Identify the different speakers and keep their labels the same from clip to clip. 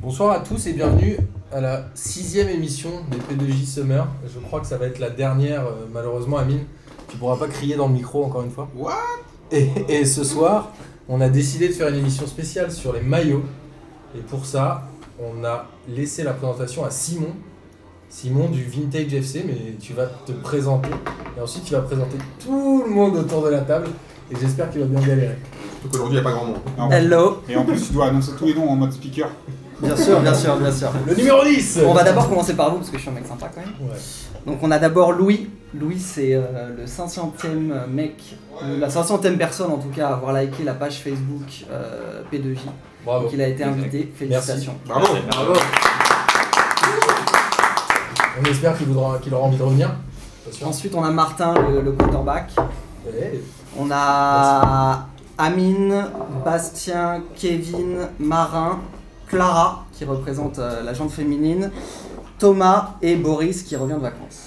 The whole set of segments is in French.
Speaker 1: Bonsoir à tous et bienvenue à la sixième émission des P2J Summer. Je crois que ça va être la dernière, euh, malheureusement, Amine. Tu pourras pas crier dans le micro encore une fois.
Speaker 2: What
Speaker 1: et, et ce soir, on a décidé de faire une émission spéciale sur les maillots. Et pour ça, on a laissé la présentation à Simon. Simon du Vintage FC, mais tu vas te présenter. Et ensuite, tu vas présenter tout le monde autour de la table. Et j'espère qu'il va bien galérer.
Speaker 2: Surtout qu'aujourd'hui, il n'y a pas grand monde.
Speaker 3: Ah ouais.
Speaker 4: Hello
Speaker 3: Et en plus, tu dois annoncer tous les noms en mode speaker.
Speaker 4: Bien sûr, bien sûr, bien sûr.
Speaker 1: Le numéro 10
Speaker 4: On va d'abord commencer par vous parce que je suis un mec sympa quand même.
Speaker 1: Ouais.
Speaker 4: Donc on a d'abord Louis. Louis c'est euh, le 500ème mec, ou la 500ème personne en tout cas à avoir liké la page Facebook euh, P2J.
Speaker 1: Bravo.
Speaker 4: Donc il a été invité, félicitations.
Speaker 2: Bravo
Speaker 1: Bravo. On espère qu'il voudra, qu'il aura envie de revenir. Pas sûr.
Speaker 4: Ensuite on a Martin le, le quarterback.
Speaker 1: Ouais.
Speaker 4: On a Amine, Bastien, Kevin, Marin, Clara qui représente euh, la jante féminine, Thomas et Boris qui revient de vacances.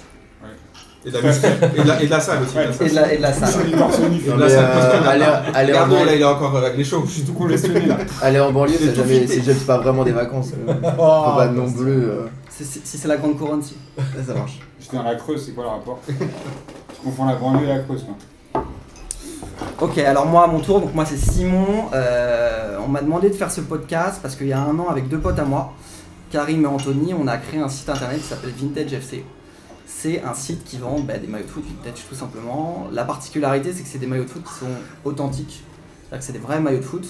Speaker 2: Et de la musique. Et de la, et de la salle aussi. de la salle.
Speaker 4: Et de la, et de la salle.
Speaker 3: C'est une version
Speaker 2: Et de
Speaker 3: unifiée.
Speaker 2: la
Speaker 5: Mais,
Speaker 2: salle.
Speaker 5: euh,
Speaker 2: parce qu'on a
Speaker 5: aller-
Speaker 2: pas-
Speaker 5: aller en
Speaker 2: Regarde,
Speaker 5: banlieue.
Speaker 2: là, il est encore euh, avec les chauves.
Speaker 3: Je suis tout congestionné là.
Speaker 5: Aller en banlieue,
Speaker 2: C'est
Speaker 5: c'est
Speaker 2: tout
Speaker 5: jamais,
Speaker 2: fité.
Speaker 5: c'est jamais- c'est pas vraiment des vacances. euh. Faut
Speaker 1: Oh,
Speaker 5: pas non plus. euh,
Speaker 4: Si si- si c'est la grande couronne, si.
Speaker 5: Ça, ça marche.
Speaker 3: J'étais dans la Creuse, c'est quoi le rapport Je confonds la banlieue et la Creuse. moi.
Speaker 4: Ok, alors moi à mon tour, donc moi c'est Simon. Euh, on m'a demandé de faire ce podcast parce qu'il y a un an avec deux potes à moi, Karim et Anthony, on a créé un site internet qui s'appelle Vintage FC. C'est un site qui vend bah, des maillots de foot vintage tout simplement. La particularité c'est que c'est des maillots de foot qui sont authentiques, c'est-à-dire que c'est des vrais maillots de foot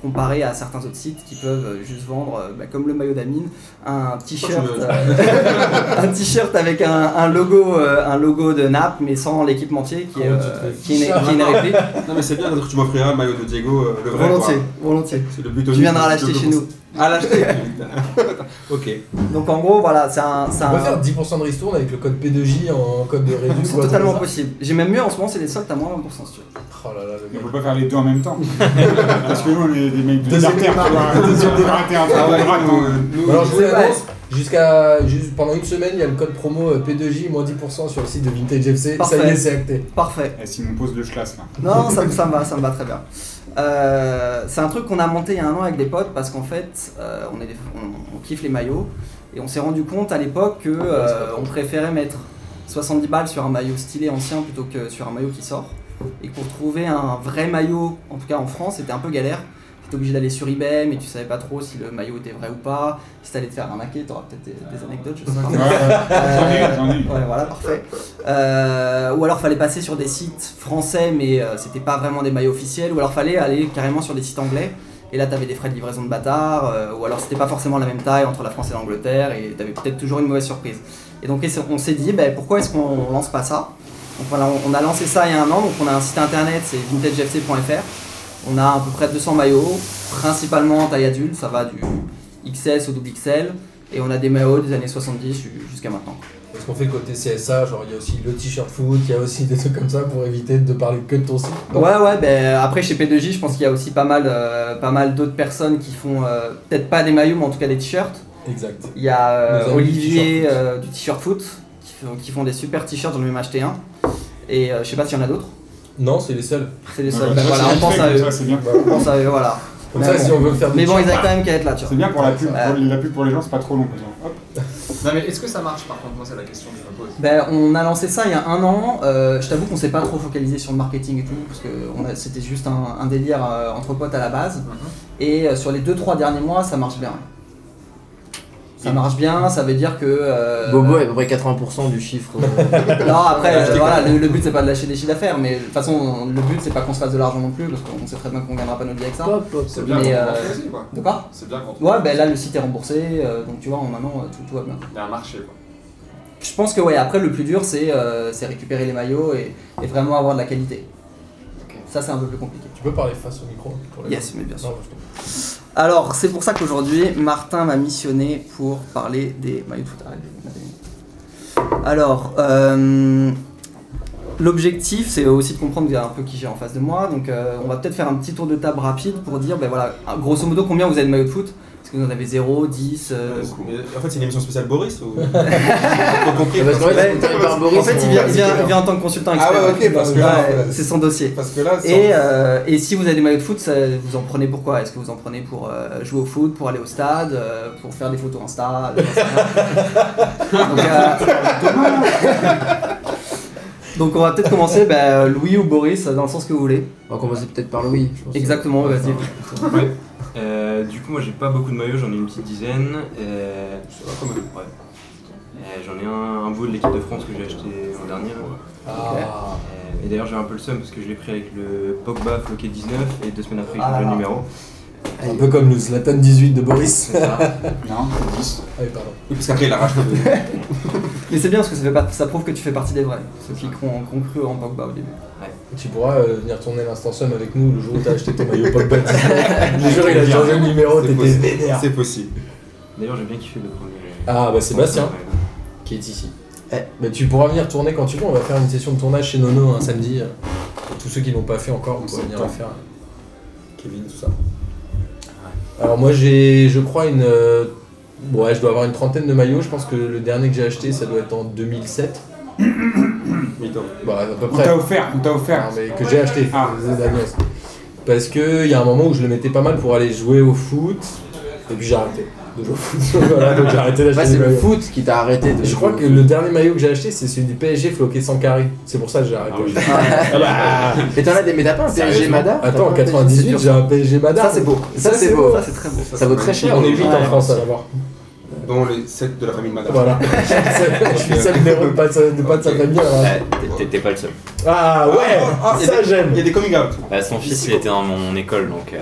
Speaker 4: comparé à certains autres sites qui peuvent euh, juste vendre, euh, bah, comme le maillot d'Amine, un t-shirt,
Speaker 2: Je-
Speaker 4: euh, un t-shirt avec un, un logo, euh, un logo de Naples mais sans l'équipementier qui est,
Speaker 1: Ah ouais, tu te
Speaker 4: euh,
Speaker 1: fais
Speaker 4: qui est une- qui est une réplique.
Speaker 2: Non, mais c'est bien que tu m'offriras un maillot de Diego, euh, le vrai.
Speaker 4: Volontiers,
Speaker 2: quoi.
Speaker 4: volontiers.
Speaker 2: C'est le but
Speaker 4: Tu viendras l'acheter chez nous.
Speaker 2: Ah, l'acheter Ok.
Speaker 4: Donc en gros, voilà, c'est un. c'est
Speaker 1: On
Speaker 4: un-
Speaker 1: va faire 10% de ristourne avec le code P2J en code de réduction.
Speaker 4: C'est totalement possible. J'ai même mieux en ce moment, c'est les soldes à moins 20% si tu veux.
Speaker 1: Oh là là, le
Speaker 3: Mais
Speaker 1: mec.
Speaker 3: on peut pas faire les deux en même temps. Parce que nous, on est des mecs de
Speaker 1: Deuxième
Speaker 3: l'artère.
Speaker 1: démarre.
Speaker 3: Deuxième démarre, t'es un peu
Speaker 2: Ah ouais,
Speaker 3: droite,
Speaker 2: nous,
Speaker 3: hein.
Speaker 2: euh, nous,
Speaker 1: Alors je vous
Speaker 4: C'est vrai.
Speaker 1: l'annonce, jusqu'à juste pendant une semaine, il y a le code promo euh, P2J moins 10% sur le site de Vintage FC. Ça y est,
Speaker 4: Parfait.
Speaker 1: c'est acté.
Speaker 4: Parfait.
Speaker 3: Eh, Simon pose le schlass là.
Speaker 4: Non, ça, me- ça me va, ça me va très bien. Euh, c'est un truc qu'on a monté il y a un an avec des potes parce qu'en fait, euh, on, est des- on- on kiffe les maillots et on s'est rendu compte à l'époque que euh, on préférait mettre 70 balles sur un maillot stylé ancien plutôt que sur un maillot qui sort. Et que pour trouver un vrai maillot, en tout cas en France, c'était un peu galère. T'étais obligé d'aller sur eBay, mais tu savais pas trop si le maillot était vrai ou pas. Si t'allais te faire arnaquer, t'auras peut-être des, des anecdotes, je sais pas.
Speaker 3: Ouais, J'en ai,
Speaker 4: Euh,
Speaker 3: eu, j'en ai eu.
Speaker 4: Ouais, voilà, parfait. Euh, ou alors fallait passer sur des sites français, mais euh, c'était pas vraiment des maillots officiels. Ou alors fallait aller carrément sur des sites anglais. Et là, t'avais des frais de livraison de bâtard. euh, ou alors c'était pas forcément la même taille entre la France et l'Angleterre. Et t'avais peut-être toujours une mauvaise surprise. Et donc et c'est- on s'est dit, ben, pourquoi est-ce qu'on lance pas ça Donc voilà, on on a lancé ça il y a un an. Donc on a un site internet, c'est vintagefc.fr. On a à peu près 200 maillots, principalement en taille adulte. Ça va du XS au double XL. Et on a des maillots des années 70 jusqu'à maintenant.
Speaker 1: Parce qu'on fait côté CSA, genre il y a aussi le t-shirt foot, il y a aussi des trucs comme ça pour éviter de parler que de ton site. Donc,
Speaker 4: Ouais ouais ben après chez P2J je pense qu'il y a aussi pas mal euh, pas mal d'autres personnes qui font euh, peut-être pas des maillots mais en tout cas des t-shirts.
Speaker 1: Exact.
Speaker 4: Il y a euh,
Speaker 1: Nos amis du
Speaker 4: Olivier
Speaker 1: t-shirt foot.
Speaker 4: euh, du t-shirt foot qui font, qui font des super t-shirts, j'en ai même acheté un. Et euh, je sais pas s'il y en a d'autres.
Speaker 1: Non, c'est les seuls. Bah,
Speaker 4: C'est les
Speaker 3: Ouais,
Speaker 4: seuls.
Speaker 3: ouais,
Speaker 4: Ben,
Speaker 3: ça,
Speaker 4: voilà,
Speaker 3: c'est
Speaker 4: on pense
Speaker 3: fait,
Speaker 4: à
Speaker 3: comme
Speaker 4: eux.
Speaker 3: ça, C'est bien.
Speaker 4: On pense à eux, voilà.
Speaker 1: Comme
Speaker 4: Mais
Speaker 1: ça,
Speaker 4: bon.
Speaker 1: si on veut faire des
Speaker 4: Mais bon
Speaker 1: t-shirts,
Speaker 4: ils avaient quand même qu'à être là tu vois.
Speaker 3: C'est bien pour la pub,
Speaker 4: Ouais.
Speaker 3: pour la pub pour les gens, c'est pas trop long. comme ça. Hop.
Speaker 6: Non mais est-ce que ça marche par contre Moi c'est la question que je me pose.
Speaker 4: Ben, on a lancé ça il y a un an. Euh, je t'avoue qu'on s'est pas trop focalisé sur le marketing et tout, parce que on a- c'était juste un, un délire euh, entre potes à la base.
Speaker 5: Mhm.
Speaker 4: Et euh, sur les 2-3 derniers mois, ça marche bien. Ça marche bien, ça veut dire que. euh,
Speaker 5: Bobo est à peu près 80% du chiffre. euh,
Speaker 4: Non, après, euh,
Speaker 5: Je déconne.
Speaker 4: voilà, le, le but c'est pas de lâcher des chiffres d'affaires, mais de toute façon, on- le but c'est pas qu'on se fasse de l'argent non plus, parce qu'on sait très bien qu'on gagnera pas notre vie avec ça.
Speaker 5: pop, pop.
Speaker 6: C'est bien
Speaker 4: Mais,
Speaker 6: quand
Speaker 4: euh,
Speaker 6: on aussi quoi.
Speaker 4: D'accord
Speaker 6: C'est bien quand on
Speaker 4: Ouais, ben là, le site est remboursé, euh, donc tu vois, en maintenant, euh, tout, tout va bien.
Speaker 6: Il y a un marché quoi.
Speaker 4: Je pense que ouais, après le plus dur c'est euh, c'est récupérer les maillots et, et vraiment avoir de la qualité.
Speaker 6: Ok.
Speaker 4: Ça c'est un peu plus compliqué.
Speaker 1: Tu peux parler face au micro hein, pour les
Speaker 4: Yes, mais bien sûr.
Speaker 1: Non, je t'en-
Speaker 4: Alors c'est pour ça qu'aujourd'hui Martin m'a missionné pour parler des maillots de foot. Arrête, on a des- Alors, euh, l'objectif, c'est aussi de comprendre un peu qui j'ai en face de moi. Donc, euh, on va peut-être faire un petit tour de table rapide pour dire, ben voilà, grosso modo, combien vous avez de maillots de foot Est-ce que vous en avez 0, 10 euh,
Speaker 2: Mais en fait, c'est une émission spéciale Boris ou T'as compris
Speaker 5: Parce qu'en fait,
Speaker 2: parce que-
Speaker 5: par Boris,
Speaker 4: En fait, il
Speaker 5: on-
Speaker 4: vient, il vient- il vient en tant que consultant expert.
Speaker 2: Ah ouais, ok, parce que là,
Speaker 4: Ouais,
Speaker 2: euh,
Speaker 4: c'est son dossier.
Speaker 2: Parce que là, sans-
Speaker 4: Et, euh, et si vous avez des maillots de foot, ça- vous en prenez pour quoi Est-ce que vous en prenez pour euh, jouer au foot, pour aller au stade, euh, pour faire des photos Insta euh, j'en sais rien. donc, euh, donc on va peut-être commencer bah, Louis ou Boris, dans le sens que vous voulez.
Speaker 5: On va commencer peut-être par Louis. je pense.
Speaker 4: Exactement,
Speaker 5: Ouais,
Speaker 4: vas-y.
Speaker 5: enfin,
Speaker 7: Euh, du coup, moi j'ai pas beaucoup de maillots, j'en ai une petite dizaine. Euh, ouais. Euh, j'en ai un, un beau de l'équipe de France que j'ai acheté l'an dernier. là.
Speaker 1: Ah,
Speaker 7: Euh, et d'ailleurs, j'ai un peu le seum parce que je l'ai pris avec le Pogba floqué 19 et deux semaines après, j'ai
Speaker 4: Ah là
Speaker 7: changé le
Speaker 4: là.
Speaker 7: numéro.
Speaker 1: un peu comme le Zlatan 18 de Boris.
Speaker 7: C'est ça.
Speaker 3: Non, 10.
Speaker 1: Ah oui, pardon.
Speaker 2: Oui, parce qu'après, il
Speaker 5: Oh,
Speaker 2: arrache le.
Speaker 4: Mais c'est bien parce que ça, fait pas- ça prouve que tu fais partie des vrais, ceux qui ont qui ont cru en Pogba au début.
Speaker 1: Tu pourras euh, venir tourner l'instant somme avec nous le jour où t'as acheté ton maillot Pogba. Je te jure, il a changé le numéro,
Speaker 2: C'est
Speaker 1: t'étais
Speaker 2: possible.
Speaker 1: vénère.
Speaker 2: C'est possible.
Speaker 7: D'ailleurs, j'ai bien kiffé le premier.
Speaker 1: Ah bah Sébastien,
Speaker 7: Ouais.
Speaker 1: qui est ici. Eh, bah, tu pourras venir tourner quand tu veux, on va faire une session de tournage chez Nono un samedi. Pour tous ceux qui l'ont pas fait encore, vous pouvez venir la faire. Kevin, tout ça. Alors moi j'ai, je crois, une... euh, ouais, je dois avoir une trentaine de maillots, je pense que le dernier que j'ai acheté, ça doit être en 2007.
Speaker 2: Mais attends.
Speaker 1: Bah à peu
Speaker 3: On
Speaker 1: près.
Speaker 3: t'a offert, on t'a offert.
Speaker 1: Non, mais que j'ai acheté,
Speaker 3: Ah.
Speaker 1: les Daniels. Parce que il y a un moment où je le mettais pas mal pour aller jouer au foot, et puis j'ai arrêté de jouer au foot. voilà, donc j'ai arrêté d'acheter
Speaker 5: Ouais,
Speaker 1: des
Speaker 5: c'est le
Speaker 1: maillots.
Speaker 5: foot qui t'a arrêté de.
Speaker 1: Je crois que le dernier maillot que j'ai acheté, c'est celui du PSG floqué sans carré. C'est pour ça que j'ai arrêté.
Speaker 7: Ah oui.
Speaker 5: Mais t'en as des. Mais t'as pas un PSG Madar
Speaker 1: Attends, en
Speaker 5: T'as pas un
Speaker 1: 98,
Speaker 5: PSG Madar
Speaker 1: j'ai un PSG Madar.
Speaker 5: Ça, c'est beau. Ça, c'est beau.
Speaker 4: Ça c'est très beau.
Speaker 5: Ça vaut très cher.
Speaker 1: On est 8 en
Speaker 5: Ouais.
Speaker 1: France à l'avoir.
Speaker 2: Dont les 7 de la famille de madame.
Speaker 1: Voilà. Je suis le seul héros de pas de, de pas de sa
Speaker 2: Ok.
Speaker 1: famille. à l'avoir.
Speaker 8: Ah, t'es- t'es- T'es pas le seul.
Speaker 1: Ah ouais, ça j'aime.
Speaker 2: Il y a des coming out.
Speaker 8: Bah, son fils, il était dans mon école, donc euh,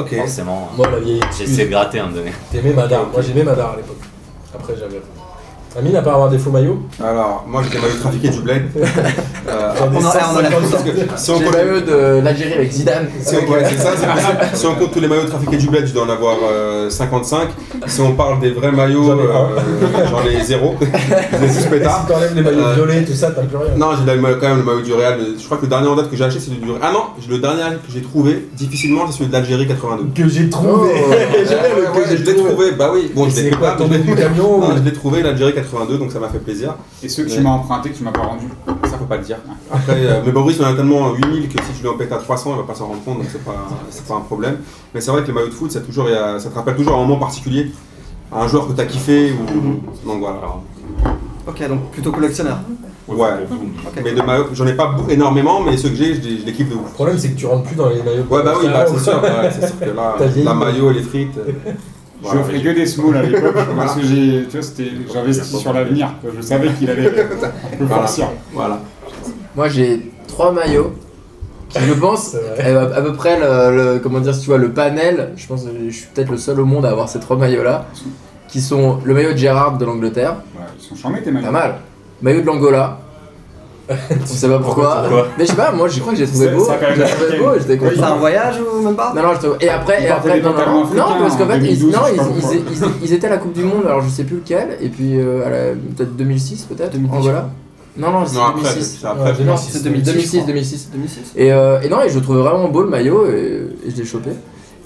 Speaker 2: Ok.
Speaker 8: forcément, euh,
Speaker 1: Moi, la vieille.
Speaker 8: j'ai essayé de gratter un donné.
Speaker 1: T'aimais Madar. Moi, j'aimais Madar à l'époque. Après, j'avais. Amine, à part avoir des faux maillots,
Speaker 2: Alors, moi, j'ai des maillots trafiqués du bled. Euh,
Speaker 1: j'en ai
Speaker 4: On en- on en a
Speaker 1: 150
Speaker 4: tous.
Speaker 2: parce que si on
Speaker 5: J'ai
Speaker 2: compte,
Speaker 5: le maillot de l'Algérie avec Zidane.
Speaker 2: si on, ouais, c'est ça, c'est possible. Si on compte tous les maillots trafiqués du bled, je dois en avoir euh, 55. Si on parle des vrais maillots,
Speaker 1: J'en ai pas.
Speaker 2: euh, j'en ai zéro. J'ai six
Speaker 1: Et
Speaker 2: pétards.
Speaker 1: Bah, si t'enlèves les maillots
Speaker 2: Euh,
Speaker 1: violets, tout ça, t'as plus rien.
Speaker 2: Non, j'ai le- quand même le maillot du Real. mais Je crois que le dernier en date que j'ai acheté, c'est le du Real. Ah non, le dernier que j'ai trouvé, difficilement, c'est celui de l'Algérie 82.
Speaker 1: Que j'ai trouvé.
Speaker 5: Oh.
Speaker 1: J'aime bien le
Speaker 2: Ouais,
Speaker 1: que
Speaker 2: je
Speaker 1: j'ai
Speaker 2: l'ai
Speaker 1: trouvé.
Speaker 2: trouvé, bah oui. Bon, je
Speaker 1: C'est
Speaker 2: l'ai fait
Speaker 1: quoi,
Speaker 2: pas,
Speaker 1: tombé
Speaker 2: mais-
Speaker 1: du camion
Speaker 2: Non,
Speaker 1: ou-
Speaker 2: je l'ai trouvé, l'Algérie 82, donc ça m'a fait plaisir.
Speaker 3: Et ceux que
Speaker 2: Ouais.
Speaker 3: tu m'as emprunté, que tu m'as pas rendu.
Speaker 2: Ça, faut pas le dire. Après, euh, mais Boris, on en a tellement euh, 8000 que si tu lui en pètes à 300, il va pas s'en rendre compte, donc c'est pas, c'est pas un problème. Mais c'est vrai que les maillots de foot, ça, toujours, il y a- ça te rappelle toujours un moment particulier, un joueur que t'as kiffé, ou. Donc voilà.
Speaker 4: Ok, donc plutôt collectionneur.
Speaker 2: Ouais.
Speaker 4: Ok.
Speaker 2: Mais de maillots, j'en ai pas bou- énormément, mais ceux que j'ai, je les je les kiffe de ouf.
Speaker 1: Le problème, c'est que tu rentres plus dans les maillots.
Speaker 2: Ouais, bah oui, bah,
Speaker 1: Ah,
Speaker 2: c'est sûr, ouais, c'est sûr que là,
Speaker 1: T'as vieilli.
Speaker 2: la maillot et les frites. euh,
Speaker 3: Je
Speaker 2: voilà.
Speaker 3: lui offrais que des smalls à l'époque parce
Speaker 2: Voilà.
Speaker 3: que j'ai, tu vois, c'était, j'investis sur l'avenir. quoi. Je savais qu'il allait un peu
Speaker 2: Voilà.
Speaker 3: partir.
Speaker 2: Voilà.
Speaker 5: Moi, j'ai trois maillots. qui, Je pense
Speaker 1: C'est vrai.
Speaker 5: euh, à, à peu près le, le- comment dire si tu vois le panel. Je pense que je suis peut-être le seul au monde à avoir ces trois maillots là, qui sont le maillot de Gerrard de l'Angleterre,
Speaker 3: Ouais, ils sont charmés tes
Speaker 5: pas
Speaker 3: maillots.
Speaker 5: mal. Maillot de l'Angola. On sait pas pourquoi. Mais je sais pas, moi je crois que j'ai trouvé
Speaker 3: Ça-
Speaker 5: beau.
Speaker 3: ça a quand même
Speaker 5: J'ai trouvé
Speaker 3: marqué.
Speaker 5: beau, j'étais
Speaker 4: C'est
Speaker 5: content.
Speaker 4: un voyage ou même pas
Speaker 5: Non, non, je te- Et après,
Speaker 3: Ils
Speaker 5: et
Speaker 3: portaient
Speaker 5: après
Speaker 3: des
Speaker 5: non, non,
Speaker 3: pantalons
Speaker 5: non,
Speaker 3: africains
Speaker 5: parce qu'en
Speaker 3: en
Speaker 5: fait, ils,
Speaker 3: 2012,
Speaker 5: non,
Speaker 3: je sais pas
Speaker 5: ils-
Speaker 3: pourquoi.
Speaker 5: ils- ils- ils étaient à la Coupe du Monde, alors je sais plus lequel, et puis euh, à la- peut-être 2006, peut-être,
Speaker 4: 2010,
Speaker 5: Angola. Non, non, c'est
Speaker 2: Non, après,
Speaker 5: 2006.
Speaker 2: c'est après.
Speaker 1: j'ai
Speaker 5: Non,
Speaker 1: c'est
Speaker 5: c'est 2006, 2006, 2006.
Speaker 4: 2006
Speaker 5: Et, euh, et non, et je le trouvais vraiment beau le maillot, et, et je l'ai chopé.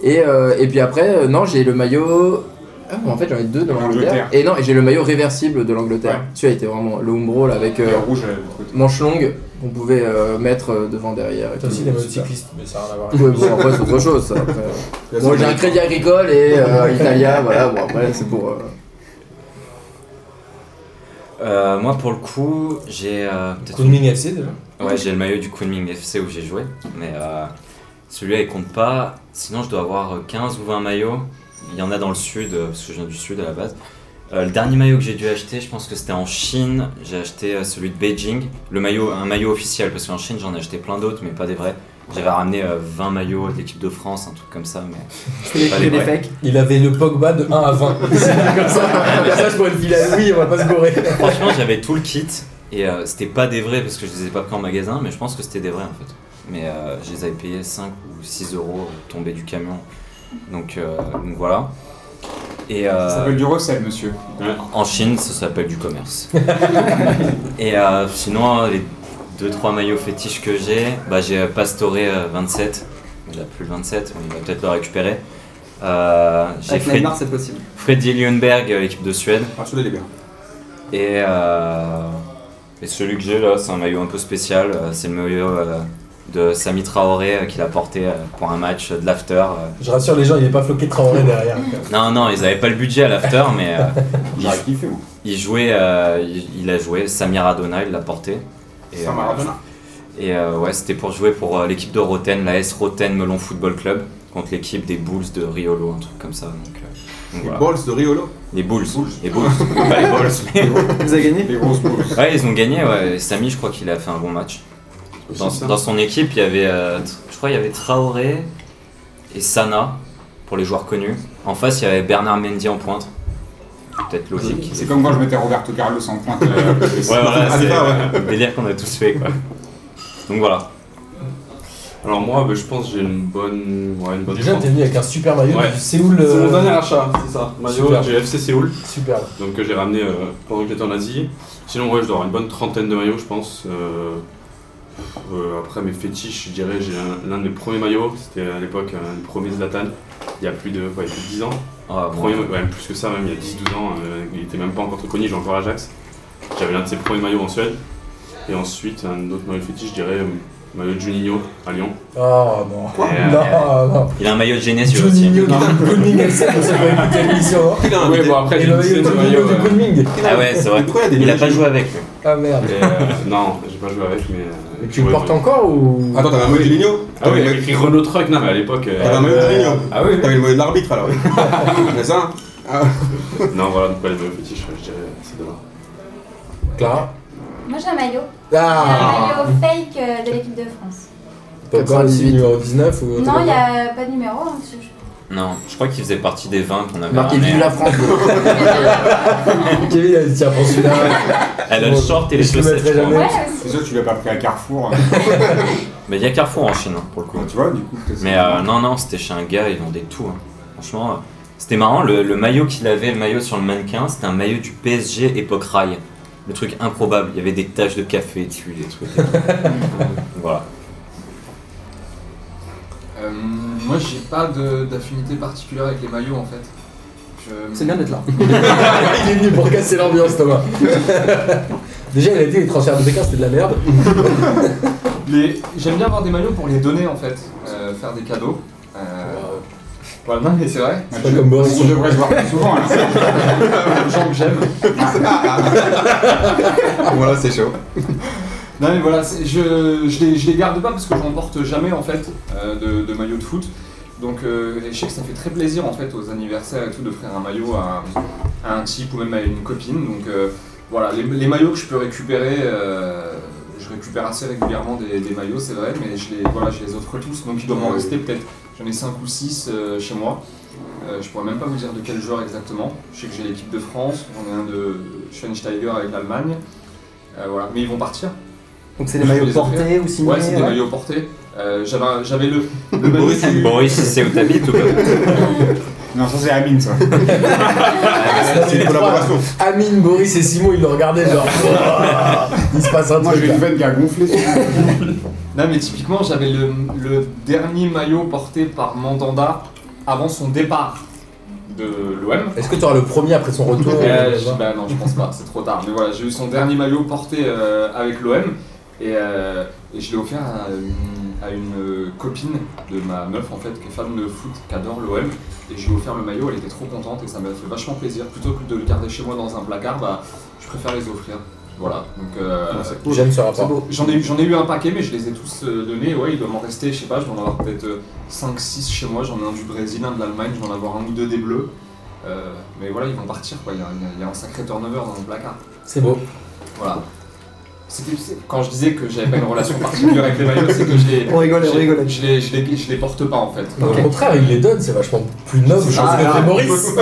Speaker 5: Et, euh, et puis après, euh, non, j'ai le maillot. Ah, bon, en fait, j'en ai deux de l'Angleterre.
Speaker 3: L'Angleterre.
Speaker 5: Et non, et j'ai le maillot réversible de l'angleterre. Celui-là était vraiment le Umbro là, avec
Speaker 3: Et
Speaker 5: euh,
Speaker 3: le rouge euh, de l'autre côté.
Speaker 5: manche longue qu'on pouvait euh, mettre euh, devant, derrière. et
Speaker 1: T'as
Speaker 5: tout.
Speaker 1: aussi des maillots de
Speaker 5: Super.
Speaker 1: cyclistes, mais ça n'a rien à voir.
Speaker 5: Ouais, bon, après, c'est autre chose. Ça, après. Bon, j'ai un crédit agricole et euh, Italia, voilà, bon, après, c'est pour. euh,
Speaker 8: Euh, moi, pour le coup, j'ai euh, peut-être
Speaker 1: Kunming FC déjà.
Speaker 8: Ouais, j'ai le maillot du Kunming FC où j'ai joué, mais euh, celui-là il compte pas. Sinon, je dois avoir euh, 15 ou 20 maillots. Il y en a dans le sud, euh, parce que je viens du sud à la base. Euh, le dernier maillot que j'ai dû acheter, je pense que c'était en Chine. J'ai acheté euh, celui de Beijing, le maillot, un maillot officiel, parce qu'en Chine j'en ai acheté plein d'autres, mais pas des vrais. J'avais ramené euh, 20 maillots de l'équipe de France, un truc comme ça, mais
Speaker 4: C'était
Speaker 8: Pas
Speaker 4: les,
Speaker 8: les
Speaker 4: les
Speaker 8: vrais.
Speaker 4: fakes.
Speaker 1: Il avait le Pogba de 1 à 20. C'était comme ça. Comme ça, je pourrais le filer à Louis, on va pas se gourer.
Speaker 8: franchement j'avais tout le kit et euh, c'était pas des vrais parce que je les ai pas pris en magasin, mais je pense que c'était des vrais en fait. Mais euh, je les avais payés 5 ou 6 euros euh, tombés du camion, donc, euh, donc voilà. Et euh,
Speaker 3: Ça s'appelle du recel, monsieur.
Speaker 8: en Chine, ça s'appelle du commerce. et euh, sinon, les deux trois maillots fétiches que j'ai, bah, j'ai euh, Pastore euh, 27. Il a plus le 27, mais il va peut-être le récupérer. Euh, j'ai
Speaker 4: Avec
Speaker 8: Fred,
Speaker 4: Neymar, c'est possible.
Speaker 8: Freddy Lundberg, euh, l'équipe de Suède.
Speaker 2: Ah, celui-là, il est bien.
Speaker 8: Et, euh, et celui que j'ai là, c'est un maillot un peu spécial. euh, C'est le maillot euh, de Sami Traoré euh, qu'il a porté euh, pour un match euh, de l'after. euh.
Speaker 1: Je rassure les gens, il n'est pas floqué Traoré derrière.
Speaker 8: Non, non, ils n'avaient pas le budget à l'after, mais euh,
Speaker 3: J'aurais kiffé, moi.
Speaker 8: il jouait, euh, il, il a joué. Sami Radona, il l'a porté. Et,
Speaker 2: C'est un
Speaker 8: euh,
Speaker 2: Maradona.
Speaker 8: Et euh, ouais, c'était pour jouer pour euh, l'équipe de Roten, la S Roten Melon Football Club, contre l'équipe des Bulls de Riolo, un truc comme ça. Donc, euh, donc
Speaker 2: Les
Speaker 8: voilà.
Speaker 2: balls de Riolo.
Speaker 8: Les Bulls. Les Bulls. pas les Bulls, mais.
Speaker 4: Vous avez gagné
Speaker 3: Les grosses boules.
Speaker 8: Ouais, ils ont gagné, ouais. Et Samy, je crois qu'il a fait un bon match. Dans,
Speaker 2: C'est ça.
Speaker 8: dans son équipe, il y avait, euh, t- je crois, il y avait Traoré et Sana pour les joueurs connus. En face, il y avait Bernard Mendy en pointe. Peut-être logique.
Speaker 3: C'est comme quand je mettais Roberto Carlos en pointe. euh,
Speaker 8: Ouais, voilà,
Speaker 2: Ah,
Speaker 8: c'est
Speaker 2: ça, ouais.
Speaker 8: le délire qu'on a tous fait, quoi. Donc voilà.
Speaker 7: Alors moi, bah, je pense que j'ai une bonne, ouais, une bonne
Speaker 1: Déjà,
Speaker 7: chance.
Speaker 1: t'es venu avec un super maillot
Speaker 7: Ouais.
Speaker 1: du Séoul.
Speaker 7: C'est mon
Speaker 1: euh,
Speaker 7: dernier achat, c'est ça. Maillot,
Speaker 1: Super.
Speaker 7: j'ai FC Séoul,
Speaker 1: Super.
Speaker 7: donc que j'ai ramené euh, pendant que j'étais en Asie. Sinon, ouais, je dois avoir une bonne trentaine de maillots, je pense. Euh, euh, après mes fétiches, je dirais, j'ai un- l'un de mes premiers maillots, c'était à l'époque euh, le premier Zlatan, il y a plus de, ouais, plus de 10 ans.
Speaker 8: Ah, bon.
Speaker 7: Premier- ouais, plus que ça, même il y a 10-12 ans, euh, il était même pas encore très connu, j'ai encore Ajax. J'avais l'un de ses premiers maillots en Suède. Et ensuite, un autre maillot fétiche, je dirais, euh, maillot de Juninho à Lyon.
Speaker 1: Oh non.
Speaker 8: Euh,
Speaker 1: non, non.
Speaker 8: Il a un maillot de Genesio aussi.
Speaker 1: Juninho de Kunming Elsen, on s'est pas écouté l'émission. hein.
Speaker 7: Ouais,
Speaker 6: bah.
Speaker 7: bon, après,
Speaker 1: Et
Speaker 7: j'ai
Speaker 1: le
Speaker 7: une dizaine
Speaker 1: maillot
Speaker 7: de
Speaker 1: de
Speaker 7: maillots.
Speaker 1: Juninho de
Speaker 7: euh,
Speaker 1: Kunming.
Speaker 8: Ah ouais, c'est vrai.
Speaker 2: Pourquoi il y a des
Speaker 8: Il a pas
Speaker 2: maillots
Speaker 8: joué avec lui.
Speaker 1: Ah merde.
Speaker 7: et, euh, non, j'ai pas joué avec, mais. euh,
Speaker 1: Et tu
Speaker 7: ouais,
Speaker 1: le portes
Speaker 7: ouais.
Speaker 1: encore ou
Speaker 2: Attends, t'avais un maillot de Juninho
Speaker 7: Ah oui, il
Speaker 2: T'avais le
Speaker 7: y avait
Speaker 2: maillot-
Speaker 7: écrit Renault Truck, non, mais à l'époque. euh,
Speaker 2: T'avais un maillot de Juninho
Speaker 7: Ah oui,
Speaker 2: T'avais le maillot de l'arbitre alors. C'est ça hein.
Speaker 7: oui. Non, voilà, donc ouais, le fétiche, je dirais, c'est de là.
Speaker 1: Clara
Speaker 9: Moi j'ai un maillot.
Speaker 1: Ah
Speaker 9: Un maillot fake euh, de l'équipe de France.
Speaker 1: T'as encore le numéro 19 ou
Speaker 9: Non, il n'y a pas de numéro hein, dessus.
Speaker 8: Non, je crois qu'il faisait partie des 20 qu'on avait
Speaker 5: Marqué
Speaker 8: ramenés.
Speaker 5: Vive la France.
Speaker 1: Kevin a dit tiens, prends celui-là.
Speaker 8: Elle a le short et les
Speaker 1: Je le
Speaker 8: chaussettes.
Speaker 1: mettrai
Speaker 8: je crois.
Speaker 1: jamais.
Speaker 9: Ouais,
Speaker 3: C'est
Speaker 9: aussi.
Speaker 3: sûr que tu l'as pas pris à Carrefour. euh,
Speaker 8: Mais il y a Carrefour en Chine, hein, pour le coup.
Speaker 3: tu vois, du coup. peut-être
Speaker 8: Mais
Speaker 3: c'est-
Speaker 8: euh, non, non, c'était chez un gars, ils vendaient tout. hein. Franchement, euh, c'était marrant. Le, le maillot qu'il avait, le maillot sur le mannequin, c'était un maillot du PSG époque rail. Le truc improbable. Il y avait des taches de café dessus, des trucs. voilà.
Speaker 6: Euh, moi, j'ai pas de- d'affinité particulière avec les maillots en fait. Je-
Speaker 4: C'est bien d'être là.
Speaker 1: Il est venu pour casser l'ambiance, Thomas. Déjà, il a dit les transferts de Pékin, c'était de la merde.
Speaker 6: Les- J'aime bien avoir des maillots pour les donner en fait, Euh, faire des cadeaux. Euh, Voilà, non mais c'est vrai.
Speaker 1: C'est pas comme Boris.
Speaker 3: On devrait se voir plus souvent. hein. là.
Speaker 6: Les gens que j'aime.
Speaker 2: Voilà, c'est chaud.
Speaker 6: Non mais voilà, c'est- je, je, les, je les garde pas parce que j'en porte jamais en fait euh, de, de maillot de foot. Donc euh, et je sais que ça fait très plaisir en fait aux anniversaires et tout d'offrir un maillot à, un- à un type ou même à une copine. Donc euh, voilà, les, les maillots que je peux récupérer, euh, je récupère assez régulièrement des, des maillots c'est vrai, mais je les, voilà, je les offre tous. Donc il doit m'en rester peut-être, j'en ai 5 ou 6 chez moi. Euh, je pourrais même pas vous dire de quel joueur exactement. Je sais que j'ai l'équipe de France, j'en ai un de Schweinsteiger avec l'Allemagne. Euh, voilà. Mais ils vont partir.
Speaker 4: Donc c'est des maillots portés ou signés.
Speaker 6: Ouais, c'est des
Speaker 4: ouais.
Speaker 6: maillots portés. Euh, j'avais, j'avais le, le maillot
Speaker 2: Boris,
Speaker 6: du-
Speaker 8: Boris, c'est où t'habites ou pas
Speaker 3: Non, ça c'est Amine, ça.
Speaker 2: Ah, C'est une collaboration.
Speaker 1: Amine, Boris et Simon, ils le regardaient genre. Ouah, Il se passe un
Speaker 3: Moi,
Speaker 1: truc.
Speaker 3: j'ai
Speaker 1: là.
Speaker 3: une veine qui a gonflé. sur-
Speaker 6: Non, mais typiquement, j'avais le, le dernier maillot porté par Mandanda avant son départ de l'OM.
Speaker 1: Est-ce que tu auras le premier après son retour
Speaker 6: Euh,
Speaker 1: on va
Speaker 6: je-
Speaker 1: voir.
Speaker 6: bah non, je pense pas, c'est trop tard. Mais voilà, j'ai eu son dernier maillot porté euh, avec l'OM et, euh, et je l'ai offert à une, à une, euh, copine de ma meuf en fait, qui est fan de foot, qui adore l'OM. Et je lui ai offert le maillot, elle était trop contente et ça m'a fait vachement plaisir. Plutôt que de le garder chez moi dans un placard, bah, je préfère les offrir. Voilà, donc euh,
Speaker 1: J'aime ce
Speaker 6: c'est
Speaker 1: rapport.
Speaker 6: beau. J'en ai, j'en ai eu un paquet, mais je les ai tous euh, donnés. Ouais, il doit m'en rester, je sais pas, je dois en avoir peut-être 5-6 chez moi. J'en ai un du Brésil, un de l'Allemagne, je dois en avoir un ou deux des Bleus. Euh, mais voilà, ils vont partir, quoi. Il y, a, il y a- il y a un sacré turnover dans le placard.
Speaker 1: C'est beau.
Speaker 6: Voilà. C'était- c'est- Quand je disais que j'avais pas une relation particulière avec les maillots, c'est que je les,
Speaker 4: On rigole, on
Speaker 6: je-
Speaker 4: rigole.
Speaker 6: je les, je les- je les porte pas en fait.
Speaker 1: Au contraire, il les donne, c'est vachement plus noble, je pense,
Speaker 6: Ah,
Speaker 1: que
Speaker 6: là.
Speaker 1: fait Boris.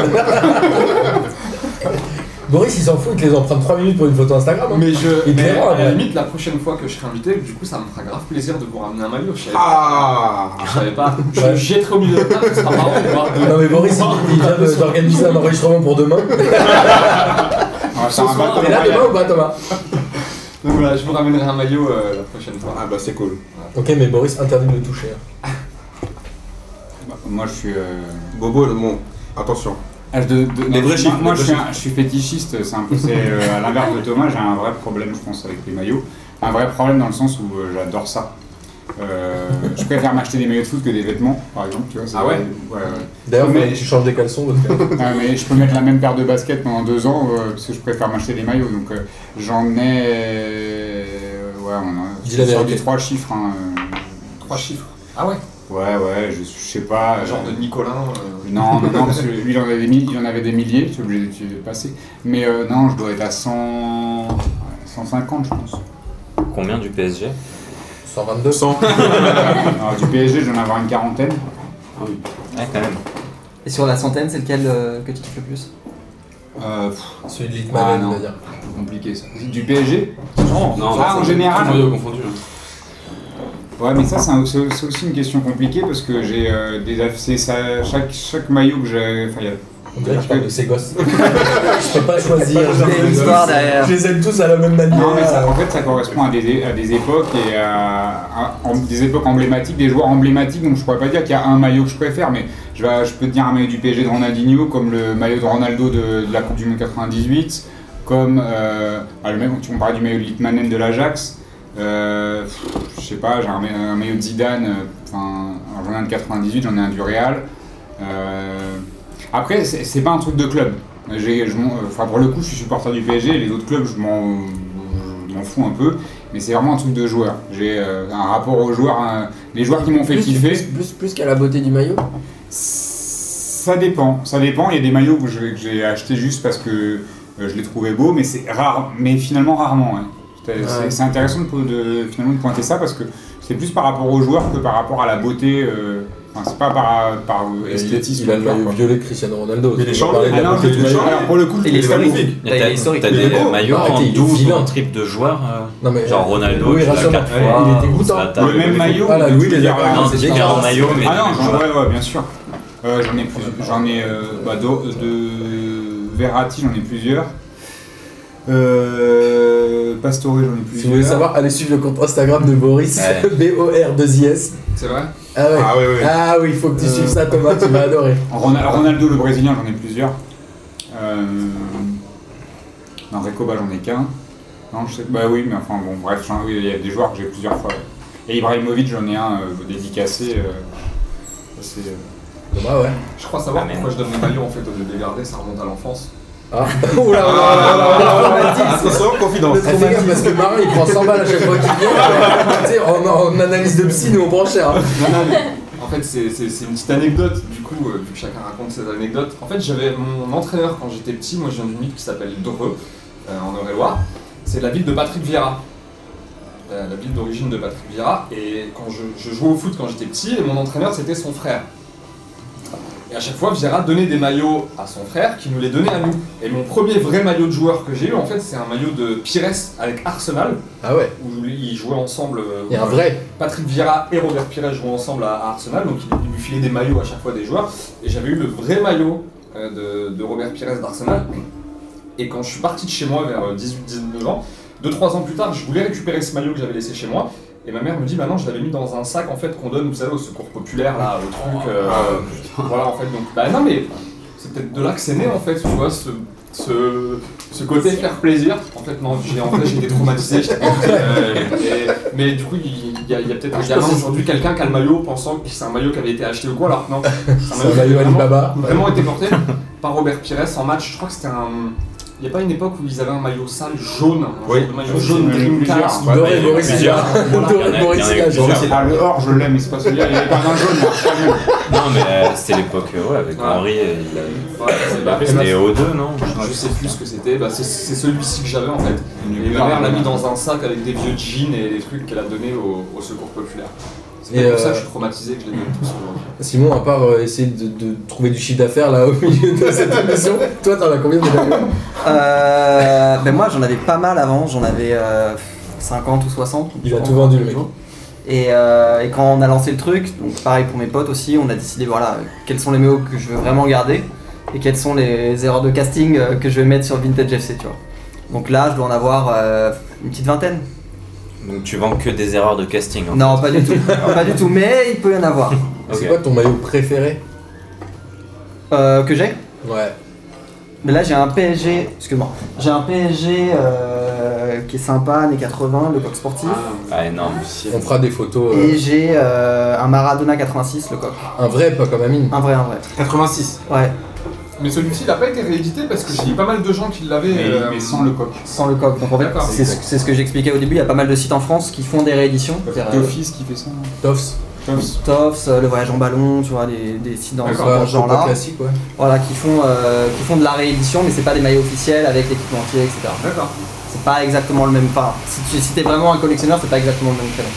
Speaker 1: Boris, il s'en fout, il te les emprunte 3 minutes pour une photo Instagram. hein.
Speaker 6: Mais je,
Speaker 1: Il te les
Speaker 6: mais
Speaker 1: rend,
Speaker 6: à la
Speaker 1: ouais.
Speaker 6: limite, la prochaine fois que je serai invité, du coup, ça me fera grave plaisir de vous ramener un maillot. Je savais pas.
Speaker 2: Ah
Speaker 6: Je savais pas. Je
Speaker 1: Ouais.
Speaker 6: le jetterai au milieu de la table, ce sera marrant de voir deux-
Speaker 1: Non mais Boris, il- il vient de- d'organiser un enregistrement pour demain.
Speaker 3: On va faire un
Speaker 6: soir,
Speaker 3: bateau
Speaker 1: T'es là
Speaker 3: royal.
Speaker 1: demain ou pas Thomas
Speaker 6: Donc voilà, je vous ramènerai un maillot euh, la prochaine fois.
Speaker 2: Ah bah c'est cool.
Speaker 1: Ok, mais Boris interdit de le toucher. hein.
Speaker 3: Bah, Moi, je suis. euh,
Speaker 2: Bobo, le- bon, attention.
Speaker 3: ah, je- de- de- non,
Speaker 2: vrais
Speaker 3: je-
Speaker 2: chiffres,
Speaker 3: Moi,
Speaker 2: les
Speaker 3: je
Speaker 2: vrais
Speaker 3: suis, un- je suis fétichiste, c'est un peu. C'est euh, à l'inverse de Thomas, j'ai un vrai problème, je pense, avec les maillots. Un vrai problème dans le sens où euh, j'adore ça. Euh, je préfère m'acheter des maillots de foot que des vêtements, par exemple, tu vois. c'est-
Speaker 6: Ah ouais
Speaker 3: ouais.
Speaker 1: D'ailleurs,
Speaker 3: Mais-
Speaker 1: faudrait que tu changes des caleçons parce que
Speaker 3: Ah, mais je peux mettre la même paire de baskets pendant deux ans euh, parce que je préfère m'acheter des maillots. Donc euh, j'en ai. euh, ouais, on en
Speaker 1: Dis la
Speaker 3: sur
Speaker 1: vérité.
Speaker 3: des trois chiffres. hein,
Speaker 6: Trois chiffres. Ah ouais
Speaker 3: euh, ouais, ouais, je, je sais pas. euh,
Speaker 6: Genre de Nicolas. euh,
Speaker 3: Non, non, non, parce que lui il en avait des, mi- il en avait des milliers, je suis obligé de- de passer. Mais euh, non, je dois être à 100. ouais, 150, je pense.
Speaker 8: Combien du PSG
Speaker 1: 122.
Speaker 2: 100.
Speaker 3: Alors, du PSG, je dois en avoir une quarantaine.
Speaker 8: Ouais, quand même.
Speaker 4: Et sur la centaine, c'est lequel euh, que tu kiffes le plus
Speaker 3: Euh, pff,
Speaker 1: Celui de
Speaker 3: Ah,
Speaker 1: Litman,
Speaker 3: non.
Speaker 1: on va dire.
Speaker 3: compliqué ça. Du PSG
Speaker 6: Non,
Speaker 7: Non,
Speaker 3: Ah, en général.
Speaker 7: Maillot confondu. hein.
Speaker 3: Ouais, mais ça, c'est un- c'est c'est aussi une question compliquée parce que j'ai euh, des AFC. ça- chaque, chaque maillot que j'ai. Enfin, il y a-
Speaker 1: On dirait qu'il parle de ses gosses. je peux pas choisir.
Speaker 4: Il y a une histoire derrière.
Speaker 1: Je les aime tous à la même manière.
Speaker 3: Non, mais ça, en fait, ça correspond à des, à des époques et à, à- en- des époques emblématiques, des joueurs emblématiques. Donc, je pourrais pas dire qu'il y a un maillot que je préfère, mais je, vais- je peux te dire un maillot du PSG de Ronaldinho, comme le maillot de Ronaldo de, de la Coupe du Monde 98, comme euh, ah, le même, tu me parles du maillot de Littmanen de l'Ajax. Euh, pff, je sais pas, j'ai un, ma- un maillot de Zidane, euh, enfin, en Ronaldo de 98, j'en ai un du Real. Euh, après, c'est c'est pas un truc de club. J'ai- je m'en- euh, enfin, pour le coup, je suis supporter du PSG, les autres clubs, je m'en je m'en fous un peu, mais c'est vraiment un truc de joueur. J'ai euh, un rapport aux joueurs, un- les joueurs qui m'ont fait
Speaker 5: Plus,
Speaker 3: kiffer.
Speaker 5: plus, plus, plus qu'à la beauté du maillot.
Speaker 3: Ça dépend, ça dépend. Il y a des maillots que je- que j'ai achetés juste parce que euh, je les trouvais beaux, mais c'est rare, mais finalement rarement. ouais. C'est- C'est
Speaker 5: Ouais.
Speaker 3: c'est intéressant de, po- de- finalement de pointer ça parce que c'est plus par rapport aux joueurs que par rapport à la beauté. euh, enfin, c'est pas par, par euh, esthétisme.
Speaker 1: Il a le
Speaker 3: du joueur,
Speaker 1: maillot
Speaker 3: quoi.
Speaker 1: violet de Cristiano Ronaldo.
Speaker 2: Mais il est
Speaker 1: On
Speaker 2: charmé.
Speaker 1: parlait de la
Speaker 3: Ah non,
Speaker 1: beauté
Speaker 3: je-
Speaker 1: du maillot.
Speaker 3: alors, pour le coup,
Speaker 4: Et les
Speaker 2: Il est magnifique.
Speaker 8: Et T'as
Speaker 4: historique.
Speaker 8: t'as
Speaker 2: Il
Speaker 8: des
Speaker 2: est beau.
Speaker 8: maillots
Speaker 1: Arrêtez,
Speaker 8: en
Speaker 1: il est
Speaker 8: 12 ou
Speaker 1: vilain.
Speaker 8: en triple de joueurs
Speaker 1: Non, mais-
Speaker 8: euh, Genre Ronaldo,
Speaker 1: Oui,
Speaker 8: tu l'as
Speaker 1: rassure-
Speaker 8: quatre
Speaker 1: Ouais,
Speaker 8: fois,
Speaker 1: il était goûtant.
Speaker 8: Zlatan.
Speaker 3: le même maillot.
Speaker 1: Ah, la Louis, il est
Speaker 3: tu
Speaker 1: d'accord.
Speaker 3: verras-
Speaker 8: Non,
Speaker 1: c'est
Speaker 8: c'est différents
Speaker 1: différent.
Speaker 8: maillots, mais.
Speaker 3: Ah non,
Speaker 8: genre-
Speaker 3: j'en- ouais, ouais, bien sûr. Euh, j'en ai plus- j'en ai euh, bah, d'o- de Verratti, j'en ai plusieurs. Euh, Pastore, j'en ai
Speaker 1: Si vous voulez
Speaker 3: plusieurs.
Speaker 1: savoir, allez suivre le compte Instagram de Boris,
Speaker 8: Ouais.
Speaker 1: B-O-R-2-I-S.
Speaker 6: C'est vrai
Speaker 1: Ah ouais.
Speaker 2: Ah ouais, ouais.
Speaker 1: Ah oui, il faut que tu suives ça, Thomas, tu vas adorer.
Speaker 3: Rona- Ronaldo, le Brésilien, j'en ai plusieurs. Euh, non, Recoba, j'en ai qu'un. Non, je sais Bah oui, mais enfin bon, bref, j'en- oui, il y a des joueurs que j'ai plusieurs fois. Et Ibrahimovic, j'en ai un euh, dédicacé. euh, c'est, euh,
Speaker 1: Bah ouais.
Speaker 6: Je crois savoir
Speaker 8: Ah, merde.
Speaker 6: pourquoi je donne mon maillot en fait au lieu de les garder, ça remonte à l'enfance.
Speaker 1: Ah. Oula,
Speaker 2: Ah, ah, ah, Attention, confidence.
Speaker 1: Fais gaffe parce que Marin il prend 100 balles à chaque fois qu'il vient. alors, tu sais, en, en analyse de psy, nous on prend cher. hein.
Speaker 6: Non, non, mais en fait, c'est c'est- c'est une petite anecdote, du coup, euh, vu que chacun raconte ses anecdotes. En fait, j'avais mon entraîneur quand j'étais petit, moi je viens d'une ville qui s'appelle Dreux, euh, en Eure-et-Loire. C'est la ville de Patrick Vieira. Euh, La, la ville d'origine de Patrick Vieira. Et quand je, je jouais au foot quand j'étais petit, et mon entraîneur c'était son frère. Et à chaque fois, Vieira donnait des maillots à son frère qui nous les donnait à nous. Et mon premier vrai maillot de joueur que j'ai eu, en fait, c'est un maillot de Pires avec Arsenal,
Speaker 1: Ah ouais,
Speaker 6: où ils jouaient ensemble. euh,
Speaker 1: il y a un vrai.
Speaker 6: Patrick Vieira et Robert Pires jouent ensemble à à Arsenal, donc ils lui filaient des maillots à chaque fois des joueurs. Et j'avais eu le vrai maillot euh, de, de Robert Pires d'Arsenal. Et quand je suis parti de chez moi vers euh, 18-19 ans, 2-3 ans plus tard, je voulais récupérer ce maillot que j'avais laissé chez moi. Et ma mère me dit, bah non, je l'avais mis dans un sac en fait qu'on donne, vous savez, au secours populaire, là, au truc. euh, voilà, en fait, donc, bah non, mais c'est peut-être de là que c'est né en fait, tu vois, ce, ce, ce côté faire plaisir. En fait, non, j'ai, en vrai, j'étais traumatisé, j'étais traumatisé, euh, et- Mais du coup, il y a, il y a peut-être un gamin aujourd'hui, quelqu'un qui a le maillot pensant que c'est un maillot qui avait été acheté ou quoi, alors que non. C'est
Speaker 1: C'est un maillot
Speaker 6: qui avait Ah, vraiment,
Speaker 1: Alibaba.
Speaker 6: vraiment été porté par Robert Pires en match. Je crois que c'était un. Il n'y a pas une époque où ils avaient un maillot sale jaune, un
Speaker 2: Oui.
Speaker 6: genre de maillot
Speaker 3: Oui,
Speaker 6: jaune
Speaker 3: oui,
Speaker 6: Dreamcast.
Speaker 3: plusieurs.
Speaker 2: Ouais,
Speaker 1: Doré
Speaker 2: mais
Speaker 1: Boris il y a-
Speaker 6: Voilà.
Speaker 1: Doré
Speaker 8: Il y en
Speaker 1: Boris
Speaker 8: a- il y en a
Speaker 1: il y a-
Speaker 8: eu plusieurs.
Speaker 3: Ah, le or, je l'aime, mais c'est pas celui-là, il est pas d'un jaune. hein. là, c'est pas bien.
Speaker 8: Non, mais euh, c'était l'époque, euh, ouais, avec
Speaker 6: Ouais.
Speaker 8: Henri, euh, il a-
Speaker 6: Ouais, c'est- bah,
Speaker 8: C'était O2, non
Speaker 10: Ah,
Speaker 6: Je sais plus ce que c'était, bah, c'est c'est celui-ci que j'avais en fait. Et
Speaker 3: Nulle
Speaker 6: ma
Speaker 3: part,
Speaker 6: mère l'a mis
Speaker 3: hein.
Speaker 6: dans un sac avec des vieux jeans et des trucs qu'elle a donné au, au secours populaire. C'est
Speaker 1: Et
Speaker 6: pour
Speaker 1: euh,
Speaker 6: ça que je suis traumatisé que je l'ai donné tout ce
Speaker 1: Simon, à part euh, essayer de, de trouver du chiffre d'affaires là au milieu de cette émission, toi t'en as combien de maillots
Speaker 4: Euh, ben moi j'en avais pas mal avant, j'en avais euh, 50 ou 60.
Speaker 1: Il
Speaker 4: je
Speaker 1: a
Speaker 4: pense.
Speaker 1: tout vendu le mec.
Speaker 4: Et, euh, et quand on a lancé le truc, donc pareil pour mes potes aussi, on a décidé voilà quels sont les méos que je veux vraiment garder et quelles sont les erreurs de casting euh, que je vais mettre sur Vintage FC, tu vois. Donc là, je dois en avoir euh, Une petite vingtaine
Speaker 8: Donc tu vends que des erreurs de casting. hein. en
Speaker 4: Non, pas du tout. pas du tout, mais il peut y en avoir.
Speaker 8: fait.
Speaker 1: C'est
Speaker 8: Ok.
Speaker 1: quoi ton maillot préféré
Speaker 4: Euh, que j'ai
Speaker 1: Ouais.
Speaker 4: Mais là, j'ai un PSG. Excuse-moi. J'ai un PSG euh, qui est sympa, années 80, le coq sportif.
Speaker 8: Ah énorme.
Speaker 1: On fera des photos. euh,
Speaker 4: Et j'ai euh, un Maradona 86, le coq.
Speaker 1: un vrai, pas comme Amine.
Speaker 4: Un vrai, un vrai.
Speaker 2: 86.
Speaker 4: Ouais,
Speaker 6: Mais celui-ci, il n'a pas été réédité parce que j'ai pas mal de gens qui l'avaient.
Speaker 3: Mais,
Speaker 6: euh,
Speaker 3: mais sans le coq.
Speaker 4: sans le coq. Donc en fait,
Speaker 6: D'accord.
Speaker 4: c'est ce c'est ce que j'expliquais au début. Il y a pas mal de sites en France qui font des rééditions. C'est-à-dire, euh,
Speaker 3: D'office qui fait ça. non
Speaker 1: Tofs.
Speaker 4: Tofts, euh, le voyage en ballon, tu vois, des, des sites dans,
Speaker 1: D'accord,
Speaker 4: dans ce
Speaker 1: photo
Speaker 4: genre-là.
Speaker 1: classique, ouais.
Speaker 4: Voilà, qui font, euh, qui font de la réédition, mais c'est pas des maillots officiels avec l'équipementier, etc.
Speaker 6: D'accord.
Speaker 4: C'est pas exactement le même pas. Si tu si t'es vraiment un collectionneur, c'est pas exactement le même créneau.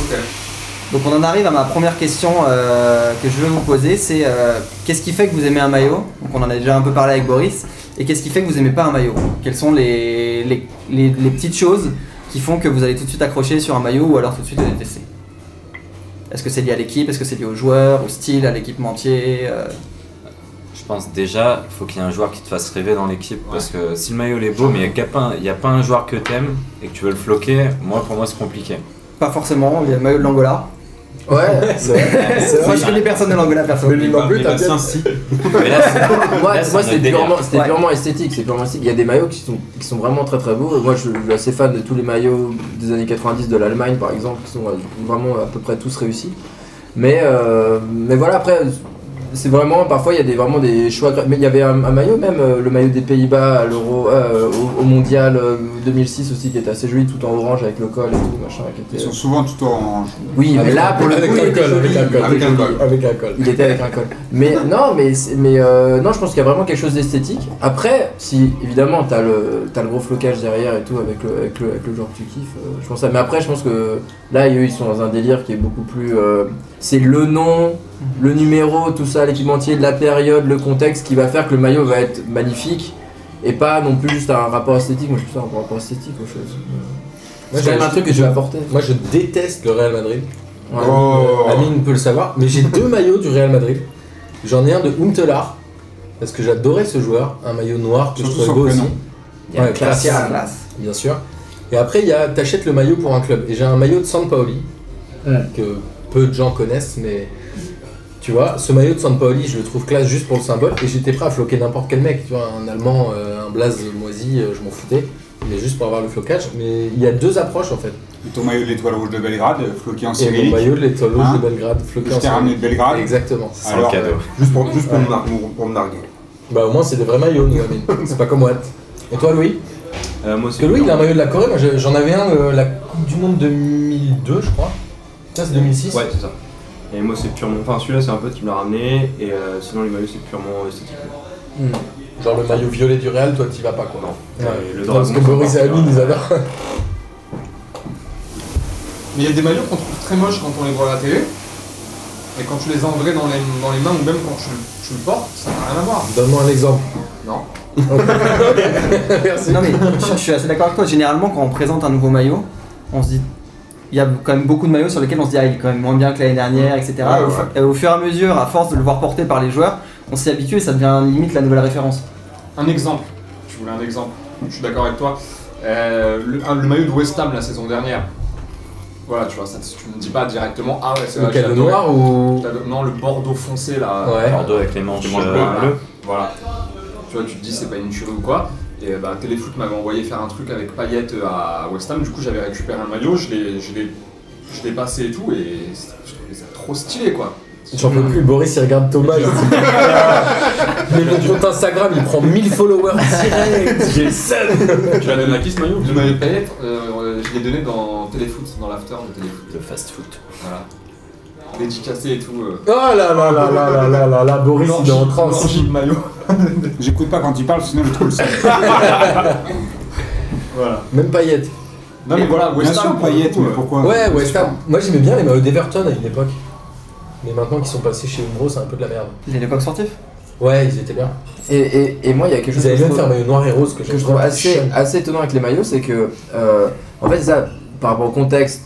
Speaker 6: Ok.
Speaker 1: Euh,
Speaker 4: Donc on en arrive à ma première question euh, que je veux vous poser, c'est euh, qu'est-ce qui fait que vous aimez un maillot Donc on en a déjà un peu parlé avec Boris. Et qu'est-ce qui fait que vous aimez pas un maillot Quelles sont les, les, les- les petites choses qui font que vous allez tout de suite accrocher sur un maillot ou alors tout de suite le détester Est-ce que c'est lié à l'équipe Est-ce que c'est lié aux joueurs, au style, à l'équipementier euh,
Speaker 8: Je pense déjà, il faut qu'il y ait un joueur qui te fasse rêver dans l'équipe. Parce que si le maillot il est beau, mais il n'y a, pas un joueur que t'aimes et que tu veux le floquer, moi pour moi c'est compliqué.
Speaker 4: Pas forcément, il y a le maillot de l'Angola.
Speaker 5: Ouais, c'est vrai. c'est
Speaker 4: Moi
Speaker 5: vrai.
Speaker 4: je connais personne de l'Angola, personne.
Speaker 5: Mais non plus, t'as bien-
Speaker 2: si.
Speaker 8: Mais là, c'est-
Speaker 5: Moi,
Speaker 8: Là, c'est
Speaker 5: moi
Speaker 8: notre
Speaker 5: c'était
Speaker 8: délire.
Speaker 5: purement, c'était
Speaker 4: Ouais.
Speaker 5: purement esthétique, c'est purement esthétique. Il y a des maillots qui sont, qui sont vraiment très très beaux. Moi, je, je suis assez fan de tous les maillots des années 90 de l'Allemagne, par exemple, qui sont euh, vraiment à peu près tous réussis. Mais, euh, mais voilà, après, c'est vraiment, parfois, il y a des, vraiment des choix. gra- Mais il y avait un, un maillot même, euh, le maillot des Pays-Bas à l'Euro, euh, au, au Mondial euh, 2006 aussi, qui était assez joli, tout en orange avec le col et tout, machin. qui
Speaker 3: Ils
Speaker 5: était-
Speaker 3: sont souvent tout orange.
Speaker 5: Oui, mais
Speaker 1: Avec-
Speaker 5: là, pour le
Speaker 1: avec
Speaker 5: coup, il
Speaker 1: un
Speaker 5: était
Speaker 1: col, avec
Speaker 5: joli,
Speaker 1: un
Speaker 5: il était
Speaker 1: col, avec un
Speaker 5: joli.
Speaker 1: col. Avec un col.
Speaker 5: Il était avec un col. Mais non, mais, c'est- mais euh, non, je pense qu'il y a vraiment quelque chose d'esthétique. Après, si évidemment t'as le t'as le gros flocage derrière et tout avec le avec le, avec le genre que tu kiffes, euh, je pense ça. Mais après, je pense que là, eux, ils sont dans un délire qui est beaucoup plus. euh, c'est le nom, le numéro, tout ça, l'équipementier, la période, le contexte qui va faire que le maillot va être magnifique et pas non plus juste un rapport esthétique. Moi, je suis plus un rapport esthétique aux choses.
Speaker 1: Moi,
Speaker 5: C'est quand
Speaker 1: j'ai-
Speaker 5: même un truc que tu vas apporter.
Speaker 1: Moi, je déteste le Real Madrid.
Speaker 5: Ouais.
Speaker 2: Oh.
Speaker 1: Euh, Amine peut le savoir, mais j'ai deux maillots du Real Madrid. J'en ai un de Huntelaar, parce que j'adorais ce joueur, un maillot noir que je
Speaker 3: Surtout son
Speaker 1: trouvais beau aussi.
Speaker 3: prénom.
Speaker 5: Il y a
Speaker 1: Ouais,
Speaker 5: classe.
Speaker 1: classe. bien sûr. Et après, il y a t'achètes le maillot pour un club. Et j'ai un maillot de San Paoli que peu de gens connaissent, mais tu vois, ce maillot de San Paoli, je le trouve classe juste pour le symbole. Et j'étais prêt à floquer n'importe quel mec, tu vois, un Allemand, euh, un Blaze moisi, euh, je m'en foutais, mais juste pour avoir le flocage. Mais il y a deux approches en fait.
Speaker 3: Ton maillot de l'étoile rouge de Belgrade, euh, floqué en
Speaker 1: Et le
Speaker 3: Syrie.
Speaker 1: maillot de l'étoile rouge
Speaker 3: Hein
Speaker 1: de Belgrade, floqué
Speaker 3: Je
Speaker 1: en
Speaker 3: t'ai ramené
Speaker 1: Serbie.
Speaker 3: de Belgrade.
Speaker 1: Exactement.
Speaker 8: c'est le cadeau.
Speaker 3: euh,
Speaker 2: Juste pour, juste pour, me nar- pour- pour me narguer.
Speaker 1: Bah au moins c'est des vrais maillots, nous, Amine. C'est pas comme Watt. Et toi, Louis
Speaker 7: Euh, moi
Speaker 1: Parce
Speaker 7: aussi.
Speaker 1: que Louis, il a un maillot de la Corée. Moi, je- j'en avais un euh, la Coupe du Monde 2002, je crois. Ça, c'est 2006.
Speaker 10: Ouais, c'est ça. Et moi, c'est purement. Enfin, celui-là, c'est un pote qui me l'a ramené. Et euh, sinon, les maillots, c'est purement esthétique.
Speaker 5: Hmm.
Speaker 1: Genre le maillot violet du Real, toi, t'y vas pas, quoi.
Speaker 10: Non.
Speaker 1: Ouais.
Speaker 10: Euh, le
Speaker 1: Non, parce que
Speaker 10: dragon,
Speaker 1: Boris et
Speaker 10: c'est pas-
Speaker 1: Amine, ils adorent.
Speaker 6: Mais il y a des maillots qu'on trouve très moches quand on les voit à la télé. Et quand tu les as en vrai dans les, dans les mains ou même quand tu, tu le portes, ça n'a rien à voir.
Speaker 1: Donne-moi un exemple.
Speaker 6: Non.
Speaker 1: Merci.
Speaker 4: Non mais je, je suis assez d'accord avec toi. Généralement, quand on présente un nouveau maillot, on se dit, il y a quand même beaucoup de maillots sur lesquels on se dit, ah, il est quand même moins bien que l'année dernière, etc.
Speaker 6: Ouais,
Speaker 4: Au
Speaker 6: ouais.
Speaker 4: fu- et au fur et à mesure, à force de le voir porté par les joueurs, on s'y habitue et ça devient limite la nouvelle référence.
Speaker 6: Un exemple. Tu voulais un exemple. Je suis d'accord avec toi. Euh, le, un- le maillot de West Ham la saison dernière. Voilà, tu vois, ça, tu me dis pas directement, ah ouais, c'est
Speaker 1: Lequel,
Speaker 6: j'ai
Speaker 1: le
Speaker 6: adoré.
Speaker 1: noir ou.
Speaker 6: T'as le- Non, le bordeaux foncé là.
Speaker 1: Ouais.
Speaker 8: Bordeaux avec les manches,
Speaker 7: Les manches
Speaker 8: euh,
Speaker 7: bleues.
Speaker 8: bleues.
Speaker 6: Voilà. Tu vois, tu te dis c'est pas une tuerie ou quoi. Et bah Téléfoot m'avait envoyé faire un truc avec paillettes à West Ham. Du coup, j'avais récupéré un maillot, je l'ai, je l'ai, je l'ai passé et tout. Et c'est- je trouvais ça trop stylé quoi.
Speaker 1: J'en peux plus, Boris il regarde Thomas. Il se dit, Mais mon compte Instagram il prend 1000 followers direct. J'ai le seul.
Speaker 7: Tu l'as donné à qui ce maillot
Speaker 6: Le maillot de paillettes, euh, je l'ai donné dans Téléfoot, dans l'after de Téléfoot.
Speaker 8: de fast foot.
Speaker 6: Voilà. Dédicacé et tout. euh.
Speaker 1: Oh là là là là là là là là, Boris il est en
Speaker 6: Orgie-
Speaker 1: transe.
Speaker 6: orgie de maillot.
Speaker 3: J'écoute pas quand il parle, sinon je trouve le seul.
Speaker 6: Voilà.
Speaker 1: Même paillette.
Speaker 6: Non mais voilà,
Speaker 3: Bien
Speaker 6: West Ham.
Speaker 3: sûr,
Speaker 6: pour le
Speaker 3: paillettes,
Speaker 6: coup,
Speaker 3: mais
Speaker 6: euh,
Speaker 3: pourquoi
Speaker 1: Ouais, West Ham. Moi j'aimais bien les maillots d'Everton à une époque. Mais maintenant qu'ils sont passés chez Umbro, c'est un peu de la merde.
Speaker 4: Les coqs sportifs
Speaker 1: Ouais, ils étaient bien.
Speaker 5: Et, et, et moi, il y a quelque chose
Speaker 1: Ils avaient
Speaker 5: que je
Speaker 1: même
Speaker 5: trouve-
Speaker 1: fait un maillot noir et rose que,
Speaker 5: que je trouve assez, assez étonnant avec les maillots, c'est que, euh, en fait, ça, par rapport au contexte,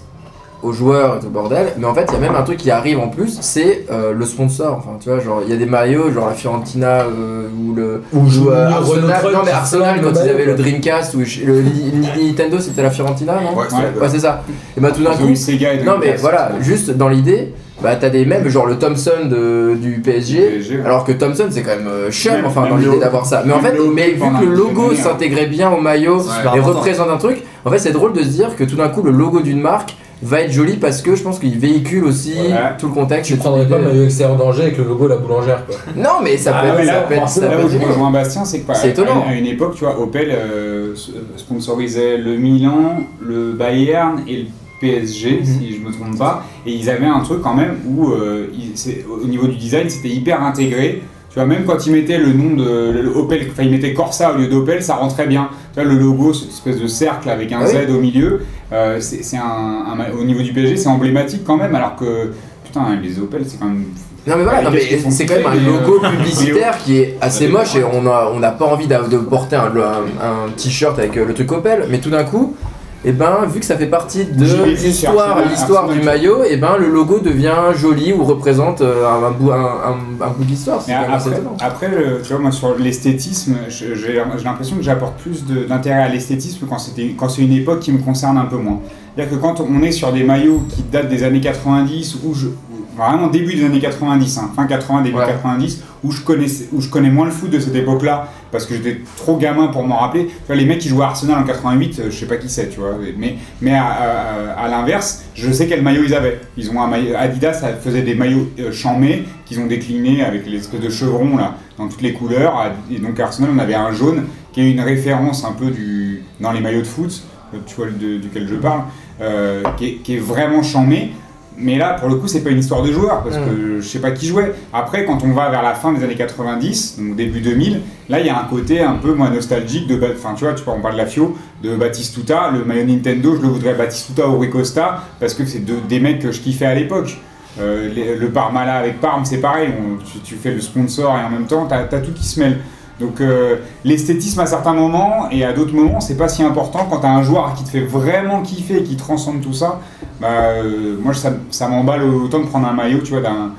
Speaker 5: aux joueurs et tout le bordel. Mais en fait, il y a même un truc qui arrive en plus, c'est euh, le sponsor. Enfin, tu vois, genre, il y a des maillots, genre la Fiorentina euh, ou le.
Speaker 1: Ou je-
Speaker 5: euh,
Speaker 1: Renault
Speaker 5: Arsenal,
Speaker 1: Truck
Speaker 5: non, mais
Speaker 1: qui
Speaker 5: Arsenal,
Speaker 1: sonne
Speaker 5: quand
Speaker 1: le
Speaker 5: ils avaient
Speaker 1: maillot,
Speaker 5: le Dreamcast ou je- le Ni- Ni- Nintendo, c'était la Fiorentina, non
Speaker 2: Ouais, c'est
Speaker 3: Ouais.
Speaker 2: vrai.
Speaker 5: Ouais, c'est ça. Et bah, tout d'un
Speaker 3: Ils ont
Speaker 5: coup,
Speaker 3: eu Sega et
Speaker 5: non, mais
Speaker 3: Dreamcast.
Speaker 5: voilà, juste dans l'idée, bah, t'as des mêmes, genre le Thompson de- du PSG.
Speaker 3: PSG, ouais.
Speaker 5: Alors que Thompson, c'est quand même euh, chiant,
Speaker 3: Même-
Speaker 5: enfin,
Speaker 3: même
Speaker 5: dans l'idée
Speaker 3: logo.
Speaker 5: d'avoir ça. Mais en
Speaker 3: Même
Speaker 5: fait,
Speaker 3: logo
Speaker 5: mais vu
Speaker 3: pendant
Speaker 5: que le
Speaker 3: un
Speaker 5: logo
Speaker 3: petit moment.
Speaker 5: s'intégrait bien au maillot
Speaker 3: Ouais.
Speaker 5: et
Speaker 4: important.
Speaker 5: représente un truc, en fait, c'est drôle de se dire que tout d'un coup, le logo d'une marque va être joli parce que je pense qu'il véhicule aussi
Speaker 3: Voilà.
Speaker 5: tout le contexte.
Speaker 1: Tu
Speaker 5: et toute
Speaker 1: prendrais pas
Speaker 5: l'idée.
Speaker 1: maillot extérieur danger avec le logo la boulangère quoi.
Speaker 5: Non, mais ça
Speaker 3: Ah
Speaker 5: peut
Speaker 3: ouais,
Speaker 5: être. ça
Speaker 3: là,
Speaker 5: peut être- ça
Speaker 3: Là
Speaker 5: peut
Speaker 3: où je
Speaker 5: être-
Speaker 3: rejoins Bastien, c'est que par-
Speaker 5: C'est étonnant.
Speaker 3: à une époque, tu vois, Opel euh, s- sponsorisait le Milan, le Bayern et le PSG,
Speaker 5: Mhm.
Speaker 3: si je me trompe pas. Et ils avaient un truc quand même où, euh, ils- c'est- au niveau du design, c'était hyper intégré. Tu vois, même quand ils mettaient le nom de le- le Opel, enfin ils mettaient Corsa au lieu d'Opel, ça rentrait bien. Tu vois, le logo, cette espèce de cercle avec un
Speaker 5: Ah oui.
Speaker 3: Z au milieu, euh, c'est c'est un, un- au niveau du PSG, c'est emblématique quand même, alors que, putain, les Opel, c'est quand même...
Speaker 5: Non mais voilà,
Speaker 3: Les
Speaker 5: non,
Speaker 3: gars
Speaker 5: mais
Speaker 3: qui font
Speaker 5: c'est quand même un
Speaker 3: kiffer,
Speaker 5: logo
Speaker 3: mais, euh, Ah,
Speaker 5: publicitaire qui est assez moche et on a on n'a pas envie d'a- de porter un, un- un t-shirt avec euh, le truc Opel, mais tout d'un coup, et ben vu que ça fait partie de
Speaker 3: J'ai vu,
Speaker 5: l'histoire
Speaker 3: Arsenal,
Speaker 5: l'histoire
Speaker 3: Arsenal.
Speaker 5: du maillot, et ben le logo devient joli ou représente euh, un, un bout un, un- un bout de l'histoire. C'est
Speaker 3: Mais
Speaker 5: quand même assez
Speaker 3: après,
Speaker 5: étonnant.
Speaker 3: après, le- tu vois, moi, sur l'esthétisme, je- j'ai j'ai l'impression que j'apporte plus de- d'intérêt à l'esthétisme quand c'était- quand c'est une époque qui me concerne un peu moins. C'est-à-dire que quand on est sur des maillots qui datent des années 90, ou je, ou vraiment début des années 90, hein, fin 80, début
Speaker 5: Ouais.
Speaker 3: 90, où je, connaissais, où je connais moins le foot de cette époque-là, parce que j'étais trop gamin pour m'en rappeler. Tu vois, les mecs qui jouaient à Arsenal en 88, euh, je sais pas qui c'est, tu vois. Mais, mais à, à- à l'inverse, je sais quel maillot ils avaient. Ils ont un maillot, Adidas ça faisait des maillots euh, chamés qu'ils ont déclinés avec les espèces de chevrons là, dans toutes les couleurs. Et donc à Arsenal, on avait un jaune qui est une référence un peu du, dans les maillots de foot, euh, tu vois, de- duquel je parle, euh, qui, est, qui est vraiment chamé. Mais là, pour le coup, c'est pas une histoire de joueur, parce que je sais pas qui jouait. Après, quand on va vers la fin des années 90, donc début 2000, là, il y a un côté un peu moins nostalgique de. Ba- Enfin, tu vois, tu vois, on parle de la FIO, de Batistuta, le maillot Nintendo, je le voudrais Batistuta ou Ricosta, parce que c'est deux- des mecs que je kiffais à l'époque. Euh, les- le Parma là avec Parme, c'est pareil, on- tu, tu fais le sponsor et en même temps, t'as as tout qui se mêle. Donc euh, l'esthétisme à certains moments et à d'autres moments, c'est pas si important. Quand t'as un joueur qui te fait vraiment kiffer et qui transcende tout ça, bah, euh, moi ça, ça m'emballe autant de prendre un maillot, tu vois, d'un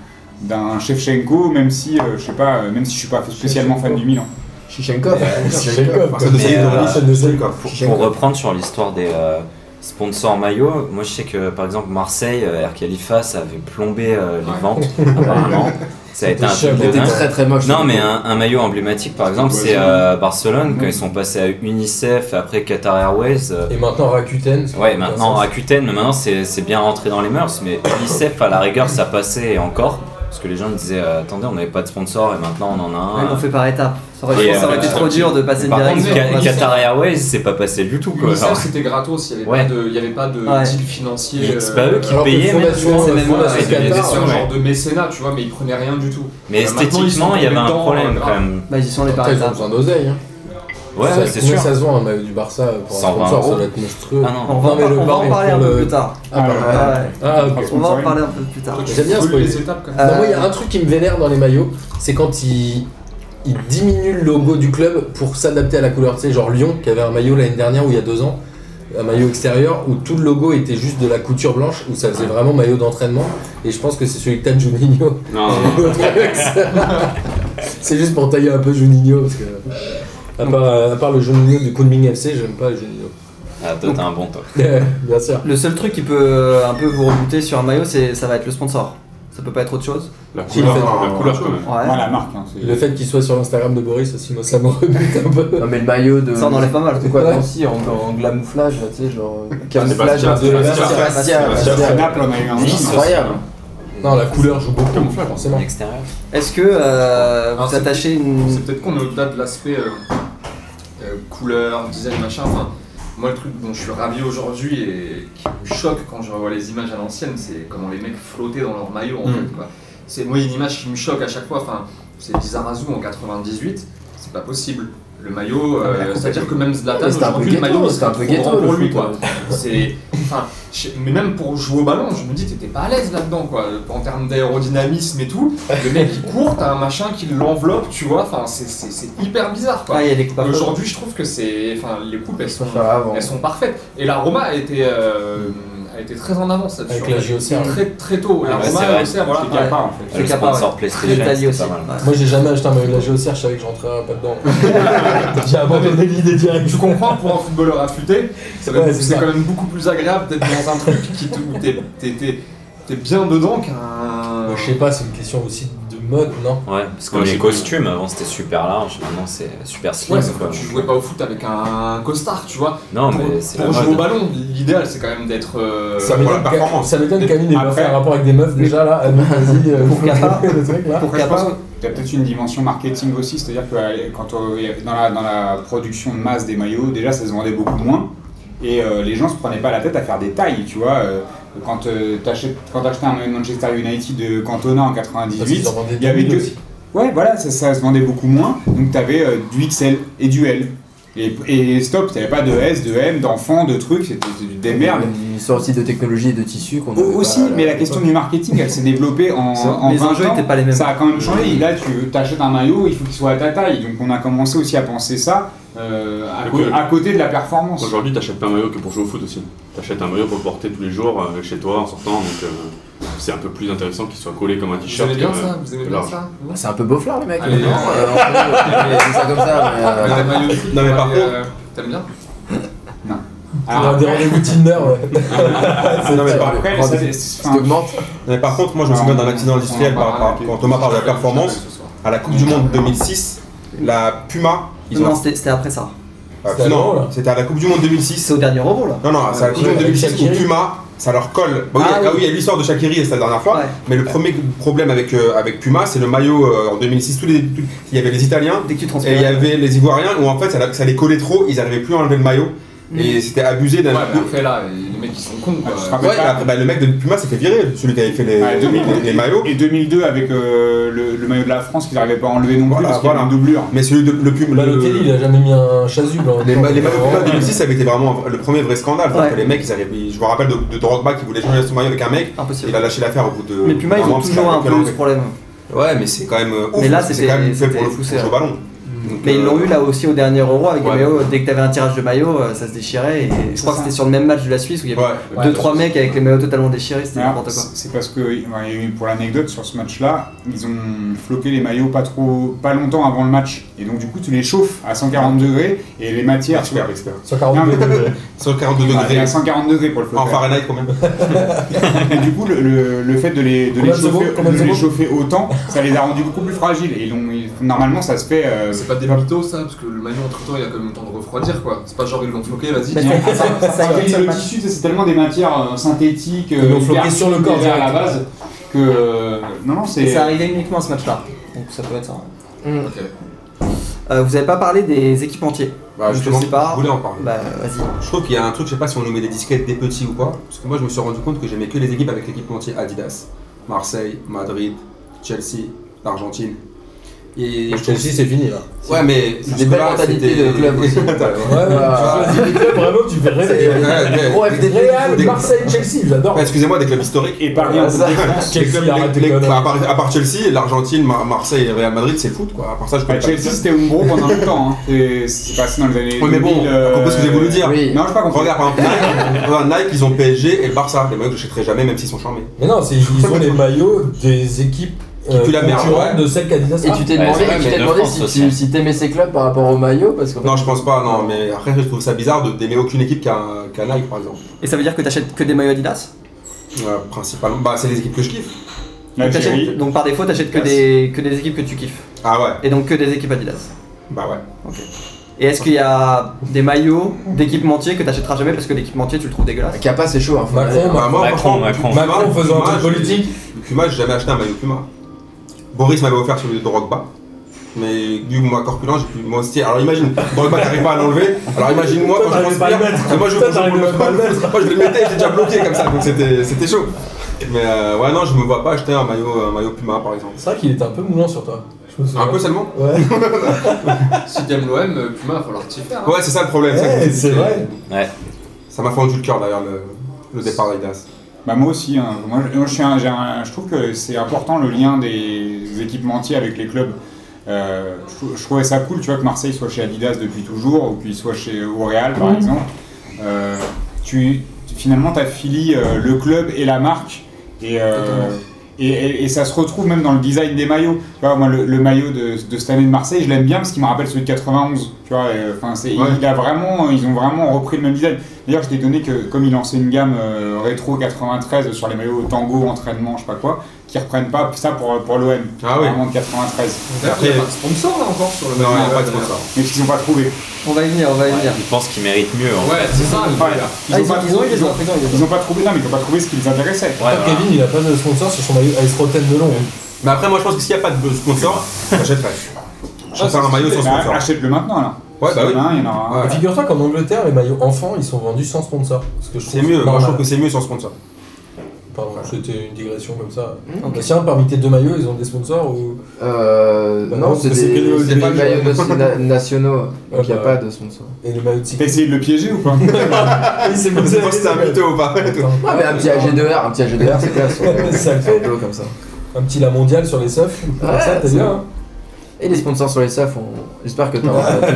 Speaker 3: d'un Shevchenko, même si euh, je sais pas, euh, même si je suis pas spécialement fan du Milan.
Speaker 5: Chichenkov.
Speaker 1: Chichenkov.
Speaker 2: Parce que c'est
Speaker 8: Mais, euh,
Speaker 2: Denis, c'est de Sega.
Speaker 8: Pour, pour reprendre sur l'histoire des euh, sponsors maillots, moi je sais que par exemple Marseille, euh, Air Khalifa, ça avait plombé euh, les ventes apparemment. Ça a été un
Speaker 1: C'était
Speaker 8: truc
Speaker 1: chiant,
Speaker 8: de
Speaker 5: C'était
Speaker 8: dingue.
Speaker 5: très très moche.
Speaker 8: Non, mais un, un maillot emblématique par exemple, c'est euh, Barcelone quand ils sont passés à UNICEF après Qatar Airways. euh,
Speaker 1: Et maintenant Rakuten. c'est
Speaker 8: Ouais,
Speaker 1: pas
Speaker 8: maintenant
Speaker 1: ça.
Speaker 8: Rakuten, mais maintenant c'est c'est bien rentré dans les mœurs. Mais UNICEF, à la rigueur, ça passait et encore. Parce que les gens disaient, euh, attendez, on n'avait pas de sponsor et maintenant on en a
Speaker 4: Ouais,
Speaker 8: un.
Speaker 4: on fait par étapes. Ça aurait, je
Speaker 8: Et,
Speaker 4: pense que ça aurait
Speaker 8: euh,
Speaker 4: été trop dur de passer
Speaker 8: Par
Speaker 4: direct.
Speaker 8: contre,
Speaker 4: sur-
Speaker 8: Ca-
Speaker 6: Unicef-
Speaker 8: Qatar Airways, c'est pas passé du tout quoi.
Speaker 6: L'UNICEF
Speaker 8: Genre,
Speaker 6: c'était gratos, il n'y avait,
Speaker 8: Ouais.
Speaker 6: pas de- il y avait pas de
Speaker 4: Ouais.
Speaker 6: deal financier. euh,
Speaker 8: Mais c'est pas eux qui
Speaker 1: Alors que
Speaker 8: payaient, mais-
Speaker 1: Fondation,
Speaker 4: c'est même
Speaker 1: Fondation
Speaker 8: ouais,
Speaker 1: Qatar,
Speaker 8: il y a des
Speaker 1: euh,
Speaker 8: sous,
Speaker 6: un
Speaker 8: ouais.
Speaker 6: hein, genre de mécénat, tu vois, mais ils prenaient rien du tout.
Speaker 8: Mais
Speaker 6: Euh, maintenant, ils
Speaker 8: esthétiquement,
Speaker 6: sont
Speaker 8: il y avait un
Speaker 6: dedans,
Speaker 8: problème
Speaker 6: euh,
Speaker 8: quand même.
Speaker 4: Bah, ils y sont les par
Speaker 1: Putain, Ils ont
Speaker 4: étapes.
Speaker 1: besoin d'oseille. hein.
Speaker 8: Ouais,
Speaker 1: Ça-
Speaker 8: ouais, c'est
Speaker 1: combien
Speaker 8: sûr.
Speaker 1: ça se vend un maillot du Barça pour un
Speaker 8: 120
Speaker 1: sponsor
Speaker 8: euros.
Speaker 1: Ça va être monstrueux.
Speaker 8: Ah non.
Speaker 4: On va,
Speaker 1: Non,
Speaker 4: en
Speaker 1: mais
Speaker 4: par-
Speaker 1: le
Speaker 4: on va
Speaker 1: bar
Speaker 4: en
Speaker 1: est
Speaker 4: parler un
Speaker 1: pour
Speaker 4: peu
Speaker 1: le-
Speaker 4: plus tard.
Speaker 1: Ah,
Speaker 3: Alors,
Speaker 1: pardon.
Speaker 4: Ouais, ouais.
Speaker 1: Ah, ok.
Speaker 4: On va en parler un peu plus tard.
Speaker 6: Toi, tu
Speaker 1: J'aime bien
Speaker 6: brûles
Speaker 1: spoiler.
Speaker 6: les étapes comme ça.
Speaker 4: Euh,
Speaker 1: Non, moi, il y a un truc qui me vénère dans les maillots, c'est quand ils, ils diminuent le logo du club pour s'adapter à la couleur. Tu sais, genre Lyon, qui avait un maillot l'année dernière ou il y a deux ans, un maillot extérieur, où tout le logo était juste de la couture blanche, où ça faisait vraiment maillot d'entraînement. Et je pense que c'est celui que t'as de Juninho.
Speaker 7: Non, non, non.
Speaker 1: c'est juste pour tailler un peu Juninho, parce que... À part, euh, à part le Juninho du Kunming FC, j'aime pas le Juninho.
Speaker 8: Ah, toi, t'as un bon top.
Speaker 1: Bien sûr.
Speaker 4: Le seul truc qui peut euh, un peu vous rebooter sur un maillot, c'est ça va être le sponsor. Ça peut pas être autre chose.
Speaker 7: La
Speaker 1: Qui le
Speaker 7: couleur,
Speaker 1: fait
Speaker 7: la couleur quand même.
Speaker 4: Ouais.
Speaker 3: Moi, la marque, hein, c'est-
Speaker 1: Le fait qu'il soit sur l'Instagram de Boris aussi, moi ça me rebute un peu.
Speaker 8: euh,
Speaker 5: Non mais le maillot de.
Speaker 4: Ça en enlève pas mal.
Speaker 5: C'est quoi
Speaker 1: Ouais.
Speaker 5: Nancy en, en glamouflage là, tu sais, genre.
Speaker 3: Ah,
Speaker 5: euh,
Speaker 7: Sébastien,
Speaker 5: Camouflage de
Speaker 7: Sébastien,
Speaker 5: Sébastien,
Speaker 3: Parce que
Speaker 5: Sébastien.
Speaker 3: Naples, on a eu un
Speaker 5: C'est
Speaker 8: Nice.
Speaker 3: aussi.
Speaker 5: Incroyable.
Speaker 1: Non, la couleur joue beaucoup, forcément.
Speaker 8: L'extérieur.
Speaker 4: Est-ce que euh,
Speaker 6: Alors,
Speaker 4: vous
Speaker 6: c'est-
Speaker 4: attachez
Speaker 6: C'est
Speaker 4: une.
Speaker 6: peut-être qu'on est au-delà de l'aspect euh, euh, couleur, design, machin. Enfin, moi, le truc dont je suis ravi aujourd'hui et qui me choque quand je revois les images à l'ancienne, c'est comment les mecs flottaient dans leur maillot. En
Speaker 2: Mm.
Speaker 6: fait, quoi. C'est moi il y a une image qui me choque à chaque fois. Enfin, c'est Lizarazu en 98, c'est pas possible. Le maillot, euh,
Speaker 5: Ah, mais
Speaker 6: c'est-à-dire que même Zlatan,
Speaker 5: Mais C'était un peu
Speaker 6: aujourd'hui, le maillot,
Speaker 5: ghetto,
Speaker 6: il
Speaker 5: c'était
Speaker 6: serait
Speaker 5: un peu
Speaker 6: trop
Speaker 5: ghetto
Speaker 6: grand
Speaker 5: le
Speaker 6: pour lui,
Speaker 5: foot, hein.
Speaker 6: quoi.
Speaker 5: ouais.
Speaker 6: C'est. Enfin, je- mais même pour jouer au ballon, je me dis, t'étais pas à l'aise là-dedans, quoi. En termes d'aérodynamisme et tout, le mec il court, t'as un machin qui l'enveloppe, tu vois. Enfin, c'est- c'est c'est hyper bizarre, quoi.
Speaker 4: Ah, il y a des coupes à feu.
Speaker 6: Aujourd'hui, je trouve que c'est. Enfin, les coupes, elles sont,
Speaker 5: Faire avant.
Speaker 6: elles sont parfaites. Et la Roma a été. euh, a été très en avance là-dessus.
Speaker 1: Avec la
Speaker 6: en fait.
Speaker 1: JOCR,
Speaker 6: Très, très tôt, la
Speaker 8: Ouais,
Speaker 6: Roma,
Speaker 8: c'est
Speaker 6: la
Speaker 8: vrai.
Speaker 6: JOCR, voilà.
Speaker 4: Ouais.
Speaker 3: pas en fait.
Speaker 8: Le
Speaker 4: Kappa,
Speaker 8: sponsor
Speaker 4: Très
Speaker 8: PlayStation,
Speaker 4: détaillé
Speaker 8: c'est
Speaker 4: aussi.
Speaker 8: pas mal.
Speaker 4: Ouais.
Speaker 1: Moi j'ai jamais acheté un maillot de la GOCR, je savais que je rentrerais pas dedans. j'ai abandonné l'idée direct.
Speaker 6: Je comprends pour un footballeur affûté, c'est
Speaker 1: Ouais, c'est
Speaker 6: c'est
Speaker 1: ça.
Speaker 6: quand même beaucoup plus agréable d'être dans un truc qui te- où t'es- t'es t'es- t'es bien dedans qu'un.
Speaker 1: Moi, je sais pas, c'est une question aussi de mode, non
Speaker 8: Ouais, parce que
Speaker 7: Ouais,
Speaker 8: les
Speaker 7: c'est
Speaker 8: costumes, avant c'était super large, maintenant c'est super slim.
Speaker 6: Ouais, c'est
Speaker 8: quoi.
Speaker 6: quand tu jouais pas au foot avec un costard, tu vois.
Speaker 8: Non,
Speaker 6: Pour,
Speaker 8: mais c'est
Speaker 6: pour
Speaker 8: la
Speaker 6: jouer au
Speaker 8: mode.
Speaker 6: ballon, l'idéal c'est quand même d'être. euh,
Speaker 2: Ça pour la
Speaker 1: m'étonne
Speaker 2: performance.
Speaker 1: qu'a- ça m'étonne qu'Amine ait pas
Speaker 3: Après-
Speaker 1: fait un rapport avec des meufs déjà là. Amine, vas-y, euh,
Speaker 4: Pour
Speaker 1: faut
Speaker 4: Kappa.
Speaker 1: que le truc là.
Speaker 4: Pour
Speaker 3: Après, je
Speaker 4: Kappa,
Speaker 3: pense qu'il y a peut-être une dimension marketing aussi, c'est-à-dire que euh, quand euh, il y avait- dans, la, dans la production de masse des maillots, déjà ça se vendait beaucoup moins et euh, les gens se prenaient pas la tête à faire des tailles, tu vois. euh, quand euh, t'achètes- quand t'achetais un maillot de Manchester United de Cantona en
Speaker 1: Parce qu'ils
Speaker 3: 98,
Speaker 1: en vendaient
Speaker 3: il y avait
Speaker 1: deux
Speaker 3: que.
Speaker 1: aussi.
Speaker 3: Ouais, voilà, ça, ça se vendait beaucoup moins, donc t'avais euh, du XL et du L. Et, et stop, t'avais pas de S, de M, d'enfants, de trucs, c'était c'était des merdes.
Speaker 5: Une sorte aussi de technologie et de tissu qu'on avait
Speaker 3: Au- Aussi,
Speaker 5: pas à
Speaker 3: mais la question du marketing, elle s'est développée en, en
Speaker 4: les
Speaker 3: 20
Speaker 4: enjeux
Speaker 3: ans.
Speaker 4: n'étaient pas les mêmes.
Speaker 3: Ça a quand même changé. Là, tu t'achètes un maillot, il faut qu'il soit à ta taille. Donc, on a commencé aussi à penser ça euh, à,
Speaker 7: Le
Speaker 3: co-
Speaker 7: club.
Speaker 3: à côté de la performance.
Speaker 7: Aujourd'hui, t'achètes pas un maillot que pour jouer au foot aussi. T'achètes un maillot pour le porter tous les jours euh, chez toi en sortant, donc euh, c'est un peu plus intéressant qu'il soit collé comme un
Speaker 6: Vous
Speaker 7: t-shirt.
Speaker 6: aimez bien
Speaker 7: que- euh,
Speaker 6: ça Vous aimez bien
Speaker 7: large.
Speaker 6: ça
Speaker 5: Bah, C'est un peu beauflard, les mecs.
Speaker 6: Allez,
Speaker 5: non,
Speaker 6: euh,
Speaker 5: euh, on peut- on peut dire ça comme ça, mais, euh,
Speaker 6: Les maillots de foot,
Speaker 2: Non, mais par
Speaker 6: les, euh, T'aimes bien
Speaker 1: On a
Speaker 3: Alors,
Speaker 1: des rendez-vous Tinder, ouais.
Speaker 2: Ah. Non, mais par-
Speaker 3: après,
Speaker 5: Prends
Speaker 3: ça,
Speaker 5: des-
Speaker 3: c'est-
Speaker 5: ça augmente.
Speaker 2: mais par contre, moi je me souviens d'un accident industriel par rapport quand Thomas parle de la performance. À la Coupe du Monde 2006, la Puma, ils ont.
Speaker 4: Non, c'était c'était après ça.
Speaker 2: euh,
Speaker 1: c'était avant, là.
Speaker 2: non, c'était à la Coupe du Monde
Speaker 4: C'est
Speaker 2: 2006.
Speaker 4: au dernier rebond là.
Speaker 2: Non, non, c'est à la Coupe du Monde 2006 où Puma, ça leur colle. Bah oui,
Speaker 4: Euh, Ah
Speaker 2: ah
Speaker 4: oui.
Speaker 2: oui, il y a l'histoire de Shakiri, c'est la dernière fois.
Speaker 4: Ouais.
Speaker 2: Mais le premier problème avec, euh, avec Puma, c'est le maillot euh, en 2006. Tous les, tous- il y avait les Italiens
Speaker 4: Dès que tu
Speaker 2: et
Speaker 4: transpires.
Speaker 2: il y avait les Ivoiriens où en fait ça, ça les collait trop, ils n'arrivaient plus à enlever le maillot.
Speaker 4: Mm.
Speaker 2: Et c'était abusé d'un.
Speaker 6: Ouais, mais
Speaker 3: bah,
Speaker 6: après là, les mecs ils sont cons quoi.
Speaker 3: Ah, tu te
Speaker 2: Ouais,
Speaker 3: rappelles pas
Speaker 2: après, bah, le mec de Puma s'est fait virer, celui qui avait fait les,
Speaker 3: Ouais,
Speaker 2: les- les- les maillots.
Speaker 3: Et 2002 avec euh, le, le maillot de la France qu'ils n'arrivaient pas à enlever non plus
Speaker 2: Voilà,
Speaker 3: parce qu'il y avait
Speaker 2: voilà.
Speaker 3: une doublure.
Speaker 2: Mais celui de le Puma.
Speaker 1: Balotelli, Bah, il a jamais mis un chasuble. en-
Speaker 2: Les, ma- les maillots Puma
Speaker 1: Vraiment.
Speaker 2: 2006, ça avait été vraiment le premier vrai scandale. c'est-à-dire
Speaker 4: Ouais.
Speaker 2: que les mecs, ils arrivaient- ils- je me rappelle de, de Drogba qui voulait changer son maillot avec un mec, il a
Speaker 4: Impossible.
Speaker 2: lâché l'affaire au bout de.
Speaker 4: Mais Puma, ils
Speaker 2: d'un
Speaker 4: ont
Speaker 2: moment,
Speaker 4: toujours un
Speaker 2: parce qu'il
Speaker 4: peu
Speaker 2: avait
Speaker 4: ce
Speaker 2: quel
Speaker 4: problème.
Speaker 2: angle. Ouais, mais c'est quand même. euh, ouf,
Speaker 4: Mais là,
Speaker 2: parce que c'est
Speaker 4: c'était-
Speaker 2: quand même fait
Speaker 4: c'était
Speaker 2: pour le
Speaker 4: poussé,
Speaker 2: pour jouer au
Speaker 4: ouais.
Speaker 2: ballon. Donc,
Speaker 4: Mais ils l'ont
Speaker 2: euh,
Speaker 4: eu là aussi au dernier Euro avec
Speaker 2: Ouais.
Speaker 4: les maillots. Dès que t'avais un tirage de maillot, euh, ça se déchirait. Et je crois que
Speaker 3: ça.
Speaker 4: c'était sur le même match de la Suisse où il y avait
Speaker 2: Ouais.
Speaker 6: Ouais,
Speaker 4: deux trois mecs avec les maillots totalement déchirés. C'était
Speaker 3: Alors,
Speaker 4: n'importe quoi.
Speaker 3: c'est- C'est parce que, ouais, il y a eu- pour l'anecdote, sur ce match-là, ils ont floqué les maillots pas trop, pas longtemps avant le match. Et donc, du coup, tu les chauffes à 140 degrés et les matières.
Speaker 2: Expert, expert.
Speaker 1: 142
Speaker 3: Non, mais-
Speaker 1: degrés.
Speaker 2: 142
Speaker 3: Ah, t'es
Speaker 2: degrés.
Speaker 3: à 140 degrés pour le floquer.
Speaker 2: En Fahrenheit, combien
Speaker 3: Et du coup, le, le- le fait de les, de
Speaker 1: Combien
Speaker 3: les,
Speaker 1: de secondes
Speaker 3: chauffer,
Speaker 1: Combien de
Speaker 3: de les
Speaker 1: secondes
Speaker 3: chauffer autant, ça les a rendus beaucoup plus fragiles. Et ils l'ont- ils- normalement, ça se fait. euh,
Speaker 6: C'est pas des mythos ça, parce que le maillot entre temps il y a quand même le temps de refroidir quoi. C'est pas genre ils l'ont floqué, vas-y.
Speaker 4: Mais-
Speaker 6: tiens.
Speaker 3: ça- ça
Speaker 1: ça-
Speaker 3: crée
Speaker 1: ça-
Speaker 3: le tissu, c'est tellement des matières euh, synthétiques.
Speaker 1: Ils l'ont floqué
Speaker 3: hyper-
Speaker 1: sur le corps,
Speaker 3: hyper euh, à la
Speaker 1: direct.
Speaker 3: base. Que, euh, non, non,
Speaker 4: Et
Speaker 3: c'est.
Speaker 4: c'est arrivé uniquement à ce match-là. Donc ça peut être ça.
Speaker 6: Ok.
Speaker 4: Hmm. Euh, vous avez pas parlé des équipes entiers.
Speaker 2: Bah,
Speaker 4: Je
Speaker 2: justement,
Speaker 4: sais pas.
Speaker 2: Je voulais en parler.
Speaker 4: Bah vas-y.
Speaker 2: Je trouve qu'il y a un truc, je sais pas si on nous met des disquettes des petits ou pas, parce que moi je me suis rendu compte que j'aimais que les équipes avec l'équipe entière Adidas, Marseille, Madrid, Chelsea, l'Argentine. Et je trouve-
Speaker 1: Chelsea, c'est fini là.
Speaker 2: Ouais, mais
Speaker 5: C'est des
Speaker 2: jusque-là,
Speaker 5: belles mentalités
Speaker 2: c'était-
Speaker 5: de club aussi.
Speaker 1: Ouais, ouais, tu choisis des clubs, vraiment, tu fais
Speaker 2: Bah, C'est-
Speaker 1: rêver.
Speaker 2: ouais,
Speaker 1: Gros
Speaker 2: ouais.
Speaker 1: FD Real, Marseille, Chelsea, j'adore.
Speaker 2: Ouais, Excusez-moi, des clubs historiques.
Speaker 3: Et Paris en
Speaker 1: ça.
Speaker 3: Coupe de France.
Speaker 2: Les
Speaker 1: Chelsea,
Speaker 2: clubs-
Speaker 1: arrête
Speaker 2: les-
Speaker 1: tes
Speaker 2: les-
Speaker 1: conneries.
Speaker 2: à part- à part Chelsea, l'Argentine, Mar- Marseille et Real Madrid, c'est le foot quoi. À part ça, je connais
Speaker 3: Bah,
Speaker 2: pas.
Speaker 3: Chelsea, c'était Umbro pendant longtemps. Hein. C'est- C'est passé dans les années.
Speaker 2: Ouais, mais bon,
Speaker 3: 2000, euh,
Speaker 2: t'as compris ce que j'ai voulu dire.
Speaker 5: Oui.
Speaker 3: Non, je pas compris.
Speaker 2: Regarde, par exemple, Nike, voilà, Nike, ils ont le PSG et le Barça, les mecs que je ne jamais, même s'ils sont charmés.
Speaker 1: Mais non, c'est- ils ont les maillots des équipes
Speaker 2: puent la merde,
Speaker 1: concurrentes
Speaker 2: ouais.
Speaker 1: de celles hein. qu'Adidas
Speaker 5: Et
Speaker 1: a.
Speaker 5: tu t'es
Speaker 8: Ouais,
Speaker 5: demandé,
Speaker 8: c'est vrai,
Speaker 5: tu
Speaker 8: mais
Speaker 5: t'es
Speaker 8: de
Speaker 5: demandé
Speaker 8: France
Speaker 5: si,
Speaker 8: aussi.
Speaker 5: tu, si t'aimais ces clubs par rapport au maillot parce qu'en fait,
Speaker 2: Non, je pense pas, non, mais après, je trouve ça bizarre de d'aimer aucune équipe qui a un- qui a Nike par exemple.
Speaker 4: Et ça veut dire que t'achètes que des maillots Adidas
Speaker 2: Euh, principalement, bah c'est les équipes que je kiffe.
Speaker 4: donc,
Speaker 3: L'Algérie.
Speaker 4: t'achètes- donc par défaut t'achètes que
Speaker 3: Yes.
Speaker 4: des, que des équipes que tu kiffes.
Speaker 2: Ah ouais,
Speaker 4: Et donc que des équipes Adidas.
Speaker 2: bah ouais.
Speaker 4: Et est-ce qu'il y a des maillots d'équipementiers que t'achèteras jamais parce que l'équipementier tu le trouves dégueulasse
Speaker 5: Kappa c'est chaud. hein, faut
Speaker 1: Macron,
Speaker 5: le dire.
Speaker 6: Ah,
Speaker 2: Bah, moi,
Speaker 8: Macron,
Speaker 2: franchement,
Speaker 8: Macron.
Speaker 2: Puma,
Speaker 1: Macron faisant un
Speaker 2: Puma,
Speaker 1: truc
Speaker 2: j'ai-
Speaker 1: politique.
Speaker 2: Puma, j'ai jamais acheté un maillot Puma. Boris m'avait offert celui de Drogba. Mais vu que moi corpulent, j'ai plus mon style. Alors imagine, Drogba t'arrives pas à l'enlever. Alors imagine moi
Speaker 1: Toi,
Speaker 2: quand
Speaker 1: t'arrives
Speaker 2: je
Speaker 1: pas à le
Speaker 2: transpire.
Speaker 1: mettre.
Speaker 2: Et moi je
Speaker 1: Toi, t'arrives
Speaker 2: moi, je-
Speaker 1: pas à le mettre.
Speaker 2: moi, je vais le mettre, j'étais déjà bloqué comme ça, donc c'était c'était chaud. Mais euh, ouais non, je me vois pas acheter un maillot un maillot Puma par exemple.
Speaker 1: C'est vrai qu'il était un peu moulant sur toi. Je me souviens.
Speaker 2: Un peu seulement
Speaker 1: Ouais,
Speaker 6: Si t'aimes l'OM, euh, Puma, va falloir t'y faire. hein.
Speaker 2: Ouais, c'est ça le problème. ça que
Speaker 1: Ouais,
Speaker 2: je me
Speaker 1: c'est
Speaker 2: dis.
Speaker 1: vrai.
Speaker 2: Ça m'a fendu le cœur d'ailleurs le, le départ d'Aidas.
Speaker 3: Bah moi aussi, hein. moi, je- moi, je, suis un- j'ai un- je trouve que c'est important le lien des équipementiers avec les clubs. Euh, je, trou- je trouvais ça cool, tu vois, que Marseille soit chez Adidas depuis toujours, ou qu'il soit chez au Real par exemple. Euh, tu, tu- finalement, t'affilies euh, le club et la marque. Et, euh, et, et- et ça se retrouve même dans le design des maillots. Tu vois, moi, le, le maillot de, de cette année de Marseille, je l'aime bien parce qu'il me rappelle celui de 91. Tu vois, et, enfin, c'est,
Speaker 2: Ouais.
Speaker 3: il a vraiment, ils ont vraiment repris le même design. D'ailleurs, je t'ai donné que, comme il lançait une gamme euh, rétro 93 sur les maillots tango, entraînement, je sais pas quoi, qu'ils reprennent pas ça pour, pour l'OM.
Speaker 2: Ah oui.
Speaker 3: Vraiment de 93.
Speaker 6: D'ailleurs, il n'y a pas de sponsor là encore sur le
Speaker 2: Non, il n'y a
Speaker 6: maillot,
Speaker 2: pas de
Speaker 6: d'ailleurs.
Speaker 2: sponsor.
Speaker 3: Mais parce qu'ils ont pas trouvé.
Speaker 4: On va y venir, on va y venir.
Speaker 8: Ils pensent qu'ils méritent mieux. hein. En
Speaker 6: Ouais, c'est ça,
Speaker 3: Enfin,
Speaker 6: l'idée, là.
Speaker 3: ils,
Speaker 4: Ah,
Speaker 3: ont pas
Speaker 4: ils ont
Speaker 3: trouvé,
Speaker 4: eu les
Speaker 3: ils ont-
Speaker 4: autres, ils ont eu les autres.
Speaker 3: ils ont pas trouvé, non, mais ils ont pas trouvé ce qui les intéressait.
Speaker 8: fait. Ouais, voilà.
Speaker 1: Kevin, il a pas de sponsor sur son maillot Ice Rotten de long.
Speaker 2: Mais après, moi, je pense que s'il n'y a pas de sponsor, j'achèterai.
Speaker 3: Ah,
Speaker 2: J'achèterai
Speaker 3: c'est
Speaker 2: un maillot sans
Speaker 3: super. Bah,
Speaker 2: sponsor.
Speaker 3: Achète-le maintenant alors.
Speaker 2: Ouais, bah
Speaker 3: Il
Speaker 2: oui.
Speaker 3: y en a un, il y en aura un.
Speaker 2: Ouais.
Speaker 1: Figure-toi qu'en Angleterre, les maillots enfants, ils sont vendus sans sponsor. Ce que je
Speaker 2: C'est
Speaker 1: trouve
Speaker 2: mieux, moi, je
Speaker 1: normal.
Speaker 2: trouve que c'est mieux sans sponsor.
Speaker 1: Pardon, c'était une digression comme ça.
Speaker 5: Mmh,
Speaker 1: Tiens, parmi tes deux maillots, ils ont des sponsors ou...
Speaker 5: Euh,
Speaker 1: Bah
Speaker 5: non,
Speaker 1: non,
Speaker 5: c'est
Speaker 1: parce que
Speaker 5: des,
Speaker 1: le- le
Speaker 5: c'est des
Speaker 1: maillot-
Speaker 5: maillots na- na- nationaux,
Speaker 1: Ah
Speaker 5: donc il n'y a
Speaker 1: bah
Speaker 5: pas
Speaker 1: ouais.
Speaker 5: de sponsor.
Speaker 1: Et les maillots de
Speaker 3: T'as
Speaker 1: cyclisme.
Speaker 3: essayé de le piéger ou pas
Speaker 1: Il s'est
Speaker 2: Je
Speaker 1: posé
Speaker 2: sais
Speaker 1: la
Speaker 2: pas si Ah, c'est un
Speaker 1: question.
Speaker 2: mytho ou pas.
Speaker 1: Attends.
Speaker 5: Ah, mais un petit AG2R, un petit AG2R, c'est classe. ouais.
Speaker 1: Ça le fait.
Speaker 5: Un bleu comme ça.
Speaker 1: Un petit la mondiale sur les seufs. comme
Speaker 5: Ouais,
Speaker 1: ça, t'es
Speaker 5: c'est
Speaker 1: bien.
Speaker 5: bon.
Speaker 1: hein.
Speaker 5: Et les sponsors sur les SAF, on... j'espère que t'as tout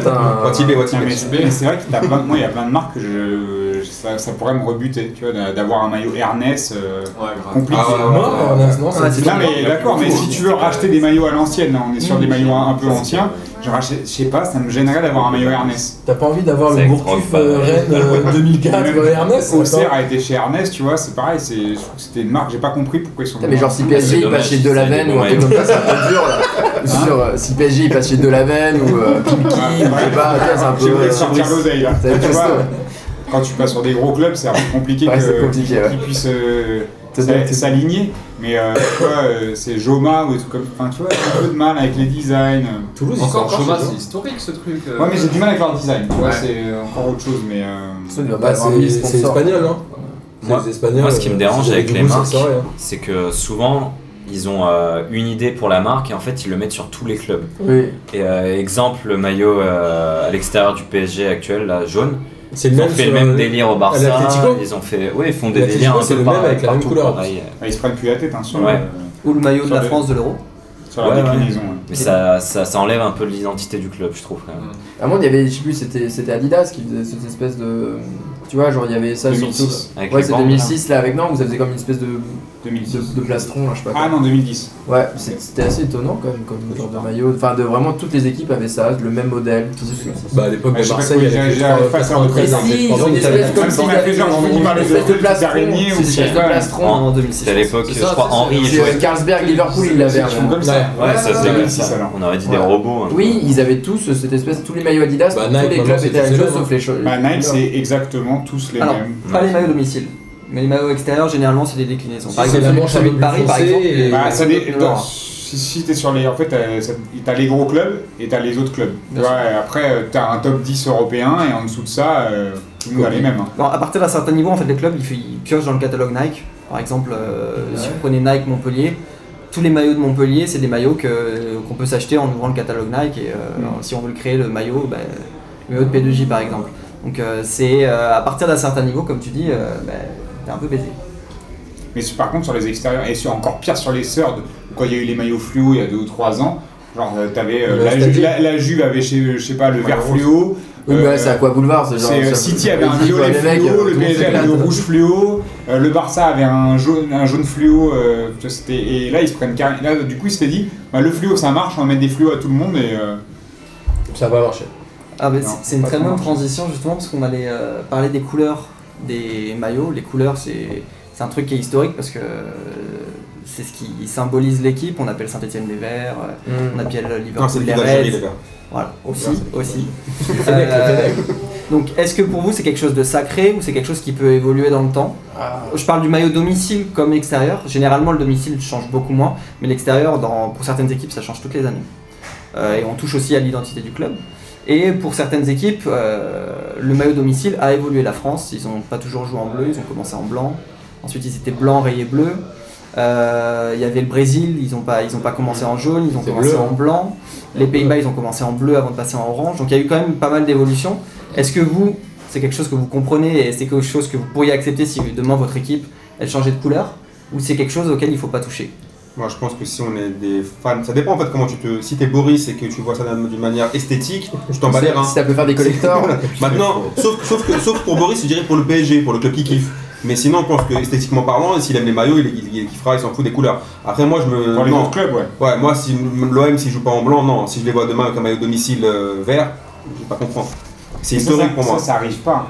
Speaker 4: Ah,
Speaker 5: un.
Speaker 2: Watibé,
Speaker 3: Tiens,
Speaker 2: Watibé.
Speaker 3: mais c'est mais c'est vrai que t'as plein de- moi il y a plein de marques que je, ça, ça pourrait me rebuter, tu vois, d'a- d'avoir un maillot Ernest euh,
Speaker 6: Ouais, grave.
Speaker 3: compliqué.
Speaker 2: Ah ouais, ouais.
Speaker 1: Moi, en instant,
Speaker 4: Ouais,
Speaker 1: c'est
Speaker 4: c'est
Speaker 3: Non
Speaker 1: bizarre.
Speaker 3: mais d'accord, mais si tu veux racheter des maillots à l'ancienne, là, on est sur des maillots un un peu anciens, je rachète- je sais pas, ça me gênerait d'avoir un maillot Ernest.
Speaker 1: T'as pas envie d'avoir le
Speaker 8: C'est
Speaker 1: Gourcuff
Speaker 8: trop
Speaker 1: euh, Rennes euh, 2004
Speaker 3: Même
Speaker 1: ou Ernest
Speaker 3: Auxerre
Speaker 1: attends.
Speaker 3: a été chez Ernest, tu vois, c'est pareil, c'est- je trouve que c'était une marque, j'ai pas compris pourquoi ils sont.
Speaker 5: Putain, Ah, mais genre si PSG il
Speaker 8: dommage,
Speaker 5: passe chez
Speaker 8: c'est
Speaker 5: Delaven
Speaker 8: des
Speaker 5: ou un truc
Speaker 8: maillots.
Speaker 5: comme ça, c'est un peu dur là. Sur, euh, si PSG il passe chez Delaven ou euh, Kimki, ou
Speaker 3: Ouais,
Speaker 5: je sais pas, tu vois, c'est un peu.
Speaker 3: J'aimerais
Speaker 5: euh,
Speaker 3: sortir l'oseille là.
Speaker 5: Ça va être
Speaker 3: Tu
Speaker 5: costaud,
Speaker 3: vois,
Speaker 5: ouais.
Speaker 3: quand tu passes sur des gros clubs, c'est un peu compliqué
Speaker 5: Ouais, c'est
Speaker 3: que-
Speaker 5: compliqué,
Speaker 3: qu'ils
Speaker 5: ouais.
Speaker 3: qu'ils puissent euh,
Speaker 5: C'est
Speaker 3: s'a-
Speaker 5: bien, c'est-
Speaker 3: s'aligner. Mais euh, tu vois, euh, c'est Joma ou des trucs comme. Enfin, tu vois, j'ai un peu de mal avec les designs.
Speaker 5: Euh,
Speaker 1: Toulouse, ils sont
Speaker 6: Encore,
Speaker 1: en
Speaker 6: encore,
Speaker 1: chômage.
Speaker 6: c'est historique ce truc. euh.
Speaker 3: Ouais, mais j'ai du mal avec leur design. Tu vois,
Speaker 6: Ouais.
Speaker 3: c'est encore autre chose, mais. euh,
Speaker 5: Personne ne va pas
Speaker 1: Bah,
Speaker 5: avoir
Speaker 1: c'est
Speaker 5: mis
Speaker 1: c'est
Speaker 5: sponsor.
Speaker 1: espagnol, hein.
Speaker 8: Moi-
Speaker 1: C'est les Espagnols,
Speaker 8: moi, ce qui me
Speaker 1: euh,
Speaker 8: dérange
Speaker 1: c'est
Speaker 8: avec
Speaker 1: du
Speaker 8: les
Speaker 1: goût, ça
Speaker 8: marques,
Speaker 1: sert à rien.
Speaker 8: C'est que souvent, ils ont euh, une idée pour la marque et en fait, ils le mettent sur tous les clubs.
Speaker 5: Oui.
Speaker 8: Et euh, exemple, le maillot euh, à l'extérieur du PSG actuel, là, jaune,
Speaker 1: C'est
Speaker 8: ils ont fait le
Speaker 1: sur,
Speaker 8: même
Speaker 1: euh,
Speaker 8: délire au
Speaker 1: à l'Atlético
Speaker 8: Barça. Ils ont fait, ouais, ils font des
Speaker 1: L'Atlético,
Speaker 8: délires un
Speaker 1: c'est
Speaker 8: peu
Speaker 1: le
Speaker 8: par,
Speaker 1: même avec la même
Speaker 8: partout,
Speaker 1: couleur.
Speaker 8: pareil.
Speaker 3: Ils se prennent plus la tête hein, sur,
Speaker 8: Ouais.
Speaker 3: le-
Speaker 4: Ou le maillot de
Speaker 3: Sur
Speaker 4: la
Speaker 3: les-
Speaker 4: France de l'Euro.
Speaker 3: sur la
Speaker 8: Ouais, ouais.
Speaker 3: déclinaison. hein. ouais.
Speaker 8: Mais ça, ça, ça enlève un peu de l'identité du club, je trouve. quand même.
Speaker 5: À mon il y avait, je sais plus, c'était c'était Adidas qui faisait cette espèce de. Tu vois, genre il y avait ça surtout.
Speaker 3: 2006.
Speaker 8: Avec
Speaker 5: Ouais,
Speaker 8: les
Speaker 5: c'est
Speaker 8: bandes, hein. là.
Speaker 5: 2006 là avec Nantes, vous faisiez comme une espèce de,
Speaker 3: 2006.
Speaker 5: de, de plastron, là, je sais pas. quoi.
Speaker 3: Ah non, 2010.
Speaker 5: Ouais, c'est- c'était assez étonnant quand même comme genre de maillot. Enfin, de vraiment toutes les équipes avaient ça, le même modèle. tout ça.
Speaker 1: Bah, à l'époque
Speaker 3: Ouais,
Speaker 1: de
Speaker 3: je sais pas
Speaker 1: Marseille,
Speaker 3: quoi,
Speaker 1: il y avait
Speaker 3: j'ai- j'ai
Speaker 1: trois-
Speaker 3: la face en
Speaker 1: quatre-vingt-treize,
Speaker 5: Mais
Speaker 3: présent.
Speaker 1: en fait,
Speaker 5: si, ils
Speaker 1: trois
Speaker 5: ont une
Speaker 1: ans, t'avais-
Speaker 5: espèce comme
Speaker 3: Même
Speaker 5: si
Speaker 3: si on a fait genre, on dit par les
Speaker 5: espèce de
Speaker 3: espèces d'araignées
Speaker 5: plastron,
Speaker 3: ou
Speaker 5: c'est une
Speaker 3: je sais
Speaker 5: espèce de
Speaker 3: pas.
Speaker 5: plastron
Speaker 8: En-
Speaker 5: en 2006.
Speaker 8: C'était à l'époque, je
Speaker 6: ça,
Speaker 8: crois,
Speaker 6: c'est-
Speaker 8: Henri
Speaker 6: c'est-
Speaker 8: et
Speaker 5: C'est Carlsberg, Liverpool, ils l'avaient.
Speaker 3: Ils font comme
Speaker 1: Ouais.
Speaker 3: ça.
Speaker 8: Ouais, ça
Speaker 3: ouais,
Speaker 8: faisait
Speaker 3: ouais,
Speaker 8: comme
Speaker 3: c'est ça,
Speaker 8: ça.
Speaker 3: alors.
Speaker 8: On aurait dit des
Speaker 5: Ouais.
Speaker 8: robots. hein.
Speaker 5: Oui, ils avaient tous cette espèce, tous les maillots Adidas,
Speaker 1: Bah,
Speaker 5: tous
Speaker 1: Nike,
Speaker 5: les
Speaker 1: maintenant,
Speaker 5: clubs
Speaker 1: c'est
Speaker 5: étaient la même
Speaker 1: célèbre,
Speaker 5: chose sauf les choses.
Speaker 3: Bah, Nike, c'est exactement tous les
Speaker 4: Alors,
Speaker 3: mêmes.
Speaker 4: Pas les maillots domicile. Mais les maillots extérieurs, généralement, c'est des déclinaisons.
Speaker 1: Si
Speaker 4: Par
Speaker 1: c'est
Speaker 4: exemple,
Speaker 1: la
Speaker 4: celui-
Speaker 1: manche
Speaker 4: celui
Speaker 1: un
Speaker 4: de
Speaker 1: peu
Speaker 4: Paris,
Speaker 1: plus
Speaker 4: par
Speaker 1: foncée
Speaker 4: exemple.
Speaker 1: et-
Speaker 3: Bah, ça dé-
Speaker 4: Noir.
Speaker 3: dans- si, si t'es sur les. En fait, t'as ça- t'as les gros clubs et t'as les autres clubs. Tu
Speaker 4: Bien
Speaker 3: vois, et après, euh, t'as un top 10 européen et en dessous de ça, euh, tout le monde a les mêmes. hein.
Speaker 4: Non, à partir d'un certain niveau, en fait, les clubs, ils, ils piochent dans le catalogue Nike. Par exemple, euh, si vous prenez Nike Montpellier, tous les maillots de Montpellier, c'est des maillots que- qu'on peut s'acheter en ouvrant le catalogue Nike. Et euh, alors, si on veut le créer, le maillot, bah, le maillot de P2J, par exemple. Donc, euh, c'est euh, à partir d'un certain niveau, comme tu dis, euh, bah, t'es un peu baisé.
Speaker 3: Mais sur- par contre, sur les extérieurs, et sur, encore pire sur les thirds, quand il y a eu les maillots fluo il y a deux ou trois ans, genre, euh, t'avais. euh,
Speaker 1: Le
Speaker 3: la,
Speaker 1: Stade.
Speaker 3: Ju- la- la Juve avait, chez- je sais pas, le vert
Speaker 1: rose.
Speaker 3: fluo.
Speaker 5: Oui, mais
Speaker 3: euh,
Speaker 5: ouais, c'est à quoi boulevard ce genre
Speaker 3: C'est euh,
Speaker 5: ça-
Speaker 3: City avait un
Speaker 5: Vas-y, quoi,
Speaker 3: violet
Speaker 5: les mecs,
Speaker 3: fluo,
Speaker 5: euh, tout
Speaker 3: le
Speaker 5: monde
Speaker 3: PSG avait
Speaker 5: s'éclate.
Speaker 3: le rouge fluo, euh, le Barça avait un jaune, un jaune fluo. euh, tu vois, c'était- et là ils se prennent carré- là, du coup ils s'étaient dit, bah, le fluo ça marche, on va mettre des fluos à tout le monde et euh,
Speaker 1: Ça va marcher.
Speaker 4: Ah, mais
Speaker 3: Non,
Speaker 4: c'est- c'est une
Speaker 3: pas
Speaker 4: très
Speaker 3: trop
Speaker 4: bonne
Speaker 3: marché.
Speaker 4: transition justement parce qu'on allait euh, parler des couleurs des maillots. Les couleurs, c'est c'est un truc qui est historique parce que euh, c'est ce qui symbolise l'équipe. On appelle Saint-Etienne les Verts, euh, on
Speaker 5: Mm.
Speaker 4: appelle
Speaker 2: Non, c'est
Speaker 4: Liverpool
Speaker 2: le
Speaker 4: les
Speaker 2: village joli, les
Speaker 4: Reds.
Speaker 2: gars.
Speaker 4: Voilà, aussi,
Speaker 2: Merci.
Speaker 4: aussi.
Speaker 1: Le Fennec, le
Speaker 4: Euh,
Speaker 1: Fennec.
Speaker 4: Donc, est-ce que pour vous c'est quelque chose de sacré ou c'est quelque chose qui peut évoluer dans le temps
Speaker 1: Ah.
Speaker 4: Je parle du maillot domicile comme extérieur. Généralement, le domicile change beaucoup moins, mais l'extérieur, dans- pour certaines équipes, ça change toutes les années. Euh, et on touche aussi à l'identité du club. Et pour certaines équipes, euh, le maillot domicile a évolué. La France, ils n'ont pas toujours joué en bleu, ils ont commencé en blanc. Ensuite, ils étaient blanc, rayé bleu. Euh, Il y avait le Brésil, ils n'ont pas, ils ont pas commencé en jaune, ils ont
Speaker 1: C'est
Speaker 4: commencé
Speaker 1: bleu,
Speaker 4: en blanc. Les Pays-Bas, ils ont commencé en bleu avant de passer en orange. Donc il y a eu quand même pas mal d'évolutions. Est-ce que vous, c'est quelque chose que vous comprenez et c'est quelque chose que vous pourriez accepter si demain votre équipe, elle changeait de couleur Ou c'est quelque chose auquel il ne faut pas toucher
Speaker 2: Moi, je pense que si on est des fans, ça dépend en fait comment tu te. Si t'es Boris et que tu vois ça d'un- d'une manière esthétique, je t'en bats les reins.
Speaker 5: Si ça peut faire des collectors,
Speaker 2: Maintenant, sauf, sauf que, sauf pour Boris, je dirais pour le PSG, pour le club qui kiffe. Mais sinon, je pense que esthétiquement parlant, s'il aime les maillots, il, il, il kiffera, il s'en fout des couleurs. Après, moi, je me.
Speaker 3: Dans les
Speaker 2: non.
Speaker 3: autres clubs, ouais.
Speaker 2: Ouais, moi, si l'OM, s'il joue pas en blanc, non. Si je les vois demain avec un maillot domicile euh, vert, je vais pas comprendre. C'est
Speaker 3: Mais ça,
Speaker 2: historique
Speaker 3: ça-
Speaker 2: pour moi.
Speaker 3: Ça, ça arrive pas.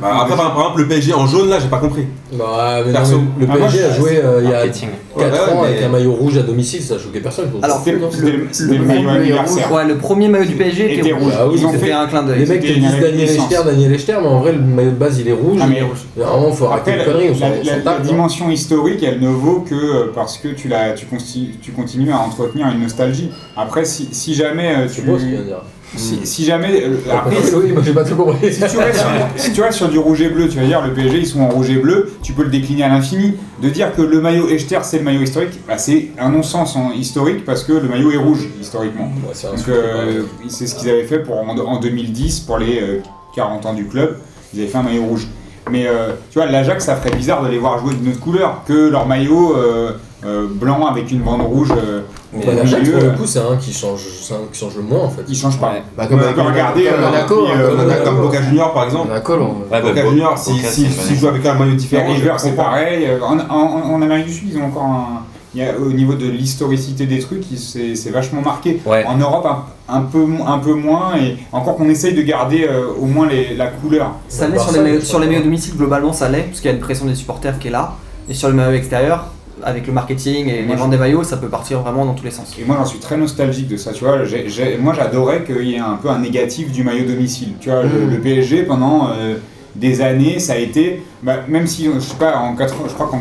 Speaker 2: Bah, après, par, par exemple, le PSG en jaune, là, j'ai pas compris.
Speaker 1: Bah, mais non,
Speaker 2: Perso.
Speaker 1: mais le
Speaker 3: Ah, moi,
Speaker 1: PSG a
Speaker 3: je-
Speaker 1: joué euh, il y a 4
Speaker 8: Marketing.
Speaker 2: Ouais,
Speaker 1: ans
Speaker 2: ouais,
Speaker 1: avec
Speaker 2: mais-
Speaker 1: un maillot rouge à domicile, ça choquait personne. je pense.
Speaker 4: Alors,
Speaker 3: C'était c'était- c'était le maillot anniversaire.
Speaker 4: Ouais, le premier maillot du PSG était
Speaker 3: Était
Speaker 4: rouge.
Speaker 3: rouge.
Speaker 1: Ah oui,
Speaker 4: Ils ont
Speaker 1: c'était-
Speaker 4: fait un clin
Speaker 1: les
Speaker 4: d'œil.
Speaker 1: mecs te
Speaker 3: c'était
Speaker 1: disent
Speaker 3: une
Speaker 1: Daniel
Speaker 3: réminiscence.
Speaker 1: Echter, Daniel Echter, mais en vrai, le maillot de base, il est rouge.
Speaker 3: Ah, mais-
Speaker 1: Et À un moment, faut arrêter
Speaker 3: Après,
Speaker 1: une
Speaker 3: la,
Speaker 1: connerie, on s'en
Speaker 3: la-
Speaker 1: on
Speaker 3: la-
Speaker 1: s'en
Speaker 3: la
Speaker 1: tape. hein. non
Speaker 3: dimension historique, elle ne vaut que euh, parce que tu, la, tu, consti- tu continues à entretenir une nostalgie. Après, si, si jamais euh,
Speaker 1: C'est
Speaker 3: tu.
Speaker 1: beau ce qu'il vient de dire.
Speaker 3: si, si jamais. euh,
Speaker 1: Bah,
Speaker 3: après,
Speaker 1: Oui, moi, j'ai pas tout compris.
Speaker 3: si tu, restes sur, si tu restes sur du rouge et bleu, tu vas dire le PSG ils sont en rouge et bleu, tu peux le décliner à l'infini. De dire que le maillot Echter c'est le maillot historique, bah, c'est un non-sens en historique parce que le maillot est rouge historiquement.
Speaker 1: Bah, c'est un
Speaker 3: Donc
Speaker 1: truc,
Speaker 3: euh, c'est ce qu'ils avaient fait pour, en, en 2010 pour les euh, 40 ans du club, ils avaient fait un maillot rouge. Mais euh, tu vois, l'Ajax, ça ferait bizarre de les voir jouer d'une autre couleur que leur maillot euh, euh, blanc avec une bande rouge. euh, au
Speaker 1: Mais l'Ajax,
Speaker 3: milieu.
Speaker 1: pour le euh, coup, c'est un qui change, c'est un qui change le moins en fait.
Speaker 3: ils changent pas.
Speaker 8: Ouais.
Speaker 5: Bah, comme
Speaker 2: Ouais,
Speaker 5: un
Speaker 3: On peut regarder euh,
Speaker 5: Monaco,
Speaker 3: puis,
Speaker 5: hein,
Speaker 3: euh,
Speaker 2: Comme,
Speaker 3: Monaco.
Speaker 2: comme Boca Junior, par exemple.
Speaker 5: Monaco, on-
Speaker 8: Ouais,
Speaker 2: Boca
Speaker 8: bah,
Speaker 2: Junior,
Speaker 8: Boca,
Speaker 2: si,
Speaker 8: c'est
Speaker 2: si,
Speaker 8: une
Speaker 2: si
Speaker 8: bonne
Speaker 2: je joue avec un maillot différent,
Speaker 3: Faire
Speaker 2: je
Speaker 3: River, c'est
Speaker 2: comprends.
Speaker 3: pareil. En, en- en Amérique du Sud, ils ont encore un. il y a- au niveau de l'historicité des trucs, il- c'est c'est vachement marqué.
Speaker 8: Ouais.
Speaker 3: En Europe, un, un peu, mo- un peu moins, et encore qu'on essaye de garder euh, au moins les- la couleur.
Speaker 4: Ça
Speaker 1: Bah,
Speaker 4: l'est sur les
Speaker 1: Barça,
Speaker 4: maillots-
Speaker 1: je
Speaker 4: sur les
Speaker 1: crois.
Speaker 4: maillots domiciles, globalement, ça l'est, parce qu'il y a une pression des supporters qui est là. Et sur le maillot extérieur, avec le marketing et les
Speaker 3: Moi, je-
Speaker 4: ventes des maillots, ça peut partir vraiment dans tous les sens.
Speaker 3: Et moi, j'en suis très nostalgique de ça, tu vois. J'ai- j'ai- moi, j'adorais qu'il y ait un peu un négatif du maillot domicile. Tu vois, le, le PSG, pendant euh, des années, ça a été... bah, même si, je sais pas, en 80 je crois qu'en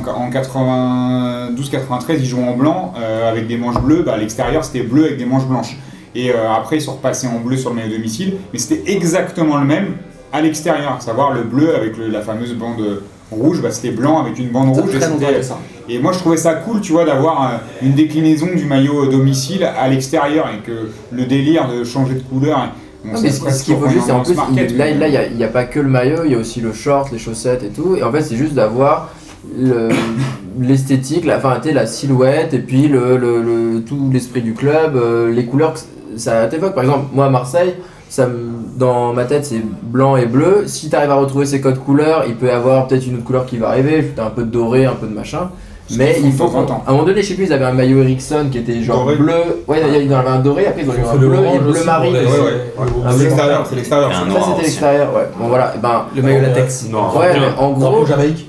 Speaker 3: 92-93, ils jouaient en blanc euh, avec des manches bleues. Bah, à l'extérieur, c'était bleu avec des manches blanches. Et euh, après, ils sont repassés en bleu sur le maillot domicile. Mais c'était exactement le même à l'extérieur, à savoir le bleu avec le- la fameuse bande rouge. Bah, c'était blanc avec une bande
Speaker 4: Ça,
Speaker 3: rouge. et
Speaker 4: très longtemps
Speaker 3: c'était-
Speaker 4: ça.
Speaker 3: et moi, je trouvais ça cool, tu vois, d'avoir euh, une déclinaison du maillot euh, domicile à l'extérieur et que le délire de changer de couleur. hein. bon,
Speaker 5: Non,
Speaker 3: ça
Speaker 5: mais
Speaker 3: se
Speaker 5: ce,
Speaker 3: passe
Speaker 5: ce qu'il
Speaker 3: sur
Speaker 5: faut juste, c'est en
Speaker 3: Finance
Speaker 5: plus,
Speaker 3: Market,
Speaker 5: il- là,
Speaker 3: mais-
Speaker 5: là, il n'y a, il y a pas que le maillot, il y a aussi le short, les chaussettes et tout. Et en fait, c'est juste d'avoir le- l'esthétique, la, enfin, tu sais, la silhouette et puis le, le- le- tout l'esprit du club, euh, les couleurs que ça t'évoque. Par exemple, moi à Marseille, ça me- dans ma tête, c'est blanc et bleu. Si tu arrives à retrouver ces codes couleurs, il peut y avoir peut-être une autre couleur qui va arriver, peut-être un peu de doré, un peu de machin.
Speaker 3: Parce
Speaker 5: Mais
Speaker 3: qu'ils
Speaker 5: il faut
Speaker 3: font de temps en
Speaker 5: qu'on-
Speaker 3: temps.
Speaker 5: à un moment donné, je sais plus, ils avaient un maillot Ericsson qui était genre
Speaker 2: Doré.
Speaker 5: bleu. Ouais, il y a- il y en avait un doré, après ils ont eu
Speaker 4: hein.
Speaker 5: un
Speaker 1: Faut le
Speaker 5: bleu,
Speaker 1: orange
Speaker 5: et bleu
Speaker 1: aussi,
Speaker 5: marine.
Speaker 1: bordel.
Speaker 2: Ouais, ouais, ouais.
Speaker 5: Ah,
Speaker 2: C'est
Speaker 5: oui.
Speaker 2: l'extérieur, c'est l'extérieur.
Speaker 8: Et un
Speaker 5: Ça
Speaker 8: noir
Speaker 5: c'était
Speaker 8: aussi.
Speaker 5: l'extérieur, ouais. Bon voilà, et ben
Speaker 4: Le maillot
Speaker 1: Ouais.
Speaker 4: latex.
Speaker 7: Non,
Speaker 5: ouais,
Speaker 7: bien.
Speaker 5: mais en gros,
Speaker 1: Drapeau Jamaïque.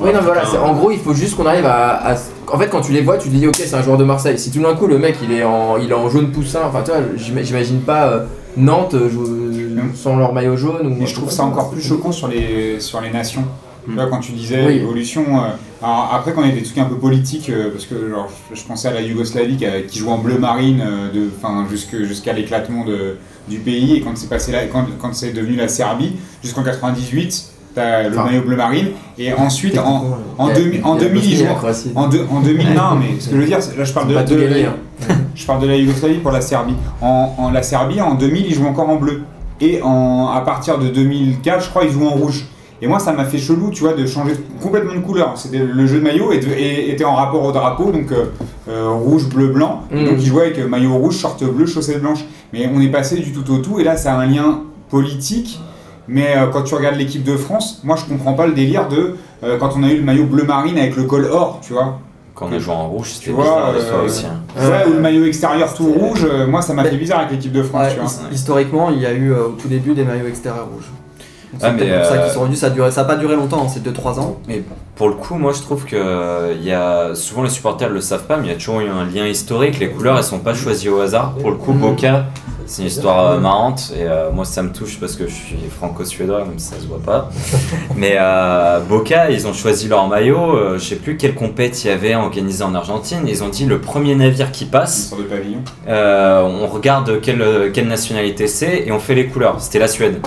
Speaker 5: oui, non, mais voilà,
Speaker 7: putain.
Speaker 5: c'est- en gros, il faut juste qu'on arrive à, à- En fait, quand tu les vois, tu te dis, ok, c'est un joueur de Marseille. Si tout d'un coup, le mec, il est en, il est en jaune poussin, enfin, tu vois, j'im- j'imagine pas euh, Nantes euh,
Speaker 8: Mm.
Speaker 5: jou- sans leur maillot jaune. Ou...
Speaker 3: Mais je trouve ça encore plus choquant sur les, sur les nations. Tu vois, quand tu disais
Speaker 5: Oui.
Speaker 3: l'évolution. euh, alors après, quand il y a des trucs un peu politiques, euh, parce que genre, je, je pensais à la Yougoslavie qui, a- qui joue en bleu marine euh, de, enfin, jusque- jusqu'à l'éclatement de- du pays, et quand c'est passé là, quand, quand c'est devenu la Serbie, jusqu'en 98, t'as le
Speaker 5: Enfin,
Speaker 3: maillot bleu marine, et ensuite en,
Speaker 5: Il
Speaker 3: en,
Speaker 5: y a-
Speaker 3: demi, en
Speaker 5: il y a
Speaker 3: demi,
Speaker 5: Bosnie,
Speaker 3: ils jouent-
Speaker 5: la Croatie.
Speaker 3: En, deux- en 2001, mais ce que je veux dire, c'est- là je parle de,
Speaker 5: Pas tout
Speaker 3: de-
Speaker 5: gagné, hein.
Speaker 3: je parle de la Yougoslavie pour la Serbie. En, en- la Serbie, en 2000, ils jouent encore en bleu. Et en, à partir de 2004, je crois, ils jouent en rouge. Et moi, ça m'a fait chelou, tu vois, de changer complètement de couleur. C'était le jeu de maillot et de- et- était en rapport au drapeau, donc euh, euh, rouge, bleu, blanc. Et Donc
Speaker 5: Mm.
Speaker 3: ils jouaient avec euh, maillot rouge, short bleu, chaussettes blanches. Mais on est passé du tout au tout, et là, ça a un lien politique. Mais euh, quand tu regardes l'équipe de France, moi, je comprends pas le délire de euh, quand on a eu le maillot bleu marine avec le col or, tu vois.
Speaker 8: Quand on a joué en rouge, c'était
Speaker 3: Tu vois,
Speaker 8: bizarre l'histoire
Speaker 3: euh,
Speaker 8: aussi. hein.
Speaker 3: Ouais, ou le maillot extérieur tout
Speaker 8: C'est-
Speaker 3: rouge, euh, moi ça m'a
Speaker 4: Mais-
Speaker 3: fait bizarre avec l'équipe de France,
Speaker 4: Ouais,
Speaker 3: tu vois.
Speaker 4: his- historiquement, il y a eu euh, au tout début des maillots extérieurs rouges. Donc, C'est
Speaker 8: Ah, mais,
Speaker 4: peut-être pour ça
Speaker 8: euh,
Speaker 4: qu'ils sont rendus, ça a, duré, ça a pas duré longtemps, hein, c'est 2-3 ans.
Speaker 8: Pour le coup, moi je trouve que euh, il y a, souvent les supporters le savent pas, mais il y a toujours eu un lien historique. Les couleurs elles sont pas choisies au hasard. Pour le coup,
Speaker 5: Mhm.
Speaker 8: Boca, c'est une histoire euh,
Speaker 1: Mm-hmm.
Speaker 8: marrante et euh, moi ça me touche parce que je suis franco-suédois, même si ça se voit pas. mais euh, Boca, ils ont choisi leur maillot. euh, je sais plus quelle compète il y avait organisée en Argentine. Ils ont dit le premier navire qui
Speaker 3: Une
Speaker 8: passe,
Speaker 3: sorte de pavillon.
Speaker 8: euh, on regarde quelle, quelle nationalité c'est et on fait les couleurs. C'était la Suède.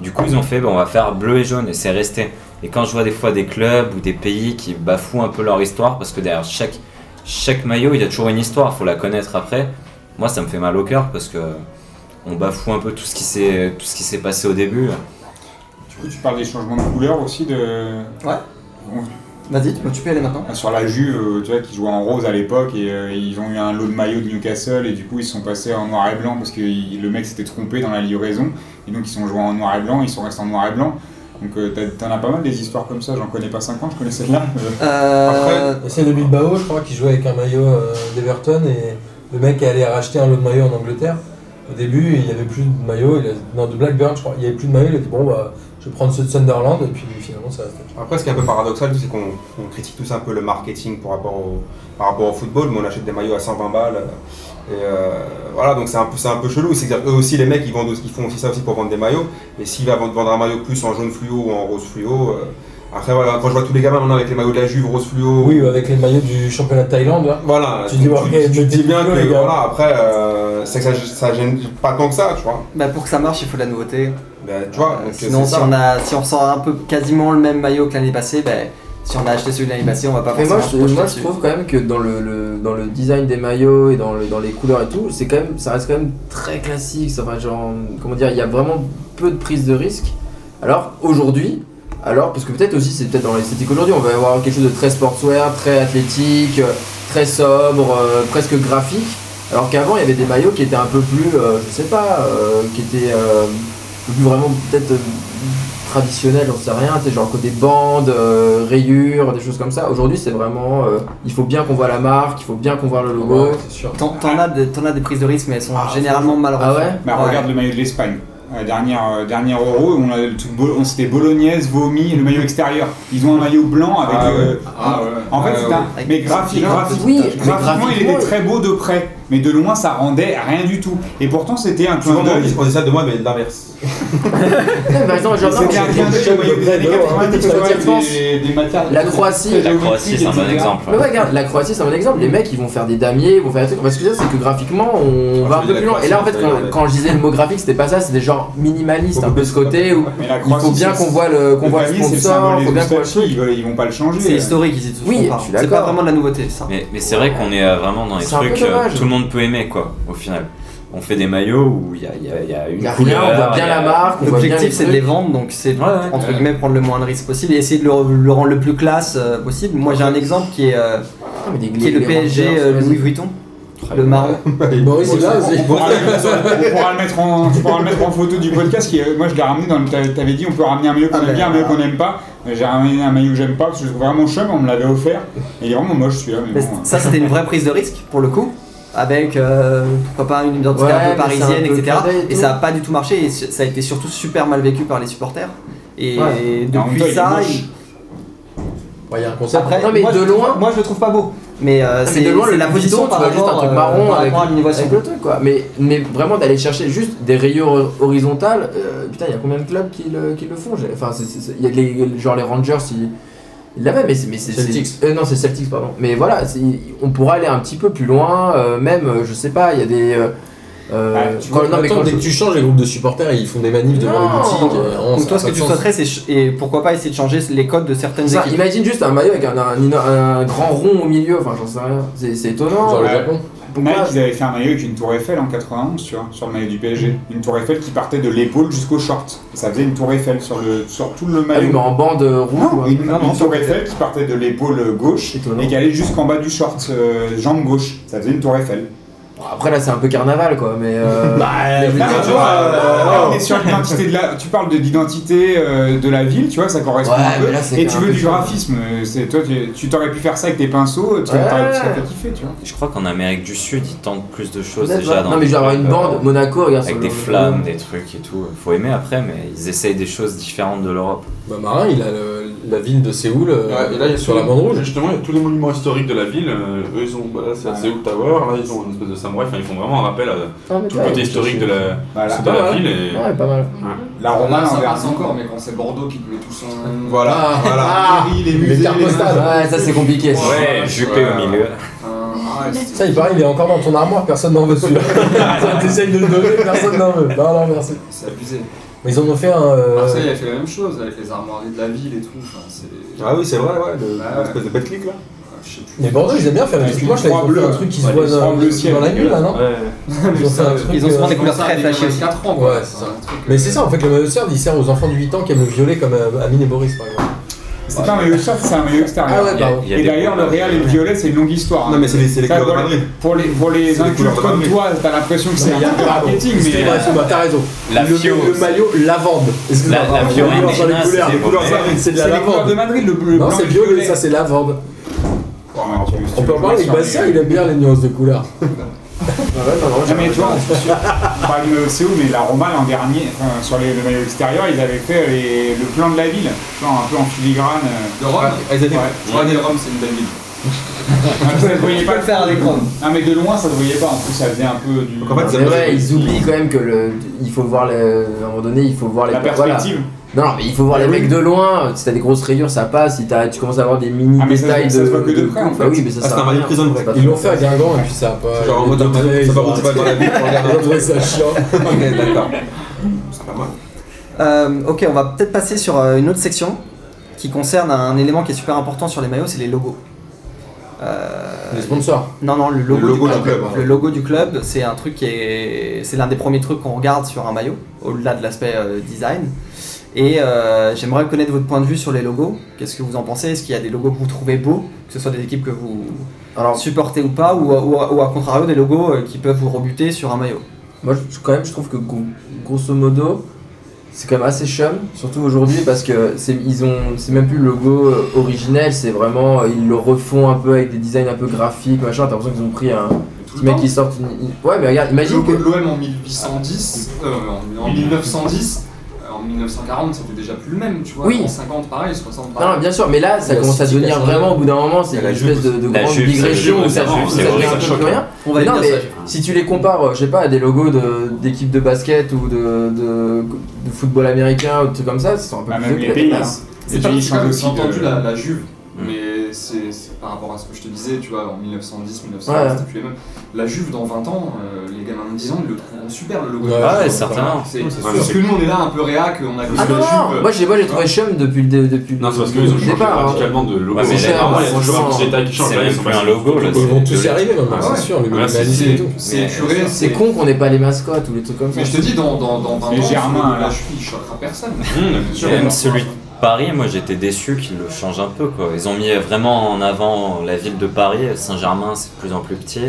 Speaker 8: Du coup, ils ont fait, bon, on va faire bleu et jaune et c'est resté. Et quand je vois des fois des clubs ou des pays qui bafouent un peu leur histoire, parce que derrière chaque, chaque maillot, il y a toujours une histoire, faut la connaître après. Moi, ça me fait mal au cœur parce que on bafoue un peu tout ce qui s'est tout ce qui s'est passé au début.
Speaker 3: Du coup, tu parles des changements de couleur aussi de.
Speaker 4: Ouais.
Speaker 3: Bon,
Speaker 4: Vas-y, tu- tu peux y aller maintenant.
Speaker 3: sur la Juve, euh, tu vois, qui jouait en rose à l'époque et euh, ils ont eu un lot de maillots de Newcastle et du coup ils sont passés en noir et blanc parce que il- le mec s'était trompé dans la livraison et donc ils sont joués en noir et blanc, ils sont restés en noir et blanc. Donc euh, t'as- t'en as pas mal des histoires comme ça, j'en connais pas 5 ans, je connais celle-là. euh.
Speaker 4: Euh,
Speaker 1: C'est de Bilbao, je crois, qui jouait avec un maillot euh, d'Everton et le mec est allé racheter un lot de maillots en Angleterre. Au début, il n'y avait plus de maillot, il a... non, de Blackburn, je crois, il n'y avait plus de maillot, il a dit bon, bah, je vais prendre ceux de Sunderland et puis finalement ça a fait.
Speaker 2: Après, ce qui est un peu paradoxal, c'est qu'on on critique tous un peu le marketing par rapport, au, par rapport au football, mais on achète des maillots à 120 balles. euh, Et euh, voilà, donc c'est un, peu- c'est un peu chelou. C'est-à-dire, eux aussi, les mecs, ils, vendent, aussi- ils font aussi ça aussi pour vendre des maillots. Et s'il va vendre, vendre un maillot plus en jaune fluo ou en rose fluo, euh, après, voilà, quand je vois tous les gamins maintenant avec les maillots de la Juve, rose fluo,
Speaker 1: Oui, avec les maillots du championnat de Thaïlande, là.
Speaker 2: voilà,
Speaker 1: Tu dis, ok,
Speaker 2: tu
Speaker 1: mettez
Speaker 2: dis bien
Speaker 1: le
Speaker 2: que
Speaker 1: les gars.
Speaker 2: voilà, après, euh, c'est que ça, ça gêne pas tant que ça, tu vois.
Speaker 4: bah, pour que ça marche, il faut de la nouveauté.
Speaker 2: Ben, tu
Speaker 5: Ah,
Speaker 2: vois,
Speaker 4: Euh,
Speaker 2: donc,
Speaker 4: sinon,
Speaker 2: c'est
Speaker 4: si
Speaker 2: ça.
Speaker 4: on, a, si on ressort un peu quasiment le même maillot que l'année passée, bah, si on a acheté celui de l'année passée, on va pas
Speaker 5: Mais
Speaker 4: forcément
Speaker 5: moi, je,
Speaker 4: se projeter
Speaker 5: moi, je
Speaker 4: dessus.
Speaker 5: trouve quand même que dans le, le- dans le design des maillots et dans, le- dans les couleurs et tout, c'est quand même, ça reste quand même très classique. Ça va, genre, comment dire, il y a vraiment peu de prise de risque. Alors aujourd'hui, alors parce que peut-être aussi c'est peut-être dans l'esthétique aujourd'hui, on va avoir quelque chose de très sportswear, très athlétique, euh, très sobre, euh, presque graphique. Alors qu'avant, il y avait des maillots qui étaient un peu plus, euh, je sais pas, euh, qui étaient euh, un peu plus vraiment peut-être euh, traditionnels, on sait rien, tu sais, genre côté bandes, euh, rayures, des choses comme ça. Aujourd'hui, c'est vraiment, euh, il faut bien qu'on voit la marque, il faut bien qu'on voit le logo.
Speaker 1: Ouais, c'est sûr.
Speaker 4: T'en t'en as, des- t'en as des prises de risque, mais elles sont
Speaker 5: Ah,
Speaker 4: généralement mal
Speaker 5: Ah ouais
Speaker 4: refaites.
Speaker 3: Bah regarde le maillot de l'Espagne. Euh, dernière, euh, dernière Euro, on a le truc, bol- on s'était bolognaise, vomi, le maillot extérieur. Ils ont un maillot blanc avec.
Speaker 2: Ah
Speaker 3: euh,
Speaker 6: Ah ouais.
Speaker 3: En fait,
Speaker 2: Ah
Speaker 3: c'est un.
Speaker 4: ouais.
Speaker 3: Mais graphi- graphi-
Speaker 5: Oui,
Speaker 3: graphiquement, il
Speaker 5: graphiquement,
Speaker 3: était très beau de près, mais de loin, ça rendait rien du tout. Et pourtant, c'était un clin
Speaker 2: Souvent, on
Speaker 3: d'œil.
Speaker 2: dit- on dit ça de moi, mais de l'inverse.
Speaker 5: Ouais, par exemple, genre, non,
Speaker 3: C'était un
Speaker 5: mais-
Speaker 3: clin d'œil au maillot des années 90,
Speaker 5: Quand tu y
Speaker 3: ouais,
Speaker 5: repenses,
Speaker 3: des- des matières-
Speaker 5: la Croatie,
Speaker 8: La Croatie, c'est un bon
Speaker 3: etc.
Speaker 8: exemple.
Speaker 5: Mais ouais, regarde, la Croatie c'est un bon exemple. Les mecs ils vont faire des damiers, ils vont faire des trucs. Parce que ça c'est que graphiquement on
Speaker 2: Ah,
Speaker 5: va
Speaker 2: tu
Speaker 5: un
Speaker 2: dis
Speaker 5: peu
Speaker 2: la
Speaker 5: plus loin. Et là en fait
Speaker 2: Croatie,
Speaker 5: quand,
Speaker 2: ouais. bah,
Speaker 5: quand je disais le mot graphique c'était pas ça, c'était genre minimaliste, un peu ce côté où
Speaker 3: Mais la
Speaker 5: il faut
Speaker 3: Croatie,
Speaker 5: bien
Speaker 3: c'est-
Speaker 5: qu'on voit le qu'on
Speaker 3: le
Speaker 5: voit le
Speaker 3: panier, c'est le
Speaker 5: sponsor,
Speaker 3: symbole
Speaker 5: faut
Speaker 3: des
Speaker 5: bien qu'on voit le
Speaker 3: statues,
Speaker 5: truc.
Speaker 3: ils veulent- Ils vont pas le changer.
Speaker 4: C'est
Speaker 3: euh.
Speaker 4: historique, ils y toucheront
Speaker 5: Oui,
Speaker 4: pas.
Speaker 5: je suis
Speaker 4: C'est pas
Speaker 5: d'accord.
Speaker 4: vraiment de la nouveauté, ça.
Speaker 8: Mais, mais c'est vrai qu'on est euh, vraiment dans les
Speaker 5: C'est un peu
Speaker 8: trucs euh,
Speaker 5: dommage.
Speaker 8: tout le monde peut aimer, quoi, au final. On fait des maillots où il y a, il y a- il y a une
Speaker 5: Il y a rien,
Speaker 8: couleur. euh,
Speaker 5: on voit bien
Speaker 8: il y
Speaker 5: la
Speaker 8: a-
Speaker 5: marque, on voit bien les
Speaker 4: L'objectif c'est de les
Speaker 5: trucs.
Speaker 4: vendre, donc c'est
Speaker 8: Ouais, ouais.
Speaker 4: entre guillemets prendre le moins de risques possible et essayer de le, le rendre le plus classe euh, possible. Moi j'ai un exemple qui est, euh,
Speaker 5: Ah, mais des-
Speaker 4: qui est le
Speaker 5: les
Speaker 4: PSG
Speaker 5: Rangers,
Speaker 4: euh,
Speaker 5: vas-y.
Speaker 4: Louis Vuitton,
Speaker 8: Très
Speaker 4: le
Speaker 8: bien.
Speaker 4: marron.
Speaker 1: Boris,
Speaker 3: On
Speaker 1: c'est là aussi.
Speaker 3: pourra le- on pourra le mettre en, tu pourras le mettre en photo du podcast. Qui, est- moi, je l'ai ramené dans le. t'a- T'avais dit, on peut ramener un maillot qu'on
Speaker 4: Ah
Speaker 3: aime
Speaker 4: ben,
Speaker 3: bien, un maillot qu'on
Speaker 4: voilà.
Speaker 3: n'aime pas. Mais J'ai ramené un maillot que j'aime pas parce que je le trouvais vraiment chum. On me l'avait offert. Et il est vraiment moche celui-là. Mais
Speaker 4: Mais
Speaker 3: bon,
Speaker 4: c-
Speaker 3: euh.
Speaker 4: ça c'était une vraie prise de risque pour le coup, avec euh, pourquoi pas une identité
Speaker 5: Ouais,
Speaker 4: un
Speaker 5: mais
Speaker 4: peu parisienne,
Speaker 5: c'est un peu
Speaker 4: etc.
Speaker 5: cadet et
Speaker 4: Et
Speaker 5: tout.
Speaker 4: ça a pas du tout marché et su- ça a été surtout super mal vécu par les supporters. Et
Speaker 5: Ouais.
Speaker 3: Et hein. en même
Speaker 4: depuis
Speaker 3: temps, il est
Speaker 4: ça,
Speaker 3: moche.
Speaker 4: il-
Speaker 1: Ouais, Il y a un concept.
Speaker 4: Après,
Speaker 5: Non, mais
Speaker 4: moi,
Speaker 5: de
Speaker 4: je le trouve-
Speaker 5: loin-
Speaker 4: moi je le trouve pas beau. Mais euh,
Speaker 5: Ah, mais
Speaker 4: c'est
Speaker 5: de loin,
Speaker 4: c'est
Speaker 5: le
Speaker 4: la position
Speaker 5: bidon,
Speaker 4: par
Speaker 5: tu vois juste un
Speaker 4: rapport,
Speaker 5: truc
Speaker 4: euh,
Speaker 5: marron
Speaker 4: par
Speaker 5: avec-
Speaker 4: rapport à l'innovation.
Speaker 5: Avec le truc quoi, mais, mais vraiment d'aller chercher juste des rayures horizontales, euh, putain, il y a combien de clubs qui le, qui le font J'ai- Enfin, c'est- c'est- c'est- il y a les, genre les Rangers, ils, ils l'avaient, mais c'est. mais c'est-
Speaker 1: Celtics.
Speaker 5: c'est- euh, non, c'est Celtics, pardon. Mais voilà, c'est- on pourra aller un petit peu plus loin, euh, même, euh, je sais pas, il y a des. euh, euh,
Speaker 3: Ah, tu
Speaker 5: quand-
Speaker 1: Attends,
Speaker 5: non, mais quand
Speaker 1: dès
Speaker 5: je-
Speaker 1: que tu changes les groupes de supporters, ils font des manifs devant les
Speaker 5: Non.
Speaker 1: boutiques. euh, non, ça
Speaker 4: Donc toi,
Speaker 1: a
Speaker 4: ce
Speaker 1: pas
Speaker 4: que
Speaker 1: de
Speaker 4: tu
Speaker 1: sens.
Speaker 4: souhaiterais, c'est ch- et pourquoi pas essayer de changer les codes de certaines
Speaker 5: ça,
Speaker 4: équipes.
Speaker 5: imagine juste un maillot avec un, un, ino- un grand rond au milieu, enfin, j'en sais rien, c'est c'est étonnant.
Speaker 1: Genre le
Speaker 3: Ouais.
Speaker 1: Japon.
Speaker 5: Pourquoi-
Speaker 3: Nike, ils avaient fait un maillot avec une tour Eiffel en 91, tu vois, sur le maillot du PSG. Une tour Eiffel qui partait de l'épaule jusqu'au short. Et ça faisait une tour Eiffel sur, le, sur tout le
Speaker 5: Ah oui,
Speaker 3: maillot.
Speaker 5: mais en bande rouge.
Speaker 3: Non,
Speaker 5: quoi.
Speaker 3: une, une tour Eiffel qui partait de l'épaule gauche
Speaker 5: Étonnant.
Speaker 3: et qui allait jusqu'en bas du short, euh, jambe gauche. Ça faisait une tour Eiffel.
Speaker 5: Bon, Après là c'est un peu carnaval quoi mais euh... mais
Speaker 3: Mais là,
Speaker 5: je veux
Speaker 3: Bah, tu
Speaker 5: dire,
Speaker 3: vois, oh.
Speaker 5: euh,
Speaker 3: là, on est sur l'identité de la. Tu parles de l'identité euh, de la ville, tu vois, ça correspond
Speaker 5: Ouais,
Speaker 3: un peu.
Speaker 5: mais là, c'est
Speaker 3: et
Speaker 5: quand
Speaker 3: tu
Speaker 5: même
Speaker 3: veux
Speaker 5: un
Speaker 3: du
Speaker 5: peu chaud.
Speaker 3: graphisme. euh, c'est- Toi, tu- tu t'aurais pu faire ça avec tes pinceaux, tu
Speaker 5: Ouais.
Speaker 3: t'aurais- ça fait kiffer, tu vois.
Speaker 8: Je crois qu'en Amérique du Sud, ils tentent plus de choses
Speaker 5: peut-être,
Speaker 8: déjà.
Speaker 5: ouais.
Speaker 8: dans
Speaker 5: non mais je vais avoir une
Speaker 8: euh,
Speaker 5: bande Monaco regarde
Speaker 8: Avec
Speaker 5: sur
Speaker 8: des
Speaker 5: le-
Speaker 8: flammes, des trucs et tout. Faut aimer après, mais ils essayent des choses différentes de l'Europe.
Speaker 1: Bah, Marin, il a le- la ville de Séoul euh,
Speaker 7: Ouais, et là, il y a
Speaker 1: sur
Speaker 7: tous
Speaker 1: la
Speaker 7: les-
Speaker 1: bande rouge.
Speaker 7: Justement, il y a tous les monuments historiques de la ville. euh, eux, ils ont. bah, là, c'est la Seoul Tower. Là, ils ont une espèce de samouraï. Enfin, ils font vraiment un rappel à
Speaker 5: Ah, mais
Speaker 7: tout
Speaker 5: ouais,
Speaker 7: le côté historique de la,
Speaker 3: Voilà. Ah,
Speaker 7: de la
Speaker 1: mal.
Speaker 7: ville. Et...
Speaker 5: ouais pas mal
Speaker 3: La Roma,
Speaker 6: Là, ça
Speaker 3: envers-
Speaker 6: passe encore, mais quand c'est Bordeaux qui met tout son.
Speaker 2: Voilà, voilà.
Speaker 1: Ah. les cartes postales.
Speaker 5: ouais ça c'est compliqué ça.
Speaker 8: Ouais, Juppé au
Speaker 6: Ouais.
Speaker 8: milieu.
Speaker 6: Un- ah, c'est-
Speaker 1: Ça, il paraît, il est encore dans ton armoire, personne n'en veut celui-là. Ça, T'essayes de le donner, personne n'en veut. Non, non, merci.
Speaker 6: C'est abusé.
Speaker 1: Mais ils en ont fait un. euh,
Speaker 6: Marseille a fait la même chose avec les armoiries de la ville et tout. Enfin, c'est.
Speaker 2: Ah oui, c'est vrai, ouais, le-
Speaker 6: Ouais,
Speaker 1: Ah.
Speaker 6: ouais.
Speaker 2: l'espèce de bête clic là.
Speaker 6: Je sais plus.
Speaker 1: Mais Bordeaux, ils aiment bien faire des
Speaker 3: Avec
Speaker 1: petites
Speaker 3: une
Speaker 1: poches, là,
Speaker 3: croix
Speaker 1: ils ont fait un
Speaker 3: bleue.
Speaker 1: truc qui se
Speaker 3: Ouais,
Speaker 1: voit
Speaker 3: les croix
Speaker 1: dans, dans
Speaker 3: bleues
Speaker 1: la
Speaker 3: ciel,
Speaker 1: nuit, là, non
Speaker 7: Ouais.
Speaker 1: Ils ont fait un truc,
Speaker 4: Ils ont souvent
Speaker 1: euh,
Speaker 4: des
Speaker 6: Comme
Speaker 4: couleurs
Speaker 6: ça,
Speaker 4: très
Speaker 6: avec les
Speaker 4: flashy aussi.
Speaker 6: 24 ans,
Speaker 1: Ouais,
Speaker 6: quoi.
Speaker 1: c'est
Speaker 6: un truc,
Speaker 1: Mais
Speaker 6: euh,
Speaker 1: c'est ça, en fait, le maillot de serve, il sert aux enfants de 8 ans qui aiment le violet comme euh, Amine et Boris, par exemple.
Speaker 3: C'est pas un maillot short, c'est un maillot extérieur.
Speaker 1: Ah ouais,
Speaker 8: Il y a-
Speaker 1: pardon.
Speaker 8: il y a
Speaker 3: Et
Speaker 8: des-
Speaker 3: d'ailleurs, le Real et le Violet, c'est une longue histoire. hein.
Speaker 2: Non, mais c'est les, c'est les
Speaker 3: Ça,
Speaker 2: couleurs de
Speaker 3: voilà.
Speaker 2: Madrid.
Speaker 3: Pour les, pour les
Speaker 2: C'est les
Speaker 3: incultes
Speaker 2: couleurs de
Speaker 3: comme
Speaker 2: Madrid.
Speaker 3: toi, t'as l'impression que c'est un truc de marketing, mais.
Speaker 1: Bref, bah, t'as raison.
Speaker 8: La
Speaker 1: le,
Speaker 8: Fio.
Speaker 1: le maillot lavande. Excuse-moi,
Speaker 8: La- la
Speaker 1: pardon,
Speaker 8: Fio
Speaker 1: on est dans
Speaker 8: Regina,
Speaker 1: les couleurs.
Speaker 8: c'est-
Speaker 2: Les couleurs de Madrid.
Speaker 1: C'est de la
Speaker 3: C'est les couleurs de
Speaker 1: lavande.
Speaker 3: Madrid, le bleu.
Speaker 1: Non,
Speaker 3: blanc
Speaker 1: c'est
Speaker 3: et
Speaker 1: violet,
Speaker 3: violet.
Speaker 1: ça c'est lavande.
Speaker 3: Oh, tu- tu
Speaker 1: On peut
Speaker 3: veux
Speaker 1: en parler
Speaker 3: jouer
Speaker 1: avec
Speaker 3: sur les-
Speaker 1: Bastien, il aime bien les nuances de couleurs.
Speaker 3: Non mais tu vois, je suis sûr, pas du OCO, mais la Roma l'an dernier, enfin, sur les, le maillot extérieur, ils avaient fait les- le plan de la ville, tu vois, un peu en filigrane. euh,
Speaker 6: De Rome
Speaker 2: Ah, ils avaient-
Speaker 3: Ouais.
Speaker 6: Je crois que Rome, c'est une belle ville.
Speaker 3: Ah, ça se voyait pas.
Speaker 4: faire avec Rome.
Speaker 3: Non mais de loin ça se voyait pas, en plus ça faisait un peu du...
Speaker 2: Donc, en fait,
Speaker 5: Mais ouais, ils oublient quand même que le, il faut voir le, à un moment donné, il faut voir les
Speaker 3: la
Speaker 5: voilà.
Speaker 3: perspective.
Speaker 5: Non, non, mais il faut voir les
Speaker 3: Mais oui.
Speaker 5: mecs de loin. Si t'as des grosses rayures, ça passe. Si t'as- tu commences à avoir des mini
Speaker 3: Ah, mais ça se-
Speaker 5: détails
Speaker 3: ça se
Speaker 5: de.
Speaker 3: voit que de près, en
Speaker 5: bah
Speaker 3: fait.
Speaker 5: oui, mais ça
Speaker 2: Ah, c'est
Speaker 5: sert à
Speaker 2: un maillot
Speaker 5: rien.
Speaker 2: de prison,
Speaker 5: C'est
Speaker 2: ouais.
Speaker 5: pas
Speaker 1: Ils l'ont
Speaker 5: très-
Speaker 1: fait à Guingamp et puis ça a pas.
Speaker 2: C'est genre en mode,
Speaker 1: Ils
Speaker 2: ça va
Speaker 1: ont
Speaker 2: où tu vas dans la
Speaker 1: arrêté.
Speaker 2: ville, regarde.
Speaker 1: Ils ont trouvé ça chiant.
Speaker 2: Ok, d'accord. C'est pas mal.
Speaker 4: Euh, ok, on va peut-être passer sur euh, une autre section qui concerne un élément qui est super important sur les maillots, c'est les logos. Euh,
Speaker 1: Les sponsors.
Speaker 4: non, non, le logo,
Speaker 2: Le logo
Speaker 4: du
Speaker 2: du
Speaker 4: club.
Speaker 2: club, en fait.
Speaker 4: Le logo du club, c'est un truc qui est, c'est l'un des premiers trucs qu'on regarde sur un maillot, au-delà de l'aspect euh, design. Et euh, j'aimerais connaître votre point de vue sur les logos. Qu'est-ce que vous en pensez Est-ce qu'il y a des logos que vous trouvez beaux, que ce soit des équipes que vous
Speaker 5: Alors,
Speaker 4: supportez ou pas, ou, ou, ou à contrario des logos euh, qui peuvent vous rebuter sur un maillot
Speaker 5: Moi, je- quand même, je trouve que gro- grosso modo, c'est quand même assez chum, surtout aujourd'hui, parce que c'est ils ont, c'est même plus le logo euh, originel, c'est vraiment euh, ils le refont un peu avec des designs un peu graphiques, machin. T'as l'impression qu'ils ont pris un
Speaker 6: Tout
Speaker 5: petit
Speaker 6: le
Speaker 5: mec
Speaker 6: temps.
Speaker 5: qui sort une. une- Ouais, mais regarde,
Speaker 6: Le
Speaker 5: imagine
Speaker 6: logo
Speaker 5: que.
Speaker 6: de l'OM en 1810, euh, en, en 1910, euh, en 1940, c'était déjà plus le même, tu vois.
Speaker 5: Oui.
Speaker 6: En 50, pareil, 60,
Speaker 5: Non,
Speaker 6: pareil.
Speaker 5: non, bien sûr, mais là, ça
Speaker 1: La
Speaker 5: commence à
Speaker 1: City qui a
Speaker 5: devenir
Speaker 1: changé.
Speaker 5: vraiment au bout d'un moment,
Speaker 2: Il
Speaker 5: c'est
Speaker 2: y
Speaker 5: une
Speaker 2: a la
Speaker 5: espèce de,
Speaker 2: Juve.
Speaker 5: de
Speaker 8: La
Speaker 5: grande
Speaker 8: Juve, ça,
Speaker 5: digression
Speaker 8: Juve,
Speaker 5: où ça
Speaker 8: ça,
Speaker 5: devient
Speaker 8: c'est
Speaker 5: ça
Speaker 8: horrible,
Speaker 5: devient
Speaker 8: ça
Speaker 5: un peu
Speaker 8: choque.
Speaker 5: plus rien.
Speaker 4: On va
Speaker 5: Mais
Speaker 4: les
Speaker 5: non,
Speaker 4: dire ça,
Speaker 5: mais
Speaker 4: Gilles.
Speaker 5: si tu les compares, euh, je sais pas, à des logos de- d'équipes de, basket ou de, de, de football américain ou des trucs comme ça, c'est un peu
Speaker 3: Bah,
Speaker 5: plus
Speaker 3: même
Speaker 5: vieux
Speaker 3: les
Speaker 5: que
Speaker 3: pays.
Speaker 5: la-
Speaker 3: hein.
Speaker 6: C'est
Speaker 3: Les
Speaker 6: pas
Speaker 3: pays
Speaker 6: j'ai
Speaker 3: changent aussi euh,
Speaker 6: entendu
Speaker 3: de...
Speaker 6: la, la Juve,
Speaker 7: Mm.
Speaker 6: mais c'est c'est par rapport à ce que je te disais, tu vois, en 1910, 1920,
Speaker 5: Ouais.
Speaker 6: c'était plus les mêmes. La Juve, dans 20 ans, euh, les gamins de 10 ans, ils le trouveront super, le logo.
Speaker 1: Ouais,
Speaker 6: de
Speaker 8: Ah
Speaker 6: la
Speaker 8: ouais,
Speaker 6: Juve.
Speaker 8: certainement.
Speaker 6: C'est c'est
Speaker 7: Ouais,
Speaker 6: parce
Speaker 7: c'est-
Speaker 6: que nous, on est là un peu réac, on a vu
Speaker 5: Ah
Speaker 6: la
Speaker 5: non, non,
Speaker 6: Juve.
Speaker 5: moi j'ai moi, j'ai
Speaker 3: hein.
Speaker 5: trouvé chum depuis le, depuis
Speaker 7: Non, c'est parce
Speaker 5: le-
Speaker 7: qu'ils ont
Speaker 5: le
Speaker 7: changé
Speaker 5: départ, hein.
Speaker 7: radicalement de logo.
Speaker 8: Ouais, mais
Speaker 7: C'est
Speaker 8: là,
Speaker 7: normal, il y a toujours un
Speaker 5: franchement,
Speaker 7: petit détail qui change.
Speaker 8: c'est
Speaker 7: Là,
Speaker 8: même
Speaker 7: ils sont
Speaker 8: plus
Speaker 7: passés-
Speaker 8: un logo, là,
Speaker 7: Ils
Speaker 1: Ils
Speaker 8: c'est-
Speaker 7: vont-
Speaker 1: vont tous y arriver maintenant,
Speaker 6: Ah ouais.
Speaker 1: c'est sûr. Le
Speaker 7: Voilà, c'est-
Speaker 1: minimalisme et tout.
Speaker 6: C'est
Speaker 8: Mais-
Speaker 6: épuré,
Speaker 5: C'est
Speaker 6: c'est.
Speaker 5: con qu'on n'ait pas les mascottes ou les trucs comme ça.
Speaker 6: Mais je te dis, dans, dans, dans 20 ans,
Speaker 3: Les Germains,
Speaker 6: ce logo de
Speaker 3: là.
Speaker 6: la Juve, il choquera personne.
Speaker 7: Mmh, bien sûr.
Speaker 8: Même celui de Paris, moi j'étais déçu qu'ils le changent un peu. Quoi. Ils ont mis vraiment en avant la ville de Paris, Saint-Germain c'est de plus en plus petit.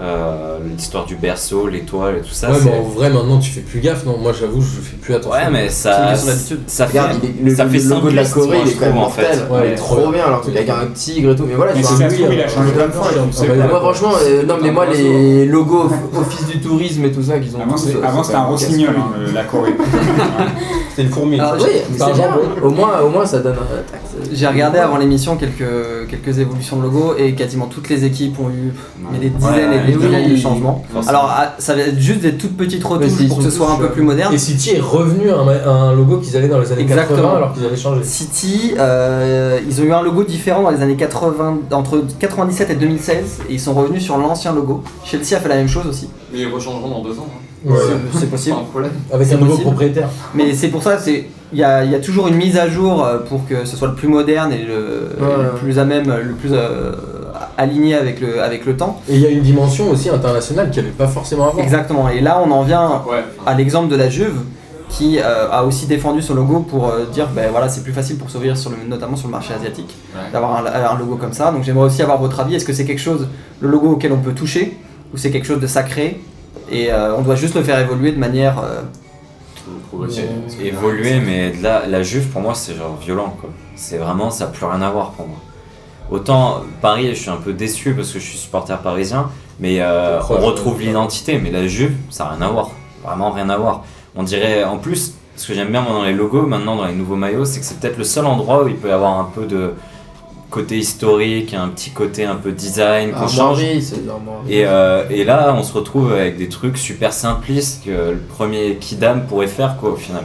Speaker 8: Euh, L'histoire du berceau, l'étoile et tout ça.
Speaker 1: Ouais,
Speaker 8: c'est-
Speaker 1: mais en vrai, maintenant, tu fais plus gaffe. Non, moi j'avoue, je fais plus attention.
Speaker 8: Ouais, mais ça,
Speaker 4: C'est une question d'habitude.
Speaker 8: ça fait,
Speaker 5: Regarde, il est- le,
Speaker 8: ça fait
Speaker 5: le logo de la
Speaker 8: simpliste,
Speaker 5: Corée,
Speaker 8: moi,
Speaker 5: il est
Speaker 8: je
Speaker 5: quand même
Speaker 8: trouve, en
Speaker 5: mortel.
Speaker 8: fait.
Speaker 1: Ouais,
Speaker 5: il est trop bien, alors truc avec un tigre et tout. Mais voilà,
Speaker 3: Ah, Mais
Speaker 5: tu
Speaker 3: si
Speaker 5: vois,
Speaker 3: ça
Speaker 5: un-
Speaker 3: se
Speaker 1: oui,
Speaker 3: trouve, il a
Speaker 1: euh,
Speaker 3: changé plein de fois.
Speaker 1: euh,
Speaker 3: je sais
Speaker 1: euh,
Speaker 3: pas.
Speaker 1: euh,
Speaker 5: moi, franchement, euh, non, mais moi, les logos of- office du tourisme et tout ça qu'ils ont.
Speaker 3: hein. Avant,
Speaker 5: tous,
Speaker 3: c'est-
Speaker 5: euh,
Speaker 3: Avant
Speaker 5: c'est
Speaker 3: c'était un
Speaker 5: quand même
Speaker 3: rossignol, hein, euh, la Corée.
Speaker 2: C'était une fourmi.
Speaker 4: Alors,
Speaker 5: Oui,
Speaker 4: j'ai-
Speaker 5: mais
Speaker 1: C'est un
Speaker 5: c'est bien.
Speaker 1: jambon.
Speaker 5: Au moins, au moins, ça donne un.
Speaker 4: Ah, J'ai regardé avant l'émission quelques, quelques évolutions de logo et quasiment toutes les équipes ont eu mais des dizaines et des
Speaker 5: oui.
Speaker 4: dizaines de changements.
Speaker 8: Forcément.
Speaker 4: Alors ah, ça va être juste des toutes petites
Speaker 5: Mais
Speaker 4: retouches
Speaker 5: s'ils
Speaker 4: pour que
Speaker 5: sont
Speaker 4: ce soit
Speaker 5: tous,
Speaker 4: un peu
Speaker 5: euh,
Speaker 4: plus moderne.
Speaker 1: Et City est revenu à un, à un logo qu'ils avaient dans les années
Speaker 4: Exactement.
Speaker 1: 80 alors qu'ils avaient changé.
Speaker 4: City, euh, ils ont eu un logo différent dans les années 80, entre 97 et 2016 et ils sont revenus sur l'ancien logo. Chelsea a fait la même chose aussi,
Speaker 6: Mais ils rechangeront dans 2 ans. hein.
Speaker 1: Ouais.
Speaker 4: C'est- c'est
Speaker 6: C'est
Speaker 4: possible.
Speaker 6: pas un problème.
Speaker 1: Avec
Speaker 4: C'est
Speaker 1: un nouveau
Speaker 4: possible.
Speaker 1: propriétaire.
Speaker 4: Mais c'est pour ça, c'est il y a, il y a toujours une mise à jour euh, pour que ce soit le plus moderne et le,
Speaker 5: Ouais,
Speaker 4: et le
Speaker 5: ouais.
Speaker 4: plus à même, le plus euh, aligné avec le, avec le temps.
Speaker 1: Et il y a une dimension aussi internationale qu'il n'y avait pas forcément avant.
Speaker 4: Exactement, et là on en vient
Speaker 6: Ouais.
Speaker 4: à l'exemple de la Juve qui euh, a aussi défendu son logo pour euh, dire ben voilà c'est plus facile pour s'ouvrir sur le, notamment sur le marché asiatique
Speaker 6: Ouais.
Speaker 4: d'avoir un, un logo comme ça donc j'aimerais aussi avoir votre avis est-ce que c'est quelque chose le logo auquel on peut toucher ou c'est quelque chose de sacré et euh, on doit juste le faire évoluer de manière euh,
Speaker 1: Progressive.
Speaker 8: évoluer, mais de là, la Juve pour moi c'est genre violent quoi. C'est vraiment ça n'a plus rien à voir pour moi. Autant Paris, je suis un peu déçu parce que je suis supporter parisien, mais euh,
Speaker 1: Proche,
Speaker 8: on
Speaker 1: ouais.
Speaker 8: retrouve l'identité. Mais la Juve, ça n'a rien à voir, vraiment rien à voir. On dirait en plus, ce que j'aime bien moi dans les logos maintenant dans les nouveaux maillots, c'est que c'est peut-être le seul endroit où il peut y avoir un peu de côté historique, un petit côté un peu design
Speaker 5: Ah,
Speaker 8: qu'on change.
Speaker 5: Armoirie, c'est de l'armoirie.
Speaker 8: Et, euh, et là, on se retrouve avec des trucs super simplistes que le premier Kidam pourrait faire, quoi, au final.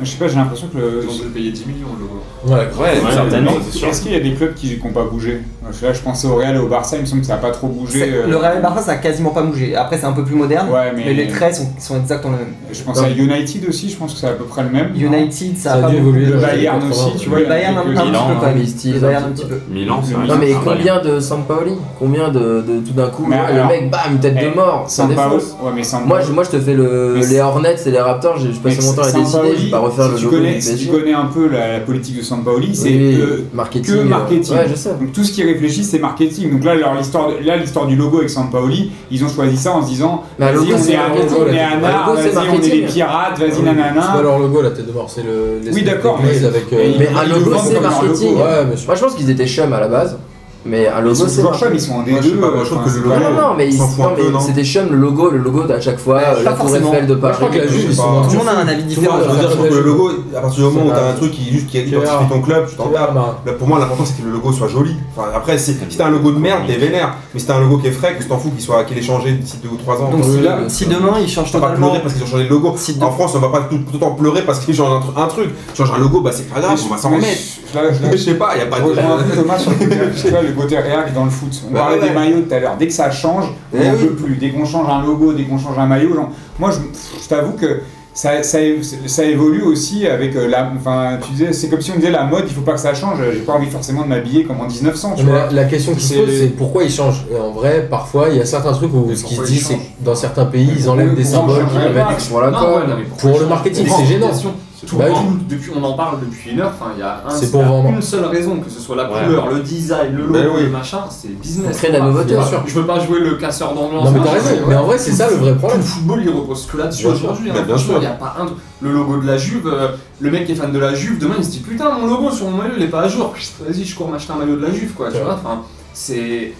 Speaker 3: Je sais pas, j'ai l'impression que le-
Speaker 6: Ils ont dû le payer 10 millions, le logo.
Speaker 1: Ouais.
Speaker 8: Ouais, certainement.
Speaker 7: c'est sûr.
Speaker 3: Est-ce qu'il y a des clubs qui n'ont pas bougé Là, je pensais au Real et au Barça, il me semble que ça n'a pas trop bougé.
Speaker 4: c'est-
Speaker 3: euh,
Speaker 4: le Real Barça ça a quasiment pas bougé après c'est un peu plus moderne
Speaker 3: Ouais, mais,
Speaker 4: mais, les traits sont, sont exactement les mêmes
Speaker 3: Je pense à United aussi, je pense que c'est à peu près le même.
Speaker 4: United ça,
Speaker 1: Ça a
Speaker 4: a pas
Speaker 1: dû
Speaker 4: beaucoup-
Speaker 1: évoluer.
Speaker 3: Le Bayern aussi, tu vois.
Speaker 4: le
Speaker 3: il y a
Speaker 4: Bayern un, un
Speaker 3: quelques-
Speaker 4: petit
Speaker 8: Milan,
Speaker 4: peu quand même
Speaker 5: hein,
Speaker 4: le Bayern un petit peu
Speaker 7: Milan, c'est
Speaker 5: Non mais
Speaker 7: un-
Speaker 5: combien de Sampaoli Combien de, de tout d'un coup
Speaker 3: Ah, bah, Mais
Speaker 5: le
Speaker 3: alors-
Speaker 5: mec bam tête
Speaker 3: Eh,
Speaker 5: de mort ça
Speaker 3: Sampaoli-
Speaker 5: défonce.
Speaker 3: Ouais, mais Sampaoli-
Speaker 5: Moi je, moi je te fais le,
Speaker 3: Mais
Speaker 5: les Hornets et les Raptors, j'ai- je
Speaker 3: mais
Speaker 5: passais mon temps à les
Speaker 3: Sampaoli,
Speaker 5: dessiner, j'ai pas refaire le
Speaker 3: si tu
Speaker 5: logo
Speaker 3: connais,
Speaker 5: du
Speaker 3: si tu
Speaker 5: PSG.
Speaker 3: connais un peu la, la politique de Sampaoli, c'est
Speaker 5: Oui,
Speaker 3: euh,
Speaker 5: marketing.
Speaker 3: que
Speaker 5: euh,
Speaker 3: marketing.
Speaker 5: Ouais, je sais.
Speaker 3: donc tout ce qu'ils réfléchissent, c'est marketing. Donc là, leur histoire, de- là, l'histoire du logo avec Sampaoli, ils ont choisi ça en se disant,
Speaker 5: Mais un
Speaker 3: vas-y,
Speaker 5: logo,
Speaker 3: on
Speaker 5: c'est
Speaker 3: est un
Speaker 5: marketing.
Speaker 3: on est
Speaker 5: Un
Speaker 3: un art,
Speaker 5: logo, c'est
Speaker 3: vas-y, on est
Speaker 5: marketing.
Speaker 3: des pirates, vas-y,
Speaker 1: C'est pas
Speaker 3: nanana.
Speaker 1: leur logo la tête de mort, c'est le. l'espèce
Speaker 3: d'accord,
Speaker 1: de
Speaker 3: mais-
Speaker 1: glaze avec. euh,
Speaker 3: mais-
Speaker 5: Mais un
Speaker 3: Ils
Speaker 5: logo,
Speaker 3: le vendent
Speaker 5: c'est
Speaker 3: comme un logo,
Speaker 5: marketing.
Speaker 1: Ouais, mais je-
Speaker 5: Moi, je pense qu'ils étaient chums à la base, mais un
Speaker 3: Ils
Speaker 5: logo,
Speaker 3: sont
Speaker 5: c'est
Speaker 3: toujours chums,
Speaker 5: marketing.
Speaker 3: ils sont en
Speaker 2: Moi, je sais
Speaker 3: D2.
Speaker 2: pas, moi, je
Speaker 3: euh, enfin,
Speaker 2: trouve que le
Speaker 3: c'est
Speaker 2: logo-
Speaker 3: pas-
Speaker 5: Non, non, non, mais, ils-
Speaker 2: Sans point
Speaker 5: non,
Speaker 2: peu,
Speaker 5: mais
Speaker 2: non.
Speaker 5: c'était chum, le logo, le logo à chaque fois, euh, la
Speaker 4: pas
Speaker 5: tour
Speaker 4: forcément.
Speaker 5: Eiffel de
Speaker 1: Moi, je
Speaker 5: Paris. euh,
Speaker 1: crois que la
Speaker 2: je
Speaker 1: juge,
Speaker 2: sais
Speaker 1: ils
Speaker 2: pas.
Speaker 1: sont dans
Speaker 2: Tout
Speaker 4: Tout
Speaker 1: le
Speaker 4: le monde a un avis
Speaker 1: Tout le
Speaker 2: Je
Speaker 1: monde
Speaker 4: différent.
Speaker 1: a-
Speaker 2: veux dire, je trouve que le logo, à partir du moment
Speaker 1: C'est
Speaker 2: où t'as
Speaker 1: pas-
Speaker 2: un truc qui juste
Speaker 1: Tu
Speaker 2: qui
Speaker 1: verras.
Speaker 2: identifie ton club, tu t'en tapes.
Speaker 1: monde.
Speaker 2: Là, Bah, pour moi, l'important c'est que le logo soit joli. Enfin, après, si, si t'as un logo de merde, t'es vénère. Mais si t'as un logo qui est frais, que tu t'en fous qu'il soit qu'il ait changé d'ici 2 ou 3 ans,
Speaker 4: Donc
Speaker 2: on
Speaker 4: si,
Speaker 2: peut-
Speaker 4: si demain ils changent
Speaker 2: euh, on va pas
Speaker 4: totalement.
Speaker 2: pleurer parce qu'ils ont changé le logo.
Speaker 4: Si de-
Speaker 2: En France, on va pas tout, tout le temps pleurer parce qu'ils changent un, tru- un truc. Tu changes un logo, bah c'est pas grave, on va s'en
Speaker 3: Mais
Speaker 2: remettre.
Speaker 3: je- je- je-
Speaker 2: Je sais pas, Ah, y a pas
Speaker 3: Je
Speaker 2: de.
Speaker 3: rejoins un peu Thomas sur le côté- tu vois, le côté réac dans le foot. On
Speaker 2: Bah
Speaker 3: parlait
Speaker 2: ouais.
Speaker 3: des maillots tout à l'heure. Dès que ça change, on
Speaker 2: Eh
Speaker 3: n'en
Speaker 2: oui.
Speaker 3: peut plus. Dès qu'on change un logo, dès qu'on change un maillot, genre- moi je, je t'avoue que ça, ça, é- ça évolue aussi avec euh, la. Enfin, tu disais, c'est comme si on disait la mode, il faut pas que ça change. J'ai pas envie forcément de m'habiller comme en 1900, tu
Speaker 1: Mais
Speaker 3: vois.
Speaker 1: la, la question qui se
Speaker 3: C'est-
Speaker 1: pose, c'est pourquoi ils changent. Et en vrai, parfois, il y a certains trucs où
Speaker 6: Mais
Speaker 1: ce qui se
Speaker 6: pourquoi
Speaker 1: dit,
Speaker 6: ils
Speaker 1: c'est
Speaker 6: changent
Speaker 1: que dans certains pays,
Speaker 3: Mais
Speaker 1: ils enlèvent
Speaker 3: pourquoi-
Speaker 1: des
Speaker 3: pourquoi on
Speaker 1: symboles,
Speaker 3: changerait
Speaker 1: ils mettent
Speaker 6: pas
Speaker 1: des X sur la
Speaker 6: Non,
Speaker 1: colle.
Speaker 6: ouais, non, mais pourquoi
Speaker 1: Pour
Speaker 6: ils
Speaker 1: le
Speaker 6: changent
Speaker 1: marketing,
Speaker 6: Les
Speaker 1: c'est gênant.
Speaker 6: explications. Tout
Speaker 1: Bah
Speaker 6: le
Speaker 1: oui.
Speaker 6: monde, depuis, on en parle depuis une heure. Enfin, il y a un-
Speaker 1: C'est
Speaker 6: il y
Speaker 1: pour
Speaker 6: a
Speaker 1: vendre.
Speaker 6: une seule raison, que ce soit la
Speaker 8: Ouais.
Speaker 6: couleur, le design, le logo,
Speaker 2: Ben oui.
Speaker 6: le machin, c'est business.
Speaker 5: On crée de la
Speaker 6: Enfin,
Speaker 5: nouveauté,
Speaker 6: je veux
Speaker 1: bien
Speaker 6: pas- Je veux pas jouer le casseur d'ambiance.
Speaker 1: Non, mais t'as
Speaker 6: machin,
Speaker 1: raison.
Speaker 6: c'est-
Speaker 1: Mais en vrai, c'est ça le vrai
Speaker 6: Tout
Speaker 1: problème.
Speaker 6: le football il repose que là-dessus
Speaker 2: Bien
Speaker 6: aujourd'hui.
Speaker 2: sûr.
Speaker 6: hein.
Speaker 2: Bah, bien
Speaker 6: Franchement,
Speaker 2: sûr.
Speaker 6: Il n'y a pas un truc. Le logo de la Juve, euh, le mec qui est fan de la Juve, demain il se dit putain mon logo sur mon maillot il est pas à jour. Chut, Vas-y je cours m'acheter un maillot de la Juve quoi. Tu
Speaker 1: Ouais.
Speaker 6: vois. Enfin c'est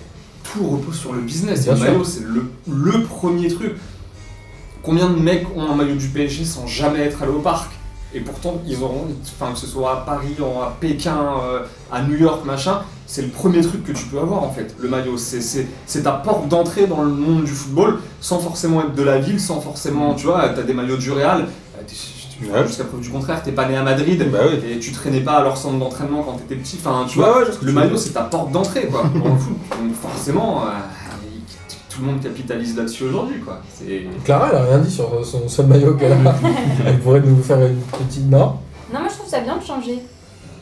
Speaker 6: tout repose sur le business. Et
Speaker 1: Bien
Speaker 6: le
Speaker 1: sûr.
Speaker 6: maillot c'est le, le premier truc. Combien de mecs ont un maillot du PSG sans jamais être allé au parc Et pourtant ils auront, enfin que ce soit à Paris, en- à Pékin, euh, à New York machin, c'est le premier truc que tu peux avoir en fait. Le maillot c'est c'est- c'est ta porte d'entrée dans le monde du football sans forcément être de la ville, sans forcément, tu vois, t'as des maillots du Real, euh, t'es- tu-
Speaker 2: Ouais.
Speaker 6: jusqu'à preuve du contraire, t'es pas né à Madrid,
Speaker 2: Bah oui. Bah
Speaker 6: et tu traînais pas à leur centre d'entraînement quand t'étais petit, enfin, tu
Speaker 2: Ouais,
Speaker 6: vois,
Speaker 2: ouais, je sais ce que
Speaker 6: le
Speaker 2: tu veux
Speaker 6: maillot
Speaker 2: dire.
Speaker 6: c'est ta porte d'entrée, quoi, dans le foot. Donc forcément, euh, tout le monde capitalise là-dessus aujourd'hui, quoi. C'est...
Speaker 1: Clara, elle a rien dit sur son seul maillot qu'elle a. Elle pourrait nous faire une petite. Non
Speaker 9: Non, moi je trouve ça bien de changer.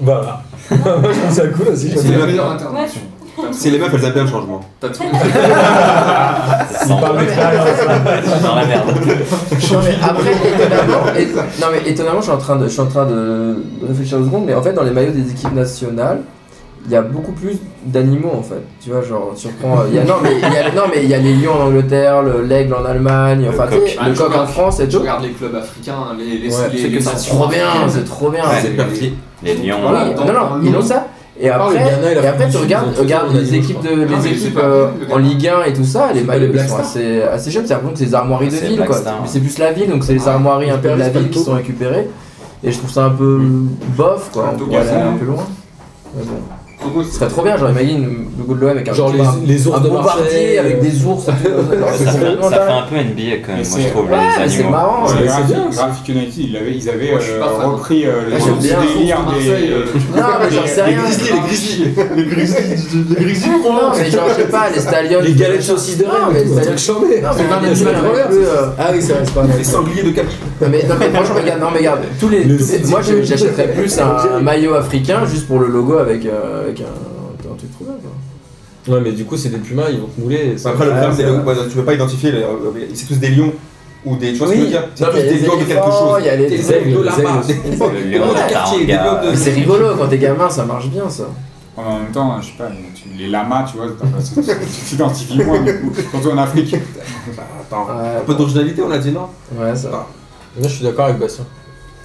Speaker 1: Voilà. Moi, je trouve ça cool aussi.
Speaker 6: C'est
Speaker 1: j'aime
Speaker 6: la
Speaker 1: bien.
Speaker 6: meilleure intervention. T'as
Speaker 2: C'est les meufs, elles aiment bien le changement.
Speaker 6: T'as trouvé-
Speaker 8: Ça
Speaker 1: Il parle d'expérience.
Speaker 8: dans la merde.
Speaker 5: Non, mais après, étonnamment, é- non, mais étonnamment, je suis en train de, je suis en train de de réfléchir deux secondes, mais en fait, dans les maillots des équipes nationales, il y a beaucoup plus d'animaux en fait. Tu vois, genre, tu reprends. euh, il y a- non, mais il y a, non, mais il y a les lions en Angleterre, le- l'aigle en Allemagne, enfin, tu sais,
Speaker 6: coq.
Speaker 5: le coq en France et
Speaker 6: Je
Speaker 5: tout.
Speaker 6: regarde les clubs africains, les les
Speaker 5: Ouais,
Speaker 6: les-
Speaker 5: c'est
Speaker 6: les
Speaker 5: que c'est
Speaker 6: nations
Speaker 5: trop bien,
Speaker 6: africaines.
Speaker 5: c'est trop bien.
Speaker 2: Ouais.
Speaker 6: C'est parti.
Speaker 8: Les lions.
Speaker 5: Voilà,
Speaker 6: Dans-
Speaker 5: non,
Speaker 6: dans
Speaker 5: non,
Speaker 6: le
Speaker 5: ils ont
Speaker 6: monde.
Speaker 5: ça. Et
Speaker 1: Ah,
Speaker 5: après,
Speaker 1: le Ghana et
Speaker 5: et
Speaker 1: l'Afrique
Speaker 5: après
Speaker 1: du Sud, ils
Speaker 5: tu
Speaker 1: ont
Speaker 5: regardes,
Speaker 1: tous
Speaker 5: regardes
Speaker 1: des
Speaker 5: les
Speaker 1: animaux,
Speaker 5: équipes,
Speaker 1: je
Speaker 5: de, les
Speaker 6: Non, mais c'est
Speaker 5: équipes
Speaker 6: pas
Speaker 5: euh,
Speaker 6: cool, le
Speaker 5: en
Speaker 6: Ghana.
Speaker 5: Ligue 1 et tout ça, les
Speaker 1: pas
Speaker 5: maillots
Speaker 1: les Black
Speaker 5: sont
Speaker 1: Stars.
Speaker 5: assez, assez jeunes. C'est vraiment que c'est des armoiries de
Speaker 8: C'est
Speaker 5: ville,
Speaker 8: Black
Speaker 5: quoi.
Speaker 8: Stars,
Speaker 5: Mais
Speaker 8: ouais.
Speaker 5: c'est plus la ville, donc c'est les armoiries un peu de la
Speaker 1: J'espère que
Speaker 5: ville
Speaker 1: c'est
Speaker 5: qui sont
Speaker 1: pas
Speaker 5: récupérées. Et je trouve ça un peu bof, quoi. On
Speaker 6: Plutôt
Speaker 5: pourrait aller
Speaker 6: Gaza.
Speaker 5: un peu loin. Mais bon.
Speaker 6: Togo,
Speaker 5: Ce serait trop bien, genre imagine le logo de l'OM avec un
Speaker 1: Genre
Speaker 5: petit
Speaker 1: les-
Speaker 5: bar-
Speaker 1: les ours
Speaker 5: un
Speaker 1: de
Speaker 5: beau
Speaker 1: Marseille,
Speaker 5: parquet
Speaker 1: euh,
Speaker 5: avec des ours. et tout. Non,
Speaker 8: Ça,
Speaker 5: c'est
Speaker 8: ça fait
Speaker 5: complètement dingue.
Speaker 8: un peu NBA quand
Speaker 3: Mais
Speaker 8: même, moi
Speaker 3: c'est-
Speaker 8: je
Speaker 5: Ouais,
Speaker 8: trouve, les
Speaker 5: mais c'est
Speaker 8: animaux.
Speaker 5: marrant.
Speaker 1: Ouais.
Speaker 5: ça.
Speaker 1: c'est
Speaker 3: euh, Graphic-
Speaker 1: bien, ça.
Speaker 3: Graphic United, ils avaient- ils avaient
Speaker 6: Moi, je suis pas
Speaker 3: euh,
Speaker 6: fan.
Speaker 3: repris euh,
Speaker 5: Ah,
Speaker 3: le
Speaker 5: j'aime bien. euh,
Speaker 3: délire
Speaker 2: euh.
Speaker 3: des. euh,
Speaker 5: Non, mais j'en sais rien.
Speaker 6: les grizzlies, les grizzlies
Speaker 5: Non, mais genre, je sais pas, les stallions.
Speaker 1: euh, Les galettes saucisses de
Speaker 5: Non,
Speaker 1: Rennes,
Speaker 5: mais
Speaker 1: mais c'est
Speaker 5: c'est-
Speaker 1: un chambé.
Speaker 5: Non, mais
Speaker 1: mais
Speaker 5: c'est
Speaker 1: c'est
Speaker 5: pas
Speaker 1: pas grave.
Speaker 5: plus, euh,
Speaker 1: Ah oui, c'est vrai, c'est pas mal.
Speaker 2: Les sangliers de Cali.
Speaker 5: Non mais, non mais franchement regarde, non mais regarde, tous les,
Speaker 1: Le
Speaker 5: tous les-
Speaker 1: site
Speaker 5: moi
Speaker 1: du
Speaker 5: je-
Speaker 1: pays.
Speaker 5: j'achèterais plus un, un maillot africain juste pour le logo avec, euh, avec un, un truc trop bien quoi.
Speaker 1: Ouais, mais du coup, c'est des pumas, ils vont te mouler. et ça-
Speaker 2: Après, le
Speaker 5: Ouais,
Speaker 2: problème,
Speaker 5: c'est
Speaker 2: c'est que
Speaker 5: vrai.
Speaker 2: tu peux pas identifier. les- euh, C'est tous des lions ou des. Tu vois ce que je veux dire C'est
Speaker 5: non,
Speaker 2: tous
Speaker 5: mais il y a
Speaker 2: des
Speaker 5: les
Speaker 2: lions de quelque
Speaker 5: éléphants,
Speaker 2: chose.
Speaker 5: il y a les-
Speaker 1: Des aigles, des aigles aussi.
Speaker 8: Le lion, la taranga.
Speaker 5: Mais C'est rigolo quand t'es gamin, ça marche bien ça.
Speaker 3: En même temps, je sais pas, tu- les lamas, tu vois, t'as- t'as- tu t'identifies moins du coup. Surtout en Afrique.
Speaker 2: Attends,
Speaker 5: Ouais.
Speaker 2: un peu d'originalité, on a dit non
Speaker 5: Ouais, ça.
Speaker 1: Moi, je suis d'accord avec Bastien.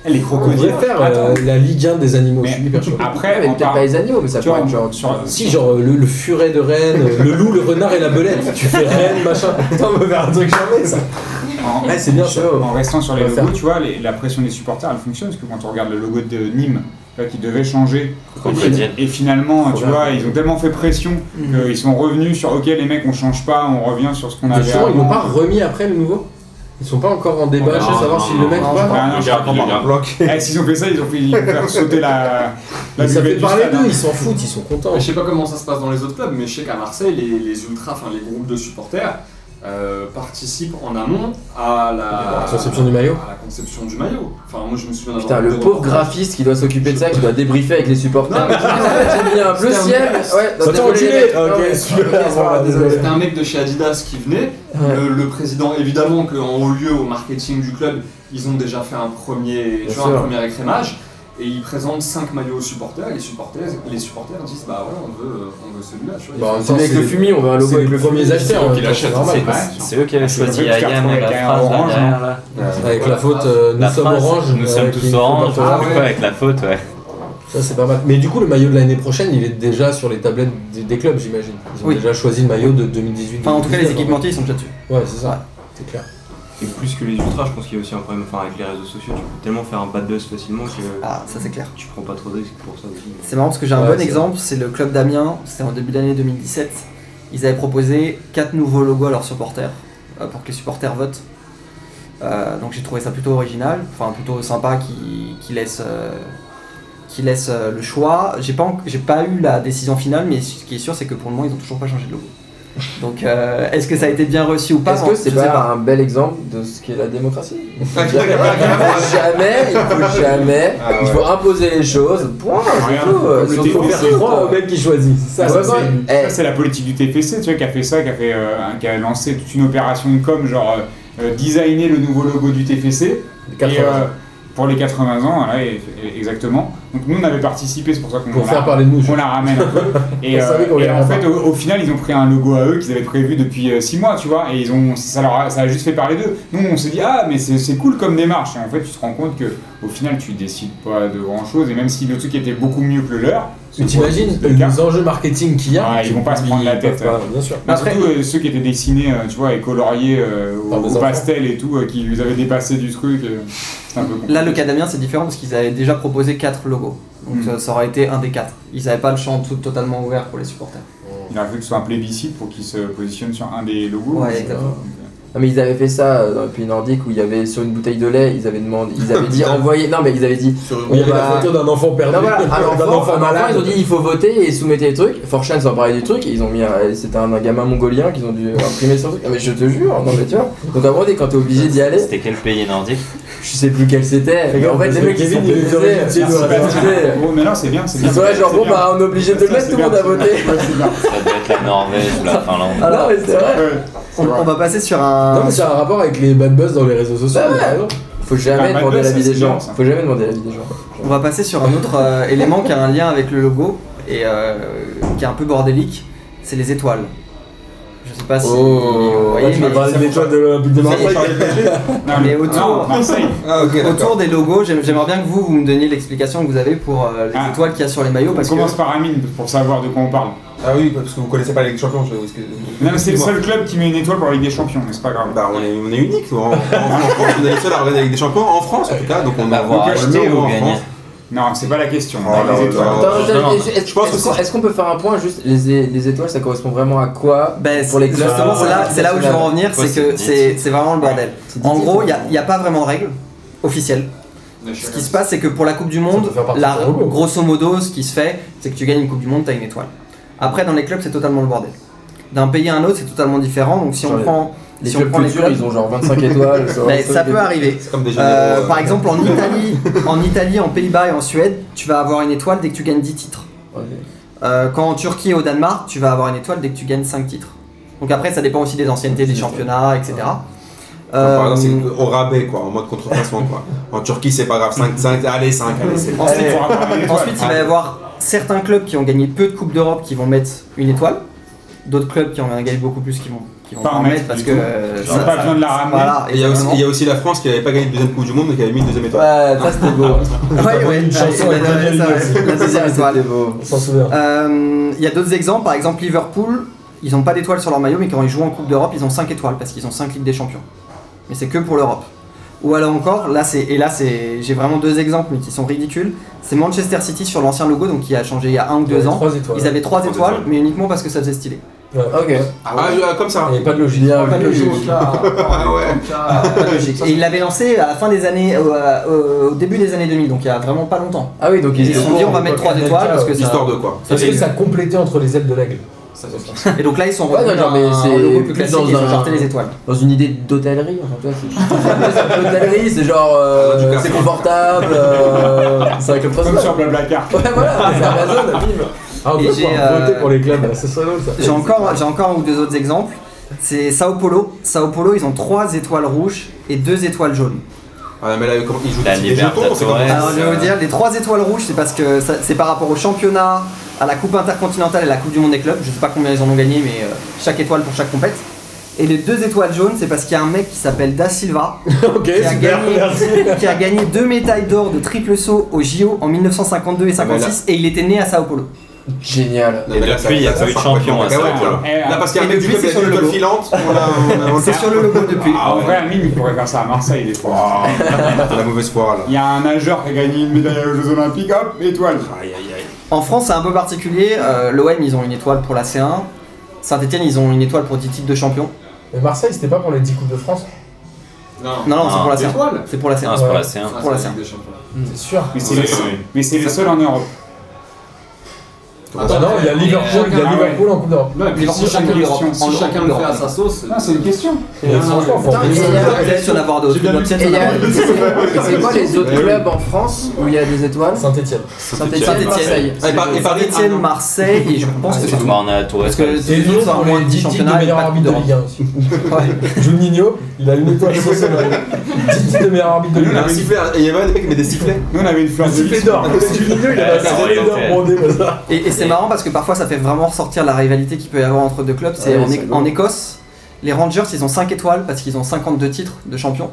Speaker 3: Eh, Les
Speaker 1: On devrait
Speaker 3: crocodiles.
Speaker 1: faire
Speaker 3: Attends.
Speaker 1: euh, la Ligue 1 des animaux, je
Speaker 3: Mais-
Speaker 1: suis hyper chaud.
Speaker 5: Ouais,
Speaker 3: Après,
Speaker 5: mais
Speaker 3: on
Speaker 5: peut-être pas
Speaker 3: parle-
Speaker 5: les animaux, mais ça
Speaker 3: tu
Speaker 5: pourrait
Speaker 3: vois,
Speaker 5: être genre.
Speaker 3: sur-
Speaker 1: Si, genre euh, le, le furet de Rennes, euh, le loup, le renard et la belette, tu fais Rennes, machin. Putain, on va faire un truc jamais ça.
Speaker 3: en-
Speaker 1: Ouais, c'est bien chaud.
Speaker 3: En restant sur les
Speaker 1: On va
Speaker 3: logos, tu vois, les- la pression des supporters, elle fonctionne. Parce que quand on regarde le logo de Nîmes, là, qui devait changer,
Speaker 8: Crocodile.
Speaker 3: et finalement, tu
Speaker 1: Faut
Speaker 3: vois, ils ont tellement fait pression qu'ils sont revenus sur OK, les mecs, on change pas, on revient sur ce qu'on
Speaker 1: Mais
Speaker 3: avait.
Speaker 1: sûrement, ils
Speaker 3: avant.
Speaker 1: l'ont pas remis après le nouveau Ils sont pas encore en débat,
Speaker 7: Non,
Speaker 1: je sais
Speaker 7: non,
Speaker 1: savoir s'ils le
Speaker 7: non,
Speaker 1: mettent ou
Speaker 3: non,
Speaker 1: pas.
Speaker 3: non. Ah,
Speaker 7: Le
Speaker 3: je
Speaker 7: garde,
Speaker 3: comprends
Speaker 7: il le
Speaker 3: pas.
Speaker 7: garde.
Speaker 3: Eh, S'ils ont fait ça, ils ont fait ils vont faire sauter la. la
Speaker 1: Mais ça
Speaker 3: buvette
Speaker 1: fait
Speaker 3: du
Speaker 1: parler
Speaker 3: stade, hein.
Speaker 1: d'eux, ils s'en foutent, ils sont contents.
Speaker 6: Je sais pas comment ça se passe dans les autres clubs, mais je sais qu'à Marseille, les, les ultras, enfin les groupes de supporters, euh, participent en amont à la,
Speaker 1: À la conception du maillot.
Speaker 6: à la conception du maillot. Enfin, moi je me souviens d'avoir.
Speaker 5: Putain, le
Speaker 6: des
Speaker 5: pauvre
Speaker 6: reportages.
Speaker 5: graphiste qui doit s'occuper de ça, qui doit débriefer avec les supporters.
Speaker 6: Non, mais-
Speaker 5: J'ai mis un bleu
Speaker 6: C'était un-
Speaker 5: ciel. Ouais,
Speaker 1: Ça t'a
Speaker 5: désolé,
Speaker 1: enculé.
Speaker 5: les mecs.
Speaker 1: Ok,
Speaker 5: Ouais,
Speaker 1: super,
Speaker 5: ok, c'est pas
Speaker 1: voilà,
Speaker 5: grave, désolé.
Speaker 6: C'était un mec de chez Adidas qui venait.
Speaker 5: Ouais.
Speaker 6: Le, le président, évidemment, qu'en haut lieu au marketing du club, ils ont déjà fait un premier,
Speaker 5: Bien
Speaker 6: tu vois,
Speaker 5: sûr.
Speaker 6: un premier écrémage. Et ils présentent 5 maillots aux supporters. Les supporters, les supporters disent Bah voilà, on veut, euh, on veut celui-là. Tu vois.
Speaker 1: Bah, en même
Speaker 5: C'est
Speaker 1: temps,
Speaker 5: avec le
Speaker 1: c'est-
Speaker 5: fumier, on va
Speaker 1: c'est
Speaker 5: un logo avec
Speaker 1: les
Speaker 5: le
Speaker 1: premiers
Speaker 5: fumier.
Speaker 1: acheteurs en même
Speaker 7: Qui
Speaker 1: temps, euh, c'est
Speaker 7: l'achètent,
Speaker 1: normal.
Speaker 7: c'est-
Speaker 8: C'est eux qui avaient choisi
Speaker 3: le mec qui a
Speaker 8: Ayam et
Speaker 3: retrouvé
Speaker 8: la
Speaker 3: un
Speaker 8: phrase là,
Speaker 3: orange,
Speaker 8: derrière, là.
Speaker 3: hein.
Speaker 1: Avec la faute euh, Nous
Speaker 8: La
Speaker 1: sommes
Speaker 8: phrase,
Speaker 1: orange.
Speaker 8: Nous
Speaker 1: euh,
Speaker 8: sommes
Speaker 1: qui-
Speaker 8: tous orange.
Speaker 1: Ah ouais.
Speaker 8: Ouais, Avec la faute, ouais.
Speaker 1: Ça c'est pas mal. Mais du coup, le maillot de l'année prochaine, il est déjà sur les tablettes des, des clubs, j'imagine. Ils ont
Speaker 4: Oui.
Speaker 1: déjà choisi le maillot de 2018.
Speaker 4: Enfin, en tout cas, les
Speaker 1: 2019,
Speaker 4: équipementiers, ils sont déjà dessus.
Speaker 1: hein. Ouais, c'est ça. C'est clair.
Speaker 10: Et plus que les ultras, je pense qu'il y a aussi un problème enfin, avec les réseaux sociaux. Tu peux tellement faire un bad buzz facilement que
Speaker 4: Ah, ça c'est clair.
Speaker 10: tu prends pas trop de risques pour ça aussi.
Speaker 4: C'est marrant parce que j'ai un
Speaker 1: Ouais,
Speaker 4: bon
Speaker 1: c'est
Speaker 4: exemple, c'est le club d'Amiens, c'était en début d'année 2017. Ils avaient proposé quatre nouveaux logos à leurs supporters euh, pour que les supporters votent. Euh, donc j'ai trouvé ça plutôt original, enfin plutôt sympa qui, qui laisse, euh, qui laisse euh, le choix. J'ai pas, en- j'ai pas eu la décision finale, mais ce qui est sûr, c'est que pour le moment, ils ont toujours pas changé de logo. Donc euh, est-ce que ça a été bien reçu ou pas
Speaker 5: Est-ce
Speaker 4: Bon,
Speaker 5: que c'est
Speaker 4: je sais
Speaker 5: pas, un bel exemple de ce qu'est la démocratie Il faut
Speaker 3: Ouais,
Speaker 5: jamais, il faut jamais, il faut, jamais,
Speaker 2: Ah ouais.
Speaker 5: il faut imposer les choses, point, c'est
Speaker 3: Regarde,
Speaker 5: tout.
Speaker 3: comme
Speaker 5: euh,
Speaker 3: le
Speaker 5: surtout
Speaker 3: tennis,
Speaker 5: faire
Speaker 3: c'est
Speaker 5: croire au mec.
Speaker 1: qui choisit. C'est
Speaker 5: Ouais,
Speaker 1: ça,
Speaker 5: ouais.
Speaker 1: c'est-
Speaker 5: Eh,
Speaker 3: bah, Ça, hein. c'est la politique du TFC, tu vois, qui a fait ça, qui a, fait, euh, qui a lancé toute une opération de com, genre euh, euh, designer le nouveau logo du TFC. Et,
Speaker 1: 80.
Speaker 3: euh, pour les 80 ans, voilà, et- et- exactement. Donc nous, on avait participé, c'est pour ça qu'on
Speaker 1: Pour
Speaker 3: l'a-
Speaker 1: faire parler de nous. je-
Speaker 3: on la ramène un peu. Et, euh,
Speaker 1: On savait qu'on
Speaker 3: et
Speaker 1: verrait
Speaker 3: en
Speaker 1: pas.
Speaker 3: fait, au, au final, ils ont pris un logo à eux qu'ils avaient prévu depuis 6 mois, tu vois. Et ils ont, ça, leur a, ça a juste fait parler d'eux. Nous, on s'est dit, ah, mais c'est c'est cool comme démarche. Et en fait, tu te rends compte que au final, tu décides pas de grand chose. Et même si le truc était beaucoup mieux que le leur,
Speaker 1: Tu t'imagines
Speaker 3: c'est le cas.
Speaker 1: les enjeux marketing qu'il y a
Speaker 3: Ouais, ils vont pas se prendre la
Speaker 1: ils peuvent
Speaker 3: tête,
Speaker 1: pas, Bien sûr.
Speaker 3: Mais
Speaker 4: Après-
Speaker 3: surtout euh, ceux qui étaient dessinés, euh, tu vois, et coloriés euh, au,
Speaker 1: Par des
Speaker 3: au
Speaker 1: enfants.
Speaker 3: pastel et tout, euh, qui nous avaient dépassé du truc. euh, c'est un peu compliqué.
Speaker 4: Là, le cas d'Amiens, c'est différent parce qu'ils avaient déjà proposé quatre logos. Donc
Speaker 3: Mm.
Speaker 4: ça, ça aurait été un des quatre. Ils n'avaient pas le champ tout- totalement ouvert pour les supporters.
Speaker 3: Il a fallu que ce soit un plébiscite pour qu'ils se positionnent sur un des logos.
Speaker 4: Ouais, exactement.
Speaker 3: Donc, euh,
Speaker 5: Non, mais ils avaient fait ça euh, dans les pays nordiques où il y avait sur une bouteille de lait, ils avaient demandé, ils avaient dit envoyez, non mais ils avaient dit
Speaker 2: Sur
Speaker 1: Il y
Speaker 5: On
Speaker 1: avait la
Speaker 4: bah,
Speaker 5: va-
Speaker 1: photo d'un enfant perdu,
Speaker 5: Non, voilà,
Speaker 4: Ah,
Speaker 5: un enfant,
Speaker 1: d'un enfant
Speaker 5: un enfant,
Speaker 1: malade.
Speaker 5: ils ont dit il faut voter et soumettez les trucs. Forchan s'en parlait du truc, et ils ont mis un- c'était un, un gamin mongolien qu'ils ont dû imprimer sur le truc. Ah, mais je te jure, non mais tu vois. Donc à un moment donné, quand t'es obligé d'y aller,
Speaker 8: C'était quel pays nordique
Speaker 5: je sais plus quel c'était.
Speaker 1: Fais
Speaker 5: mais en
Speaker 1: gaffe,
Speaker 5: fait,
Speaker 1: parce
Speaker 5: les
Speaker 1: que
Speaker 5: mecs ils sont
Speaker 1: Kevin, il est
Speaker 5: pétés.
Speaker 1: originaire, tu
Speaker 5: Ils sont
Speaker 1: dois
Speaker 5: pétés.
Speaker 3: Bon, mais non, c'est bien, c'est bien.
Speaker 5: Ils sont là genre
Speaker 3: C'est
Speaker 5: bon
Speaker 3: bien.
Speaker 5: bah on est obligé de le
Speaker 3: Ça,
Speaker 5: mettre,
Speaker 3: c'est
Speaker 5: tout le
Speaker 3: bien,
Speaker 5: monde a
Speaker 3: c'est bien.
Speaker 5: voté.
Speaker 3: Ouais, c'est bien.
Speaker 8: Ça devait être la Norvège ou la Finlande.
Speaker 5: Non mais c'est vrai.
Speaker 3: Ouais.
Speaker 4: On, on va passer sur un.
Speaker 1: Non, mais c'est un rapport avec les bad buzz dans les réseaux sociaux.
Speaker 5: Ouais.
Speaker 1: mais par exemple.
Speaker 5: Faut jamais
Speaker 3: Ah, bah,
Speaker 5: demander
Speaker 3: ça,
Speaker 5: l'avis
Speaker 3: c'est
Speaker 5: des gens.
Speaker 3: bien, ça.
Speaker 5: Faut jamais demander l'avis des gens.
Speaker 4: On va passer sur un autre euh, élément qui a un lien avec le logo et euh, qui est un peu bordélique, c'est les étoiles. Je sais pas si vous
Speaker 5: Oh,
Speaker 4: voyez,
Speaker 1: Là, Ah, tu
Speaker 4: mais,
Speaker 1: m'as parlé de l'étoile de l'Olympique de Marseille.
Speaker 3: Non,
Speaker 4: Mais autour-
Speaker 3: non, Marseille.
Speaker 2: Ah, ok, d'accord.
Speaker 4: autour des logos, j'aime- j'aimerais bien que vous, vous me donniez l'explication que vous avez pour euh, les
Speaker 3: Ah.
Speaker 4: étoiles qu'il y a sur les maillots.
Speaker 3: On
Speaker 4: Parce que...
Speaker 3: commence par Amine pour savoir de quoi on parle.
Speaker 2: Ah oui, parce que vous connaissez pas les champions. Je...
Speaker 3: Non, mais c'est le seul club qui met une étoile pour la Ligue des Champions, mais c'est pas grave.
Speaker 2: Bah, on est, on est unique. En, en- en France, on est les seuls à regarder avec des champions. En France, en tout cas. Donc, on
Speaker 8: Avoir
Speaker 2: on- on-
Speaker 8: acheté
Speaker 2: on- on-
Speaker 8: ou
Speaker 2: en
Speaker 8: gagné
Speaker 2: France.
Speaker 3: Non, c'est pas la question.
Speaker 2: Oh là
Speaker 3: les
Speaker 2: là.
Speaker 3: étoiles.
Speaker 5: Attends,
Speaker 8: Non, non,
Speaker 5: est-ce-
Speaker 2: je pense
Speaker 5: est-ce
Speaker 2: que
Speaker 5: qu'on-
Speaker 2: c'est-
Speaker 5: Est-ce qu'on peut faire un point juste les, les étoiles ça correspond vraiment à quoi
Speaker 4: Ben,
Speaker 5: pour les clubs
Speaker 4: justement, c'est là, c'est là où je veux en venir,
Speaker 8: Ouais,
Speaker 4: c'est
Speaker 8: c'est
Speaker 4: que
Speaker 8: dit.
Speaker 4: c'est c'est vraiment le bordel. En gros, il n'y a, pas vraiment de règle officielle. Ce qui se passe, c'est que pour la Coupe du Monde,
Speaker 1: peut faire partie
Speaker 4: la-
Speaker 1: de ton logo.
Speaker 4: grosso modo, ce qui se fait, c'est que tu gagnes une Coupe du Monde, tu as une étoile. Après, dans les clubs, c'est totalement le bordel. D'un pays à un autre, c'est totalement différent. Donc, si
Speaker 5: Genre
Speaker 4: on
Speaker 5: les-
Speaker 4: prend,
Speaker 5: Les
Speaker 4: si on
Speaker 5: clubs
Speaker 4: prend les
Speaker 5: culture,
Speaker 4: clubs,
Speaker 5: ils ont genre 25 étoiles. sur
Speaker 4: ben,
Speaker 5: leur
Speaker 4: ça
Speaker 5: truc et
Speaker 4: peut
Speaker 5: tout.
Speaker 4: arriver.
Speaker 2: C'est comme des généraux.
Speaker 4: Euh,
Speaker 2: euh,
Speaker 4: par exemple, en Italie, en Italie, en Pays-Bas et en Suède, tu vas avoir une étoile dès que tu gagnes 10 titres.
Speaker 5: Ok.
Speaker 4: Euh, quand en Turquie et au Danemark, tu vas avoir une étoile dès que tu gagnes 5 titres. Donc après, ça dépend aussi des anciennetés des championnats, etc.
Speaker 2: Enfin,
Speaker 4: Euh,
Speaker 2: par exemple, c'est au rabais, quoi, en mode contrefaçon, quoi. En Turquie, c'est pas grave, 5, 5, allez, 5, allez, c'est bon.
Speaker 3: Ensuite, il faut avoir une étoile.
Speaker 4: ensuite, il va y avoir certains clubs qui ont gagné peu de Coupes d'Europe qui vont mettre une étoile. D'autres clubs qui en ont gagné beaucoup plus qui vont, qui vont
Speaker 3: Pas
Speaker 4: pas
Speaker 3: en
Speaker 4: en
Speaker 3: mettre
Speaker 4: mettre parce
Speaker 3: du
Speaker 4: que.
Speaker 3: tout.
Speaker 4: euh,
Speaker 3: Ils ont pas besoin de la ramener.
Speaker 4: Voilà,
Speaker 2: Et il y, a aussi,
Speaker 4: exactement.
Speaker 2: il y a aussi la France qui n'avait pas gagné de deuxième Coupe du Monde, mais qui avait mis une deuxième étoile.
Speaker 5: Ouais, ça c'était beau.
Speaker 4: Ouais, ouais,
Speaker 1: Une chanson
Speaker 4: ouais,
Speaker 1: avec
Speaker 4: ouais,
Speaker 1: Daniel
Speaker 4: ouais,
Speaker 1: Lewis.
Speaker 4: ouais, la deuxième
Speaker 5: Ça,
Speaker 4: étoile.
Speaker 5: c'était beau.
Speaker 1: On s'en souvient.
Speaker 4: Euh, Il y a d'autres exemples, par exemple Liverpool, ils n'ont pas d'étoiles sur leur maillot, mais quand ils jouent en Coupe d'Europe, ils ont 5 étoiles parce qu'ils ont 5 Ligues des Champions. Mais c'est que pour l'Europe. Ou alors encore, là c'est et là c'est j'ai vraiment deux exemples mais qui sont ridicules. C'est Manchester City sur l'ancien logo donc qui a changé il y a un ou deux ans.
Speaker 1: Trois étoiles.
Speaker 4: Ils avaient trois
Speaker 7: Trois
Speaker 4: étoiles,
Speaker 7: étoiles.
Speaker 4: mais uniquement parce que ça faisait stylé.
Speaker 5: Ok.
Speaker 2: Ah, je- comme ça.
Speaker 1: Il n'y avait pas de logique.
Speaker 5: Bien vu.
Speaker 2: Ah ouais.
Speaker 4: Pas logique. Et ils l'avaient lancé à la fin des années, au, euh, au début des années 2000, donc il y a vraiment pas longtemps.
Speaker 5: Ah oui, donc
Speaker 4: Ils
Speaker 5: ils
Speaker 4: se sont dit on va mettre trois étoiles parce que ça.
Speaker 2: Histoire de quoi.
Speaker 1: Est-ce que ça complétait entre les ailes de l'aigle
Speaker 6: Ça fait pitié.
Speaker 4: Et donc là, ils sont
Speaker 5: Ouais,
Speaker 4: revenus
Speaker 5: non, non,
Speaker 4: dans
Speaker 5: mais
Speaker 4: un
Speaker 5: c'est
Speaker 4: logo plus
Speaker 5: plus
Speaker 4: classique,
Speaker 5: dans
Speaker 4: ils ont
Speaker 5: un-
Speaker 4: jarté les étoiles.
Speaker 5: Dans une idée d'hôtellerie, enfin toi, c'est l'hôtellerie, c'est genre euh,
Speaker 2: Ah, du
Speaker 5: c'est
Speaker 2: café.
Speaker 5: confortable, euh, c'est avec le
Speaker 3: Comme sur
Speaker 5: principe.
Speaker 3: Blablacar.
Speaker 5: Ouais voilà, c'est Amazon, bim.
Speaker 1: Ah, on
Speaker 4: Et
Speaker 1: peut
Speaker 4: j'ai,
Speaker 1: pouvoir voter
Speaker 4: euh,
Speaker 1: pour les clubs, ce serait drôle ça.
Speaker 4: J'ai encore, j'ai encore un ou deux autres exemples. C'est Sao Paulo. Sao Paulo, ils ont trois étoiles rouges et deux étoiles jaunes.
Speaker 2: Ah, mais là, comment- ils jouent
Speaker 8: La
Speaker 2: des petits
Speaker 8: Libertadores.
Speaker 2: jetons, c'est comme
Speaker 4: Alors Ah, je vais vous dire, les trois étoiles rouges, c'est parce que ça- c'est par rapport au championnat, à la Coupe intercontinentale et la Coupe du Monde des clubs. Je sais pas combien ils en ont gagné, mais euh, chaque étoile pour chaque compète. Et les deux étoiles jaunes, c'est parce qu'il y a un mec qui s'appelle Da Silva,
Speaker 1: ok,
Speaker 4: qui a,
Speaker 1: super,
Speaker 4: gagné,
Speaker 1: merci.
Speaker 4: qui a gagné deux médailles d'or de triple saut au JO en 1952 et
Speaker 2: Ah, mais là-
Speaker 4: 56, et il était né à Sao Paulo.
Speaker 5: Génial.
Speaker 2: Non, mais là,
Speaker 8: Et
Speaker 2: ça-
Speaker 8: depuis, il y a
Speaker 2: ça- ça
Speaker 8: pas eu de
Speaker 2: part
Speaker 8: champion,
Speaker 2: complètement
Speaker 8: hein,
Speaker 2: en
Speaker 8: ça,
Speaker 2: cacahuète,
Speaker 3: ouais.
Speaker 2: là. Là, parce qu'il y a un
Speaker 4: Et
Speaker 2: mec du
Speaker 4: depuis,
Speaker 2: club
Speaker 4: c'est
Speaker 2: qui a
Speaker 4: sur
Speaker 2: une
Speaker 4: le
Speaker 2: étoile
Speaker 4: logo.
Speaker 2: filante, on l'a- on
Speaker 1: Ah,
Speaker 2: a- on
Speaker 4: C'est sur le logo depuis.
Speaker 3: Ah, en vrai, Amine, il pourrait faire ça à Marseille des fois.
Speaker 2: Ah. l'a- la mauvaise foi, là.
Speaker 3: Il y a un nageur qui a gagné une médaille aux Jeux Olympiques, hop, étoile.
Speaker 2: Aïe, aïe, aïe.
Speaker 4: En France, c'est un peu particulier. Euh, L'OM, ils ont une étoile pour la C1. Saint-Etienne, ils ont une étoile pour 10 titres de champion.
Speaker 1: Mais Marseille, c'était pas pour les 10 Coupes de France
Speaker 6: Non.
Speaker 4: Non, non, c'est
Speaker 8: Ah,
Speaker 4: pour la C1.
Speaker 6: Étoile
Speaker 4: C'est pour la C1.
Speaker 2: Ah,
Speaker 8: Non, c'est pour la C1.
Speaker 6: Enfin,
Speaker 4: Pour la
Speaker 6: c'est
Speaker 4: scène.
Speaker 6: Ligue des Champions.
Speaker 1: C'est sûr.
Speaker 3: Mais c'est
Speaker 7: Oui,
Speaker 3: les,
Speaker 7: oui.
Speaker 3: mais c'est les seuls en Europe.
Speaker 1: Ah non, il y a Liverpool, il y a
Speaker 3: Ah ouais.
Speaker 1: Liverpool en Coupe d'Europe.
Speaker 6: Non, et puis si
Speaker 4: Liverpool, champion
Speaker 6: chacun,
Speaker 4: d'Europe. En
Speaker 6: si chacun le
Speaker 4: Europe.
Speaker 6: fait à sa sauce.
Speaker 3: Non, c'est une question.
Speaker 1: Et
Speaker 6: Non,
Speaker 1: franchement,
Speaker 6: mais-
Speaker 1: faut
Speaker 4: Ah,
Speaker 6: Putain,
Speaker 1: remettre
Speaker 5: mais
Speaker 1: ça.
Speaker 5: il y a-
Speaker 4: Peut-être y en avoir d'autres.
Speaker 6: J'ai bien
Speaker 4: Notre
Speaker 6: vu.
Speaker 4: siècle,
Speaker 5: Et
Speaker 4: il
Speaker 5: il
Speaker 4: y
Speaker 5: y
Speaker 4: en a
Speaker 5: a-
Speaker 4: d'autres.
Speaker 5: et c'est quoi les autres clubs en France où il y a des étoiles
Speaker 1: Saint-Etienne.
Speaker 4: Saint-Étienne,
Speaker 5: Marseille.
Speaker 2: Ah, et par- et par-
Speaker 4: Saint-Etienne, Marseille, et je pense que c'est tout.
Speaker 8: Bah, on a la Tour
Speaker 4: Parce que
Speaker 8: Eiffel.
Speaker 4: tous
Speaker 1: Et
Speaker 4: les
Speaker 1: Lyon
Speaker 4: autres sont
Speaker 1: pour
Speaker 4: en moins
Speaker 1: les
Speaker 4: de
Speaker 1: 10
Speaker 4: 10
Speaker 1: titres de
Speaker 4: championnats et
Speaker 1: meilleur
Speaker 4: pas de
Speaker 1: arbitre
Speaker 4: Coupe
Speaker 1: de
Speaker 4: d'Europe.
Speaker 1: Ligue 1 aussi.
Speaker 4: Ouais.
Speaker 1: Juninho, il a une étoile sur son sommet. 10 titres de meilleur arbitre de Ligue
Speaker 2: Il y
Speaker 1: 1.
Speaker 2: a un sifflet, et il y avait des mecs qui mettaient des sifflets.
Speaker 3: Nous, on avait une fleur
Speaker 1: Un
Speaker 3: de
Speaker 1: sifflet
Speaker 3: lys.
Speaker 1: d'or. Juninho, il a un
Speaker 8: Ouais,
Speaker 1: sifflet
Speaker 8: ouais,
Speaker 1: d'or
Speaker 8: ouais.
Speaker 1: bondé comme ça.
Speaker 4: Et, et c'est marrant parce que parfois ça fait vraiment ressortir la rivalité qu'il peut y avoir entre deux clubs. Ah C'est
Speaker 5: Ouais,
Speaker 4: en,
Speaker 5: c'est
Speaker 4: Éc-
Speaker 5: beau.
Speaker 4: en Écosse, les Rangers, ils ont 5 étoiles parce qu'ils ont 52 titres de champion.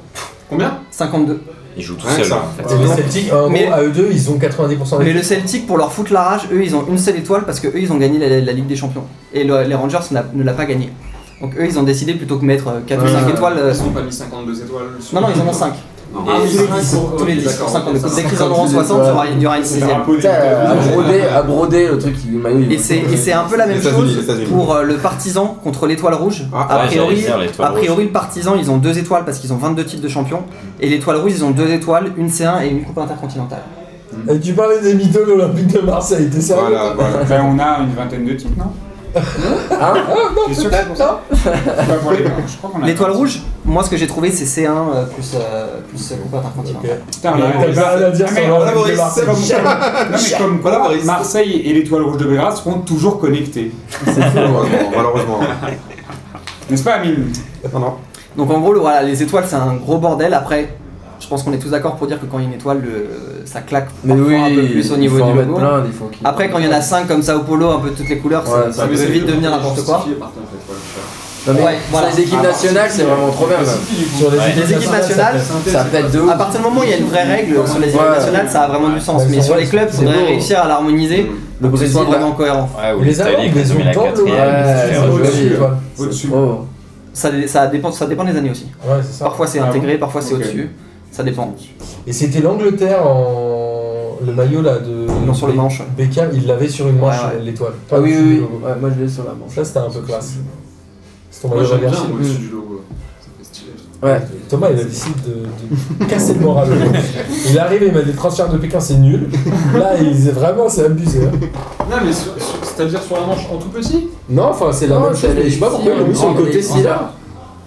Speaker 6: Combien
Speaker 4: 52.
Speaker 8: Ils jouent tout
Speaker 2: Ouais,
Speaker 8: seuls hein.
Speaker 2: ça.
Speaker 8: en fait.
Speaker 1: Et les Celtics, en
Speaker 4: Mais-
Speaker 1: gros, à eux deux, ils ont 90%
Speaker 4: Mais
Speaker 1: des
Speaker 4: le Celtic, pour leur foutre la rage, eux, ils ont une seule étoile parce que eux, ils ont gagné la, la Ligue des Champions. Et le- les Rangers n'a- ne l'a pas gagné. Donc eux, ils ont décidé plutôt que mettre 4 ou 5 étoiles. euh,
Speaker 6: Ils ont pas mis 52 étoiles. sur-
Speaker 4: Non, non, ils en ont 5.
Speaker 7: Non.
Speaker 6: Ah,
Speaker 4: Et
Speaker 6: oui,
Speaker 4: tous les
Speaker 6: cinq,
Speaker 4: 10,
Speaker 6: pour-
Speaker 4: tous les
Speaker 6: ok,
Speaker 4: 10
Speaker 6: d'accord,
Speaker 4: cinq en
Speaker 6: ok,
Speaker 4: étoiles.
Speaker 6: ça
Speaker 4: Dès qu'ils en
Speaker 6: cinq,
Speaker 4: auront
Speaker 6: dix
Speaker 4: 60,
Speaker 6: étoiles.
Speaker 4: il y aura- il y aura une
Speaker 3: C'est
Speaker 4: 6
Speaker 3: le drapeau des
Speaker 5: Putain, euh, à
Speaker 3: États-Unis.
Speaker 5: broder, à broder le truc, le maillot. il-
Speaker 4: Et c'est et c'est un peu la même
Speaker 2: Les États-Unis, les
Speaker 4: chose
Speaker 2: États-Unis.
Speaker 4: pour euh, le Partisan contre l'Étoile Rouge.
Speaker 2: Ah,
Speaker 4: a
Speaker 8: ouais,
Speaker 4: priori,
Speaker 8: j'allais dire l'Étoile
Speaker 4: a priori le Partisan, ils ont deux étoiles parce qu'ils ont 22 titres de champion. Et l'Étoile Rouge, ils ont deux étoiles, une C1 et une Coupe Intercontinentale.
Speaker 1: Et Eh, tu parlais des mythos de l'Olympique de Marseille, t'es sérieux
Speaker 2: Voilà, voilà.
Speaker 3: Ben, on a une vingtaine de titres, non Je suis sûr que c'est pour ça. C'est pas pour les- Je crois qu'on a-
Speaker 4: L'Étoile Rouge, moi ce que j'ai trouvé, c'est C1 euh, plus, euh, plus euh, Coupe Intercontinentale.
Speaker 3: Putain, on a-
Speaker 1: T'as pas rien à dire
Speaker 3: Ah,
Speaker 1: sur
Speaker 3: mais-
Speaker 2: voilà,
Speaker 1: l'Olympique de
Speaker 2: Boris,
Speaker 1: Marseille.
Speaker 3: Comme quoi- non, mais comme quoi,
Speaker 2: Voilà, Boris.
Speaker 3: Marseille et l'étoile rouge de Belgrade seront toujours connectés.
Speaker 2: Malheureusement, malheureusement.
Speaker 3: N'est-ce pas, Amine
Speaker 2: Non, non.
Speaker 4: Donc en gros, le- voilà, les étoiles, c'est un gros bordel. Après, je pense qu'on est tous d'accord pour dire que quand il y a une étoile, le- ça claque
Speaker 5: Mais
Speaker 4: parfois
Speaker 5: oui,
Speaker 4: un peu plus au
Speaker 5: il
Speaker 4: niveau
Speaker 5: faut
Speaker 4: du
Speaker 5: en mettre
Speaker 4: logo.
Speaker 5: plein, il faut qu'il-
Speaker 4: Après, quand il y en a 5 comme ça au polo, un peu de toutes les couleurs,
Speaker 5: Ouais,
Speaker 4: ça,
Speaker 5: ça
Speaker 4: ça peut
Speaker 6: mais
Speaker 4: vite
Speaker 6: c'est-
Speaker 4: devenir n'importe quoi.
Speaker 6: justifié par contre, l'étoile, tu vois.
Speaker 5: Non, mais
Speaker 4: Ouais, voilà.
Speaker 5: Sur les
Speaker 3: Ah,
Speaker 5: équipes nationales, c'est vraiment trop bien. là.
Speaker 1: Sur les
Speaker 8: Ouais.
Speaker 1: équipes
Speaker 4: Les équipes nationales,
Speaker 5: Ça pète de ouf.
Speaker 4: à partir du moment où il y a une vraie règle sur les équipes
Speaker 5: Ouais.
Speaker 4: nationales, ça a vraiment du sens.
Speaker 1: Ouais,
Speaker 4: Mais
Speaker 1: c'est
Speaker 4: sur
Speaker 1: vrai,
Speaker 4: les clubs, il
Speaker 1: c'est
Speaker 4: faudrait
Speaker 1: beau.
Speaker 4: réussir à l'harmoniser
Speaker 5: Mm. Le
Speaker 4: pour que ce
Speaker 5: Brésil,
Speaker 4: soit
Speaker 5: là.
Speaker 4: vraiment cohérent.
Speaker 8: Ouais, ou
Speaker 1: Les Allemands,
Speaker 8: l'Italie qui
Speaker 1: ils
Speaker 8: résume
Speaker 1: ont
Speaker 8: la
Speaker 1: dans le
Speaker 8: quatrième.
Speaker 5: Ouais,
Speaker 8: c'est
Speaker 5: ouais.
Speaker 8: au-dessus.
Speaker 1: au-dessus, quoi.
Speaker 3: Au-dessus.
Speaker 5: Oh.
Speaker 4: Ça, ça, dépend, ça dépend des années aussi.
Speaker 1: Ouais, c'est ça.
Speaker 4: Parfois c'est
Speaker 3: Ah
Speaker 4: intégré, parfois c'est
Speaker 3: Ok.
Speaker 4: au-dessus. Ça dépend.
Speaker 5: Mm.
Speaker 1: Et c'était l'Angleterre en. Le maillot là de.
Speaker 4: Ils l'ont sur le manche.
Speaker 1: Beckham, il l'avait sur une manche,
Speaker 4: Ouais, ouais.
Speaker 1: l'étoile.
Speaker 5: Ah
Speaker 1: Pas
Speaker 5: oui,
Speaker 1: au-dessus du
Speaker 5: oui,
Speaker 1: logo.
Speaker 5: oui. Ouais, moi je l'ai sur la manche.
Speaker 1: Ça, c'était un peu classe. C'est ton
Speaker 6: Moi,
Speaker 1: maillot
Speaker 6: j'aime bien
Speaker 1: remercié.
Speaker 6: au-dessus du logo. Ça fait stylé.
Speaker 5: Ouais.
Speaker 1: Thomas, il a décidé de, de casser le moral. il arrive et il m'a dit transfert de Pékin, c'est nul. Là, il vraiment, c'est abusé. hein.
Speaker 6: Non, mais sur- sur- c'est-à-dire sur la manche en tout petit
Speaker 1: Non, enfin, c'est la
Speaker 5: Non,
Speaker 1: même chose.
Speaker 5: c'est
Speaker 1: mais Je sais pas pourquoi il l'a mis sur le côté.
Speaker 5: les-
Speaker 1: si là.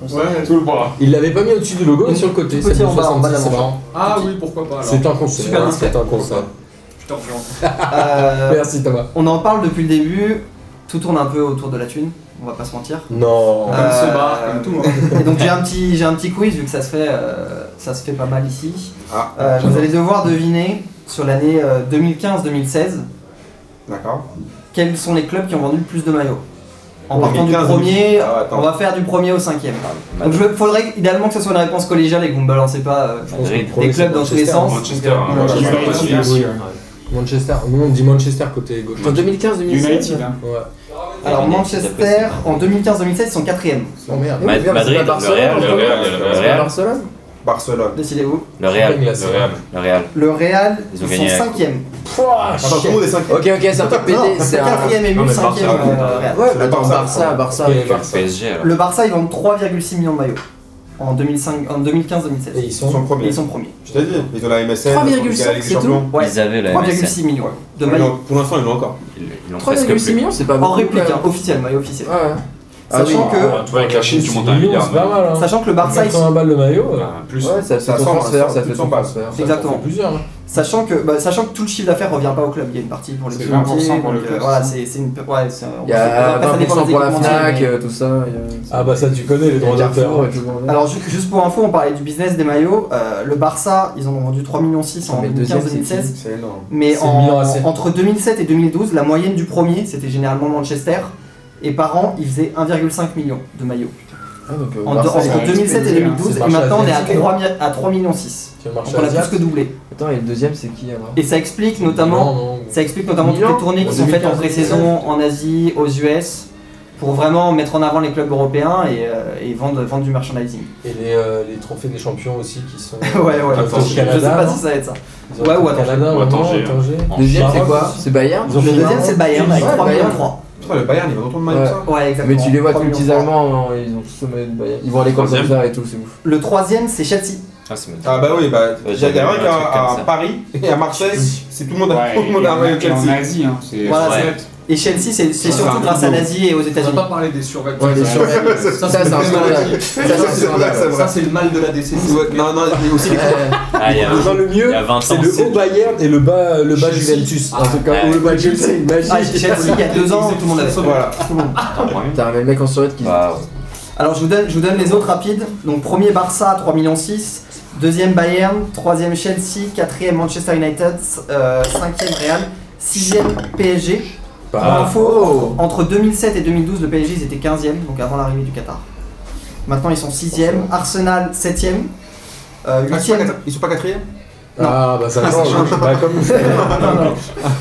Speaker 6: Ouais, tout le bras.
Speaker 1: Il l'avait pas mis au-dessus du logo, mais sur le côté.
Speaker 4: Tout petit
Speaker 1: c'est
Speaker 4: en bas, en bas de la
Speaker 1: 70,
Speaker 4: manche.
Speaker 6: Ah oui, pourquoi pas alors.
Speaker 1: C'est un conseil.
Speaker 6: Super
Speaker 1: hein,
Speaker 6: discret.
Speaker 1: C'est un conseil.
Speaker 6: Je te rejoins.
Speaker 4: Euh,
Speaker 1: Merci Thomas.
Speaker 4: on en parle depuis le début. Tout tourne un peu autour de la thune. On va pas se mentir.
Speaker 1: Non.
Speaker 4: Euh,
Speaker 6: Comme ce bar, comme tout. hein.
Speaker 4: Et donc j'ai un petit, j'ai un petit quiz vu que ça se fait, euh, ça se fait pas mal ici.
Speaker 2: Ah,
Speaker 4: Euh, vous allez devoir deviner sur l'année euh, 2015-2016
Speaker 2: d'accord.
Speaker 4: quels sont les clubs qui ont vendu le plus de maillots. En
Speaker 2: Oh,
Speaker 4: partant du
Speaker 2: 2015,
Speaker 4: premier,
Speaker 2: Ah, attends.
Speaker 4: on va faire du premier au cinquième. Donc
Speaker 8: Madrid.
Speaker 4: il faudrait idéalement que ce soit une réponse collégiale et que vous me balancez pas euh,
Speaker 8: Madrid.
Speaker 4: des clubs dans tous les sens.
Speaker 7: Manchester,
Speaker 8: Ah,
Speaker 7: hein,
Speaker 3: Voilà,
Speaker 7: voilà,
Speaker 3: United,
Speaker 7: c'est
Speaker 3: bien
Speaker 7: pas
Speaker 3: sûr.
Speaker 1: Manchester. Nous, on dit Manchester côté gauche.
Speaker 5: En 2015, 2016.
Speaker 3: United, hein.
Speaker 1: Ouais. Ah,
Speaker 4: Alors
Speaker 8: United,
Speaker 4: Manchester en 2015-2016 ils sont quatrième.
Speaker 1: Oh merde.
Speaker 8: Ma- Madrid, le Real, le Real, le
Speaker 5: C'est pas
Speaker 8: Real,
Speaker 5: Barcelone
Speaker 2: Barcelone.
Speaker 4: Décidez-vous.
Speaker 8: le Real,
Speaker 1: Glace.
Speaker 7: Le Real.
Speaker 8: le Real.
Speaker 4: Le Real
Speaker 8: Ils
Speaker 4: ils,
Speaker 8: ont gagné
Speaker 4: sont
Speaker 8: la
Speaker 4: cinquième.
Speaker 1: Pouah,
Speaker 2: Attends, tout le monde est 5
Speaker 5: Ok, ok, ça fait
Speaker 4: Non,
Speaker 5: péter. C'est un.
Speaker 4: quatrième et
Speaker 7: Non,
Speaker 4: huit
Speaker 7: mais
Speaker 4: cinquième.
Speaker 7: Barça,
Speaker 4: euh,
Speaker 7: ouais.
Speaker 4: Real.
Speaker 5: Ouais, mais attends,
Speaker 2: Barça,
Speaker 5: Barça, Barça.
Speaker 1: Ok,
Speaker 5: avec-
Speaker 1: Barça.
Speaker 8: PSG alors.
Speaker 4: Le Barça, ils vendent 3,6 millions de maillots en, 2005 en
Speaker 1: Et
Speaker 4: 2015-2016.
Speaker 1: ils
Speaker 2: Ils sont
Speaker 1: sont.
Speaker 4: Et
Speaker 2: premiers.
Speaker 4: ils sont premiers.
Speaker 2: Je t'ai dit, ils ont la MSN.
Speaker 5: 3,5,
Speaker 2: ils ont la Ligue des
Speaker 5: c'est
Speaker 2: Champions.
Speaker 4: Ouais,
Speaker 8: Ils avaient la MSN.
Speaker 4: 3,6 millions de
Speaker 2: Ouais, mais
Speaker 4: maillots.
Speaker 2: non, Pour l'instant, ils l'ont encore.
Speaker 8: Ils ils l'ont n'en presque
Speaker 5: 3,6
Speaker 8: plus.
Speaker 5: millions, c'est pas
Speaker 3: euh,
Speaker 4: En
Speaker 5: beaucoup.
Speaker 4: réplique,
Speaker 5: quand
Speaker 4: hein,
Speaker 5: même.
Speaker 4: officiel, maillot officiel.
Speaker 5: Ouais. Ah oui.
Speaker 4: Sachant que,
Speaker 7: Tu vois, avec la Chine, tu montes à un
Speaker 1: million,
Speaker 7: milliard.
Speaker 1: c'est pas mal. Hein.
Speaker 4: sachant que le Barça, ils
Speaker 1: 80
Speaker 4: sont-
Speaker 1: balles le maillot, euh,
Speaker 7: Bah, Plus.
Speaker 5: Ouais, ça, ça,
Speaker 2: Ça
Speaker 5: ton
Speaker 2: sent-
Speaker 5: transfert,
Speaker 2: ça-
Speaker 5: ça fait
Speaker 2: tout
Speaker 5: ton
Speaker 2: s'en passe.
Speaker 5: transfert.
Speaker 1: ça
Speaker 4: Exactement.
Speaker 1: en fait plusieurs. hein.
Speaker 4: Sachant que, bah, sachant que tout le chiffre d'affaires revient pas au club, il y a une partie pour les
Speaker 3: C'est
Speaker 4: petits entiers,
Speaker 3: 20% pour le
Speaker 4: donc, euh,
Speaker 3: club,
Speaker 4: Voilà,
Speaker 3: c'est ça
Speaker 4: c'est c'est une. Ouais, c'est-
Speaker 5: Il y a
Speaker 4: après, ça
Speaker 5: 20%
Speaker 4: dépend des
Speaker 5: pour la
Speaker 4: équipes entières,
Speaker 5: Fnac,
Speaker 4: mais-
Speaker 5: euh, tout ça. il y a-
Speaker 1: Ah bah ça, tu connais les
Speaker 5: il y a
Speaker 1: droits
Speaker 5: Carrefour
Speaker 1: d'auteur.
Speaker 5: et tout le bordel.
Speaker 4: Alors ju- juste pour info, on parlait du business des maillots. euh, le Barça, ils en ont vendu 3,6 millions en
Speaker 5: Mais deuxième, c'est
Speaker 4: 2015-2016.
Speaker 2: C'est énorme.
Speaker 4: Mais
Speaker 1: C'est
Speaker 4: en-
Speaker 1: Milan AC.
Speaker 4: entre 2007 et 2012, la moyenne du premier, c'était généralement Manchester. Et par an, ils faisaient 1,5 million de maillots.
Speaker 5: Ah, donc, euh,
Speaker 4: En-
Speaker 5: Barça, il y a-
Speaker 4: entre
Speaker 3: a
Speaker 4: 2007 et
Speaker 3: explosé, hein.
Speaker 4: 2012,
Speaker 1: C'est
Speaker 4: et
Speaker 1: le marché
Speaker 4: maintenant on est à
Speaker 1: asiatique,
Speaker 4: 3, mi- à 3,6 millions. Donc
Speaker 1: Tu as le marché
Speaker 4: on a plus
Speaker 1: asiatique.
Speaker 4: que doublé.
Speaker 5: Attends, et le deuxième, c'est qui alors
Speaker 4: Et ça explique
Speaker 1: Non,
Speaker 4: notamment,
Speaker 1: non,
Speaker 4: ça explique notamment toutes
Speaker 5: Milan,
Speaker 4: les tournées qui
Speaker 1: en
Speaker 4: sont faites en
Speaker 1: 2015,
Speaker 4: pré-saison en Asie, aux US, pour vraiment mettre en avant les clubs européens et, euh, et vendre, vendre du merchandising.
Speaker 1: Et les, euh, les trophées des champions aussi qui sont.
Speaker 4: ouais, ouais,
Speaker 1: Attends,
Speaker 4: je sais
Speaker 1: Canada,
Speaker 4: pas
Speaker 1: non
Speaker 4: si ça va être ça.
Speaker 1: Ils ont
Speaker 4: Ouais,
Speaker 1: été
Speaker 4: ou
Speaker 1: au
Speaker 4: à
Speaker 1: Canada,
Speaker 7: Tanger.
Speaker 1: ou à
Speaker 7: Ou à
Speaker 1: Tanger.
Speaker 7: Tanger.
Speaker 1: En
Speaker 5: Deuxième,
Speaker 1: Maroc
Speaker 5: c'est quoi
Speaker 1: aussi.
Speaker 5: C'est Bayern
Speaker 1: Ils ont
Speaker 4: Le
Speaker 1: fait
Speaker 4: deuxième, c'est le Bayern avec
Speaker 5: Ouais,
Speaker 4: 3
Speaker 5: Bayern.
Speaker 4: millions 3.
Speaker 2: Putain, le hein. Bayern, il va retourner
Speaker 5: Ouais.
Speaker 2: comme ça.
Speaker 4: Ouais, exactement.
Speaker 5: Mais tu les vois,
Speaker 4: 3
Speaker 5: tous les
Speaker 4: millions
Speaker 5: petits
Speaker 4: trois.
Speaker 5: Allemands, euh, ils ont tous sommet de Bayern. Ils vont à l'école comme
Speaker 7: Troisième.
Speaker 5: ça et tout, c'est ouf.
Speaker 4: Le troisième, c'est Chelsea.
Speaker 8: Ah, c'est magnifique.
Speaker 2: Ah bah oui, bah, il y a des
Speaker 8: j'avais
Speaker 2: règles
Speaker 8: un truc
Speaker 2: à,
Speaker 8: comme
Speaker 2: à
Speaker 8: ça.
Speaker 2: Paris et à Marseille, c'est tout le monde a
Speaker 3: Ouais,
Speaker 2: tout le monde a un maillot
Speaker 3: et en, en
Speaker 2: Chelsea.
Speaker 3: Asie, hein, c'est
Speaker 4: Voilà,
Speaker 3: c'est
Speaker 4: c'est-
Speaker 3: net.
Speaker 4: Et Chelsea, c'est c'est
Speaker 2: Ça, c'est
Speaker 4: surtout
Speaker 2: un
Speaker 4: grâce à
Speaker 2: peu beau.
Speaker 4: l'Asie et aux
Speaker 6: On n'a
Speaker 4: États-Unis.
Speaker 6: pas parlé des survêtements.
Speaker 5: Ouais, les survêtements.
Speaker 6: Ça,
Speaker 5: Ça, c'est un
Speaker 6: le problème de la
Speaker 5: scandale.
Speaker 6: vie.
Speaker 5: Ça, c'est un
Speaker 2: C'est vrai,
Speaker 5: scandale.
Speaker 2: c'est vrai.
Speaker 6: Ça, c'est le mal de la décennie.
Speaker 2: Ouais, Non, non, mais aussi les
Speaker 8: Ah, il y a,
Speaker 1: Dans le
Speaker 8: il y
Speaker 1: mieux,
Speaker 8: a 20 ans,
Speaker 1: c'est le haut Bayern et le bas, le bas
Speaker 5: Chelsea.
Speaker 1: Juventus.
Speaker 5: Ah,
Speaker 1: C'est comme-
Speaker 8: ouais.
Speaker 1: ou le bas Chelsea, imagine.
Speaker 4: Ah, Chelsea, il y a deux ans, tout le monde avait.
Speaker 2: Voilà.
Speaker 5: T'as un mec en surette qui.
Speaker 8: Bah, ouais.
Speaker 4: Alors, je vous donne, je vous donne les autres rapides. Donc, premier Barça, 3,6 millions. Deuxième Bayern, troisième Chelsea, quatrième Manchester United, euh, cinquième Real, sixième PSG.
Speaker 5: Ah.
Speaker 4: Pour
Speaker 1: Ah.
Speaker 5: Oh.
Speaker 4: info, entre 2007 et 2012, le PSG ils étaient 15e, donc avant l'arrivée du Qatar. Maintenant, ils sont 6e, Arsenal 7e, euh,
Speaker 2: Ah, ils sont pas
Speaker 4: 8e,
Speaker 2: quatri- Ils sont pas quatrième
Speaker 1: Ah bah ça change. Bah, comme-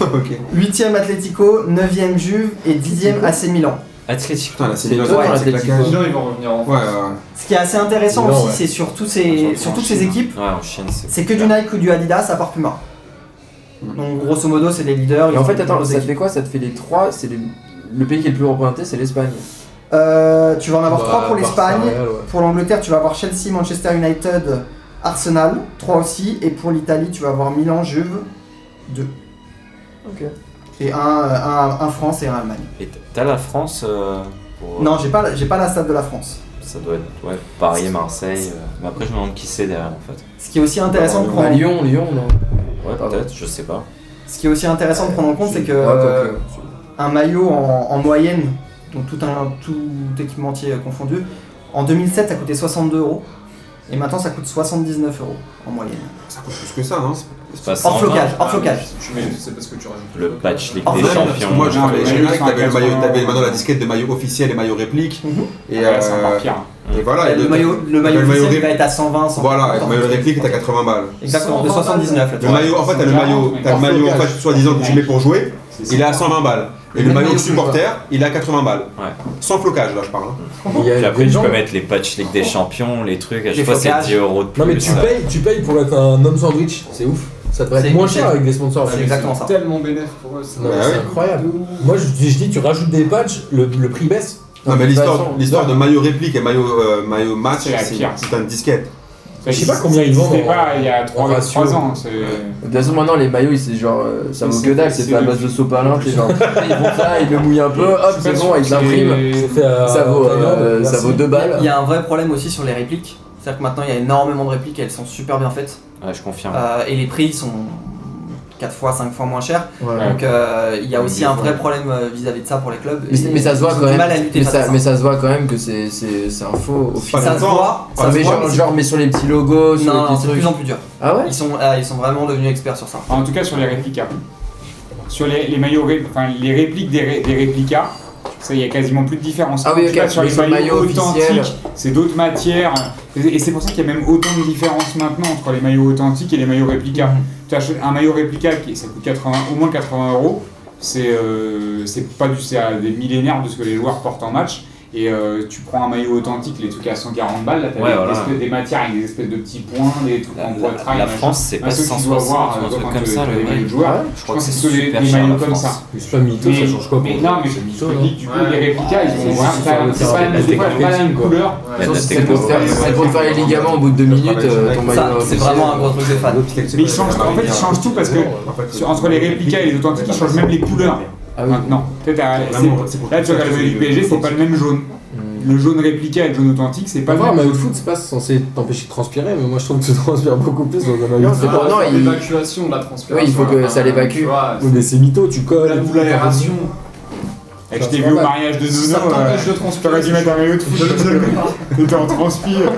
Speaker 2: Ok.
Speaker 4: 8e Atlético, 9e Juve et 10e AC Milan.
Speaker 8: Atletico.
Speaker 2: Putain, là, c'est
Speaker 5: C'est
Speaker 2: bien,
Speaker 5: toi,
Speaker 2: c'est
Speaker 5: Atletico.
Speaker 2: claquage.
Speaker 6: Sinon, ils vont revenir en
Speaker 2: Ouais, ouais, ouais.
Speaker 4: Ce qui est assez intéressant
Speaker 1: Milan,
Speaker 4: aussi,
Speaker 1: ouais.
Speaker 4: c'est sur, tous
Speaker 3: Attention,
Speaker 4: ces, sur toutes ces
Speaker 3: Chine.
Speaker 4: équipes,
Speaker 8: Ouais, en Chine, c'est.
Speaker 4: c'est que du Nike ou du Adidas à part Puma. Donc, grosso modo, c'est les leaders.
Speaker 5: Mais
Speaker 4: ils
Speaker 5: en
Speaker 4: ont
Speaker 5: fait,
Speaker 4: des
Speaker 5: attends,
Speaker 4: grosses
Speaker 5: ça te
Speaker 4: équipes.
Speaker 5: fait quoi Ça te fait les trois. C'est les- le pays qui est le plus représenté, c'est l'Espagne.
Speaker 4: Euh, tu vas en avoir
Speaker 1: Bah,
Speaker 4: 3 pour
Speaker 1: Barça,
Speaker 4: l'Espagne.
Speaker 1: Real, ouais.
Speaker 4: Pour l'Angleterre, tu vas avoir Chelsea, Manchester United, Arsenal, 3 aussi. Et pour l'Italie, tu vas avoir Milan, Juve, 2.
Speaker 5: Ok.
Speaker 4: Et un, euh, un, un France et un Allemagne.
Speaker 8: Et t'as la France euh, pour-
Speaker 4: Non, j'ai pas, la- j'ai pas la stade de la France.
Speaker 8: Ça doit être ouais, Paris, Marseille. euh, Mais après, je me demande qui c'est derrière en fait.
Speaker 4: Ce qui est aussi intéressant de prendre,
Speaker 5: Bah, Lyon, Lyon, non
Speaker 8: Ouais,
Speaker 5: Pardon.
Speaker 8: peut-être, je sais pas.
Speaker 4: ce qui est aussi intéressant de prendre en compte, c'est que
Speaker 2: Ah,
Speaker 5: Ouais,
Speaker 4: euh,
Speaker 5: quoique.
Speaker 4: un maillot en, en moyenne, donc tout, un, tout équipementier euh, confondu, en 2007, ça coûtait 62 euros. Et maintenant, ça coûte 79 euros en moyenne.
Speaker 2: Ça coûte plus que ça, hein. non
Speaker 8: C'est pas
Speaker 4: Hors
Speaker 8: 120,
Speaker 4: flocage, hors flocage.
Speaker 6: Tu mets, Ah, c'est parce que tu rajoutes.
Speaker 8: Le patch Ligue
Speaker 4: Hors
Speaker 8: des
Speaker 4: flocage,
Speaker 8: Champions.
Speaker 2: Moi, je
Speaker 3: Non,
Speaker 2: parlais
Speaker 3: mais
Speaker 2: chez
Speaker 3: les
Speaker 2: Nike, t'avais le maillot,
Speaker 3: 80,
Speaker 2: t'avais maintenant la disquette de maillot officiel et maillot réplique.
Speaker 4: Mhm.
Speaker 2: Et,
Speaker 3: Ouais, Ah, bah, c'est
Speaker 2: euh,
Speaker 3: encore pire.
Speaker 2: et voilà.
Speaker 4: Et
Speaker 2: et
Speaker 4: le
Speaker 2: de-
Speaker 4: maillot,
Speaker 2: t'avais
Speaker 4: le maillot officiel
Speaker 2: rép-
Speaker 4: va être à 120, 120.
Speaker 2: Voilà, et le maillot réplique est à 80 balles.
Speaker 4: Exactement, de 79 là. tu
Speaker 2: Le
Speaker 4: vois.
Speaker 2: maillot, en fait, t'as le maillot, t'as le maillot, en fait, soi-disant que tu mets pour jouer, il est à 120 balles. Et le
Speaker 4: Même
Speaker 2: maillot de
Speaker 4: maillot que je
Speaker 2: supporter, il est à 80 balles.
Speaker 8: Ouais.
Speaker 2: Sans flocage, là, je parle. hein.
Speaker 1: Il y a
Speaker 8: Puis
Speaker 1: des
Speaker 8: après, tu
Speaker 1: gens-
Speaker 8: peux mettre les patchs Ligue des Champions, les trucs. À
Speaker 4: Les
Speaker 8: chaque fois, c'est
Speaker 4: flocages.
Speaker 8: 10 euros de plus.
Speaker 1: Non mais tu
Speaker 8: ouais.
Speaker 1: payes, tu payes pour être un homme sandwich, c'est ouf. Ça devrait
Speaker 4: C'est Ah,
Speaker 1: être moins
Speaker 4: une
Speaker 1: cher
Speaker 4: chaîne.
Speaker 1: avec des sponsors.
Speaker 4: C'est exactement ça.
Speaker 6: tellement bénéf pour eux. c'est-
Speaker 1: Non, mais
Speaker 2: Bah
Speaker 1: c'est
Speaker 2: oui.
Speaker 1: incroyable. Moi je, dis- je dis tu rajoutes des patchs, le, le prix baisse.
Speaker 2: Non,
Speaker 5: De
Speaker 2: mais
Speaker 5: toute
Speaker 2: l'histoire
Speaker 5: façon,
Speaker 2: l'histoire de maillot réplique et maillot euh, maillot match,
Speaker 3: C'est la
Speaker 2: c'est
Speaker 3: pire.
Speaker 2: c'est une disquette.
Speaker 1: Je sais pas combien ils vendent
Speaker 3: C'était
Speaker 1: en-
Speaker 3: pas il y a
Speaker 1: en
Speaker 3: 3,
Speaker 1: ratio.
Speaker 3: ans. hein, c'est-
Speaker 5: De toute façon, maintenant, les maillots, ils- c'est genre. euh, Ça
Speaker 3: Mais
Speaker 5: vaut
Speaker 3: c'est-
Speaker 5: que dalle, c'est
Speaker 3: c'est
Speaker 5: pas à
Speaker 3: le-
Speaker 5: base de sopalin, c'est genre. Ils font ça, ils le mouillent un peu, hop,
Speaker 3: Je suis
Speaker 5: c'est
Speaker 3: pas
Speaker 5: bon,
Speaker 3: sûr
Speaker 5: ils
Speaker 3: que
Speaker 5: l'impriment.
Speaker 3: c'est-
Speaker 1: C'est fait à-
Speaker 5: Ça vaut,
Speaker 1: en Thaïlande,
Speaker 5: euh, ça
Speaker 1: merci.
Speaker 5: vaut deux balles.
Speaker 4: Il y a un vrai problème aussi sur les répliques. C'est-à-dire que maintenant il y a énormément de répliques et elles sont super bien faites.
Speaker 8: Ouais, je confirme.
Speaker 3: Ah,
Speaker 4: Euh, et les prix sont 4 fois, 5 fois moins chers.
Speaker 5: Voilà.
Speaker 4: Donc euh, il y a aussi
Speaker 3: Des
Speaker 4: un
Speaker 3: fois.
Speaker 4: vrai problème euh, vis-à-vis de ça pour les clubs.
Speaker 5: Mais, c'est-
Speaker 4: Et
Speaker 5: mais ça se voit
Speaker 4: ils ont
Speaker 5: quand
Speaker 4: du
Speaker 5: même.
Speaker 4: mal à lutter
Speaker 5: mais,
Speaker 4: face à
Speaker 5: ça,
Speaker 4: ça.
Speaker 5: mais ça se voit quand même que c'est c'est- c'est un faux au final.
Speaker 4: Ça se
Speaker 2: longtemps.
Speaker 4: voit.
Speaker 5: Ouais,
Speaker 4: ça se
Speaker 5: mais
Speaker 4: voit,
Speaker 5: genre,
Speaker 4: mais
Speaker 5: genre, mais sur les petits logos,
Speaker 4: c'est-
Speaker 5: sur les
Speaker 4: Non,
Speaker 5: petits
Speaker 4: c'est de
Speaker 5: trucs.
Speaker 4: plus en plus dur.
Speaker 5: Ah ouais
Speaker 4: Ils sont, euh, ils sont vraiment devenus experts sur ça.
Speaker 3: En tout cas, sur les réplicas. Sur les, les maillots, ré- enfin les répliques des, ré- des réplicas, ça, il y a quasiment plus de différence.
Speaker 5: Ah oui,
Speaker 3: Je sais
Speaker 5: ok,
Speaker 3: pas, sur
Speaker 5: mais
Speaker 3: les
Speaker 5: sur le
Speaker 3: maillots
Speaker 5: maillot officiel.
Speaker 3: authentiques, c'est d'autres matières. Et et c'est pour ça qu'il y a même autant de différences maintenant entre les maillots authentiques et les maillots réplicas. Tu achètes un maillot réplica qui ça coûte 80, au moins 80 euros. C'est euh, c'est pas du, c'est à des millénaires de ce que les joueurs portent en match. Et euh, tu prends un maillot authentique, les trucs à 140 balles, là t'as
Speaker 8: Ouais,
Speaker 3: des,
Speaker 8: voilà.
Speaker 3: espèces- des matières avec des espèces de petits points, des trucs
Speaker 8: La,
Speaker 3: en
Speaker 8: la-
Speaker 3: poitrail.
Speaker 8: la
Speaker 3: machin.
Speaker 8: France, c'est
Speaker 3: Ah,
Speaker 8: pas
Speaker 3: ceux qui doivent
Speaker 8: 160
Speaker 3: voir,
Speaker 8: ou un
Speaker 3: euh,
Speaker 8: truc
Speaker 3: quand,
Speaker 8: comme
Speaker 3: euh,
Speaker 8: ça,
Speaker 3: t'as
Speaker 8: le
Speaker 3: des maillots
Speaker 8: maillot.
Speaker 3: de joueurs.
Speaker 8: Je
Speaker 3: Je
Speaker 8: crois que
Speaker 3: pense que
Speaker 8: c'est
Speaker 3: c'est les,
Speaker 8: super
Speaker 3: les
Speaker 8: cher. la
Speaker 3: maillots comme
Speaker 8: France.
Speaker 3: ça.
Speaker 1: C'est pas mytho, ça change quoi pour
Speaker 3: mais
Speaker 1: eux
Speaker 3: non, mais je
Speaker 1: C'est
Speaker 3: je
Speaker 1: mytho,
Speaker 3: te
Speaker 1: non
Speaker 3: dis, du coup,
Speaker 6: Ouais.
Speaker 3: les réplicas, ils
Speaker 1: Ouais,
Speaker 3: vont voir,
Speaker 1: c'est
Speaker 3: t'as-
Speaker 1: sur le
Speaker 3: c'est
Speaker 1: terrain,
Speaker 3: pas la même
Speaker 1: c'est
Speaker 3: des fois,
Speaker 1: le
Speaker 3: pas la
Speaker 1: marketing,
Speaker 3: même
Speaker 1: quoi.
Speaker 6: Ah
Speaker 3: couleur.
Speaker 8: La
Speaker 5: Sinon,
Speaker 8: date
Speaker 5: C'est pour, te
Speaker 8: techno.
Speaker 5: faire- c'est pour te faire les ligaments au bout de deux minutes, euh, ton
Speaker 4: Ça,
Speaker 5: maillot.
Speaker 4: c'est vraiment un gros truc de fan.
Speaker 3: Mais ils changent, en fait, ils changent tout parce que
Speaker 2: En fait,
Speaker 3: entre les réplicas et les authentiques, ils changent même les couleurs.
Speaker 5: Ah oui.
Speaker 3: maintenant. Tu sais, t'as-
Speaker 2: Vraiment,
Speaker 3: c'est-
Speaker 2: c'est pour
Speaker 3: Là, tu regardes le maillot du PSG, c'est pas le même jaune.
Speaker 5: Mmh.
Speaker 3: Le jaune répliqué et le jaune authentique, c'est pas
Speaker 1: Pas
Speaker 3: le
Speaker 1: voir, un
Speaker 3: même.
Speaker 1: maillot de foot, c'est pas censé t'empêcher de transpirer, mais moi je trouve que tu transpires beaucoup plus dans un maillot
Speaker 5: Non,
Speaker 1: de
Speaker 5: c'est
Speaker 1: foot.
Speaker 5: pas- non,
Speaker 6: Ah, c'est
Speaker 5: il-
Speaker 6: L'évacuation de la transpiration.
Speaker 5: Oui, il faut que
Speaker 6: enfin,
Speaker 5: ça l'évacue.
Speaker 6: tu vois,
Speaker 1: Mais c'est mytho, tu
Speaker 6: c'est
Speaker 1: colles.
Speaker 6: La
Speaker 1: et tout.
Speaker 6: boulairation.
Speaker 3: Et je t'ai vu au mariage de
Speaker 6: Ça
Speaker 3: Nono. euh,
Speaker 6: t'empêche de transpirer.
Speaker 3: T'aurais dû mettre un maillot de foot. T'étais en transpi. euh,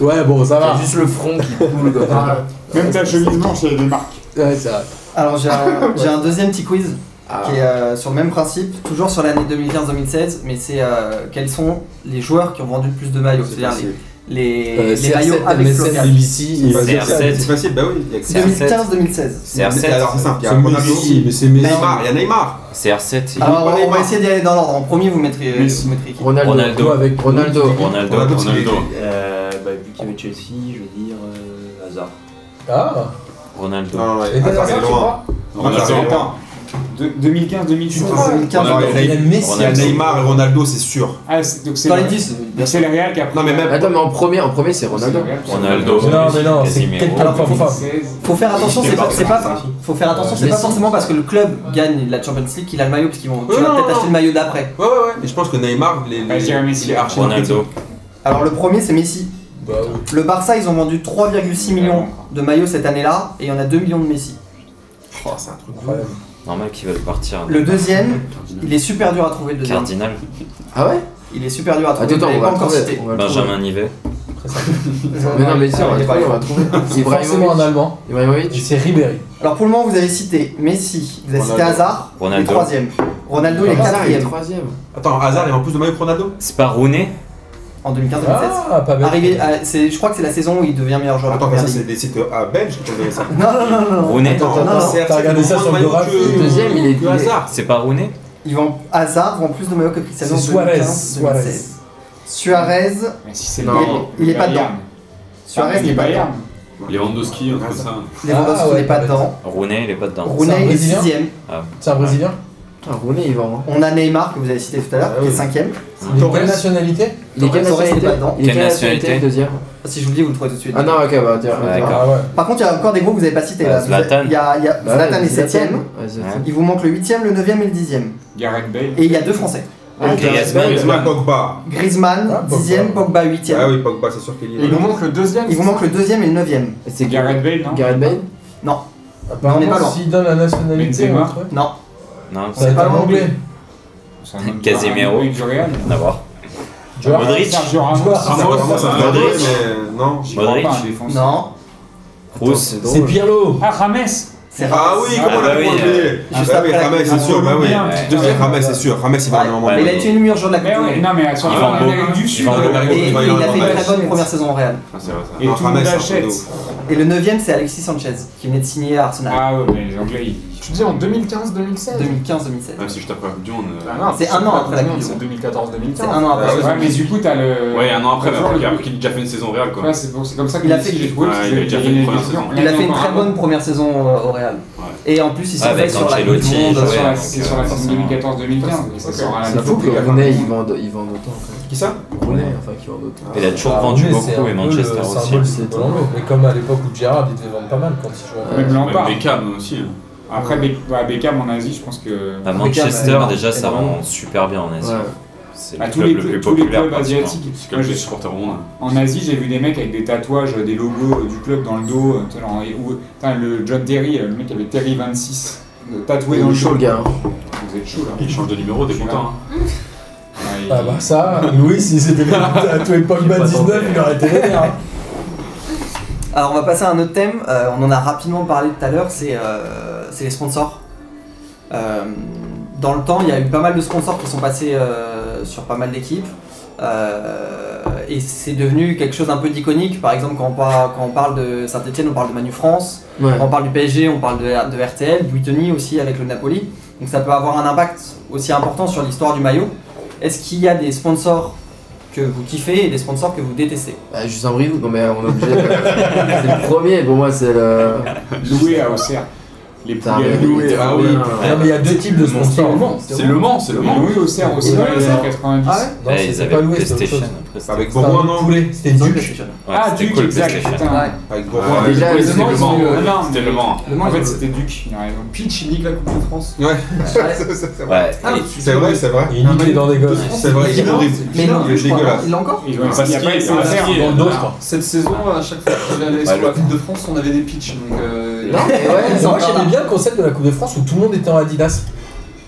Speaker 1: Ouais, bon, ça
Speaker 5: T'as
Speaker 1: va.
Speaker 5: juste le front qui coule. quoi.
Speaker 3: Même ta chemise blanche, elle y a des marques.
Speaker 1: Ouais, ça
Speaker 4: Alors j'ai un, j'ai un deuxième petit quiz
Speaker 5: Ah.
Speaker 4: qui est euh, sur le même principe, toujours sur l'année 2015-2016, mais c'est euh, quels sont les joueurs qui ont vendu le plus de maillots, c'est-à-dire les,
Speaker 1: Euh,
Speaker 4: les, les maillots avec flocage.
Speaker 1: BBC,
Speaker 2: C'est facile,
Speaker 8: CR7.
Speaker 2: c'est facile, bah oui. il y a-
Speaker 4: C'est 2015-2016.
Speaker 2: Mais Alors c'est
Speaker 8: CR7,
Speaker 2: simple, il y a
Speaker 1: C'est
Speaker 2: Ronaldo,
Speaker 1: Messi, mais c'est Messi.
Speaker 2: Neymar, il y a Neymar.
Speaker 8: CR7,
Speaker 4: Alors
Speaker 2: Neymar.
Speaker 4: on va essayer d'y aller dans l'ordre. En premier, vous mettrez, euh,
Speaker 3: Messi.
Speaker 4: vous mettrez qui
Speaker 5: Ronaldo.
Speaker 8: Ronaldo.
Speaker 5: Toi avec Ronaldo.
Speaker 8: Ronaldo,
Speaker 2: Ronaldo, parce qu'il
Speaker 8: Ronaldo,
Speaker 10: Euh, bah, vu qu'il y avait Chelsea, je vais dire euh, Hazard.
Speaker 1: Ah,
Speaker 8: Ronaldo.
Speaker 2: Non, non,
Speaker 1: et t'as
Speaker 2: Hazard, il est loin. Hazard, il est loin.
Speaker 3: De- 2015-2018.
Speaker 2: Ronaldo,
Speaker 1: Il y a Messi.
Speaker 2: Il y a Neymar et Ronaldo, c'est sûr.
Speaker 3: Ah, c'est- donc c'est
Speaker 4: Dans
Speaker 3: le-
Speaker 4: les 10,
Speaker 3: donc c'est le Real qui a pris. euh,
Speaker 2: Non, mais même-
Speaker 5: Attends, mais en premier, en premier c'est Ronaldo.
Speaker 8: Ronaldo,
Speaker 1: Non, mais non, c'est
Speaker 8: Casemiro.
Speaker 1: quelqu'un
Speaker 4: Alors,
Speaker 1: pas
Speaker 4: faut-
Speaker 1: fort.
Speaker 4: faut faire attention, c'est pas, c'est pas, faut faire attention, c'est pas
Speaker 5: Messi.
Speaker 4: forcément parce que le club gagne la Champions League qu'il a le maillot, parce qu'ils vont, tu
Speaker 2: Ouais,
Speaker 4: vas
Speaker 2: non,
Speaker 4: peut-être
Speaker 2: non.
Speaker 4: acheter le maillot d'après.
Speaker 2: Ouais, ouais, ouais. Mais je pense que Neymar, les,
Speaker 3: Bah, je
Speaker 2: les,
Speaker 3: dirais Messi.
Speaker 2: il est archi
Speaker 8: Ronaldo.
Speaker 4: Alors le premier, c'est Messi.
Speaker 1: Bah oui.
Speaker 4: Le Barça, ils ont vendu 3,6 millions de maillots cette année-là, et il y en a 2 millions de Messi.
Speaker 2: Oh, c'est un truc.
Speaker 1: incroyable.
Speaker 8: Normal qu'ils veulent partir.
Speaker 4: Le deuxième, il est super dur à trouver le deuxième.
Speaker 8: Cardinal,
Speaker 5: Ah ouais
Speaker 4: Il est super dur à
Speaker 5: Attends,
Speaker 4: trouver.
Speaker 5: attends,
Speaker 4: je l'avais
Speaker 5: on
Speaker 4: pas
Speaker 5: va
Speaker 4: encore
Speaker 5: trouver.
Speaker 4: cité.
Speaker 5: on va
Speaker 8: Benjamin Nivet.
Speaker 5: trouver. Mais non, mais si, on
Speaker 4: Ah,
Speaker 5: va
Speaker 4: il est pas
Speaker 5: trouver, on
Speaker 4: là.
Speaker 5: va trouver.
Speaker 1: C'est forcément un
Speaker 5: Ibrahimovic.
Speaker 1: Allemand. Et
Speaker 5: Ibrahimovic.
Speaker 1: c'est Ribéry.
Speaker 4: Alors pour le moment, vous avez cité Messi, vous avez cité
Speaker 2: Ronaldo.
Speaker 4: Hazard, il est
Speaker 8: Ronaldo.
Speaker 4: troisième. Ronaldo, il est
Speaker 5: Hazard, il est
Speaker 4: quatrième
Speaker 5: troisième.
Speaker 2: Attends, Hazard, il a en plus de maillot que Ronaldo
Speaker 8: C'est pas Rooney
Speaker 4: en 2015-2016.
Speaker 1: Ah, pas bête.
Speaker 4: Arrivé, à- c'est- je crois que c'est la saison où il devient meilleur joueur. de
Speaker 2: Attends, mais
Speaker 4: première
Speaker 2: ça, c'est
Speaker 4: ligue.
Speaker 2: des sites euh, ah, belges qui t'ont donné ça.
Speaker 4: Non, non, non, non, non.
Speaker 8: Rooney
Speaker 2: Attends,
Speaker 4: non, non,
Speaker 2: c'est-
Speaker 1: t'as regardé
Speaker 2: c'est
Speaker 1: ça sur le
Speaker 2: moins de
Speaker 1: graphe,
Speaker 2: maillots que-
Speaker 5: le deuxième, il est-
Speaker 2: que
Speaker 5: il est-
Speaker 2: Hazard.
Speaker 8: C'est pas Rooney
Speaker 4: Ils vont Hazard vend plus de maillots que Cristiano.
Speaker 1: C'est
Speaker 4: en
Speaker 1: Suarez.
Speaker 4: 2015,
Speaker 1: Suarez.
Speaker 4: 2016. Suarez,
Speaker 3: Mais si c'est
Speaker 5: Non.
Speaker 3: le-
Speaker 4: Il est pas
Speaker 3: Bayern.
Speaker 4: dedans.
Speaker 3: Suarez,
Speaker 4: Suarez
Speaker 3: Ah, il est
Speaker 4: n'est pas
Speaker 3: Bayern.
Speaker 4: dedans.
Speaker 7: Lewandowski, un truc comme ça.
Speaker 4: Lewandowski
Speaker 1: Ah ouais,
Speaker 4: n'est pas
Speaker 1: pas bête.
Speaker 4: dedans.
Speaker 8: Rooney, il est pas dedans.
Speaker 1: C'est un
Speaker 4: Rooney est
Speaker 1: Brésilien
Speaker 4: sixième.
Speaker 1: C'est un Brésilien
Speaker 5: Putain, Rooney, il vend. hein.
Speaker 4: On a Neymar que vous avez cité tout à l'heure,
Speaker 2: Ah
Speaker 4: qui est
Speaker 2: oui.
Speaker 4: cinquième.
Speaker 1: Il est de quelle nationalité
Speaker 5: Il est quelle
Speaker 4: Torres, il est
Speaker 5: nationalité
Speaker 4: pas dedans.
Speaker 5: Il est
Speaker 8: Quelle
Speaker 5: quelle nationalité
Speaker 8: nationalité
Speaker 5: le deuxième
Speaker 4: Si je vous le dis, vous le trouvez tout de suite.
Speaker 5: Ah non, ok, bah tiens.
Speaker 8: Ouais,
Speaker 5: attends.
Speaker 8: d'accord.
Speaker 1: Ah ouais.
Speaker 4: Par contre, il y a encore des gros que vous n'avez pas cités.
Speaker 8: Euh,
Speaker 4: là. Vous avez-
Speaker 8: Zlatan.
Speaker 4: Il y a, il y a-
Speaker 5: Bah,
Speaker 4: Zlatan est
Speaker 5: Zlatan.
Speaker 4: septième.
Speaker 5: Ouais, Zlatan.
Speaker 8: Ouais.
Speaker 4: Il vous manque le huitième, le neuvième et le dixième.
Speaker 3: Gareth Bale.
Speaker 4: Et il y a deux Français.
Speaker 5: Ah,
Speaker 8: Griezmann.
Speaker 2: Griezmann, Pogba.
Speaker 1: Ah, bah,
Speaker 4: Griezmann,
Speaker 1: Pogba.
Speaker 4: dixième, Pogba,
Speaker 2: Ah
Speaker 4: huitième.
Speaker 2: oui, Pogba, c'est sûr qu'il y
Speaker 3: Il
Speaker 2: est.
Speaker 3: nous manque le deuxième.
Speaker 4: Il vous manque le deuxième et le neuvième.
Speaker 5: C'est
Speaker 3: Gareth Bale, non
Speaker 5: Gareth Bale
Speaker 4: on est pas
Speaker 1: Apparemment,
Speaker 4: loin.
Speaker 1: s'il donne la nationalité,
Speaker 3: Benzema.
Speaker 1: on trouve.
Speaker 4: Non.
Speaker 1: ça
Speaker 8: Non,
Speaker 1: va
Speaker 8: c'est
Speaker 1: être
Speaker 4: pas
Speaker 1: un
Speaker 4: loin.
Speaker 1: anglais.
Speaker 3: C'est un homme-
Speaker 8: Casemiro.
Speaker 3: un homme du Real.
Speaker 8: rien à voir.
Speaker 1: Joueur.
Speaker 8: Modric.
Speaker 3: Sergio Ramos.
Speaker 1: Joueur.
Speaker 2: Ah, ça, vraiment, ça me fait
Speaker 8: Modric.
Speaker 2: rire, mais non.
Speaker 3: hein. J'y crois
Speaker 8: Modric.
Speaker 3: pas, hein. en défense.
Speaker 4: Non.
Speaker 8: Kroos.
Speaker 5: Attends,
Speaker 1: C'est
Speaker 5: drôle.
Speaker 1: Pirlo.
Speaker 3: Ah, Rames.
Speaker 4: C'est
Speaker 2: Ah
Speaker 4: Rames.
Speaker 2: oui,
Speaker 8: Ah,
Speaker 2: comment on
Speaker 8: bah
Speaker 2: l'a
Speaker 8: oui,
Speaker 2: oublié Ah
Speaker 4: juste
Speaker 2: bah
Speaker 4: après
Speaker 2: oui,
Speaker 4: la-
Speaker 2: Rames, c'est
Speaker 3: un
Speaker 2: sûr, bah oui.
Speaker 3: Colombien, un petit
Speaker 2: Ouais,
Speaker 3: deuxième.
Speaker 2: Rames, c'est sûr. Rames, il va aller en
Speaker 4: Ouais,
Speaker 2: Allemagne.
Speaker 4: mais il a été une meilleure joueur de la
Speaker 3: Mais
Speaker 4: Coupe
Speaker 3: ouais,
Speaker 4: du
Speaker 3: non, mais à son
Speaker 8: Il
Speaker 3: en
Speaker 8: vend beaucoup.
Speaker 3: Amérique du
Speaker 8: Il
Speaker 3: Sud.
Speaker 8: vend
Speaker 3: euh,
Speaker 8: beaucoup.
Speaker 4: Monde.
Speaker 2: Il va
Speaker 4: Et et
Speaker 2: aller
Speaker 4: il a
Speaker 2: en
Speaker 4: fait une
Speaker 2: Allemagne.
Speaker 4: très bonne première saison en Real.
Speaker 7: Ah, c'est vrai, ça.
Speaker 3: Et
Speaker 2: Non,
Speaker 3: tout le
Speaker 2: Rames,
Speaker 3: monde
Speaker 2: c'est un
Speaker 3: achète.
Speaker 2: peu de ouf.
Speaker 4: Et le neuvième, c'est Alexis Sanchez, qui venait de signer à Arsenal.
Speaker 3: Ah ouais, mais les Anglais, ils-
Speaker 6: Tu disais en 2015-2016
Speaker 4: 2015-2016.
Speaker 7: Même si je tape pas la Coupe du Monde. euh,
Speaker 6: Ah non,
Speaker 4: C'est un an après la Coupe
Speaker 6: Coupe
Speaker 4: du
Speaker 6: C'est
Speaker 4: Monde.
Speaker 6: 2014-2015.
Speaker 4: C'est un an après.
Speaker 2: Ah
Speaker 3: Ouais, mais du coup, t'as le.
Speaker 7: Ouais, un an après,
Speaker 3: t'as
Speaker 7: mais
Speaker 3: toujours
Speaker 7: après,
Speaker 3: le-
Speaker 7: il a pris- il a déjà fait une saison réelle, quoi.
Speaker 3: Ouais, c'est pour- c'est comme ça que
Speaker 4: Il a
Speaker 3: Messi,
Speaker 4: fait-
Speaker 3: j'ai trouvé.
Speaker 7: Ouais,
Speaker 3: parce
Speaker 7: il a
Speaker 3: que
Speaker 7: déjà
Speaker 3: il-
Speaker 7: fait une
Speaker 3: il-
Speaker 7: première
Speaker 3: il-
Speaker 7: saison.
Speaker 4: Il a fait une
Speaker 3: encore
Speaker 4: très
Speaker 3: un
Speaker 4: bonne première saison euh, au Real. Et en plus, il s'est
Speaker 8: Ouais,
Speaker 4: fait
Speaker 8: avec
Speaker 4: sur la Coupe du
Speaker 8: Ancelotti,
Speaker 4: Monde.
Speaker 8: Joël.
Speaker 4: sur la-
Speaker 3: C'est sur la saison 2014-2015. et ça sera la
Speaker 5: C'est fou
Speaker 3: Coupe
Speaker 5: que
Speaker 3: du Monde.
Speaker 5: Rooney, il vend il vend autant.
Speaker 2: Qui ça
Speaker 5: quoi. Rooney, enfin, qui vend autant.
Speaker 8: Il a toujours
Speaker 1: Ah,
Speaker 8: vendu
Speaker 1: mais c'est un
Speaker 8: beaucoup
Speaker 1: peu
Speaker 8: et
Speaker 1: le
Speaker 8: Manchester aussi. Bah,
Speaker 1: symbole du football anglais. Mais comme à l'époque où Gerrard, il devait vendre pas mal quand il jouait.
Speaker 3: Même Lampard.
Speaker 7: Même Beckham aussi. hein.
Speaker 3: Après, Be- ouais, Beckham en Asie, je pense que.
Speaker 8: Bah,
Speaker 4: Beckham,
Speaker 8: Manchester,
Speaker 4: euh,
Speaker 8: déjà, ça
Speaker 4: énormément.
Speaker 8: rend super bien en Asie.
Speaker 5: Ouais.
Speaker 8: C'est
Speaker 3: Bah,
Speaker 8: le
Speaker 3: tous
Speaker 8: club
Speaker 3: les,
Speaker 8: le plus
Speaker 3: tous les
Speaker 8: populaire.
Speaker 3: clubs
Speaker 8: pratiquement.
Speaker 3: asiatiques.
Speaker 7: C'est
Speaker 3: Moi,
Speaker 7: comme
Speaker 3: je-
Speaker 7: les supporters ronds.
Speaker 3: en Asie, j'ai vu des mecs avec des tatouages, euh, des logos euh, du club dans le dos. euh, tu sais, genre, et- ou- putain, le John Terry, euh, le mec avait Terry 26 euh, tatoué dans
Speaker 5: Il est
Speaker 3: le
Speaker 5: chaud
Speaker 3: dos.
Speaker 5: le gars. hein.
Speaker 3: Vous êtes chaud là.
Speaker 7: Il change de numéro, t'es content. hein.
Speaker 3: Ouais, il-
Speaker 1: Ah bah ça, Louis, s'il s'était fait tatouer Pogba 19, il aurait été vénère.
Speaker 4: Alors, on va passer à un autre thème. euh, on en a rapidement parlé tout à l'heure. C'est euh, c'est les sponsors. Euh, dans le temps, il y a eu pas mal de sponsors qui sont passés euh, sur pas mal d'équipes. Euh, et c'est devenu quelque chose d'un peu d'iconique. Par exemple, quand on, par- quand on parle de Saint-Etienne, on parle de Manu France.
Speaker 5: Ouais.
Speaker 4: Quand on parle du PSG, on parle de, de RTL, Buitoni aussi avec le Napoli. Donc ça peut avoir un impact aussi important sur l'histoire du maillot. Est-ce qu'il y a des sponsors que vous kiffez et des sponsors que vous détestez
Speaker 5: Bah, Justin Brive, non mais on est obligé. c'est le premier, pour moi c'est le.
Speaker 3: Loué à Auxerre. les
Speaker 5: T'as
Speaker 3: poulets à
Speaker 5: raison.
Speaker 3: louer.
Speaker 5: Ah
Speaker 3: Ah
Speaker 5: oui.
Speaker 3: oui.
Speaker 1: Non, mais il y a deux types de sponsors. Non,
Speaker 6: C'est le Mans, c'est le
Speaker 3: Mais
Speaker 6: Mans.
Speaker 3: Louis au cerf aussi
Speaker 1: Ouais,
Speaker 3: dans
Speaker 1: ouais.
Speaker 3: les années 90.
Speaker 4: Ah ouais
Speaker 1: non,
Speaker 8: Eh, ils
Speaker 1: c'était
Speaker 8: avaient
Speaker 1: pas loué, c'était autre
Speaker 8: PlayStation.
Speaker 1: chose.
Speaker 8: après, c'était-
Speaker 2: Avec
Speaker 1: C'était
Speaker 2: Bourgoin,
Speaker 1: un
Speaker 2: non
Speaker 1: poulet, c'était Duke.
Speaker 4: PlayStation.
Speaker 8: Ouais,
Speaker 3: Ah,
Speaker 8: c'était
Speaker 3: Duke,
Speaker 8: cool,
Speaker 3: exact,
Speaker 8: PlayStation.
Speaker 3: putain.
Speaker 2: Avec
Speaker 7: Ouais,
Speaker 2: Bourgoin.
Speaker 7: ouais.
Speaker 5: Déjà,
Speaker 3: Ouais,
Speaker 5: les-
Speaker 3: c'est le Mans.
Speaker 6: euh,
Speaker 3: Ah, non,
Speaker 7: C'était
Speaker 3: mais-
Speaker 7: le Mans.
Speaker 4: Le Mans,
Speaker 3: En
Speaker 4: ils
Speaker 3: fait,
Speaker 4: ont-
Speaker 3: c'était Duke. il a raison.
Speaker 6: Pitch, il nique la Coupe de France.
Speaker 2: Ouais,
Speaker 4: Ouais.
Speaker 2: c'est- c'est vrai.
Speaker 8: Ouais,
Speaker 6: Ah,
Speaker 8: et-
Speaker 6: tu-
Speaker 2: C'est vrai, c'est vrai.
Speaker 1: Et il nique les dents des gosses.
Speaker 2: C'est vrai, il est horrible.
Speaker 4: Mais non,
Speaker 2: Il est
Speaker 4: je crois pas.
Speaker 2: dégueulasse.
Speaker 4: Il l'a encore
Speaker 3: Il
Speaker 7: Ouais, parce
Speaker 3: n'y a
Speaker 7: qu'il-
Speaker 3: pas été
Speaker 7: parce
Speaker 3: offert.
Speaker 7: qu'il-
Speaker 1: Dans le dos, je crois.
Speaker 6: Cette saison, à chaque fois que j'allais
Speaker 8: Bah,
Speaker 6: sur
Speaker 8: le-
Speaker 6: la Coupe de France, on avait des pitchs. Donc, euh,
Speaker 5: Non, mais
Speaker 1: Ouais,
Speaker 5: ouais,
Speaker 1: mais moi j'aimais bien le concept de la Coupe de France où tout le monde était en Adidas.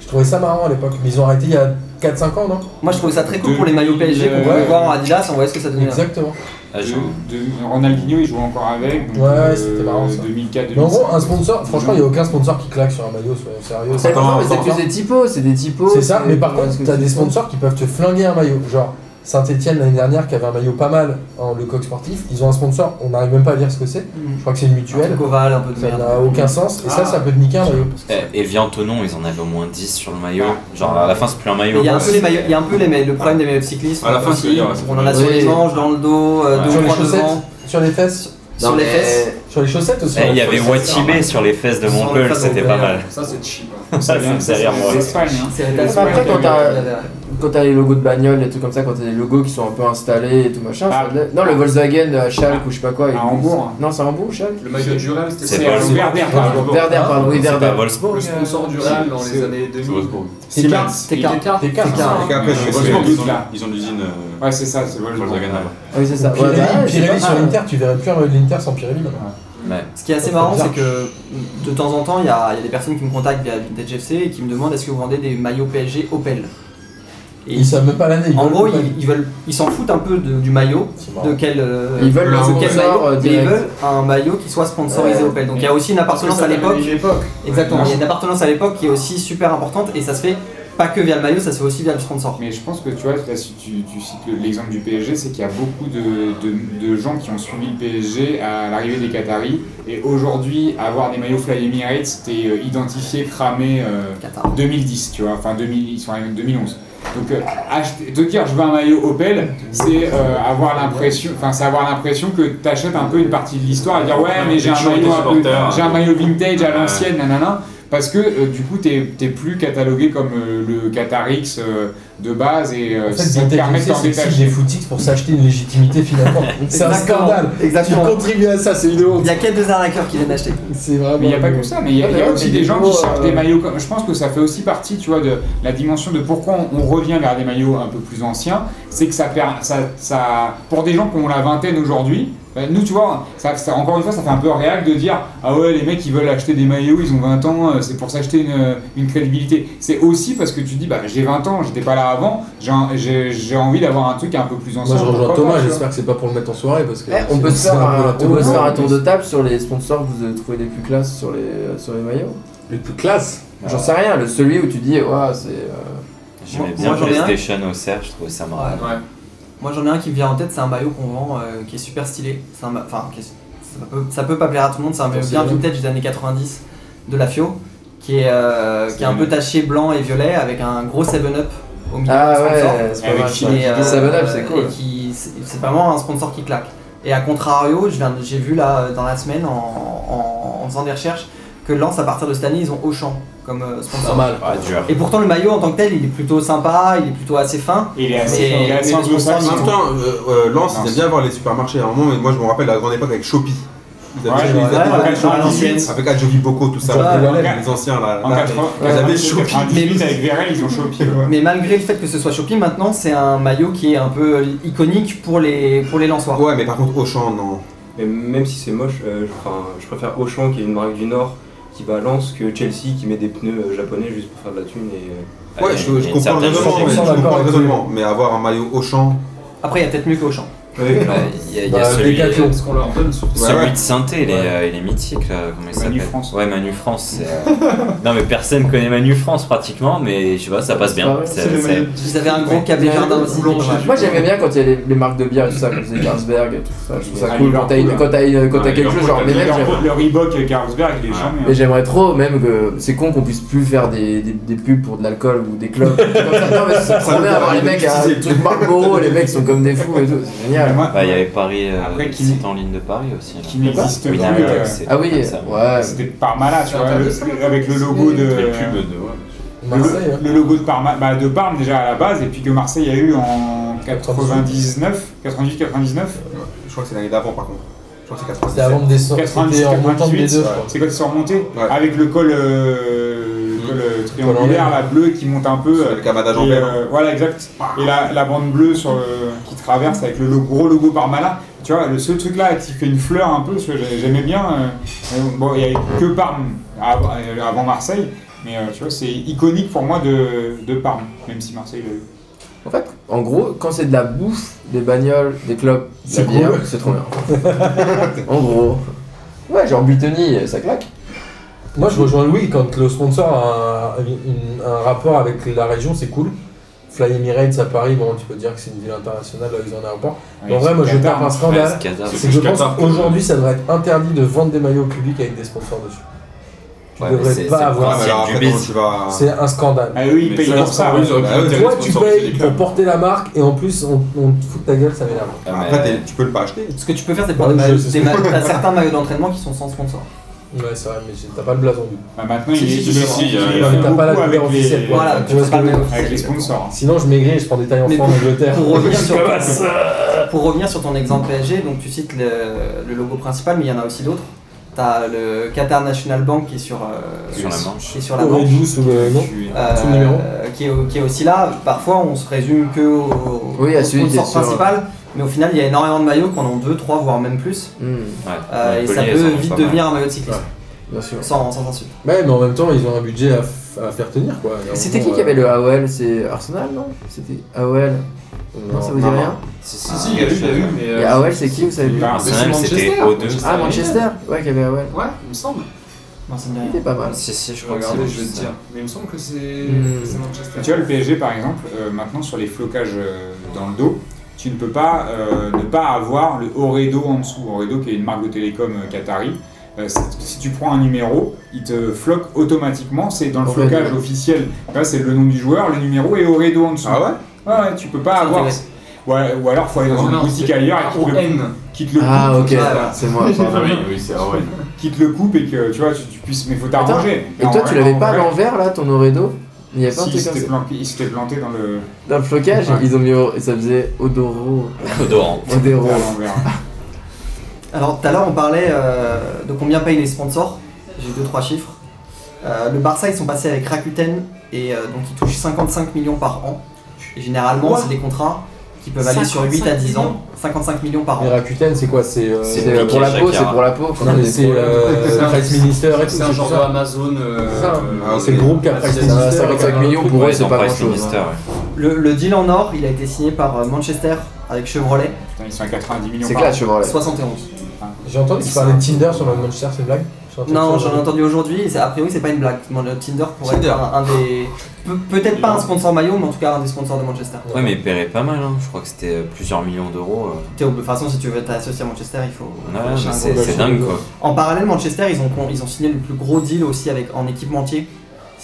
Speaker 1: Je trouvais ça marrant à l'époque, mais ils ont arrêté il y a 4-5 ans, non
Speaker 4: Moi, je trouvais ça très cool pour les maillots PSG qu'on pouvait
Speaker 3: Ouais.
Speaker 4: voir en Adidas, on voyait ce que ça donnait.
Speaker 1: Exactement.
Speaker 8: ah, j'ai-
Speaker 3: de- de- Ronaldinho, il jouait encore avec. donc,
Speaker 1: Ouais, ouais,
Speaker 3: euh,
Speaker 1: c'était marrant, ça.
Speaker 3: 2004,
Speaker 1: Mais en gros,
Speaker 3: 2005.
Speaker 1: un sponsor, franchement, il n'y a aucun sponsor qui claque sur un maillot, soyons sérieux.
Speaker 5: C'est
Speaker 2: Attends,
Speaker 5: non, mais c'est
Speaker 2: attends,
Speaker 5: que des typos, c'est des typos.
Speaker 1: C'est ça, mais par
Speaker 5: Ouais,
Speaker 1: contre,
Speaker 5: c'est-
Speaker 1: t'as des sponsors qui peuvent te flinguer un maillot. Genre, Saint-Etienne l'année dernière qui avait un maillot pas mal, hein, le coq sportif, ils ont un sponsor, on n'arrive même pas à dire ce que c'est. Je crois que c'est une
Speaker 4: Mm. Un
Speaker 1: mutuelle,
Speaker 4: truc ovale, un peu de
Speaker 1: ça
Speaker 4: merde.
Speaker 1: n'a aucun sens, et ça,
Speaker 4: Ah.
Speaker 1: ça peut te niquer un maillot.
Speaker 8: Eh, Et Viantonon, ils en avaient au moins 10 sur le maillot. Genre à la fin, c'est plus un
Speaker 4: Mais
Speaker 8: maillot.
Speaker 4: Il y a un
Speaker 8: quoi.
Speaker 4: peu, les maillots- il y a un peu les maillots- le problème des maillots de cyclisme.
Speaker 7: À la fin, c'est-
Speaker 4: aussi,
Speaker 7: ouais, c'est
Speaker 4: on en a
Speaker 5: vrai.
Speaker 4: sur les
Speaker 5: Oui.
Speaker 4: manches, dans le dos, euh,
Speaker 8: Ouais.
Speaker 4: deux
Speaker 1: Sur
Speaker 4: ou
Speaker 1: les
Speaker 4: trois
Speaker 1: chaussettes,
Speaker 4: devant,
Speaker 1: sur les fesses,
Speaker 4: sur
Speaker 5: Non,
Speaker 4: les
Speaker 5: mais- euh,
Speaker 4: fesses.
Speaker 1: sur les chaussettes aussi. hein.
Speaker 8: Eh, Il y
Speaker 1: Sur
Speaker 8: avait
Speaker 1: les fesses.
Speaker 8: Watibé sur les fesses de
Speaker 4: Sur le
Speaker 8: Montpellier,
Speaker 4: face de
Speaker 8: c'était pas
Speaker 4: Montpellier.
Speaker 8: mal.
Speaker 6: Ça, c'est cheap. hein.
Speaker 8: Ça fait ça rire, moi.
Speaker 3: L'Espagne, hein.
Speaker 4: C'est la
Speaker 5: Mais
Speaker 4: Espagne
Speaker 5: après,
Speaker 4: qui a
Speaker 5: quand
Speaker 4: eu-
Speaker 5: t'as-
Speaker 4: il y avait-
Speaker 5: Quand t'as les logos de bagnole, des trucs comme ça, quand t'as des logos qui sont un peu installés et tout machin.
Speaker 3: Ah.
Speaker 5: ça- Non, le Volkswagen à Schalke ou je sais pas quoi. il-
Speaker 3: Hambourg.
Speaker 5: Non, c'est Hambourg, Schalke
Speaker 6: Le maillot du Real, c'était
Speaker 8: C'est
Speaker 3: C'est
Speaker 8: pas
Speaker 3: euh,
Speaker 8: le-
Speaker 3: Werder,
Speaker 10: Ah,
Speaker 3: pardon.
Speaker 5: Werder, pardon, oui,
Speaker 8: C'est
Speaker 5: Werder.
Speaker 8: pas Wolfsburg.
Speaker 1: euh,
Speaker 6: le sponsor du
Speaker 3: C'est-
Speaker 6: Real dans les
Speaker 3: c'est-
Speaker 6: années
Speaker 7: C'est
Speaker 6: 2000.
Speaker 7: Wolfsburg.
Speaker 1: T4, T4,
Speaker 4: T4. T4.
Speaker 1: c'est ça.
Speaker 2: Et après, je
Speaker 7: Euh,
Speaker 2: fais
Speaker 7: Wolfsburg,
Speaker 2: ce
Speaker 3: c'est-
Speaker 7: ils ont- ils ont l'usine euh,
Speaker 3: Ouais, c'est ça, c'est Wolfsburg.
Speaker 7: Volkswagen là-bas.
Speaker 5: Ah oui, c'est ça. Ouais,
Speaker 1: Pirelli,
Speaker 5: bah, ouais, c'est
Speaker 1: Pirelli
Speaker 5: pas
Speaker 1: sur
Speaker 5: mal.
Speaker 1: l'Inter, tu verrais plus un maillot de l'Inter sans Pirelli maintenant.
Speaker 8: Ouais.
Speaker 4: Ce qui est assez
Speaker 1: Ça,
Speaker 4: marrant,
Speaker 1: c'est
Speaker 4: c'est que de temps en temps, il y, a il y a des personnes qui me contactent via Vintage FC et qui me demandent est-ce que vous vendez des maillots PSG Opel Et
Speaker 1: Ils savent même pas l'année. ils
Speaker 4: En
Speaker 1: veulent
Speaker 4: gros,
Speaker 1: pas.
Speaker 4: ils ils veulent, ils s'en foutent un peu de- du maillot,
Speaker 1: C'est marrant.
Speaker 4: de quel, euh,
Speaker 5: Ils veulent
Speaker 4: de
Speaker 5: leur
Speaker 4: quel
Speaker 5: sponsor,
Speaker 4: maillot,
Speaker 5: euh,
Speaker 4: mais ils
Speaker 5: direct.
Speaker 4: veulent un maillot qui soit sponsorisé
Speaker 5: Ouais.
Speaker 4: Opel. Donc il y a aussi une appartenance à l'époque. Exactement, il y a une appartenance à l'époque qui est aussi super importante et ça se fait pas que via le maillot, ça se fait aussi via le sponsor.
Speaker 3: Mais je pense que tu vois, là, si tu, tu cites le- l'exemple du PSG, c'est qu'il y a beaucoup de, de- de gens qui ont suivi le PSG à l'arrivée des Qataris. Et aujourd'hui, avoir des maillots Fly Emirates, c'était euh, identifié, cramé euh,
Speaker 4: Qatar.
Speaker 3: 2010, tu vois, enfin 2000, ils sont arrivés en 2011. Donc, euh, acheter- te dire je veux un maillot Opel, c'est euh, avoir l'impression, enfin c'est avoir l'impression que t'achètes un peu une partie de l'histoire et dire ouais mais j'ai un
Speaker 7: toujours
Speaker 3: maillot,
Speaker 7: été
Speaker 3: un peu-
Speaker 7: supporter.
Speaker 3: j'ai un maillot vintage à
Speaker 7: Ouais.
Speaker 3: l'ancienne, nanana. Parce que euh, du coup, t'es t'es plus catalogué comme euh, le Qatarix euh, de base et euh,
Speaker 1: En fait,
Speaker 3: ça te
Speaker 1: Vinted
Speaker 3: permet de
Speaker 1: FC,
Speaker 3: t'en
Speaker 1: c'est le site
Speaker 3: détacher.
Speaker 1: des footix pour s'acheter une légitimité finalement. c'est un
Speaker 4: Exactement.
Speaker 1: scandale. Tu
Speaker 4: Exactement.
Speaker 1: contribues à ça, c'est une honte.
Speaker 4: Il y a quelques arnaqueurs qui viennent acheter.
Speaker 1: C'est vraiment.
Speaker 3: Mais il n'y a pas que ça, mais il y a,
Speaker 5: Ah,
Speaker 3: il y a
Speaker 5: mais
Speaker 3: aussi
Speaker 5: des
Speaker 3: des gens
Speaker 5: gros,
Speaker 3: qui sortent
Speaker 5: euh,
Speaker 3: des maillots. Comme... Je pense que ça fait aussi partie, tu vois, de la dimension de pourquoi on- on revient vers des maillots un peu plus anciens. C'est que ça, per- ça, ça, pour des gens qui ont la vingtaine aujourd'hui, bah, nous, tu vois, ça, ça- encore une fois, ça fait un peu réac de dire ah ouais, les mecs ils veulent acheter des maillots, ils ont 20 ans, euh, c'est pour s'acheter une, une crédibilité. C'est aussi parce que tu dis bah j'ai 20 ans, j'étais pas là avant, j'ai un- j'ai j'ai envie d'avoir un truc un peu plus ancien.
Speaker 1: Moi je rejoins
Speaker 3: pourquoi pas,
Speaker 1: Thomas,
Speaker 3: tu vois.
Speaker 1: j'espère que c'est pas pour le mettre en soirée parce que.
Speaker 5: Eh, on
Speaker 1: c'est-
Speaker 5: peut se
Speaker 1: c'est
Speaker 5: faire
Speaker 1: un peu
Speaker 5: un,
Speaker 1: la
Speaker 5: on peut se
Speaker 1: théorie.
Speaker 5: faire un tour de table sur les sponsors que vous avez trouvé les plus classes sur les, euh, sur les maillots.
Speaker 1: Les plus classes.
Speaker 5: J'en sais rien, le celui où tu dis, ouais, c'est. euh,
Speaker 8: J'aimais
Speaker 4: Moi-
Speaker 8: bien
Speaker 4: moi, j'en ai un.
Speaker 8: PlayStation au cerf, je trouvais ça marrant.
Speaker 4: Ouais. Moi j'en ai un qui me vient en tête, c'est un maillot qu'on vend euh, qui est super stylé. C'est un ma- enfin, qui est- ça, peut, ça peut pas plaire à tout le monde, c'est un maillot
Speaker 1: c'est
Speaker 4: bien
Speaker 1: bien.
Speaker 4: vintage des années 90 de la FIO qui est, euh, qui est un peu taché blanc et violet avec un gros 7-up au milieu
Speaker 5: Ah
Speaker 4: du sponsor.
Speaker 5: ouais, c'est pas
Speaker 3: Avec
Speaker 5: mal.
Speaker 3: qui
Speaker 5: ça.
Speaker 4: Et, euh,
Speaker 5: 7up, c'est cool.
Speaker 4: et qui- c'est c'est vraiment un sponsor qui claque. Et à contrario, je viens de- j'ai vu là euh, dans la semaine en, en- en faisant des recherches que Lance à partir de cette année ils ont Auchan comme euh,
Speaker 1: Pas
Speaker 4: sponsor.
Speaker 5: bah.
Speaker 1: mal.
Speaker 8: Ah, dur.
Speaker 4: Et pourtant le maillot en tant que tel il est plutôt sympa, il est plutôt assez fin.
Speaker 3: Il est assez,
Speaker 4: Mais-
Speaker 3: il est assez
Speaker 4: mais les
Speaker 3: anglo-saxon.
Speaker 2: En même temps, euh, euh, Lens,
Speaker 3: Lens.
Speaker 2: c'était bien voir les supermarchés à un moment, mais moi je me rappelle à la grande époque avec Shopee. Ils avaient-
Speaker 3: Ouais,
Speaker 2: ils
Speaker 3: ouais,
Speaker 2: avaient-
Speaker 4: ouais,
Speaker 2: Shopee,
Speaker 3: Ah,
Speaker 4: à l'ancienne.
Speaker 2: avec Adjovi Boko, tout ça.
Speaker 4: Ouais,
Speaker 2: les
Speaker 3: ouais.
Speaker 2: anciens là.
Speaker 3: En
Speaker 2: là,
Speaker 3: 80
Speaker 2: ils avaient Shopee.
Speaker 3: 98 avec Vérel, ils ont Shopee. ouais.
Speaker 4: Mais malgré le fait que ce soit Shopee, maintenant c'est un maillot qui est un peu iconique pour les, pour les lançoires.
Speaker 2: Ouais, mais par contre, Auchan, non.
Speaker 10: Mais même si c'est moche, euh, je, enfin, je préfère Auchan qui est une marque du Nord qui va à Lens que Chelsea qui met des pneus euh, japonais juste pour faire de la thune et euh,
Speaker 2: Ouais,
Speaker 8: il y a
Speaker 2: je, je
Speaker 8: une
Speaker 2: comprends le
Speaker 8: certaine
Speaker 2: raisonnement, mais, je
Speaker 1: forme.
Speaker 2: comprends le
Speaker 1: D'accord,
Speaker 2: raisonnement, mais avoir un maillot Auchan.
Speaker 4: Après il y a peut-être mieux que Auchan.
Speaker 10: Ouais,
Speaker 8: Ouais,
Speaker 10: clairement.
Speaker 8: Il y a, il y a
Speaker 1: Bah,
Speaker 8: celui,
Speaker 1: Decathlon.
Speaker 6: Ce qu'on leur donne, surtout.
Speaker 2: Ouais,
Speaker 8: celui
Speaker 2: ouais.
Speaker 8: de Synthé, il, est,
Speaker 1: Ouais.
Speaker 8: euh, il est mythique là, comment il
Speaker 3: Manu
Speaker 8: s'appelle
Speaker 3: France.
Speaker 8: Ouais, Manu France. c'est, euh, non mais personne connaît Manu France pratiquement, mais je sais pas, ça passe bien.
Speaker 5: Ouais,
Speaker 8: C'est-
Speaker 5: c'est le
Speaker 8: c'est-
Speaker 4: Vous avez un gros câblé jardin aussi.
Speaker 6: Boulanger.
Speaker 4: qui est pas mal.
Speaker 5: Moi j'aimais bien quand il y a les, les marques de bière et tout ça, comme les Carlsberg et tout ça. Je trouve ça
Speaker 3: Ah,
Speaker 5: cool quand t'as une-
Speaker 3: Liverpool,
Speaker 5: quand t'as une- quand t'as
Speaker 7: Ah,
Speaker 5: quelque chose,
Speaker 7: Liverpool,
Speaker 5: genre,
Speaker 7: t'as
Speaker 5: mais même,
Speaker 3: Leur-
Speaker 5: j'aimerais-
Speaker 3: Le Reebok et Carlsberg, il est charmé. hein.
Speaker 5: mais j'aimerais trop même que c'est con qu'on puisse plus faire des, des, des pubs pour de l'alcool ou des clubs. Comme ça, non, mais c'est
Speaker 2: Ça
Speaker 5: trop bien
Speaker 2: nous
Speaker 5: avoir les
Speaker 2: permet
Speaker 5: mecs
Speaker 2: de
Speaker 5: à
Speaker 2: préciser.
Speaker 5: truc Marlboro, les mecs sont comme des fous et tout, c'est génial.
Speaker 3: Ouais, moi-
Speaker 8: Bah, il y avait Paris, euh,
Speaker 3: Après, qui-
Speaker 8: c'était en ligne de Paris aussi. là.
Speaker 3: qui n'existe
Speaker 8: Oui,
Speaker 3: plus.
Speaker 8: Dynamite,
Speaker 3: euh,
Speaker 8: c'est
Speaker 5: Ah oui,
Speaker 8: comme ça.
Speaker 5: ouais.
Speaker 3: C'était Parma là, tu
Speaker 1: C'est
Speaker 3: vois,
Speaker 1: interdit, ça,
Speaker 3: le-
Speaker 1: maintenant
Speaker 3: avec le logo de.
Speaker 7: Les
Speaker 2: euh,
Speaker 7: pubs de. ouais.
Speaker 1: Marseille, hein.
Speaker 3: Le, le logo de Parma, bah, de Parme déjà à la base, et puis que Marseille a eu en 99, 98-99.
Speaker 2: Je crois que c'est l'année d'avant par contre. Je crois que c'est
Speaker 1: C'était
Speaker 2: 97.
Speaker 1: avant de descendre,
Speaker 3: 97,
Speaker 1: c'était en montant de B2, je
Speaker 3: ouais.
Speaker 1: crois.
Speaker 3: C'est quand ils sont remontés
Speaker 2: Ouais.
Speaker 3: avec le col, euh,
Speaker 2: Mmh.
Speaker 3: col, euh, triangulaire, la bleue qui monte un peu. euh,
Speaker 2: Avec un badage en
Speaker 3: et,
Speaker 2: paix.
Speaker 3: euh, voilà, exact. Et la, la bande bleue sur le- qui traverse avec le lo- gros logo Parmala. Tu vois, le, ce truc-là qui fait une fleur un peu, parce que j'ai- j'aimais bien. euh, mais bon, il n'y avait que Parme avant, euh, avant Marseille, mais euh, tu vois, c'est iconique pour moi de, de Parme, même si Marseille l'a eu.
Speaker 5: En fait, en gros, quand c'est de la bouffe, des bagnoles, des clubs, de la
Speaker 1: C'est
Speaker 5: bière,
Speaker 1: cool.
Speaker 5: c'est trop bien. en gros. Ouais, genre Butoni, ça claque.
Speaker 1: Moi, je rejoins Louis quand le sponsor a un, une- un rapport avec la région, c'est cool. Fly Emirates à Paris, bon, tu peux dire que c'est une ville internationale, là, ils ont un aéroport. Mais en vrai, moi, je
Speaker 3: Qatar,
Speaker 1: tape un
Speaker 8: Ouais,
Speaker 1: scandale.
Speaker 8: c'est Qatar.
Speaker 1: C'est que je pense
Speaker 7: Qatar,
Speaker 1: qu'aujourd'hui, ça devrait être interdit de vendre des maillots au public avec des sponsors dessus. Tu
Speaker 8: Ouais, mais
Speaker 1: devrais
Speaker 8: c'est-
Speaker 1: pas
Speaker 8: c'est le
Speaker 2: Ouais,
Speaker 1: avoir ça.
Speaker 2: mais alors
Speaker 8: du
Speaker 2: après, comment
Speaker 8: bis.
Speaker 2: tu vas.
Speaker 1: C'est un scandale.
Speaker 3: Ah oui, ils
Speaker 7: Mais
Speaker 3: payent
Speaker 7: ça,
Speaker 3: pour ça.
Speaker 7: ils auraient pu
Speaker 2: Bah,
Speaker 7: interdire les
Speaker 1: Toi, tu
Speaker 7: sponsors, c'est
Speaker 1: payes
Speaker 7: des
Speaker 1: pour
Speaker 7: pubs.
Speaker 1: porter la marque et en plus, on, on te fout de ta gueule, ça m'énerve.
Speaker 8: Ah, mais-
Speaker 2: Après, t'es- tu peux le pas acheter.
Speaker 4: Ce que tu peux faire, c'est prendre
Speaker 1: Ouais,
Speaker 4: des
Speaker 1: je
Speaker 4: maillots-
Speaker 1: sais.
Speaker 4: des ma- t'as certains maillots d'entraînement qui sont sans sponsor.
Speaker 1: Ouais, c'est vrai, mais j'ai- t'as pas le blason du coup.
Speaker 3: Bah, maintenant,
Speaker 7: Si,
Speaker 3: il
Speaker 7: si,
Speaker 3: est-
Speaker 7: si,
Speaker 3: il est-
Speaker 7: si,
Speaker 3: il
Speaker 7: euh,
Speaker 3: est
Speaker 7: t'as
Speaker 3: beaucoup
Speaker 1: pas la
Speaker 3: avec
Speaker 1: couleur
Speaker 3: les-
Speaker 1: officielle, quoi.
Speaker 4: Voilà,
Speaker 1: tu
Speaker 4: tu
Speaker 1: vois
Speaker 4: peux
Speaker 1: ce
Speaker 4: pas
Speaker 1: que
Speaker 4: le
Speaker 1: je veux
Speaker 4: maillot
Speaker 3: Avec les
Speaker 4: officiel.
Speaker 3: sponsors. hein.
Speaker 1: Sinon, je maigris, je prends des tailles en
Speaker 4: Mais
Speaker 1: France, en
Speaker 4: pour-
Speaker 1: Angleterre.
Speaker 4: pour revenir sur-
Speaker 1: Comme ça.
Speaker 4: Pour revenir sur ton exemple PSG, donc tu cites le, le logo principal, mais il y en a aussi d'autres. T'as le Qatar National Bank qui est sur, euh,
Speaker 8: Sur la Manche.
Speaker 4: qui est sur la
Speaker 1: Aurait
Speaker 4: banque,
Speaker 1: dû sous le nom.
Speaker 4: euh,
Speaker 1: Sous le numéro.
Speaker 4: qui, est, qui est aussi là. Parfois, on se résume que au, au-
Speaker 5: Oui, à
Speaker 4: au
Speaker 5: celui qui est
Speaker 4: sponsor
Speaker 5: sur-
Speaker 4: principal, mais au final, il y a énormément de maillots qu'on en deux, trois, voire même plus,
Speaker 5: Hmm,
Speaker 8: Ouais.
Speaker 4: euh, et
Speaker 8: Montpellier,
Speaker 4: ça
Speaker 8: ils en
Speaker 4: peut
Speaker 8: ont
Speaker 4: vite
Speaker 8: pas mal.
Speaker 4: devenir un maillot de cyclisme,
Speaker 5: bien sûr.
Speaker 4: sans, sans insulte.
Speaker 1: Ouais, mais en même temps, ils ont un budget à, f- à faire tenir, quoi.
Speaker 5: Et C'était qui
Speaker 1: Bon,
Speaker 5: qui
Speaker 1: euh,
Speaker 5: avait le AOL C'est Arsenal, non C'était AOL.
Speaker 1: euh,
Speaker 5: Non, ça vous dit
Speaker 3: non.
Speaker 5: rien
Speaker 8: Ah, Si,
Speaker 6: Si, si, il y a eu, il y a eu, mais.
Speaker 5: Et AOL, c'est qui, vous savez
Speaker 3: Bah,
Speaker 8: Ah, c'est même, c'était
Speaker 6: Manchester.
Speaker 8: O2.
Speaker 5: Ah, Manchester Ouais, qui avait AOL.
Speaker 6: Ouais, il me semble.
Speaker 4: Non, ça me dit rien.
Speaker 5: C'était pas mal.
Speaker 8: Si, si, je
Speaker 6: Je
Speaker 8: crois que
Speaker 6: regardais,
Speaker 8: c'est
Speaker 6: je vais te
Speaker 8: Manchester.
Speaker 6: dire. Mais il me semble que c'est
Speaker 5: Hmm.
Speaker 6: c'est Manchester.
Speaker 3: Tu vois, le PSG par exemple, euh, maintenant sur les flocages euh, dans le dos, tu ne peux pas euh, ne pas avoir le Oredo en dessous. Oredo qui est une marque de télécom euh, qatari. Euh, si- si tu prends un numéro, il te floque automatiquement. C'est dans le
Speaker 5: Oredo.
Speaker 3: flocage officiel. Là, c'est le nom du joueur, le numéro et Oredo en dessous.
Speaker 2: Ah ouais
Speaker 3: ouais, ouais, tu peux pas avoir.
Speaker 4: intégré.
Speaker 3: Ouais, ou alors faut aller dans
Speaker 6: Ah, Oh Non,
Speaker 3: une
Speaker 6: non,
Speaker 3: boutique
Speaker 6: c'est
Speaker 3: ailleurs et qui te le,
Speaker 6: AON.
Speaker 3: qui te le
Speaker 5: Ah,
Speaker 3: coupe.
Speaker 5: ok,
Speaker 4: voilà.
Speaker 5: c'est moi.
Speaker 7: Ah
Speaker 5: pardon.
Speaker 7: oui, oui, c'est Owen.
Speaker 3: Qui te le coupe et que tu vois, tu, tu puisses. Mais faut t'arranger.
Speaker 5: Et toi, tu l'avais pas à
Speaker 3: à
Speaker 5: l'envers, là, ton Oredo Il y avait pas un
Speaker 3: il
Speaker 5: truc comme
Speaker 3: s'était
Speaker 5: ça
Speaker 3: planqué- il s'était planté dans le.
Speaker 5: Dans le flocage,
Speaker 3: Ouais.
Speaker 5: ils ont mis. au- Et ça faisait Odoro.
Speaker 4: Ah,
Speaker 8: Odorant.
Speaker 3: à
Speaker 5: Odero.
Speaker 3: l'envers.
Speaker 4: Alors tout à l'heure on parlait euh, de combien payent les sponsors, j'ai deux trois chiffres. Euh, le Barça ils sont passés avec Rakuten et euh, donc ils touchent 55 millions par an. Et généralement c'est des contrats qui peuvent aller sur 8 à 10 ans, 55 millions par
Speaker 1: Mais
Speaker 4: an.
Speaker 1: Rakuten, c'est quoi C'est. euh,
Speaker 8: C'est
Speaker 5: C'est euh, pour la
Speaker 8: Piqué,
Speaker 5: peau, c'est
Speaker 8: Shakira.
Speaker 5: pour la peau.
Speaker 1: Non, mais c'est.
Speaker 6: C'est
Speaker 1: euh,
Speaker 6: un-
Speaker 1: Price Minister et tout.
Speaker 6: C'est un genre
Speaker 1: tout
Speaker 6: de
Speaker 1: ça.
Speaker 6: Amazon. euh,
Speaker 1: C'est ça.
Speaker 6: euh,
Speaker 2: Ah,
Speaker 1: C'est le groupe qui a
Speaker 6: Ah,
Speaker 1: Price
Speaker 6: c'est
Speaker 1: Minister,
Speaker 6: ça,
Speaker 1: avec
Speaker 5: 55
Speaker 1: un
Speaker 5: millions
Speaker 1: truc,
Speaker 5: pour eux,
Speaker 1: ouais.
Speaker 5: c'est
Speaker 8: Dans
Speaker 5: pas hein.
Speaker 8: Price
Speaker 5: grand chose.
Speaker 8: Minister, ouais.
Speaker 4: Le, le deal en or il a été signé par euh, Manchester avec Chevrolet
Speaker 3: Putain, ils sont à 90 millions
Speaker 5: C'est
Speaker 3: par an.
Speaker 5: classe, Chevrolet.
Speaker 4: 71.
Speaker 1: J'ai entendu qu'ils parlaient de Tinder sur le Manchester, c'est une blague Je suis en train de
Speaker 4: Non
Speaker 1: faire-
Speaker 4: j'en ai entendu aujourd'hui et c'est- a priori c'est pas une blague. Mon- le Tinder pourrait
Speaker 10: Tinder.
Speaker 4: être un, un des... Pe- Peut-être pas un sponsor maillot mais en tout cas un des sponsors de Manchester.
Speaker 8: Ouais, mais il paierait pas mal, hein. je crois que c'était euh, plusieurs millions d'euros. euh.
Speaker 4: T'es- De toute façon si tu veux t'associer à Manchester il faut...
Speaker 8: Ouais,
Speaker 3: Ah,
Speaker 4: faut
Speaker 8: mais
Speaker 4: lâcher un
Speaker 8: c'est
Speaker 4: gros
Speaker 8: c'est dingue quoi.
Speaker 4: En parallèle, Manchester, ils ont, ils ont signé le plus gros deal aussi avec, en équipementier.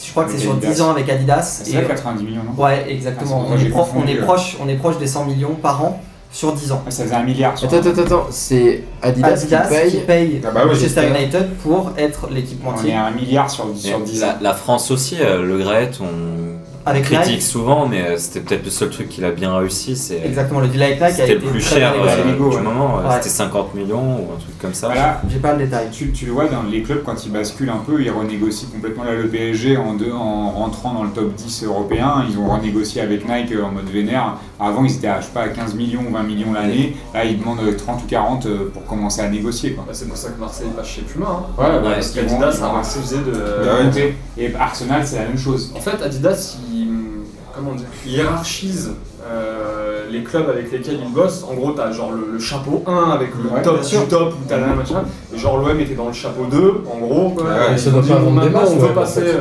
Speaker 4: Je crois que c'est
Speaker 3: Avec
Speaker 4: sur
Speaker 3: Adidas. Ah,
Speaker 4: 10 ans avec Adidas.
Speaker 3: C'est
Speaker 4: Et- euh,
Speaker 3: ça 90 millions, non
Speaker 4: ouais,
Speaker 3: Ah, c'est
Speaker 4: exactement.
Speaker 3: pour ça
Speaker 4: on,
Speaker 3: que
Speaker 4: est
Speaker 3: j'ai
Speaker 4: proche, on,
Speaker 3: confondu,
Speaker 4: est
Speaker 3: là.
Speaker 4: proche, on est proche des 100 millions par an sur 10 ans.
Speaker 3: Ah, Ça faisait un milliard sur
Speaker 5: Attends, attends, attends, c'est Adidas,
Speaker 4: Adidas
Speaker 5: qui paye.
Speaker 2: Ah bah oui,
Speaker 4: Manchester
Speaker 2: j'espère.
Speaker 4: United pour être
Speaker 3: On est
Speaker 4: l'équipementier.
Speaker 3: à un milliard sur,
Speaker 8: Et
Speaker 3: sur 10 ans.
Speaker 8: la, la France aussi, euh, le Graet, on
Speaker 4: Avec
Speaker 8: critique
Speaker 4: Nike.
Speaker 8: souvent, mais euh, c'était peut-être le seul truc qu'il a bien réussi. c'est-
Speaker 4: Exactement, le deal avec Nike a
Speaker 8: C'était
Speaker 4: été
Speaker 8: le plus
Speaker 4: très bien
Speaker 8: cher
Speaker 4: négocié.
Speaker 8: euh,
Speaker 3: Lego,
Speaker 8: du
Speaker 3: ouais.
Speaker 8: moment, euh,
Speaker 4: Ouais.
Speaker 8: c'était 50 millions ou un truc comme ça.
Speaker 3: Voilà,
Speaker 4: J'ai pas le détail.
Speaker 3: tu, tu le vois dans les clubs quand ils basculent un peu, ils renégocient complètement là le PSG en, deux, en rentrant dans le top 10 européen. Ils ont renégocié avec Nike euh, en mode vénère. Avant, ils étaient à, je sais pas, à 15 millions ou 20 millions l'année. Là, ils demandent euh, 30 ou 40 euh, pour commencer à négocier. Quoi.
Speaker 6: bah, C'est pour ça que Marseille passe chez Puma. hein.
Speaker 3: Ouais, Ah bah,
Speaker 8: Ouais,
Speaker 6: Parce
Speaker 3: ils vont-
Speaker 6: qu'Adidas
Speaker 3: ils vont
Speaker 6: a
Speaker 3: arrêter
Speaker 6: refusé
Speaker 3: de
Speaker 6: de.
Speaker 2: Ouais.
Speaker 3: monter. Et Arsenal, c'est la même chose.
Speaker 6: En fait, Adidas, il, comment dire, il hiérarchise euh, les clubs avec lesquels il bosse. En gros, t'as genre le, le chapeau 1 avec le
Speaker 3: Ouais,
Speaker 6: top
Speaker 3: bien
Speaker 6: du top, ou t'as la machin. Et genre l'OM était dans le chapeau 2, en gros. Quoi.
Speaker 2: Ouais, ouais,
Speaker 6: Ils
Speaker 1: ça
Speaker 6: ont
Speaker 1: doit
Speaker 6: dit,
Speaker 1: pas
Speaker 6: bon,
Speaker 1: vendre des
Speaker 6: maintenant,
Speaker 1: masses,
Speaker 6: on veut
Speaker 1: ouais,
Speaker 6: passer.
Speaker 1: en fait.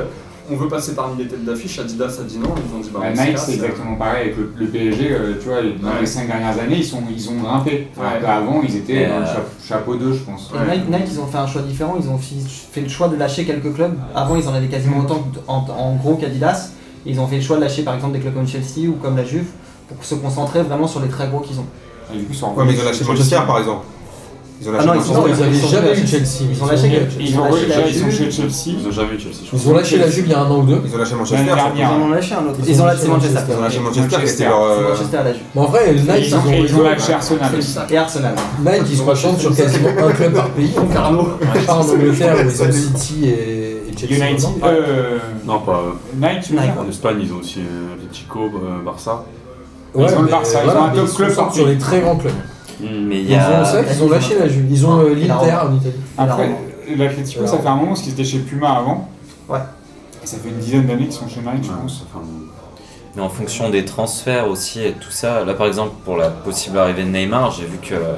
Speaker 6: On veut passer parmi les têtes d'affiche, Adidas a dit non, ils ont dit bah
Speaker 3: Bah,
Speaker 6: on se
Speaker 3: Nike,
Speaker 6: casse.
Speaker 3: c'est exactement pareil avec le, le PSG. euh, tu vois, dans les
Speaker 6: Ouais.
Speaker 3: 5 dernières années, ils, sont, ils ont grimpé. Alors
Speaker 6: Ouais.
Speaker 3: qu'avant, ils étaient
Speaker 8: Et,
Speaker 3: dans le
Speaker 8: euh,
Speaker 3: chapeau, chapeau 2, je pense.
Speaker 4: Et
Speaker 6: Ouais.
Speaker 4: Nike, Nike, ils ont fait un choix différent. Ils ont fi- fait le choix de lâcher quelques clubs. Avant, ils en avaient quasiment autant que- en, en gros qu'Adidas. Ils ont fait le choix de lâcher par exemple des clubs comme Chelsea ou comme la Juve pour se concentrer vraiment sur les très gros qu'ils ont.
Speaker 3: Et du coup, ils ont
Speaker 2: Ouais, mais ils ont lâché Manchester par exemple. Ils ont lâché
Speaker 4: Ah non, ils
Speaker 2: Manchester.
Speaker 1: Non, ils
Speaker 4: ils
Speaker 1: n'avaient
Speaker 4: sont
Speaker 1: jamais
Speaker 4: chez-
Speaker 1: eu Chelsea.
Speaker 4: ils sont lâchés
Speaker 1: mis-
Speaker 4: que-
Speaker 3: Ils ont
Speaker 4: lâché la
Speaker 3: ils sont
Speaker 4: Juve.
Speaker 3: chez Chelsea.
Speaker 7: Ils ont jamais eu Chelsea, je crois.
Speaker 1: Ils ont lâché la Juve il y a un an ou deux.
Speaker 2: Ils ont lâché
Speaker 3: L'année
Speaker 2: Manchester.
Speaker 4: Ils en
Speaker 3: dernière.
Speaker 4: ont lâché un autre.
Speaker 1: Ils
Speaker 4: Ils
Speaker 1: ont
Speaker 4: ont
Speaker 1: lâché
Speaker 4: lâché Manchester.
Speaker 1: Manchester.
Speaker 2: Ils ont lâché Manchester,
Speaker 3: Manchester.
Speaker 2: c'était leur. euh,
Speaker 4: Manchester à la Juve.
Speaker 1: Mais en vrai, Nike,
Speaker 3: Ils ont-
Speaker 1: ils
Speaker 3: Ils ont
Speaker 1: ont-
Speaker 3: lâché Arsenal.
Speaker 4: Et Arsenal.
Speaker 1: Nike, ils se concentrent sur quasiment un club par pays.
Speaker 6: Carnot.
Speaker 1: Pas en Angleterre, où ils ont City et, et Chelsea.
Speaker 3: United.
Speaker 1: maintenant.
Speaker 3: Euh,
Speaker 7: Non, pas. euh,
Speaker 3: Nike, tu veux
Speaker 4: Nike,
Speaker 3: dire
Speaker 7: En Espagne, ils ont aussi euh, Atletico, euh, Barça.
Speaker 1: Ouais,
Speaker 3: Ils ont le
Speaker 1: mais
Speaker 3: Barça, ils
Speaker 1: voilà,
Speaker 3: ont un
Speaker 1: mais
Speaker 3: top
Speaker 1: ils se
Speaker 3: club
Speaker 1: concentrent
Speaker 3: par
Speaker 1: sur
Speaker 3: pays.
Speaker 1: les très grands clubs.
Speaker 8: Mais il
Speaker 1: Ils
Speaker 8: y
Speaker 1: ont, ça,
Speaker 8: a.
Speaker 1: ils ont lâché la Juve. Ils ont euh, l'Inter en Italie.
Speaker 3: Après,
Speaker 4: Alors,
Speaker 3: l'Atletico, ça fait un moment parce qu'ils étaient chez Puma avant.
Speaker 4: Ouais.
Speaker 3: Et ça fait une dizaine d'années qu'ils sont chez Nike, je
Speaker 7: Ouais,
Speaker 3: pense.
Speaker 7: ça fait un-
Speaker 8: Mais en fonction des transferts aussi et tout ça, là par exemple pour la possible arrivée de Neymar, j'ai vu que euh,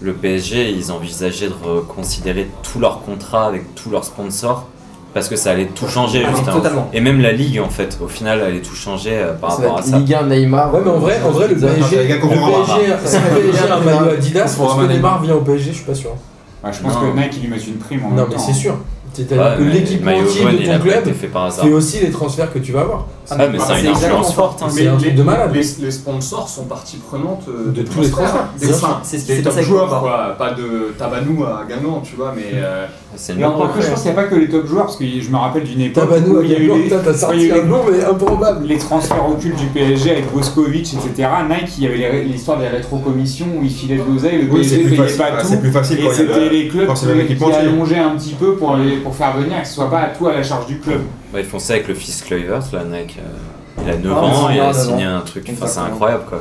Speaker 8: le PSG, ils envisageaient de reconsidérer tous leurs contrats avec tous leurs sponsors parce que ça allait tout changer.
Speaker 4: Ah, mais
Speaker 8: juste un-
Speaker 4: totalement.
Speaker 8: Et même la ligue en fait, au final, allait tout changer euh, par
Speaker 5: Ça
Speaker 8: rapport
Speaker 5: va
Speaker 8: à
Speaker 5: être
Speaker 8: ça.
Speaker 5: Ligue 1 Neymar.
Speaker 1: Ah Ouais, mais en vrai, en vrai le
Speaker 5: Pizza.
Speaker 1: PSG,
Speaker 2: les gars
Speaker 1: le
Speaker 2: qu'on voit en
Speaker 1: PSG, si le PSG a un maillot Adidas,
Speaker 7: On
Speaker 1: parce
Speaker 7: voit Neymar.
Speaker 1: que Neymar vient au PSG, je suis pas sûr.
Speaker 3: Ouais, Bah, je pense
Speaker 8: Non.
Speaker 3: que Nike, ils lui mettent une prime en
Speaker 1: Non,
Speaker 3: même
Speaker 1: mais
Speaker 3: temps. hein.
Speaker 1: c'est sûr. C'est-à-dire
Speaker 8: Ouais,
Speaker 1: que
Speaker 8: mais
Speaker 1: l'équipe
Speaker 8: Maillot
Speaker 1: entière
Speaker 8: jaune,
Speaker 1: de
Speaker 8: il a
Speaker 1: ton
Speaker 8: pas été
Speaker 1: club
Speaker 8: fait par hasard.
Speaker 1: fait aussi les transferts que tu vas avoir.
Speaker 8: Ouais, mais ça a
Speaker 1: c'est
Speaker 8: une influence
Speaker 1: exactement
Speaker 8: forte. hein.
Speaker 1: ça. C'est un truc de malade.
Speaker 6: Les, les sponsors sont partie prenante euh,
Speaker 1: De
Speaker 6: des
Speaker 1: tous les transferts.
Speaker 6: Des,
Speaker 4: C'est ce
Speaker 6: enfin,
Speaker 4: qui- c'est ce qui
Speaker 6: des
Speaker 4: s'est
Speaker 6: top
Speaker 4: passé avec
Speaker 6: joueurs,
Speaker 4: Pogba.
Speaker 6: quoi. Pas de Tabanou à Guingamp, tu vois, mais. euh,
Speaker 8: C'est une
Speaker 3: Mais
Speaker 8: bonne
Speaker 3: après, je pense qu'il n'y a pas que les top joueurs, parce que je me rappelle d'une époque
Speaker 1: Tabanou,
Speaker 3: où il y a eu les,
Speaker 1: putain, t'as
Speaker 3: où il y
Speaker 1: sorti
Speaker 3: a eu
Speaker 1: un nom, mais improbable.
Speaker 3: les transferts occultes du PSG avec Boscovic, etc. Nike, il y avait les- l'histoire des rétrocommissions où ils filaient de l'oseille, le
Speaker 2: Oui, c'est
Speaker 3: PSG
Speaker 2: plus
Speaker 3: payait
Speaker 2: facile,
Speaker 3: pas
Speaker 2: ah,
Speaker 3: tout.
Speaker 2: c'est plus facile
Speaker 3: Et
Speaker 2: quand il y a
Speaker 3: c'était
Speaker 2: le-
Speaker 3: les clubs
Speaker 2: quand c'est même
Speaker 3: qui,
Speaker 2: l'équipe entière.
Speaker 3: allongeaient un petit peu pour, les- pour faire venir, que ce soit pas à tout à la charge du club.
Speaker 8: Bah, ils font ça avec le fils Kluivert, là, Nike. euh, il a 9
Speaker 4: Ah,
Speaker 8: ans,
Speaker 4: c'est
Speaker 8: il a
Speaker 4: bien,
Speaker 8: signé un truc. Enfin, c'est
Speaker 4: Exactement.
Speaker 8: incroyable quoi.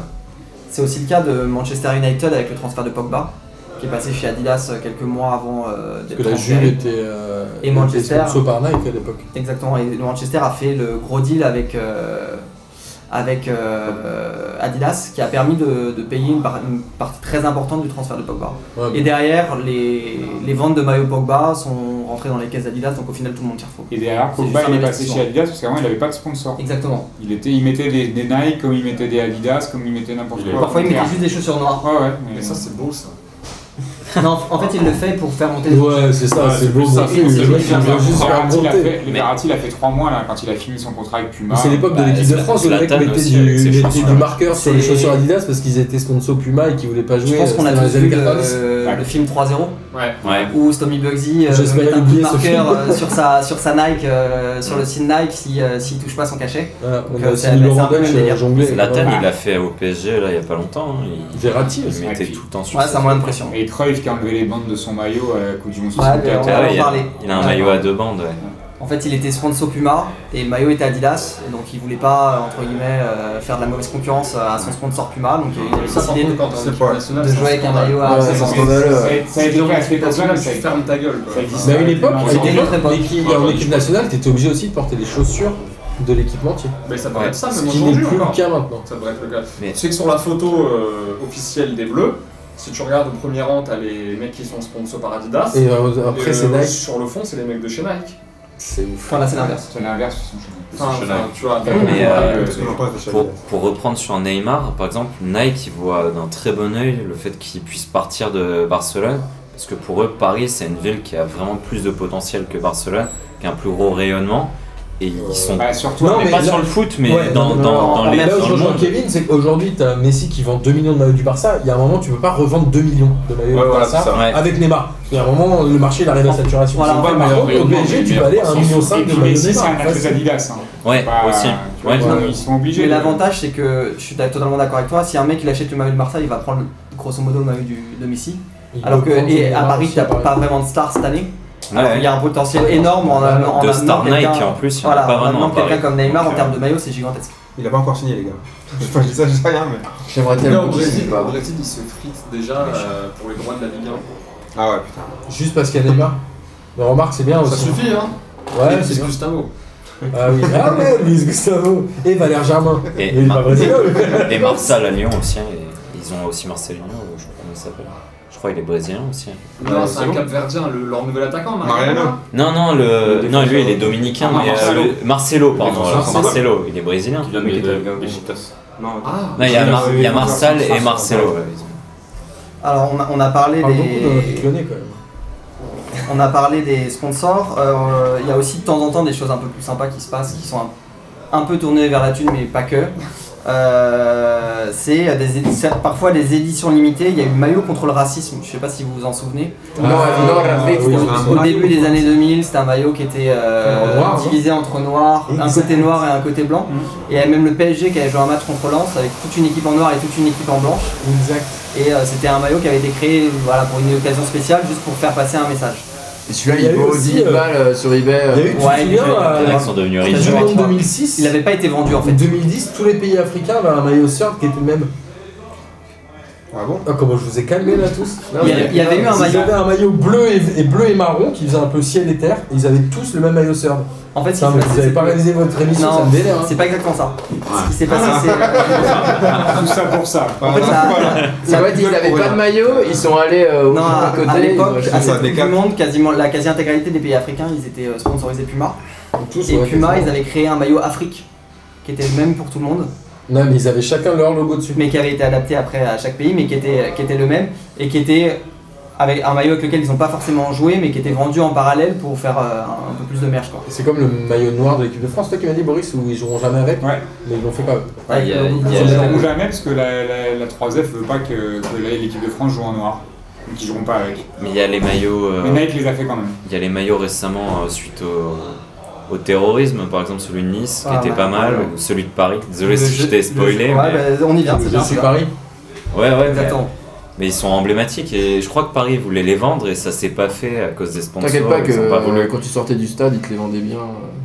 Speaker 4: C'est aussi le cas de Manchester United avec le transfert de Pogba, qui est passé chez Adidas euh, quelques mois avant euh, d'être
Speaker 1: Parce que la Juve
Speaker 4: transféré.
Speaker 1: était. euh,
Speaker 4: Et Manchester.
Speaker 1: était sponsor par Nike à l'époque.
Speaker 4: Exactement, et Manchester a fait le gros deal avec, euh, avec euh, Adidas, qui a permis de, de payer une, par- une partie très importante du transfert de Pogba.
Speaker 1: Ouais,
Speaker 4: Et derrière, les, les ventes de maillot Pogba sont rentrées dans les caisses d'Adidas, donc au final tout le monde tire faux.
Speaker 3: Et derrière,
Speaker 4: C'est
Speaker 3: Pogba,
Speaker 4: juste un
Speaker 3: il est passé
Speaker 4: investissement.
Speaker 3: chez Adidas, parce qu'avant, il n'avait pas de sponsor.
Speaker 4: Exactement.
Speaker 3: Il, était, il mettait des, des Nike comme il mettait des Adidas, comme il mettait n'importe
Speaker 7: Il
Speaker 3: quoi.
Speaker 4: Parfois, il mettait juste des chaussures noires.
Speaker 3: Ouais, ouais.
Speaker 6: mais
Speaker 3: mais-
Speaker 6: ça, c'est beau, ça.
Speaker 4: non, en fait, il le fait pour faire monter les
Speaker 1: Ouais, c'est ça, c'est beau.
Speaker 4: ça, c'est
Speaker 1: mais
Speaker 4: plus
Speaker 1: le
Speaker 4: ça.
Speaker 1: mec, il vient juste faire
Speaker 3: Verratti l'a
Speaker 1: monter.
Speaker 3: fait- Verratti l'a fait 3 mois là, quand il a fini son contrat avec Puma.
Speaker 1: Mais C'est l'époque de
Speaker 8: Bah,
Speaker 1: l'équipe de France où les mecs
Speaker 8: Zlatan
Speaker 1: mettaient
Speaker 8: aussi,
Speaker 1: du,
Speaker 8: avec ses
Speaker 1: mettaient
Speaker 8: chaussures.
Speaker 1: du marqueur sur les
Speaker 4: C'est-
Speaker 1: chaussures Adidas parce qu'ils étaient sponsor Puma et qu'ils voulaient pas jouer. euh,
Speaker 4: Je pense qu'on a
Speaker 1: dans
Speaker 4: tous
Speaker 1: les
Speaker 4: vu
Speaker 1: années
Speaker 4: le,
Speaker 1: 90.
Speaker 4: le film 3-0
Speaker 6: Ouais.
Speaker 8: Ouais.
Speaker 4: où Tommy Bugsy euh,
Speaker 1: J'espère
Speaker 4: met un coup de
Speaker 1: oublier ce
Speaker 4: marqueur
Speaker 1: film.
Speaker 4: euh, sur sa, sur sa Nike, euh, sur le site Nike, s'il si, euh, s'il touche pas son cachet.
Speaker 1: Voilà, On
Speaker 4: Donc,
Speaker 1: a
Speaker 4: euh,
Speaker 1: aussi
Speaker 4: c'est-
Speaker 1: mis
Speaker 4: c'est un
Speaker 1: Laurent
Speaker 4: peu le
Speaker 1: Deutsch
Speaker 4: délire.
Speaker 1: euh, jongler.
Speaker 8: Zlatan,
Speaker 3: Ouais.
Speaker 8: il l'a fait au PSG là il y a pas longtemps. hein. Il,
Speaker 1: Verratti
Speaker 8: il
Speaker 1: aussi.
Speaker 8: mettait
Speaker 3: Ouais,
Speaker 8: tout le temps sur
Speaker 4: Ouais,
Speaker 8: ses-
Speaker 4: c'est un moyen de pression.
Speaker 3: Et Cruyff qui a enlevé les bandes de son maillot euh, à la Coupe du Monde
Speaker 4: Ouais, mais on
Speaker 3: 64.
Speaker 4: va
Speaker 8: Ah ouais,
Speaker 4: en
Speaker 8: il, a,
Speaker 4: parler.
Speaker 8: il a un maillot à deux bandes. ouais.
Speaker 4: En fait, il était sponsor Puma et le maillot était Adidas, et donc il voulait pas, euh, entre guillemets, euh, faire de la mauvaise concurrence euh, à son sponsor Puma, donc il avait
Speaker 6: Ça, par
Speaker 4: décidé
Speaker 6: contre,
Speaker 4: de,
Speaker 6: quand t'es en
Speaker 2: C'est
Speaker 6: équipe
Speaker 2: pas-
Speaker 6: nationale,
Speaker 4: de
Speaker 6: c'est un
Speaker 4: jouer avec un
Speaker 6: scandale.
Speaker 4: maillot
Speaker 5: Ouais, c'est
Speaker 4: à son
Speaker 5: un
Speaker 4: sponsor.
Speaker 5: scandale.
Speaker 3: Ça
Speaker 5: euh.
Speaker 3: a été- ça a été
Speaker 6: Dans
Speaker 3: fait à cette
Speaker 6: l'équipe
Speaker 3: époque-là, mais
Speaker 6: nationale,
Speaker 3: ça a
Speaker 6: tu
Speaker 3: été-
Speaker 6: fermes ta gueule, quoi.
Speaker 3: ça existe.
Speaker 1: Mais à une époque,
Speaker 8: Ah,
Speaker 3: Ouais,
Speaker 1: quand
Speaker 4: c'était
Speaker 1: t'étais
Speaker 4: notre époque.
Speaker 1: l'équipe-
Speaker 8: euh,
Speaker 1: en équipe nationale, t'étais obligé aussi de porter les chaussures de l'équipe entière.
Speaker 2: Ah,
Speaker 6: Mais ça devrait être ça,
Speaker 1: Ce
Speaker 6: même
Speaker 1: qui n'est
Speaker 6: aujourd'hui
Speaker 1: plus le
Speaker 6: encore.
Speaker 1: cas maintenant.
Speaker 6: Ça devrait être le cas.
Speaker 8: Mais-
Speaker 6: Tu sais que sur la photo euh, officielle des Bleus, si tu regardes au premier rang, t'as les mecs qui sont sponsors par Adidas.
Speaker 1: Et euh,
Speaker 6: Et,
Speaker 1: après, c'est
Speaker 6: euh,
Speaker 1: Nike.
Speaker 6: Sur le fond, c'est les mecs de chez Nike.
Speaker 1: C'est ouf.
Speaker 4: Enfin, là, c'est l'inverse.
Speaker 3: C'est l'inverse. ils sont chez nous.
Speaker 6: Enfin,
Speaker 7: chez
Speaker 6: enfin,
Speaker 7: Nike.
Speaker 6: tu vois, t'as-
Speaker 8: Mais, euh,
Speaker 2: Parce que longtemps, ils étaient chez
Speaker 8: pour,
Speaker 2: Adidas.
Speaker 8: pour reprendre sur Neymar, par exemple, Nike il voit d'un très bon oeil le fait qu'il puisse partir de Barcelone. Parce que pour eux, Paris, c'est une ville qui a vraiment plus de potentiel que Barcelone, qui a un plus gros rayonnement. Et ils sont
Speaker 3: Bah, surtout,
Speaker 1: Non,
Speaker 8: mais
Speaker 1: mais
Speaker 8: pas
Speaker 1: là-
Speaker 8: sur le foot, mais
Speaker 1: Ouais,
Speaker 8: dans,
Speaker 1: non, non,
Speaker 8: dans,
Speaker 1: non,
Speaker 8: dans
Speaker 1: non,
Speaker 8: les
Speaker 1: mais là où
Speaker 8: dans
Speaker 1: je
Speaker 8: le
Speaker 1: rejoins
Speaker 8: monde.
Speaker 1: Kevin, c'est qu'aujourd'hui, t'as Messi qui vend 2 millions de maillots du Barça. Il y a un moment, tu peux pas revendre 2 millions de maillots
Speaker 2: Ouais,
Speaker 1: du
Speaker 2: voilà, c'est
Speaker 1: Barça
Speaker 2: ça.
Speaker 8: Ouais.
Speaker 1: avec Neymar. Parce qu'il y a un moment, le marché il arrive à saturation.
Speaker 4: Voilà,
Speaker 1: Par
Speaker 4: ouais,
Speaker 1: contre,
Speaker 3: mais
Speaker 1: au PSG, tu peux aller à 1,5 million
Speaker 3: Et
Speaker 1: de
Speaker 3: puis
Speaker 1: maillots
Speaker 3: Messi, c'est un
Speaker 1: Neymar.
Speaker 3: athlète
Speaker 1: facile.
Speaker 3: d'Adidas. hein.
Speaker 8: Ouais,
Speaker 3: Pas-
Speaker 8: aussi.
Speaker 3: tu
Speaker 8: Ouais.
Speaker 3: vois, ils- Ils sont obligés.
Speaker 4: Mais
Speaker 3: de-
Speaker 4: l'avantage, c'est que je suis totalement d'accord avec toi. Si un mec il achète le maillot de Marseille, il va prendre grosso modo le maillot du, de Messi.
Speaker 1: Il
Speaker 4: Alors que
Speaker 1: peut prendre
Speaker 4: et
Speaker 1: Neymar
Speaker 4: à Paris,
Speaker 1: aussi,
Speaker 4: t'as
Speaker 1: à Paris.
Speaker 4: pas vraiment de stars cette année. Alors
Speaker 8: Ouais.
Speaker 4: qu'il y a un potentiel énorme en, en, en
Speaker 8: De
Speaker 4: amenant
Speaker 8: Star
Speaker 4: quelqu'un-
Speaker 8: Nike en plus, il y en a
Speaker 4: Voilà,
Speaker 8: pas
Speaker 4: en
Speaker 8: vraiment
Speaker 4: amenant
Speaker 8: à Paris.
Speaker 4: quelqu'un comme Neymar
Speaker 8: Donc,
Speaker 4: en
Speaker 8: euh,
Speaker 4: termes de maillot, c'est gigantesque.
Speaker 2: Il a pas encore signé, les gars. Je sais pas, je dis ça, je sais rien, mais.
Speaker 5: J'aimerais
Speaker 6: Là, au
Speaker 5: tellement qu'il
Speaker 6: Brésil,
Speaker 5: signe pas.
Speaker 6: au Brésil, ils se fritent déjà euh, pour les droits de la Ligue
Speaker 2: Ah ouais, putain.
Speaker 1: Juste parce qu'il y a Neymar. Mais remarque, c'est bien
Speaker 6: 1. Ça
Speaker 1: Ah, aussi.
Speaker 6: suffit, hein
Speaker 1: Ouais, c'est
Speaker 6: c'est
Speaker 1: bien.
Speaker 6: Gustavo.
Speaker 1: Ah oui, ah ouais, Luis Gustavo et Valère Germain.
Speaker 8: Et,
Speaker 1: Il est pas brésilien.
Speaker 8: et Marcel à Lyon aussi. hein, et ils ont aussi Marcel Lyon, je sais pas comment il s'appelle. Je crois qu'il est brésilien aussi. hein.
Speaker 6: Non, c'est
Speaker 2: c'est
Speaker 6: un
Speaker 2: bon.
Speaker 6: Cap-Verdien, le- leur nouvel attaquant,
Speaker 2: Mariano.
Speaker 8: Non, non, le...
Speaker 2: Le
Speaker 8: non lui il est
Speaker 2: défenseur.
Speaker 8: dominicain,
Speaker 3: Ah,
Speaker 8: mais
Speaker 3: Marcelo.
Speaker 8: euh, le- Marcelo, pardon.
Speaker 2: Le défenseur
Speaker 8: Marcelo, Marcelo, il est brésilien.
Speaker 7: Qui vient
Speaker 2: Oui,
Speaker 7: de-
Speaker 2: qui est-
Speaker 7: de Beşiktaş.
Speaker 10: Non,
Speaker 6: Ah,
Speaker 8: Non, il y a,
Speaker 2: Oui,
Speaker 8: Mar-
Speaker 2: oui,
Speaker 8: il y a
Speaker 2: oui,
Speaker 8: Marcel
Speaker 2: Marcelo.
Speaker 8: et Marcelo. ouais.
Speaker 4: Alors on a, on a
Speaker 1: On
Speaker 4: parlé
Speaker 1: parle beaucoup de
Speaker 4: des
Speaker 1: Lyonnais quand même.
Speaker 4: Ah, on a parlé des sponsors. Euh, Il y a aussi de temps en temps des choses un peu plus sympas qui se passent, qui sont un, un peu tournées vers la thune, mais pas que. Euh, c'est des édi- c'est parfois des éditions limitées. Il y a eu Maillot contre le racisme, je sais pas si vous vous en souvenez.
Speaker 1: Non, non,
Speaker 2: oui,
Speaker 1: non,
Speaker 2: c'est un
Speaker 1: non,
Speaker 4: Au début des années 2000, c'était un maillot qui était euh,
Speaker 1: En noir,
Speaker 4: divisé entre noirs, un côté noir et un côté blanc. Et il y avait même le PSG qui avait joué un match contre Lens avec toute une équipe en noir et toute une équipe en blanche.
Speaker 1: Exact.
Speaker 4: Et euh, c'était un maillot qui avait été créé voilà, pour une occasion spéciale, juste pour faire passer un message.
Speaker 5: Et celui-là,
Speaker 1: Il y a
Speaker 5: il
Speaker 1: eu
Speaker 5: vaut
Speaker 1: aussi,
Speaker 5: 10
Speaker 1: euh,
Speaker 5: balles euh, sur eBay.
Speaker 1: Il y a eu, tu te
Speaker 4: Ouais,
Speaker 1: souviens,
Speaker 4: il y a eu-
Speaker 1: euh,
Speaker 8: Les mecs sont devenus
Speaker 1: la
Speaker 8: riches.
Speaker 4: je
Speaker 1: Coupe du
Speaker 4: crois.
Speaker 1: Monde 2006
Speaker 4: Il n'avait pas été vendu en
Speaker 1: En
Speaker 4: fait.
Speaker 1: 2010, tous les pays africains avaient un maillot surf qui était le même.
Speaker 2: Ah bon
Speaker 1: Ah, comment je vous ai calmé là tous
Speaker 4: Il y avait- il y avait eu un
Speaker 1: Ils
Speaker 4: maillot-
Speaker 1: avaient un maillot bleu et, et bleu et marron qui faisait un peu ciel et terre. et ils avaient tous le même maillot surf.
Speaker 4: En fait, ce qui
Speaker 1: Putain,
Speaker 4: s'est
Speaker 1: mais
Speaker 4: passé,
Speaker 1: vous avez
Speaker 4: Ah, c'est
Speaker 1: pas
Speaker 4: que-
Speaker 1: réalisé votre émission, ça
Speaker 4: Non,
Speaker 1: me dénerve. hein.
Speaker 4: c'est pas exactement ça. Ce qui s'est passé, c'est.
Speaker 3: Tout ça pour ça.
Speaker 4: En fait, ça-
Speaker 5: Ça va, ils avaient pas de maillot, ils sont allés euh, au
Speaker 4: Non, à,
Speaker 5: à
Speaker 4: à
Speaker 5: côté. ils ont
Speaker 4: l'époque,
Speaker 5: acheté-
Speaker 4: à cette
Speaker 2: ça, des
Speaker 4: Coupe du
Speaker 2: capes.
Speaker 4: Monde, quasiment la quasi-intégralité des pays africains, ils étaient euh, sponsorisés Puma.
Speaker 1: Tous,
Speaker 4: Et
Speaker 1: ouais,
Speaker 4: Puma, ils
Speaker 1: quasiment.
Speaker 4: avaient créé un maillot Afrique, qui était le même pour tout le monde,
Speaker 1: Non, mais ils avaient chacun leur logo dessus.
Speaker 4: mais qui avait été adapté après à chaque pays, mais qui était, qui était le même, et qui était avec un maillot avec lequel ils n'ont pas forcément joué, mais qui était vendu en parallèle pour faire euh, un, peu plus de merch, quoi.
Speaker 1: C'est comme le maillot noir de l'équipe de France, toi qui m'as dit Boris, où ils joueront jamais avec,
Speaker 3: Ouais.
Speaker 1: mais ils l'ont fait quand même.
Speaker 8: Ah, il y a- il y
Speaker 3: Ils
Speaker 8: a-
Speaker 3: ne joueront jamais parce que la, la, la 3F veut pas que, que l'équipe de France joue en noir. Donc ils joueront pas avec.
Speaker 8: Mais il y a les maillots. euh,
Speaker 3: Mais Nike les a fait quand même.
Speaker 8: Il y a les maillots récemment euh, suite au, au terrorisme, par exemple celui de Nice qui
Speaker 4: Ah,
Speaker 8: était
Speaker 4: ouais.
Speaker 8: pas mal, ou celui de Paris. Désolé
Speaker 4: Le
Speaker 8: si je
Speaker 4: jeu-
Speaker 8: t'ai spoilé.
Speaker 4: Ouais,
Speaker 8: mais...
Speaker 4: bah, on y vient, c'est
Speaker 1: Je
Speaker 4: bien.
Speaker 1: suis Paris.
Speaker 8: ouais, ouais, mais,
Speaker 4: Exactement.
Speaker 8: mais ils sont emblématiques et je crois que Paris voulait les vendre et ça s'est pas fait à cause des sponsors.
Speaker 5: T'inquiète pas
Speaker 8: ils
Speaker 5: que
Speaker 8: ont pas
Speaker 5: euh,
Speaker 8: voulu.
Speaker 5: quand tu sortais du stade, ils te les vendaient bien. euh.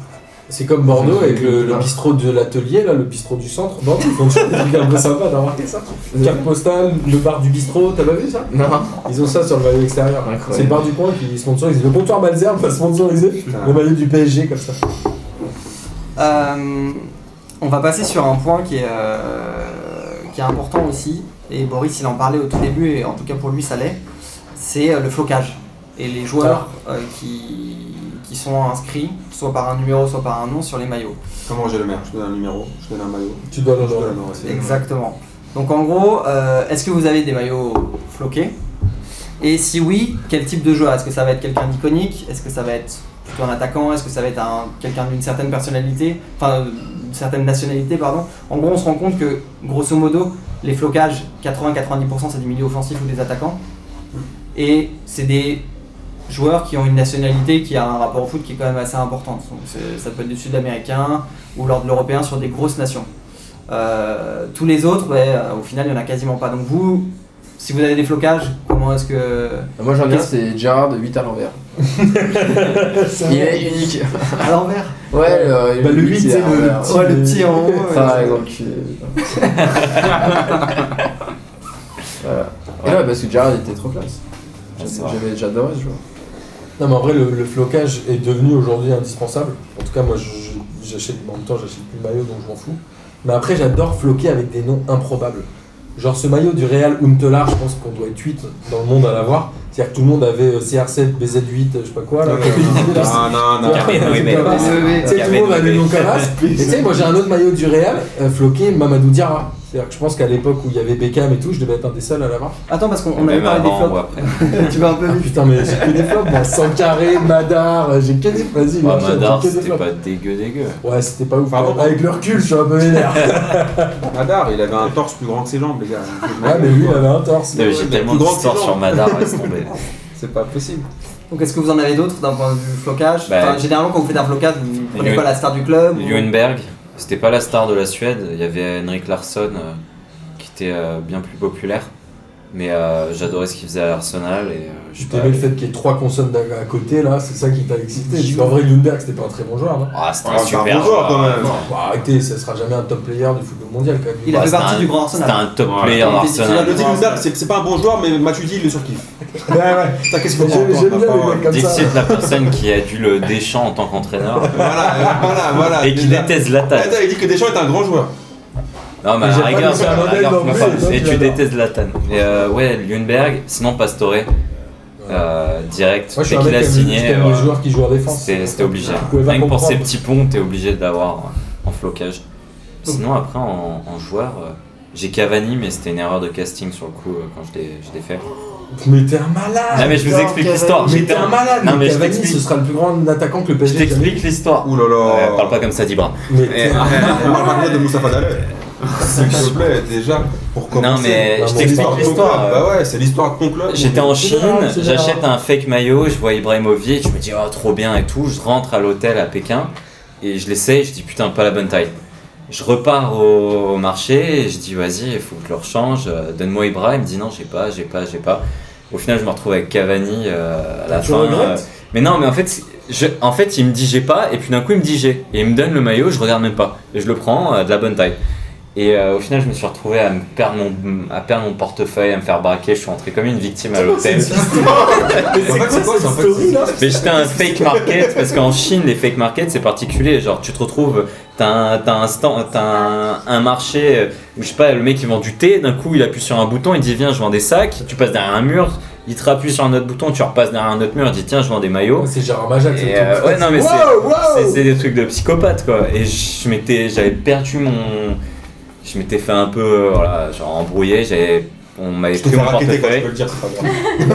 Speaker 1: C'est comme Bordeaux avec le, le bistrot de l'atelier, là, le bistrot du centre. Bordeaux, ils font toujours des trucs un peu sympas, t'as remarqué ça Carte postale, le bar du bistrot, t'as pas vu ça
Speaker 5: Non,
Speaker 1: Ils ont ça sur le maillot extérieur.
Speaker 5: Incroyable.
Speaker 1: C'est le bar du coin qui sponsorise. Le comptoir Balzer va sponsoriser le maillot du PSG comme ça.
Speaker 4: Euh, on va passer sur un point qui est, euh, qui est important aussi, et Boris il en parlait au tout début, et en tout cas pour lui ça l'est, c'est euh, le flocage. Et les joueurs euh, qui, qui sont inscrits, soit par un numéro, soit par un nom, sur les maillots.
Speaker 2: Comment Roger Le Maire Je te donne un numéro, je te donne un maillot.
Speaker 1: Tu dois
Speaker 2: Je te
Speaker 1: l'enlever.
Speaker 2: donne un nom, c'est-
Speaker 4: Exactement. Donc en gros, euh, est-ce que vous avez des maillots floqués Et si oui, quel type de joueur Est-ce que ça va être quelqu'un d'iconique Est-ce que ça va être plutôt un attaquant Est-ce que ça va être un, quelqu'un d'une certaine personnalité Enfin, d'une certaine nationalité, pardon. En gros, on se rend compte que, grosso modo, les flocages, 80-90%, c'est des milieux offensifs ou des attaquants. Et c'est des joueurs qui ont une nationalité qui a un rapport au foot qui est quand même assez importante. Donc, c'est- ça peut être du sud-américain ou lors de l'européen sur des grosses nations. Euh, tous les autres, ouais, euh, au final, il n'y en a quasiment pas. Donc vous, si vous avez des flocages, comment est-ce que...
Speaker 5: moi j'en ai un, c'est Gerard 8 à l'envers. Il est unique.
Speaker 4: À l'envers
Speaker 5: Ouais, le,
Speaker 1: Bah, le 8,
Speaker 5: il est
Speaker 1: c'est
Speaker 5: à
Speaker 1: le-
Speaker 5: l'envers.
Speaker 1: le
Speaker 4: Ouais, le petit en haut. ouais.
Speaker 5: Par exemple, je suis- Voilà. Et ouais, parce que Gerard il était trop classe.
Speaker 8: Ah, c'est vrai.
Speaker 5: J'avais j'adorais ce joueur.
Speaker 1: Non mais en vrai le, le flocage est devenu aujourd'hui indispensable. En tout cas moi je- je- j'achète en même temps j'achète plus le maillot donc je m'en fous. Mais après j'adore floquer avec des noms improbables. Genre ce maillot du Real Untelar, je pense qu'on doit être 8 dans le monde à l'avoir. C'est-à-dire que tout le monde avait euh, CR7, BZ8, je sais pas quoi. Là.
Speaker 2: Ah, Non, non, non.
Speaker 1: Ouais,
Speaker 8: Carmen
Speaker 1: c'est
Speaker 8: Noémé.
Speaker 1: pas mal.
Speaker 4: Noémé.
Speaker 1: Tu sais, tout le
Speaker 8: Carmen
Speaker 1: monde a des
Speaker 8: Noémé.
Speaker 1: noms comme as. Et tu sais, moi j'ai un autre maillot du Real euh, floqué Mamadou Diarra. C'est-à-dire que je pense qu'à l'époque où il y avait Beckham et tout, je devais être un des seuls à l'avoir.
Speaker 4: Attends, parce qu'on on avait
Speaker 8: Même
Speaker 4: parlé des
Speaker 8: avant ou
Speaker 4: flops.
Speaker 8: après.
Speaker 4: tu vas un peu
Speaker 1: Ah,
Speaker 4: vite.
Speaker 1: putain, mais j'ai que des flops, moi. Sans carré, Madar, euh, j'ai que des. Vas-y,
Speaker 8: Bah,
Speaker 1: enchaîne, j'ai
Speaker 8: Madar,
Speaker 1: que des
Speaker 8: c'était
Speaker 1: flops.
Speaker 8: pas dégueu dégueu.
Speaker 1: Ouais, c'était pas ouf.
Speaker 2: Pardon
Speaker 1: Avec le recul, je suis un peu vénère.
Speaker 2: Madar, il avait un torse plus grand que ses jambes, les gars.
Speaker 1: ouais, mais lui, il
Speaker 2: euh,
Speaker 1: avait un torse.
Speaker 8: Non, mais J'ai
Speaker 2: mais
Speaker 8: tellement
Speaker 2: plus grand que
Speaker 8: d'histoires
Speaker 2: les gens.
Speaker 8: sur Madar, laisse tomber.
Speaker 2: C'est pas possible.
Speaker 4: Donc est-ce que vous en avez d'autres d'un point de vue flocage
Speaker 8: Bah,
Speaker 4: Enfin, Généralement, quand vous faites un flocage, vous ne prenez
Speaker 8: Lyon-
Speaker 4: pas la star du club. ou-
Speaker 8: Leuenberg, c'était pas la star de la Suède, il y avait Henrik Larsson euh, qui était euh, bien plus populaire. Mais euh, j'adorais ce qu'il faisait à Arsenal et euh, je sais pas.
Speaker 1: T'aimais le fait qu'il y ait trois consonnes d'à- à côté, là, c'est ça qui t'a excité. Parce qu'en vrai, Lundberg, c'était pas un très bon joueur, non
Speaker 8: Ah, c'était
Speaker 2: Ah,
Speaker 8: un
Speaker 2: c'est un
Speaker 8: super
Speaker 2: bon joueur, quand même.
Speaker 1: Non, bah, arrêtez, ça sera jamais un top player du football mondial, quand même.
Speaker 4: Il a
Speaker 8: Ouais,
Speaker 4: fait
Speaker 8: c'était
Speaker 4: partie
Speaker 8: un-
Speaker 4: du grand
Speaker 8: C'était
Speaker 4: Arsenal.
Speaker 8: un top
Speaker 7: Ouais.
Speaker 8: player
Speaker 4: Il était titulaire
Speaker 8: d'Arsenal.
Speaker 2: Ah, Le Lundberg, c'est c'est pas un bon joueur, mais Matuidi, il le surkiffe.
Speaker 1: Ouais, ouais.
Speaker 2: Putain, qu'est-ce qu'il faut
Speaker 1: J'aime j'aime bien les mecs comme ça.
Speaker 8: Dixit, la personne qui a dû le déchant en tant qu'entraîneur
Speaker 2: Voilà, voilà, voilà.
Speaker 8: et qui
Speaker 2: Déjà.
Speaker 8: déteste Zlatan.
Speaker 2: Attends, il dit que Deschamps est un grand joueur.
Speaker 8: Non, mais
Speaker 1: Mais
Speaker 8: à
Speaker 1: j'ai
Speaker 8: la
Speaker 1: pas
Speaker 8: rigueur,
Speaker 1: laissé un
Speaker 8: à la
Speaker 1: modèle
Speaker 8: rigueur,
Speaker 1: non
Speaker 8: tu m'as
Speaker 1: plus,
Speaker 8: pas-
Speaker 1: donc
Speaker 8: Et
Speaker 1: tu
Speaker 8: tu
Speaker 1: l'adores.
Speaker 8: détestes Zlatan. Et euh, ouais, Lundberg, sinon Pastore, euh, direct,
Speaker 1: Moi, je suis
Speaker 8: dès
Speaker 1: un
Speaker 8: qu'il a
Speaker 1: mec qui aime- qui
Speaker 8: signé,
Speaker 1: aime les
Speaker 8: voilà.
Speaker 1: joueurs qui jouent en défense.
Speaker 8: c'était c'était obligé.
Speaker 1: Vous pouvez pas
Speaker 8: Rien que pour
Speaker 1: comprendre.
Speaker 8: ces petits ponts, t'es obligé d'avoir en flocage. Sinon, après, en, en joueur, euh, j'ai Cavani, mais c'était une erreur de casting sur le coup euh, quand je l'ai je l'ai fait.
Speaker 1: Mais t'es un malade
Speaker 8: Non, mais je vous explique l'histoire.
Speaker 1: Mais
Speaker 8: J'étais
Speaker 1: t'es un
Speaker 8: un-
Speaker 1: malade
Speaker 8: Non, mais
Speaker 1: Mais
Speaker 8: je
Speaker 1: Cavani,
Speaker 8: t'explique.
Speaker 1: ce sera le plus grand attaquant que le
Speaker 8: Je
Speaker 1: PSG. Bah,
Speaker 8: t'explique l'histoire.
Speaker 2: Ouh là
Speaker 8: Ouais,
Speaker 2: là.
Speaker 8: parle pas comme ça, Dibra.
Speaker 1: Mais t'es
Speaker 8: Eh,
Speaker 2: On parle pas de Moustapha Dallet. S'il te plaît, déjà, pour commencer.
Speaker 8: Non, mais je t'explique
Speaker 2: de ton
Speaker 8: l'histoire,
Speaker 2: club.
Speaker 8: euh.
Speaker 2: Bah ouais, c'est l'histoire de ton club.
Speaker 8: J'étais en Chine,
Speaker 5: général, c'est général.
Speaker 8: j'achète un fake maillot, je vois Ibrahimovic, je me dis oh trop bien et tout, je rentre à l'hôtel à Pékin et je l'essaye, je dis putain pas la bonne taille. Je repars au marché et je dis vas-y, il faut que je le rechange, euh, donne-moi Ibra, il me dit non j'ai pas, j'ai pas, j'ai pas. Au final je me retrouve avec Cavani euh, à la
Speaker 5: Tu
Speaker 8: fin.
Speaker 5: regrettes
Speaker 8: mais non mais en fait, c'est- je, en fait il me dit j'ai pas et puis d'un coup il me dit j'ai. Et il me donne le maillot, je regarde même pas. Et je le prends euh, de la bonne taille. Et euh, au final, je me suis retrouvé à me perdre mon, à perdre mon portefeuille, à me faire braquer. Je suis rentré comme une victime à l'hôtel.
Speaker 2: En fait, c'est quoi c'est en fait-
Speaker 8: Mais j'étais un fake market parce qu'en Chine, les fake markets, c'est particulier. Genre, tu te retrouves, t'as un, t'as un stand, t'as un, un marché euh, où je sais pas, le mec il vend du thé. D'un coup, il appuie sur un bouton, il dit viens, je vends des sacs. Tu passes derrière un mur, il te rappuie sur un autre bouton, tu repasses derrière un autre mur, il dit tiens, je vends des maillots.
Speaker 1: C'est Gérard Majac,
Speaker 8: Et,
Speaker 1: c'est
Speaker 8: euh,
Speaker 1: tout.
Speaker 8: ouais, non, mais c'est-
Speaker 5: Wow, wow.
Speaker 8: c'est c'est des trucs de psychopathe quoi. Et je m'étais, j'avais perdu mon, je m'étais fait un peu, euh, voilà, genre embrouillé. J'avais, on m'avait
Speaker 2: Je te
Speaker 8: pris
Speaker 2: fais
Speaker 8: mon
Speaker 2: raqueter quand je
Speaker 8: portefeuille
Speaker 2: peux le dire,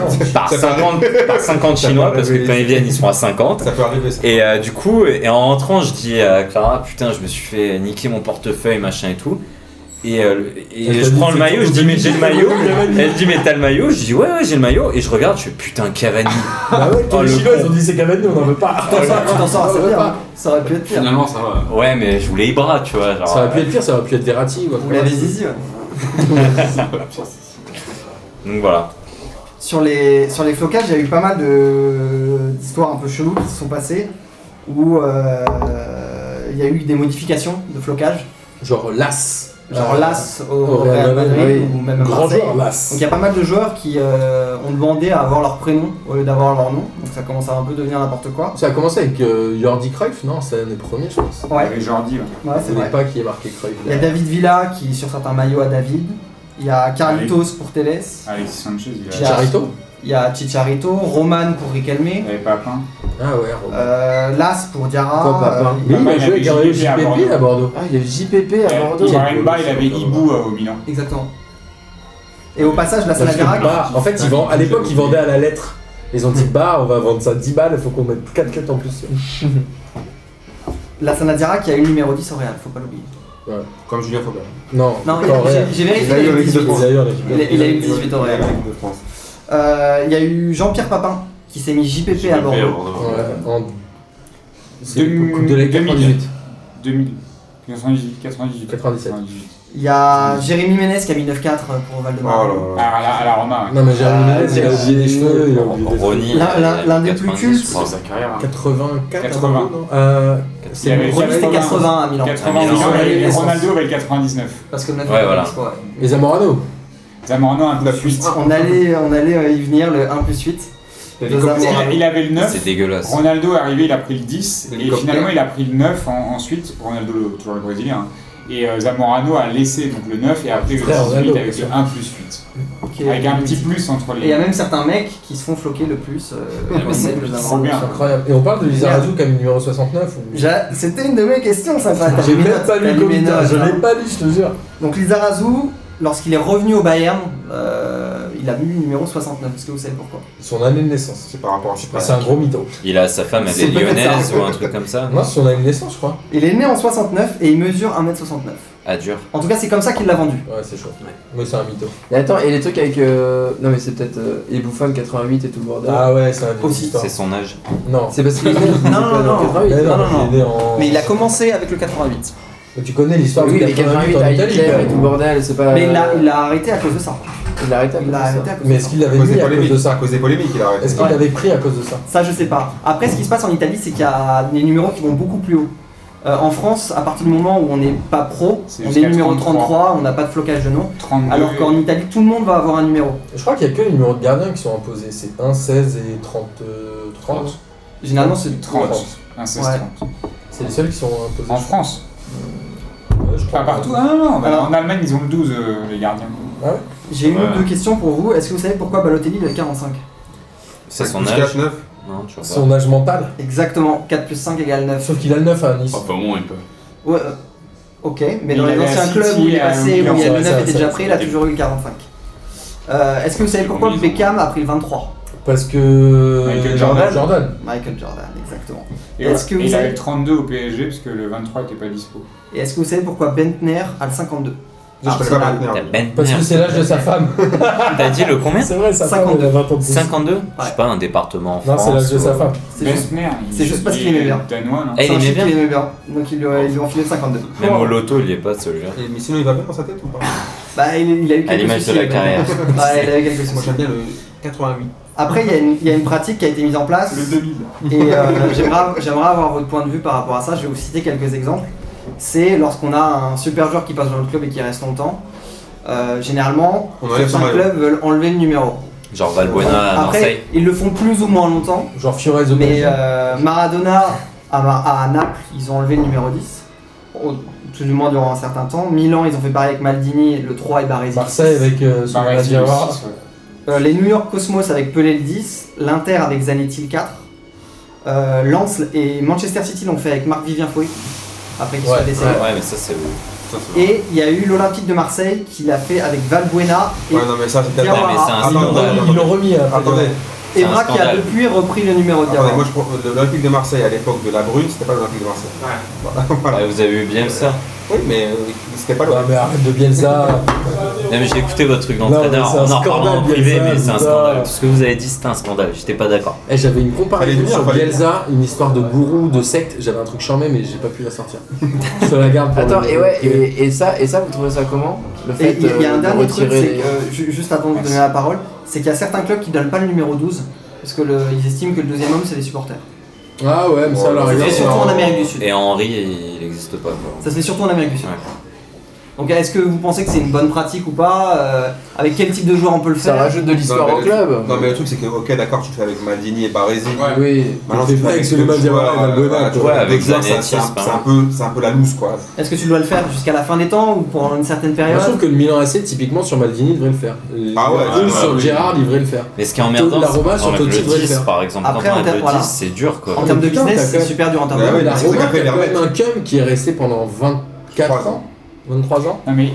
Speaker 2: c'est pas grave.
Speaker 8: par
Speaker 2: Ça fait
Speaker 8: 50, par 50
Speaker 2: Ça
Speaker 8: chinois
Speaker 2: fait
Speaker 8: parce que quand
Speaker 2: révéler.
Speaker 8: ils viennent ils sont à 50.
Speaker 2: Ça peut arriver, ça.
Speaker 8: Et euh, du coup, et en rentrant, je dis à Clara, putain, je me suis fait niquer mon portefeuille, machin et tout. Et, euh, le- et
Speaker 1: Elle t'a
Speaker 8: je
Speaker 1: dit
Speaker 8: prends le
Speaker 1: que
Speaker 8: maillot,
Speaker 1: c'était
Speaker 8: je dis,
Speaker 1: ton
Speaker 8: mais j'ai le maillot.
Speaker 1: Cavani.
Speaker 8: Elle dit, mais t'as le maillot Je dis, ouais, ouais, j'ai le maillot. Et je regarde, je fais, putain, Cavani.
Speaker 1: Bah ouais, tous
Speaker 8: Oh,
Speaker 1: les
Speaker 8: le
Speaker 1: Chinois,
Speaker 8: con.
Speaker 1: ils ont dit c'est Cavani, on n'en veut pas.
Speaker 4: Tu t'en sors- tu t'en sors assez
Speaker 1: Ouais,
Speaker 4: bien,
Speaker 1: pas.
Speaker 4: hein. ça aurait pu être pire.
Speaker 7: Finalement, ça va.
Speaker 8: Ouais, mais je voulais Ibra, tu vois. Genre, euh,
Speaker 1: Ça aurait pu être pire, ça aurait pu être Verratti. ou hein.
Speaker 4: Vous
Speaker 1: quoi.
Speaker 4: l'avez zizi, ouais.
Speaker 8: Donc voilà.
Speaker 4: Sur les, sur les flocages, il y a eu pas mal de- d'histoires un peu cheloues qui se sont passées où euh, il y a eu des modifications de flocage,
Speaker 1: Genre Las.
Speaker 4: genre
Speaker 1: Euh,
Speaker 4: l'As au,
Speaker 1: au
Speaker 4: Real Madrid ou même à
Speaker 1: Grand
Speaker 4: Marseille.
Speaker 1: joueur,
Speaker 4: Donc
Speaker 1: Las.
Speaker 4: il y a pas mal de joueurs qui euh, ont demandé à avoir leur prénom au lieu d'avoir leur nom, donc ça commence à un peu devenir n'importe quoi.
Speaker 1: Ça a commencé avec euh, Jordi Cruyff, non C'est l'année première, je pense.
Speaker 4: Ouais,
Speaker 3: Avec Jordi, ouais.
Speaker 4: ouais
Speaker 1: Je
Speaker 4: Ah, c'est
Speaker 1: ne
Speaker 4: vrai.
Speaker 1: pas qui est marqué Cruyff.
Speaker 4: Il y a David Villa qui sur certains maillots à David, il y a Carlitos pour Tevez,
Speaker 3: Alexis Sanchez, il a-
Speaker 4: Tiens.
Speaker 1: Chicharito
Speaker 4: il y a Chicharito, Roman pour Riquelme,
Speaker 3: il avait pas plein.
Speaker 1: Ah ouais, Romain.
Speaker 4: euh, Las pour Diarra.
Speaker 1: Pourquoi pas,
Speaker 4: euh,
Speaker 1: pas Mais il a joué avec un
Speaker 3: Il y avait
Speaker 1: JPP à Bordeaux.
Speaker 5: Ah, il y a eu JPP à Bordeaux.
Speaker 3: Ibrahimba, il avait Ibu euh, au Milan.
Speaker 4: Exactement. Et au passage, la
Speaker 1: Parce que
Speaker 4: Salavera,
Speaker 1: bah, en fait, ils vendent, à l'époque, ils vendaient à la lettre. Ils ont
Speaker 4: Hmm.
Speaker 1: dit, bah, on va vendre ça 10 balles, il faut qu'on mette 4 quêtes en plus.
Speaker 4: la Sanadira qui a eu le numéro 10 au Real, faut pas l'oublier.
Speaker 2: Comme Julien Faubert.
Speaker 1: Non,
Speaker 4: Non,
Speaker 1: pas vrai.
Speaker 4: j'ai- j'ai vérifié,
Speaker 2: Il a eu
Speaker 4: il a eu
Speaker 2: avec
Speaker 4: 18.
Speaker 2: deux points.
Speaker 1: D'ailleurs, l'équipe.
Speaker 4: Il a- il a eu 18 au Real.
Speaker 2: L'équipe de France.
Speaker 4: Euh, Il y a eu Jean-Pierre Papin qui s'est mis JPP à
Speaker 7: Ouais,
Speaker 4: Bordeaux.
Speaker 7: bon,
Speaker 1: Ouais, en... C'est
Speaker 3: Deux-
Speaker 1: Coupe de la 98.
Speaker 3: 2000. 98, 98.
Speaker 1: 97.
Speaker 4: Il y a Jérémy Ménès qui a mis 9-4 pour Val de
Speaker 2: Oh là
Speaker 4: Marne.
Speaker 2: là.
Speaker 3: Ah, à la, à la Roma, ouais.
Speaker 1: Non, mais Jérémy Ménès, il a oublié les cheveux, il a oublié les
Speaker 8: Ronny,
Speaker 4: L'un- l'un- l'un des plus
Speaker 8: 90,
Speaker 4: cultes.
Speaker 8: je crois.
Speaker 7: Sa carrière.
Speaker 1: 84
Speaker 3: 80.
Speaker 1: non Euh,
Speaker 3: Il y
Speaker 1: c'est
Speaker 3: avait-
Speaker 1: Ronny,
Speaker 4: Ronny c'était 80 à Milan.
Speaker 3: 80,
Speaker 8: Milan,
Speaker 3: Milan,
Speaker 4: ouais,
Speaker 3: et
Speaker 4: ouais.
Speaker 3: Ronaldo avait le 99.
Speaker 4: Parce que
Speaker 8: Ouais, voilà.
Speaker 1: et Zamorano.
Speaker 3: Zamorano, un peu plus.
Speaker 4: On allait, on allait euh, y venir le 1 plus 8.
Speaker 10: Il y
Speaker 4: Deux
Speaker 10: avait
Speaker 4: armes.
Speaker 10: Coquelin.
Speaker 3: Il, il avait le 9.
Speaker 8: C'est dégueulasse.
Speaker 3: Ronaldo est arrivé, il a pris le 10.
Speaker 10: Et le
Speaker 3: Et
Speaker 10: cocktail.
Speaker 3: finalement, il a pris le 9 en- ensuite. Ronaldo, le- toujours le brésilien. hein. Et euh, Zamorano a laissé donc le 9 et a pris le
Speaker 1: Frère
Speaker 3: 18
Speaker 1: Ronaldo,
Speaker 3: avec
Speaker 1: bien
Speaker 3: le 1 plus 8.
Speaker 4: qui est-
Speaker 3: Avec un petit plus entre
Speaker 4: Et il y a
Speaker 3: les.
Speaker 4: même certains mecs qui se font floquer le plus. euh, comme celle de Navarro.
Speaker 3: Trop
Speaker 1: C'est
Speaker 3: bien.
Speaker 1: incroyable. Et on parle de Lizarazu comme numéro 69. ou-
Speaker 4: J'a- C'était une de mes questions, ça. t'as- t'as
Speaker 1: J'ai
Speaker 4: mis
Speaker 1: même
Speaker 4: notes,
Speaker 1: pas
Speaker 4: t'as
Speaker 1: lu
Speaker 4: mis mes
Speaker 1: Comita,
Speaker 4: notes,
Speaker 1: je
Speaker 4: hein.
Speaker 1: l'ai pas lu, je te jure.
Speaker 4: Donc Lizarazu, lorsqu'il est revenu au Bayern, euh, il a mis le numéro 69. Est-ce que vous savez pourquoi
Speaker 1: Son année de naissance.
Speaker 2: C'est par rapport à
Speaker 1: Ah, C'est un gros mytho.
Speaker 8: Il a sa femme, elle
Speaker 4: C'est
Speaker 8: est
Speaker 4: peut-être
Speaker 8: lyonnaise
Speaker 4: ça.
Speaker 8: ou un truc comme ça.
Speaker 1: Non, son année de naissance, je crois.
Speaker 4: Il est né en 69 et il mesure 1m69.
Speaker 8: Ah dur.
Speaker 4: En tout cas, c'est comme ça qu'il l'a vendu.
Speaker 1: Ouais, c'est chaud. Mais c'est un mytho.
Speaker 5: Mais attends, et les trucs avec. euh, Non, mais c'est peut-être. Euh... Et Bouffon 88 et tout le bordel.
Speaker 1: Ah ouais, c'est un mytho.
Speaker 4: Aussi,
Speaker 8: C'est son âge.
Speaker 1: Non.
Speaker 5: C'est parce qu'il est né
Speaker 4: Non, non,
Speaker 5: en
Speaker 4: non.
Speaker 5: 88.
Speaker 1: Mais non,
Speaker 4: non, non,
Speaker 1: il est né en-
Speaker 4: Mais il a commencé avec le 88.
Speaker 1: Mais Tu connais l'histoire
Speaker 5: Oui,
Speaker 1: du
Speaker 5: mais
Speaker 1: 88
Speaker 5: 88
Speaker 1: en
Speaker 5: avec
Speaker 1: Italie.
Speaker 5: Hitler et tout le
Speaker 1: quoi.
Speaker 5: bordel, c'est pas.
Speaker 4: Mais il l'a, il l'a arrêté à cause de ça.
Speaker 5: Il l'a arrêté Euh, à
Speaker 4: Il
Speaker 5: cause
Speaker 4: l'a
Speaker 5: de ça.
Speaker 4: arrêté à cause
Speaker 1: Mais
Speaker 4: de
Speaker 1: est-ce
Speaker 4: ça.
Speaker 1: qu'il l'avait
Speaker 2: Cause
Speaker 1: mis
Speaker 2: des
Speaker 1: à cause
Speaker 2: polémiques.
Speaker 1: de ça
Speaker 2: Cause des polémiques, il a arrêté.
Speaker 1: Est-ce qu'il
Speaker 4: Ouais.
Speaker 1: l'avait pris à cause de ça
Speaker 4: Ça, je sais pas. Après, ce qui se passe en Italie, c'est qu'il y a des numéros qui vont beaucoup plus haut. Euh, en France, à partir du moment où on n'est pas pro,
Speaker 3: C'est
Speaker 4: on est
Speaker 3: jusqu'à
Speaker 4: numéro
Speaker 3: 33,
Speaker 4: 33, on n'a pas de flocage de nom.
Speaker 3: 32.
Speaker 4: Alors qu'en Italie, tout le monde va avoir un numéro.
Speaker 1: Je crois qu'il y a que les numéros de gardien qui sont imposés. C'est 1, 16 et euh, 33.
Speaker 7: 30.
Speaker 4: Généralement, c'est
Speaker 3: 30.
Speaker 1: 30.
Speaker 3: Un
Speaker 4: Ouais.
Speaker 3: 16-30.
Speaker 1: C'est les seuls qui sont imposés.
Speaker 3: En France.
Speaker 1: Ouais, je crois.
Speaker 3: Pas partout. Ah, non, non. bah,
Speaker 4: Alors-
Speaker 3: en Allemagne, ils ont le 12, euh, les gardiens.
Speaker 1: Ah
Speaker 4: J'ai une
Speaker 7: Ouais.
Speaker 4: ou deux questions pour vous. Est-ce que vous savez pourquoi Balotelli il a 45
Speaker 8: C'est son âge.
Speaker 2: 9.
Speaker 8: Non, tu vois pas.
Speaker 1: Son âge mental.
Speaker 4: Exactement, 4 plus 5 égale 9.
Speaker 1: Sauf qu'il a le 9 à Nice.
Speaker 7: Enfin, au moins, il peut.
Speaker 4: Ouais, euh, ok, mais
Speaker 3: Il
Speaker 4: dans les
Speaker 3: allait à
Speaker 4: anciens
Speaker 3: City,
Speaker 4: clubs où il est
Speaker 3: à
Speaker 4: passé, où
Speaker 3: Milan,
Speaker 4: il y a le
Speaker 1: ça,
Speaker 4: 9
Speaker 1: ça,
Speaker 4: était
Speaker 1: ça,
Speaker 4: déjà
Speaker 1: ça.
Speaker 4: pris, il a toujours eu le 45. Euh, Est-ce que vous savez pourquoi
Speaker 7: Ils ont mis, ils ont
Speaker 4: Beckham a pris le 23
Speaker 1: Parce que.
Speaker 3: Michael
Speaker 4: Jordan.
Speaker 1: Jordan.
Speaker 4: Michael Jordan, exactement.
Speaker 3: Et
Speaker 4: Est-ce
Speaker 3: voilà.
Speaker 4: que vous
Speaker 3: Et il a
Speaker 4: avez-
Speaker 3: eu 32 au PSG parce que le 23 n'était pas dispo.
Speaker 4: Et est-ce que vous savez pourquoi Bentner a le 52
Speaker 2: Je ne pas
Speaker 4: Arsenal.
Speaker 2: maintenir.
Speaker 8: T'as Ben
Speaker 1: Parce que
Speaker 8: Merde.
Speaker 1: c'est l'âge de sa femme.
Speaker 8: T'as dit le combien
Speaker 1: C'est vrai, sa femme,
Speaker 4: 52.
Speaker 1: elle a 20 ans de plus.
Speaker 8: 52 Je sais pas, un département en
Speaker 1: Non,
Speaker 8: France.
Speaker 1: c'est l'âge de
Speaker 8: ou- euh,
Speaker 1: sa femme.
Speaker 4: C'est juste,
Speaker 3: Bessner, il-
Speaker 4: c'est juste parce qu'il
Speaker 3: il
Speaker 4: est bien.
Speaker 3: danois, non
Speaker 8: Eh, il
Speaker 4: c'est un
Speaker 8: aimait
Speaker 4: chiffre
Speaker 8: bien.
Speaker 4: qu'il aimait bien. Donc ils lui, ont- ils lui ont filé 52.
Speaker 8: Même
Speaker 1: Oh.
Speaker 8: au loto, il y est pas celui-là.
Speaker 2: Et- Mais sinon, il va bien dans sa tête ou pas
Speaker 4: Bah, il, il a eu quelques
Speaker 8: À l'image
Speaker 4: soucis,
Speaker 8: de la
Speaker 4: mais-
Speaker 8: carrière.
Speaker 4: Ouais, il a eu quelques
Speaker 2: Moi,
Speaker 4: soucis.
Speaker 2: j'aime bien le 88.
Speaker 4: Après, il y, a une- il y a une pratique qui a été mise en place.
Speaker 3: Le 2000.
Speaker 4: Et euh, j'aimerais j'aimerais avoir votre point de vue par rapport à ça. Je vais vous citer quelques exemples. C'est lorsqu'on a un super joueur qui passe dans le club et qui reste longtemps. euh, généralement,
Speaker 2: On enlève son
Speaker 4: certains
Speaker 2: maillot.
Speaker 4: clubs veulent enlever le numéro.
Speaker 8: Genre Valbuena à
Speaker 4: Après,
Speaker 8: Marseille.
Speaker 4: ils le font plus ou moins longtemps.
Speaker 1: Genre Fiorez au
Speaker 4: Mais
Speaker 1: Brésil.
Speaker 4: euh, Maradona à, Ma- à Naples, ils ont enlevé le numéro 10. au- Tout du moins durant un certain temps. Milan, ils ont fait pareil avec Maldini, le 3 et Baresi.
Speaker 1: Marseille avec euh, son
Speaker 3: Baresi, le
Speaker 1: Diawara.
Speaker 3: six, ouais.
Speaker 4: Euh, les New York Cosmos avec Pelé le 10, l'Inter avec Zanetti le 4, euh, Lens et Manchester City l'ont fait avec Marc Vivien Fouet, après qu'il soit
Speaker 1: Ouais,
Speaker 4: décédé.
Speaker 8: Ouais, mais ça, c'est le.
Speaker 2: Ça, c'est vrai.
Speaker 4: Et il y a eu l'Olympique de Marseille qui l'a fait avec Valbuena et
Speaker 2: Ouais, non, mais ça,
Speaker 1: Ah,
Speaker 2: c'était.
Speaker 4: Diawara.
Speaker 8: Ouais, mais c'est un
Speaker 2: Attends,
Speaker 1: Ils l'ont
Speaker 8: scandale.
Speaker 1: remis- Ils l'ont remis hein, après.
Speaker 2: Attendez,
Speaker 8: c'est un
Speaker 4: Evra qui a
Speaker 8: scandale.
Speaker 4: depuis repris le numéro de
Speaker 2: attendez,
Speaker 4: Diawara.
Speaker 2: Ah, moi, je prends le- l'Olympique de Marseille à l'époque de la Brune, c'était pas l'Olympique de Marseille.
Speaker 8: Ouais, vous avez eu bien ça.
Speaker 2: Oui, mais euh, c'était pas
Speaker 1: Ouais,
Speaker 2: l'Olympique.
Speaker 1: Bah, mais arrête de Bielsa.
Speaker 8: Non, mais j'ai écouté votre truc
Speaker 1: Non, mais
Speaker 8: d'entraîneur.
Speaker 1: c'est un
Speaker 8: On en reparlera en
Speaker 1: scandale,
Speaker 8: privé,
Speaker 1: Bielsa,
Speaker 8: mais c'est un
Speaker 1: putain.
Speaker 8: scandale. Tout ce que vous avez dit, c'était un scandale. J'étais pas d'accord.
Speaker 5: Eh, j'avais une comparaison
Speaker 2: Fallait
Speaker 5: sur
Speaker 2: dire, fallait
Speaker 5: Bielsa, une histoire de gourou, de secte. J'avais un truc charmé, mais j'ai pas pu la sortir. Je te la garde pour
Speaker 1: Attends,
Speaker 5: Attends,
Speaker 1: le-
Speaker 5: et ouais, et, et ça, et ça, vous trouvez ça comment Le
Speaker 4: Et
Speaker 5: fait
Speaker 4: il y, a- il y a
Speaker 5: euh,
Speaker 4: un
Speaker 5: de
Speaker 4: dernier truc,
Speaker 5: retirer
Speaker 4: c'est
Speaker 5: les-
Speaker 4: que, euh, ju- juste avant de vous
Speaker 3: Merci.
Speaker 4: donner la parole, c'est qu'il y a certains clubs qui donnent pas le numéro 12 parce que le- ils estiment que le deuxième homme c'est les supporters.
Speaker 5: Ah ouais, mais ça, à la
Speaker 4: Ça se
Speaker 5: rigueur,
Speaker 4: fait
Speaker 5: c'est
Speaker 4: surtout en
Speaker 5: un-
Speaker 4: Amérique du Sud.
Speaker 8: Et Henri, il n'existe pas. quoi.
Speaker 4: Ça se fait surtout en Amérique du Sud.
Speaker 8: Ouais.
Speaker 4: Donc est-ce que vous pensez que c'est une bonne pratique ou pas euh, Avec quel type de joueur on peut le
Speaker 5: Ça
Speaker 4: faire
Speaker 5: rajoute de l'histoire
Speaker 2: Non, mais
Speaker 5: au
Speaker 2: le-
Speaker 5: club.
Speaker 2: Non, mais le truc, c'est que, ok, d'accord, tu le fais avec Maldini et Baresi.
Speaker 5: Oui.
Speaker 2: Maintenant,
Speaker 1: Tu
Speaker 2: tu
Speaker 1: fais
Speaker 2: fais
Speaker 1: avec
Speaker 2: avec
Speaker 1: Suleiman
Speaker 2: deux
Speaker 1: Diawara et
Speaker 2: joueurs,
Speaker 1: Valbuena,
Speaker 2: voilà, tu
Speaker 1: quoi.
Speaker 2: vois,
Speaker 8: Ouais,
Speaker 2: avec
Speaker 8: avec
Speaker 2: deux joueurs, c'est
Speaker 8: Zanetti,
Speaker 2: c'est un-
Speaker 8: c'est pas
Speaker 2: c'est un
Speaker 8: mal.
Speaker 2: peu- c'est un peu la loose, quoi.
Speaker 4: Est-ce que tu dois le faire jusqu'à la fin des temps ou pendant une certaine
Speaker 5: Moi,
Speaker 4: période
Speaker 5: je trouve que le Milan AC, typiquement, sur Maldini, devrait le faire.
Speaker 2: Ah ouais,
Speaker 5: Ou
Speaker 2: ouais,
Speaker 5: sur
Speaker 2: oui.
Speaker 5: Gérard, il devrait le faire.
Speaker 8: Mais ce qui est emmerdant,
Speaker 5: La
Speaker 8: c'est
Speaker 5: Roma,
Speaker 8: quand
Speaker 5: sur
Speaker 8: on
Speaker 5: Totti,
Speaker 8: enlève
Speaker 5: devrait
Speaker 8: le
Speaker 5: le
Speaker 8: 10,
Speaker 5: faire. Ah,
Speaker 8: par exemple.
Speaker 4: Après, en
Speaker 8: Quand on enlève
Speaker 4: termes-
Speaker 8: le
Speaker 4: voilà.
Speaker 8: 10, c'est dur, quoi.
Speaker 4: En termes de
Speaker 5: Putain,
Speaker 4: business,
Speaker 5: t'as
Speaker 4: c'est
Speaker 5: quand
Speaker 4: super dur en termes
Speaker 2: Ah Ouais,
Speaker 4: de
Speaker 2: ouais,
Speaker 5: la
Speaker 2: parce que
Speaker 5: Roma,
Speaker 2: après,
Speaker 5: qui a
Speaker 2: les
Speaker 5: quand même
Speaker 2: remettre.
Speaker 5: un cum qui est resté pendant 24
Speaker 2: Trois
Speaker 5: ans. 23 ans.
Speaker 3: Non, mais,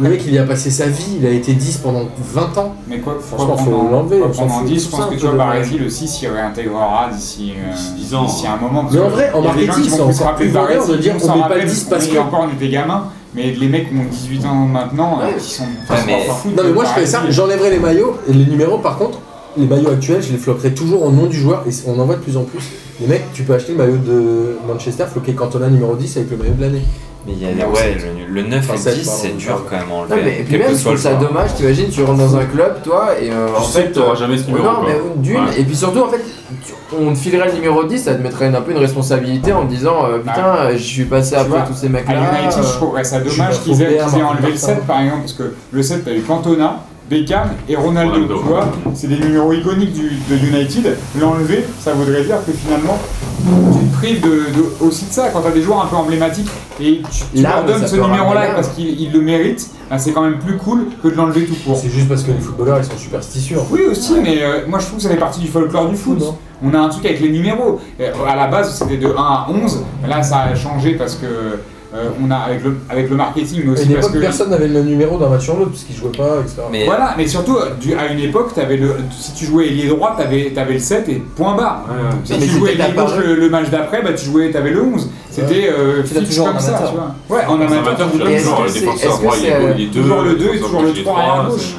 Speaker 5: Le mec, il y a passé sa vie, il a été 10 pendant 20 ans.
Speaker 3: mais quoi,
Speaker 5: Franchement,
Speaker 3: pourquoi
Speaker 5: faut
Speaker 3: prendre en-
Speaker 5: l'enlever,
Speaker 3: pourquoi
Speaker 5: on s'en
Speaker 3: prendre en
Speaker 5: fout
Speaker 3: 10
Speaker 5: tout
Speaker 3: Je pense
Speaker 5: ça,
Speaker 3: que
Speaker 5: un
Speaker 3: tu vois,
Speaker 5: peu de-
Speaker 3: Baresi, le 6, il réintégrera d'ici euh,
Speaker 7: Dix ans. hein.
Speaker 3: d'ici un moment. parce
Speaker 5: Mais en
Speaker 3: que
Speaker 5: vrai, en
Speaker 3: il y a des gens
Speaker 5: marketing,
Speaker 3: qui vont
Speaker 5: c'est encore
Speaker 3: se rappeler
Speaker 5: plus vendeur
Speaker 3: Baresi,
Speaker 5: de dire,
Speaker 3: s'en
Speaker 5: on met pas
Speaker 3: rappelle,
Speaker 5: 10 parce
Speaker 3: oui,
Speaker 5: que-
Speaker 3: encore, on était gamins, mais les mecs qui ont 18 ans maintenant, euh,
Speaker 5: Ouais.
Speaker 3: qui sont.
Speaker 8: mais-
Speaker 5: Non, mais moi, je ferais ça. J'enlèverais les maillots. Et les numéros, par contre, les maillots actuels, je les floquerais toujours au nom du joueur. Et on en voit de plus en plus. Les mecs, tu peux acheter le maillot de Manchester, floquer Cantona numéro 10 avec le maillot de l'année.
Speaker 8: Mais il y a les- ouais, le, le 9
Speaker 5: Enfin,
Speaker 8: et
Speaker 5: sept,
Speaker 8: 10,
Speaker 5: pardon.
Speaker 8: c'est dur quand même à
Speaker 5: Non,
Speaker 8: enlever.
Speaker 5: mais et puis
Speaker 8: quel
Speaker 5: même,
Speaker 8: que
Speaker 5: je
Speaker 8: soit
Speaker 5: trouve
Speaker 8: le
Speaker 5: ça
Speaker 8: joueur.
Speaker 5: dommage, t'imagines, tu rentres dans un club, toi, et euh, en
Speaker 7: Tu sais
Speaker 5: fait.
Speaker 7: que t'auras
Speaker 5: euh,
Speaker 7: jamais ce numéro.
Speaker 5: Non,
Speaker 7: quoi.
Speaker 5: mais d'une,
Speaker 7: Ouais.
Speaker 5: et puis surtout, en fait, tu- on te filerait le numéro 10, ça te mettrait un peu une responsabilité en te disant euh, Putain, euh, je suis passé
Speaker 3: Tu
Speaker 5: après
Speaker 3: vois,
Speaker 5: tous ces
Speaker 3: À
Speaker 5: mecs-là.
Speaker 3: United,
Speaker 5: euh,
Speaker 3: je trouve ouais, ça
Speaker 5: je suis
Speaker 3: dommage
Speaker 5: pas
Speaker 3: qu'ils aient,
Speaker 5: trop hein, clair,
Speaker 3: qu'ils
Speaker 5: par
Speaker 3: aient enlevé le
Speaker 5: contre,
Speaker 3: 7
Speaker 5: ça.
Speaker 3: par exemple, parce que le 7 t'avais Cantona, Beckham et Ronaldo,
Speaker 7: Ronaldo,
Speaker 3: tu vois, c'est des numéros iconiques du, de United. L'enlever, ça voudrait dire que finalement, tu te prives de, de- aussi de ça quand t'as des joueurs un peu emblématiques et tu, tu
Speaker 5: Là,
Speaker 3: leur
Speaker 5: mais
Speaker 3: donnes
Speaker 5: ça
Speaker 3: ce
Speaker 5: peut
Speaker 3: numéro-là
Speaker 5: ramener là.
Speaker 3: parce qu'ils ils le méritent, bah, c'est quand même plus cool que de l'enlever tout court.
Speaker 1: C'est juste parce que les footballeurs, ils sont hein. superstitieux. en fait.
Speaker 3: Oui aussi, mais euh, moi je trouve que ça fait partie du folklore du foot.
Speaker 1: Non.
Speaker 3: On a un truc avec les numéros. Euh, À la base, c'était de 1 à 11. Là, ça a changé parce que euh, on a avec le, avec le marketing, mais
Speaker 1: À
Speaker 3: aussi
Speaker 1: une
Speaker 3: parce
Speaker 1: époque,
Speaker 3: que
Speaker 1: personne n'avait le même numéro d'un match sur l'autre, parce qu'ils jouaient pas, etc.
Speaker 8: Mais
Speaker 3: Voilà, mais surtout, du- à une époque, avais le, si tu jouais ailier droit, t'avais avais le 7 et point barre.
Speaker 7: Ouais, ouais.
Speaker 3: Si
Speaker 5: Mais
Speaker 3: tu
Speaker 5: c'était
Speaker 3: jouais ailier
Speaker 5: ta
Speaker 3: gauche
Speaker 5: parole.
Speaker 3: le, le match d'après, bah, tu jouais, t'avais le 11. C'était euh,
Speaker 4: Tu l'as
Speaker 3: fixe
Speaker 4: toujours en
Speaker 3: comme ça,
Speaker 4: amateur.
Speaker 3: tu vois. Ouais, en
Speaker 7: En
Speaker 3: amateur,
Speaker 7: amateur,
Speaker 3: tu
Speaker 7: tu
Speaker 3: l'as
Speaker 7: as
Speaker 5: Et est-ce
Speaker 3: toujours.
Speaker 7: toujours
Speaker 5: que
Speaker 7: le défenseur
Speaker 5: c'est- est-ce que
Speaker 7: droit, il est
Speaker 5: c'est,
Speaker 7: beau,
Speaker 5: euh,
Speaker 7: il est deux,
Speaker 3: toujours le deux et
Speaker 7: défenseur
Speaker 3: toujours
Speaker 7: gauche,
Speaker 3: le
Speaker 7: il est
Speaker 3: trois
Speaker 7: trois,
Speaker 3: à
Speaker 7: là,
Speaker 3: gauche.
Speaker 7: c'est-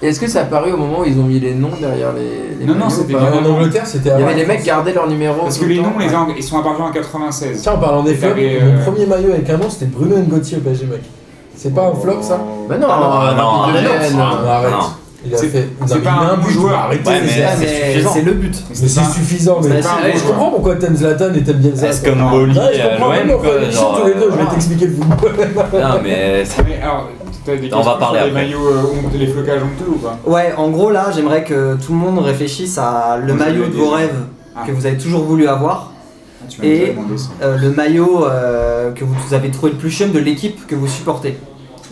Speaker 5: Est-ce que ça apparaît au moment où ils ont mis les noms derrière les, les
Speaker 3: Non, non,
Speaker 5: maillots
Speaker 3: c'était
Speaker 5: ou pas
Speaker 3: bien.
Speaker 1: En Angleterre, c'était
Speaker 5: Il y
Speaker 1: avant.
Speaker 5: avait des mecs qui gardaient leur numéro.
Speaker 3: Parce
Speaker 5: tout
Speaker 3: que
Speaker 5: le
Speaker 3: les
Speaker 5: temps.
Speaker 3: noms, les Anglais, ils sont apparus en 96.
Speaker 1: Tiens, en parlant des
Speaker 3: Et
Speaker 1: flops,
Speaker 3: t'avais,
Speaker 1: mon
Speaker 3: euh,
Speaker 1: premier maillot avec un nom, c'était Bruno Ngotti au PSG, mec. C'est pas un flop, ça
Speaker 5: Bah non,
Speaker 8: Ah non,
Speaker 5: il
Speaker 8: ah non,
Speaker 5: devienne,
Speaker 8: ah
Speaker 5: euh,
Speaker 1: Non, arrête.
Speaker 8: non.
Speaker 1: Il a
Speaker 3: C'est-
Speaker 1: fait.
Speaker 3: c'est
Speaker 1: Non,
Speaker 3: pas
Speaker 1: il a
Speaker 3: un bon joueur.
Speaker 1: Arrêtez
Speaker 8: Ouais,
Speaker 1: les
Speaker 8: mais-
Speaker 1: gars.
Speaker 4: Ah,
Speaker 8: c'est
Speaker 4: mais
Speaker 8: suffisant.
Speaker 4: C'est le but.
Speaker 3: Mais
Speaker 1: Mais
Speaker 3: c'était
Speaker 1: c'est
Speaker 3: pas-
Speaker 1: suffisant,
Speaker 3: c'est
Speaker 1: mais.
Speaker 3: pas un
Speaker 1: Ouais,
Speaker 3: bon
Speaker 1: Je
Speaker 3: joueur.
Speaker 1: comprends pourquoi t'aimes Zlatan et t'aimes Bielsa.
Speaker 8: Est-ce comme
Speaker 3: Non,
Speaker 8: Boli
Speaker 1: Ouais, je
Speaker 8: à
Speaker 1: comprends même,
Speaker 8: l'OM,
Speaker 1: quoi.
Speaker 8: quoi,
Speaker 1: Ils sont
Speaker 8: genre,
Speaker 1: tous les deux, je vais
Speaker 8: voilà.
Speaker 1: t'expliquer le football.
Speaker 8: Non, mais.
Speaker 5: Ah.
Speaker 3: Mais alors, t'as des
Speaker 8: On
Speaker 3: questions
Speaker 8: va parler
Speaker 3: sur les
Speaker 8: après.
Speaker 3: maillots, euh, honteux, les flocages honteux ou pas
Speaker 4: Ouais, en gros là, j'aimerais que tout le monde réfléchisse à le
Speaker 2: Vous
Speaker 4: maillot
Speaker 2: avez
Speaker 4: de vos
Speaker 2: des-
Speaker 4: rêves
Speaker 3: Ah.
Speaker 4: que vous avez toujours voulu avoir,
Speaker 3: Tu
Speaker 4: m'as Et- déjà
Speaker 3: demandé ça.
Speaker 4: euh, le maillot euh, que vous avez trouvé le plus chum de l'équipe que vous supportez,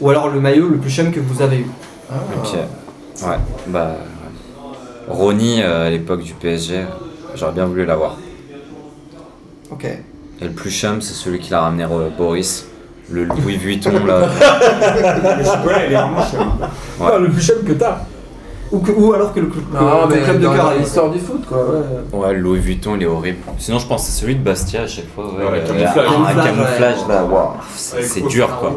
Speaker 4: ou alors le maillot le plus chum que vous avez eu.
Speaker 5: ah
Speaker 8: Ok. Ouais, bah. ouais. Ronnie, euh, à l'époque du PSG, j'aurais bien voulu l'avoir.
Speaker 4: Ok.
Speaker 8: Et le plus chum, c'est celui qui l'a ramené euh, Boris. Le Louis Vuitton, là.
Speaker 3: Le chocolat, il est vraiment cher.
Speaker 1: Ah, Le plus chum que t'as.
Speaker 4: Ou, que- ou alors que le, cl-
Speaker 5: Non,
Speaker 4: que- que
Speaker 5: mais
Speaker 4: le club de
Speaker 5: dans
Speaker 4: cœur a
Speaker 5: l'histoire du foot, quoi. ouais.
Speaker 8: Ouais, le Louis Vuitton, il est horrible. Sinon, je pense à celui de Bastia à chaque fois. Ouais,
Speaker 7: Ouais,
Speaker 8: le-
Speaker 7: camouflage.
Speaker 8: un
Speaker 4: Camouflage,
Speaker 8: camouflage
Speaker 4: ouais.
Speaker 8: là, waouh, c'est
Speaker 7: Avec
Speaker 8: c'est
Speaker 7: Oscar
Speaker 8: dur quoi.
Speaker 7: Rowe.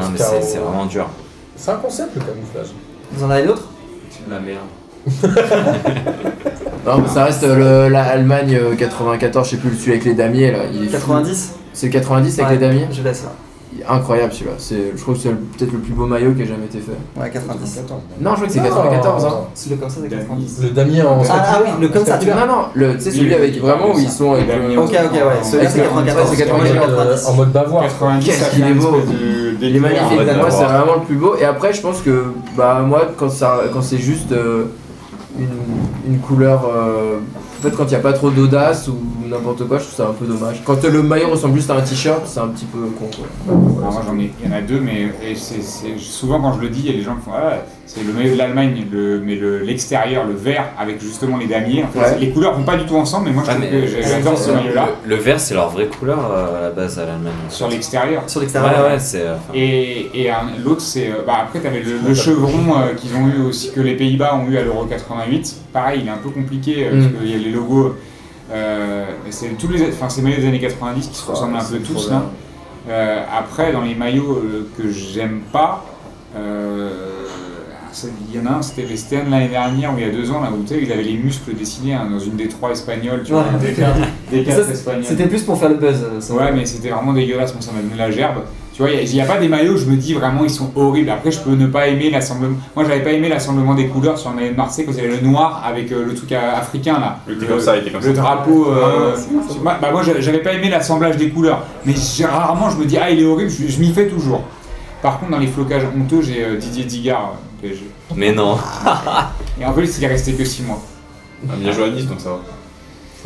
Speaker 8: Non, mais
Speaker 1: Oscar
Speaker 8: c'est c'est
Speaker 1: Rowe.
Speaker 8: vraiment dur.
Speaker 1: C'est un concept le camouflage.
Speaker 4: Vous en avez d'autres
Speaker 7: La merde.
Speaker 5: Non, mais ça reste euh, le- la Allemagne euh, 94, je sais plus, le celui avec les damiers là. Il est fou.
Speaker 4: 90
Speaker 5: C'est le 90 avec
Speaker 4: Ouais,
Speaker 5: les damiers
Speaker 4: Je laisse là.
Speaker 5: Il est Incroyable celui-là. C'est- Je trouve que c'est le- peut-être le plus beau maillot qui a jamais été fait.
Speaker 4: Ouais, 90.
Speaker 5: Non, je crois que c'est
Speaker 1: Non.
Speaker 5: 94. Hein.
Speaker 4: Le comme ça, c'est 90.
Speaker 1: Le damier en.
Speaker 4: Ah, ah oui, le comme ça, tu vois.
Speaker 5: Non, non, le- tu sais, celui
Speaker 3: Oui,
Speaker 5: avec vraiment où ils sont avec euh,
Speaker 3: Damier.
Speaker 5: le.
Speaker 4: Ok, ok, ouais. Celui-là, c'est
Speaker 5: Avec le-
Speaker 4: 94.
Speaker 5: ouais, c'est
Speaker 1: en, mode,
Speaker 5: 94.
Speaker 1: euh, en mode bavois.
Speaker 3: 90,
Speaker 5: Qu'est-ce
Speaker 3: ça
Speaker 5: qu'il
Speaker 3: fait
Speaker 5: est
Speaker 3: un
Speaker 5: beau.
Speaker 3: espèce de
Speaker 5: Il est
Speaker 3: délire.
Speaker 5: magnifique,
Speaker 8: Ouais,
Speaker 5: moi
Speaker 8: d'abord.
Speaker 5: c'est vraiment le plus beau. Et après, je pense que bah moi, quand ça, quand c'est juste euh, une, une couleur, euh, en fait, quand il n'y a pas trop d'audace ou n'importe quoi, je trouve ça un peu dommage. Quand euh, le maillot ressemble juste à un t-shirt, c'est un petit peu con. Quoi.
Speaker 3: Alors, moi j'en ai, il y en a deux, mais et c'est- c'est- souvent quand je le dis, il y a des gens qui font ah, c'est le maillot de l'Allemagne, le, mais le- l'extérieur, le, vert avec justement les damiers. En fait,
Speaker 5: Ouais.
Speaker 3: Les couleurs vont pas du tout ensemble, mais moi je
Speaker 8: Ah,
Speaker 3: trouve
Speaker 8: mais-
Speaker 3: que j'ai- j'adore ce maillot-là
Speaker 8: Le, le vert, c'est leur vraie couleur euh, à la base à l'Allemagne.
Speaker 3: sur l'extérieur.
Speaker 4: Sur
Speaker 8: Ouais,
Speaker 4: l'extérieur.
Speaker 8: ouais, c'est. euh, enfin,
Speaker 3: Et, et un- l'autre, c'est. euh, Bah, après, t'avais le, le chevron euh, qu'ils ont eu aussi, que les Pays-Bas ont eu à l'Euro 88. Pareil, il est un peu compliqué, euh,
Speaker 5: Mm.
Speaker 3: parce qu'il y a les logos. euh, c'est tous les, enfin, c'est maillots des années 90 qui se ressemblent
Speaker 1: Ah,
Speaker 3: un peu tous. Là. Euh, après, dans les maillots euh, que j'aime pas, euh, ça- il y en a un, c'était Vestern l'année dernière, ou il y a deux ans, là, où tu sais, il avait les muscles dessinés hein, dans une des trois espagnoles, tu vois,
Speaker 4: Ouais.
Speaker 3: un des quatre, des
Speaker 4: Ça,
Speaker 3: quatre
Speaker 4: c'est-
Speaker 3: espagnoles.
Speaker 4: C'était plus pour faire le buzz. euh, ça.
Speaker 3: Ouais, mais c'était vraiment dégueulasse, moi ça m'a donné la gerbe. Tu vois, il n'y a, pas des maillots, où je me dis vraiment, ils sont horribles. Après, je peux ne pas aimer l'assemblement. Moi, j'avais pas aimé l'assemblement des couleurs sur un maillot de Marseille quand il y avait le noir avec euh, le truc euh, africain là.
Speaker 7: Il était comme ça, il était comme ça.
Speaker 3: Le drapeau. euh, bah, bah, moi, j'a- j'avais pas aimé l'assemblage des couleurs. Mais j'ai- rarement, je me dis, ah, il est horrible, je, je m'y fais toujours. Par contre, dans les flocages honteux, j'ai euh, Didier Digard. euh, PSG.
Speaker 8: Mais non.
Speaker 3: Et en plus, il est resté que 6 mois.
Speaker 7: Ah, bien joué à Nice, donc ça va.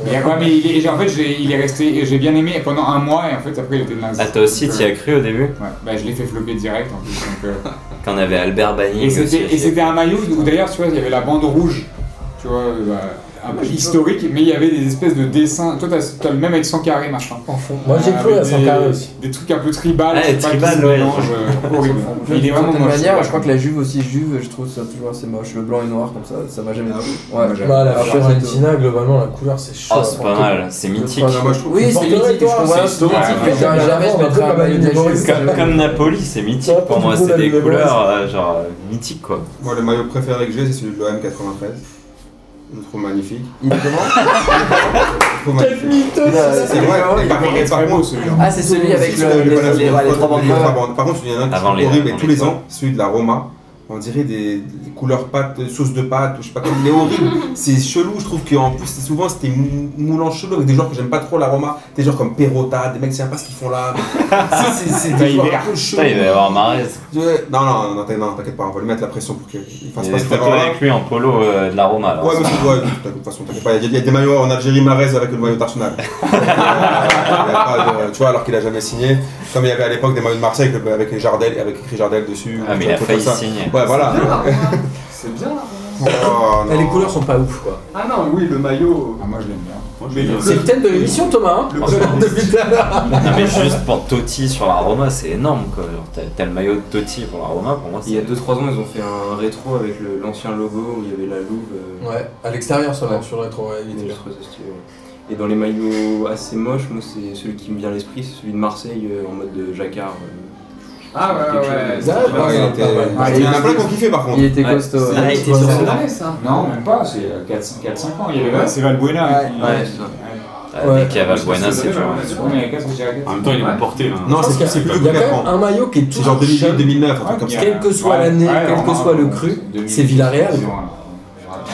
Speaker 3: Il y a- ouais, mais il est- en fait, j'ai- il est resté, j'ai bien aimé pendant un mois et en fait, après, il était de l'instant.
Speaker 8: Ah, toi aussi, t'y as cru au début
Speaker 3: Ouais, bah je l'ai fait flopper direct en plus. donc, euh.
Speaker 8: Quand on avait Albert euh, Bagné.
Speaker 3: Et
Speaker 8: aussi,
Speaker 3: c'était et
Speaker 8: j'ai-
Speaker 3: c'était un maillot où d'ailleurs, tu vois, il y avait la bande rouge, tu vois, euh, bah, un peu historique, mais il y avait des espèces de dessins. Toi, t'as t'as le même avec 100 carrés, machin.
Speaker 1: Moi j'ai cru
Speaker 3: Avec
Speaker 1: à son
Speaker 3: des-
Speaker 1: carré aussi.
Speaker 3: Des trucs un peu tribal,
Speaker 8: Ah,
Speaker 3: je sais pas, qui
Speaker 8: tribal,
Speaker 3: se
Speaker 8: ouais.
Speaker 3: mélangent, euh, horrible. Mais il est vraiment
Speaker 5: De
Speaker 3: moche.
Speaker 5: toute manière,
Speaker 3: ouais.
Speaker 5: je crois que la Juve aussi, Juve, je trouve ça toujours assez moche. Le blanc et noir comme ça, ça m'a jamais plu. Ouais.
Speaker 1: Bah, la
Speaker 5: Après, c'est
Speaker 1: Fiorentina, globalement, la couleur c'est chaud. hein,
Speaker 8: Oh, c'est pas mal, c'est mythique.
Speaker 5: Ah, non, moi, je trouve- Oui, c'est
Speaker 1: Porterai,
Speaker 5: mythique,
Speaker 1: toi,
Speaker 5: je comprends,
Speaker 1: c'est
Speaker 5: c'est
Speaker 1: historique.
Speaker 5: mythique, mais
Speaker 1: Ouais.
Speaker 5: j'aurais jamais
Speaker 1: On a
Speaker 5: remettre
Speaker 1: pas
Speaker 5: un maillot de la
Speaker 1: Manuel
Speaker 5: Juve.
Speaker 8: Comme, comme Napoli, c'est mythique pour moi, c'est des couleurs euh, genre euh, mythiques quoi.
Speaker 2: Moi, le maillot préféré que j'ai, c'est celui de l'OM 93. Je le trouve magnifique.
Speaker 5: Il est comment
Speaker 2: Je le trouve magnifique. C'est vrai, et par contre, et par contre,
Speaker 5: Ah, c'est celui avec le-
Speaker 2: celui
Speaker 5: les-
Speaker 2: avec
Speaker 5: les-
Speaker 2: la-
Speaker 5: ouais, les trois
Speaker 2: les trois
Speaker 5: bandes.
Speaker 2: bandes. Par contre, il y en a un qui
Speaker 8: Avant
Speaker 2: est
Speaker 8: les-
Speaker 2: horrible,
Speaker 8: avant
Speaker 2: et tous
Speaker 8: les
Speaker 2: les ans, celui de la Roma, on dirait des, des couleurs pâtes, euh, sauce de pâtes, je sais pas quoi, il est horrible. C'est chelou, je trouve qu'en plus, c'est souvent, c'était mou- moulant chelou avec des joueurs que j'aime pas trop, la Roma, des joueurs comme Perrotta, des mecs, je sais pas ce qu'ils font là. C'est- c'est- C'est des joueurs un peu chelous.
Speaker 8: Putain, il va y avoir Marez.
Speaker 2: Ouais, Non, non, non, t'inquiète- non, t'inquiète pas, on va lui mettre la pression pour qu'il
Speaker 8: Il
Speaker 2: fasse
Speaker 8: y a
Speaker 2: pas
Speaker 8: des
Speaker 2: cette
Speaker 8: photos
Speaker 2: erreur-là.
Speaker 8: avec lui en polo euh, de la Roma. alors.
Speaker 2: Ouais, mais c'est ouais, de toute façon, t'inquiète pas, il y a- il y a des maillots en Algérie Marez avec le maillot d'Arsenal. Euh, il y a pas de- tu vois, alors qu'il a jamais signé. Comme il y avait à l'époque des maillots de Marseille avec, le- avec les Jardel, avec écrit Jardel dessus.
Speaker 8: Ah, mais
Speaker 2: ou
Speaker 8: il a
Speaker 2: des trucs
Speaker 8: failli
Speaker 2: comme ça.
Speaker 8: signer.
Speaker 2: Ouais, voilà.
Speaker 6: C'est bien là.
Speaker 2: Oh, non.
Speaker 1: Et Eh, Les couleurs sont pas ouf quoi.
Speaker 6: Ah non, oui, le maillot.
Speaker 3: Ah, moi je l'aime bien.
Speaker 6: Mais le
Speaker 1: C'est le thème de l'émission Thomas. hein
Speaker 6: Le club
Speaker 1: Depuis tout à l'heure.
Speaker 8: Non, mais juste pour Totti sur la Roma, c'est énorme quoi. Genre, t'as, t'as le maillot de Totti pour la Roma, pour moi c'est.
Speaker 10: Il y a 2-3 ans, ils ont fait un rétro avec le- l'ancien logo où il y avait la louve. euh,
Speaker 1: Ouais, à l'extérieur ça va,
Speaker 10: Ouais.
Speaker 1: sur le rétro, ouais, il était
Speaker 10: Et je
Speaker 1: bien.
Speaker 10: trouve ça stylé, ouais. Et dans les maillots assez moches, moi c'est celui qui me vient à l'esprit, c'est celui de Marseille euh, en mode de jacquard. euh.
Speaker 6: Ah ouais, ouais, ouais.
Speaker 1: Bizarre,
Speaker 2: Ouais,
Speaker 1: ouais,
Speaker 2: il
Speaker 1: c'est
Speaker 2: était-
Speaker 1: pas mal.
Speaker 3: Ah,
Speaker 2: Il y en a plein qui ont kiffé par contre.
Speaker 5: Il était
Speaker 8: Ouais.
Speaker 5: costaud.
Speaker 8: Ah, il
Speaker 5: ouais.
Speaker 8: était sur-
Speaker 6: C'est année ça.
Speaker 3: Non, même pas, c'est
Speaker 6: euh,
Speaker 3: 4-5 ans. Il y avait, c'est Valbuena.
Speaker 4: Ouais,
Speaker 3: qui-
Speaker 10: Ouais, c'est ça.
Speaker 8: Ah,
Speaker 1: Ouais.
Speaker 8: Dès qu'il y a Valbuena, c'est dur. hein.
Speaker 3: Ouais, mais il y a quatre, il y a quatre.
Speaker 7: En même temps, il est
Speaker 3: Ouais.
Speaker 7: pas porté. hein.
Speaker 2: Non, c'est c'est
Speaker 1: Il
Speaker 2: plus
Speaker 1: y
Speaker 2: le
Speaker 1: a quand même
Speaker 2: grand
Speaker 1: un maillot qui est
Speaker 2: C'est genre
Speaker 1: toujours
Speaker 2: 2008,
Speaker 1: jeune,
Speaker 2: 2009, un truc
Speaker 3: Ouais,
Speaker 2: comme ça.
Speaker 1: quel que soit
Speaker 3: ouais,
Speaker 1: l'année,
Speaker 3: ouais,
Speaker 1: quel que
Speaker 3: on
Speaker 1: soit le cru,
Speaker 3: 2000,
Speaker 1: c'est Villarreal.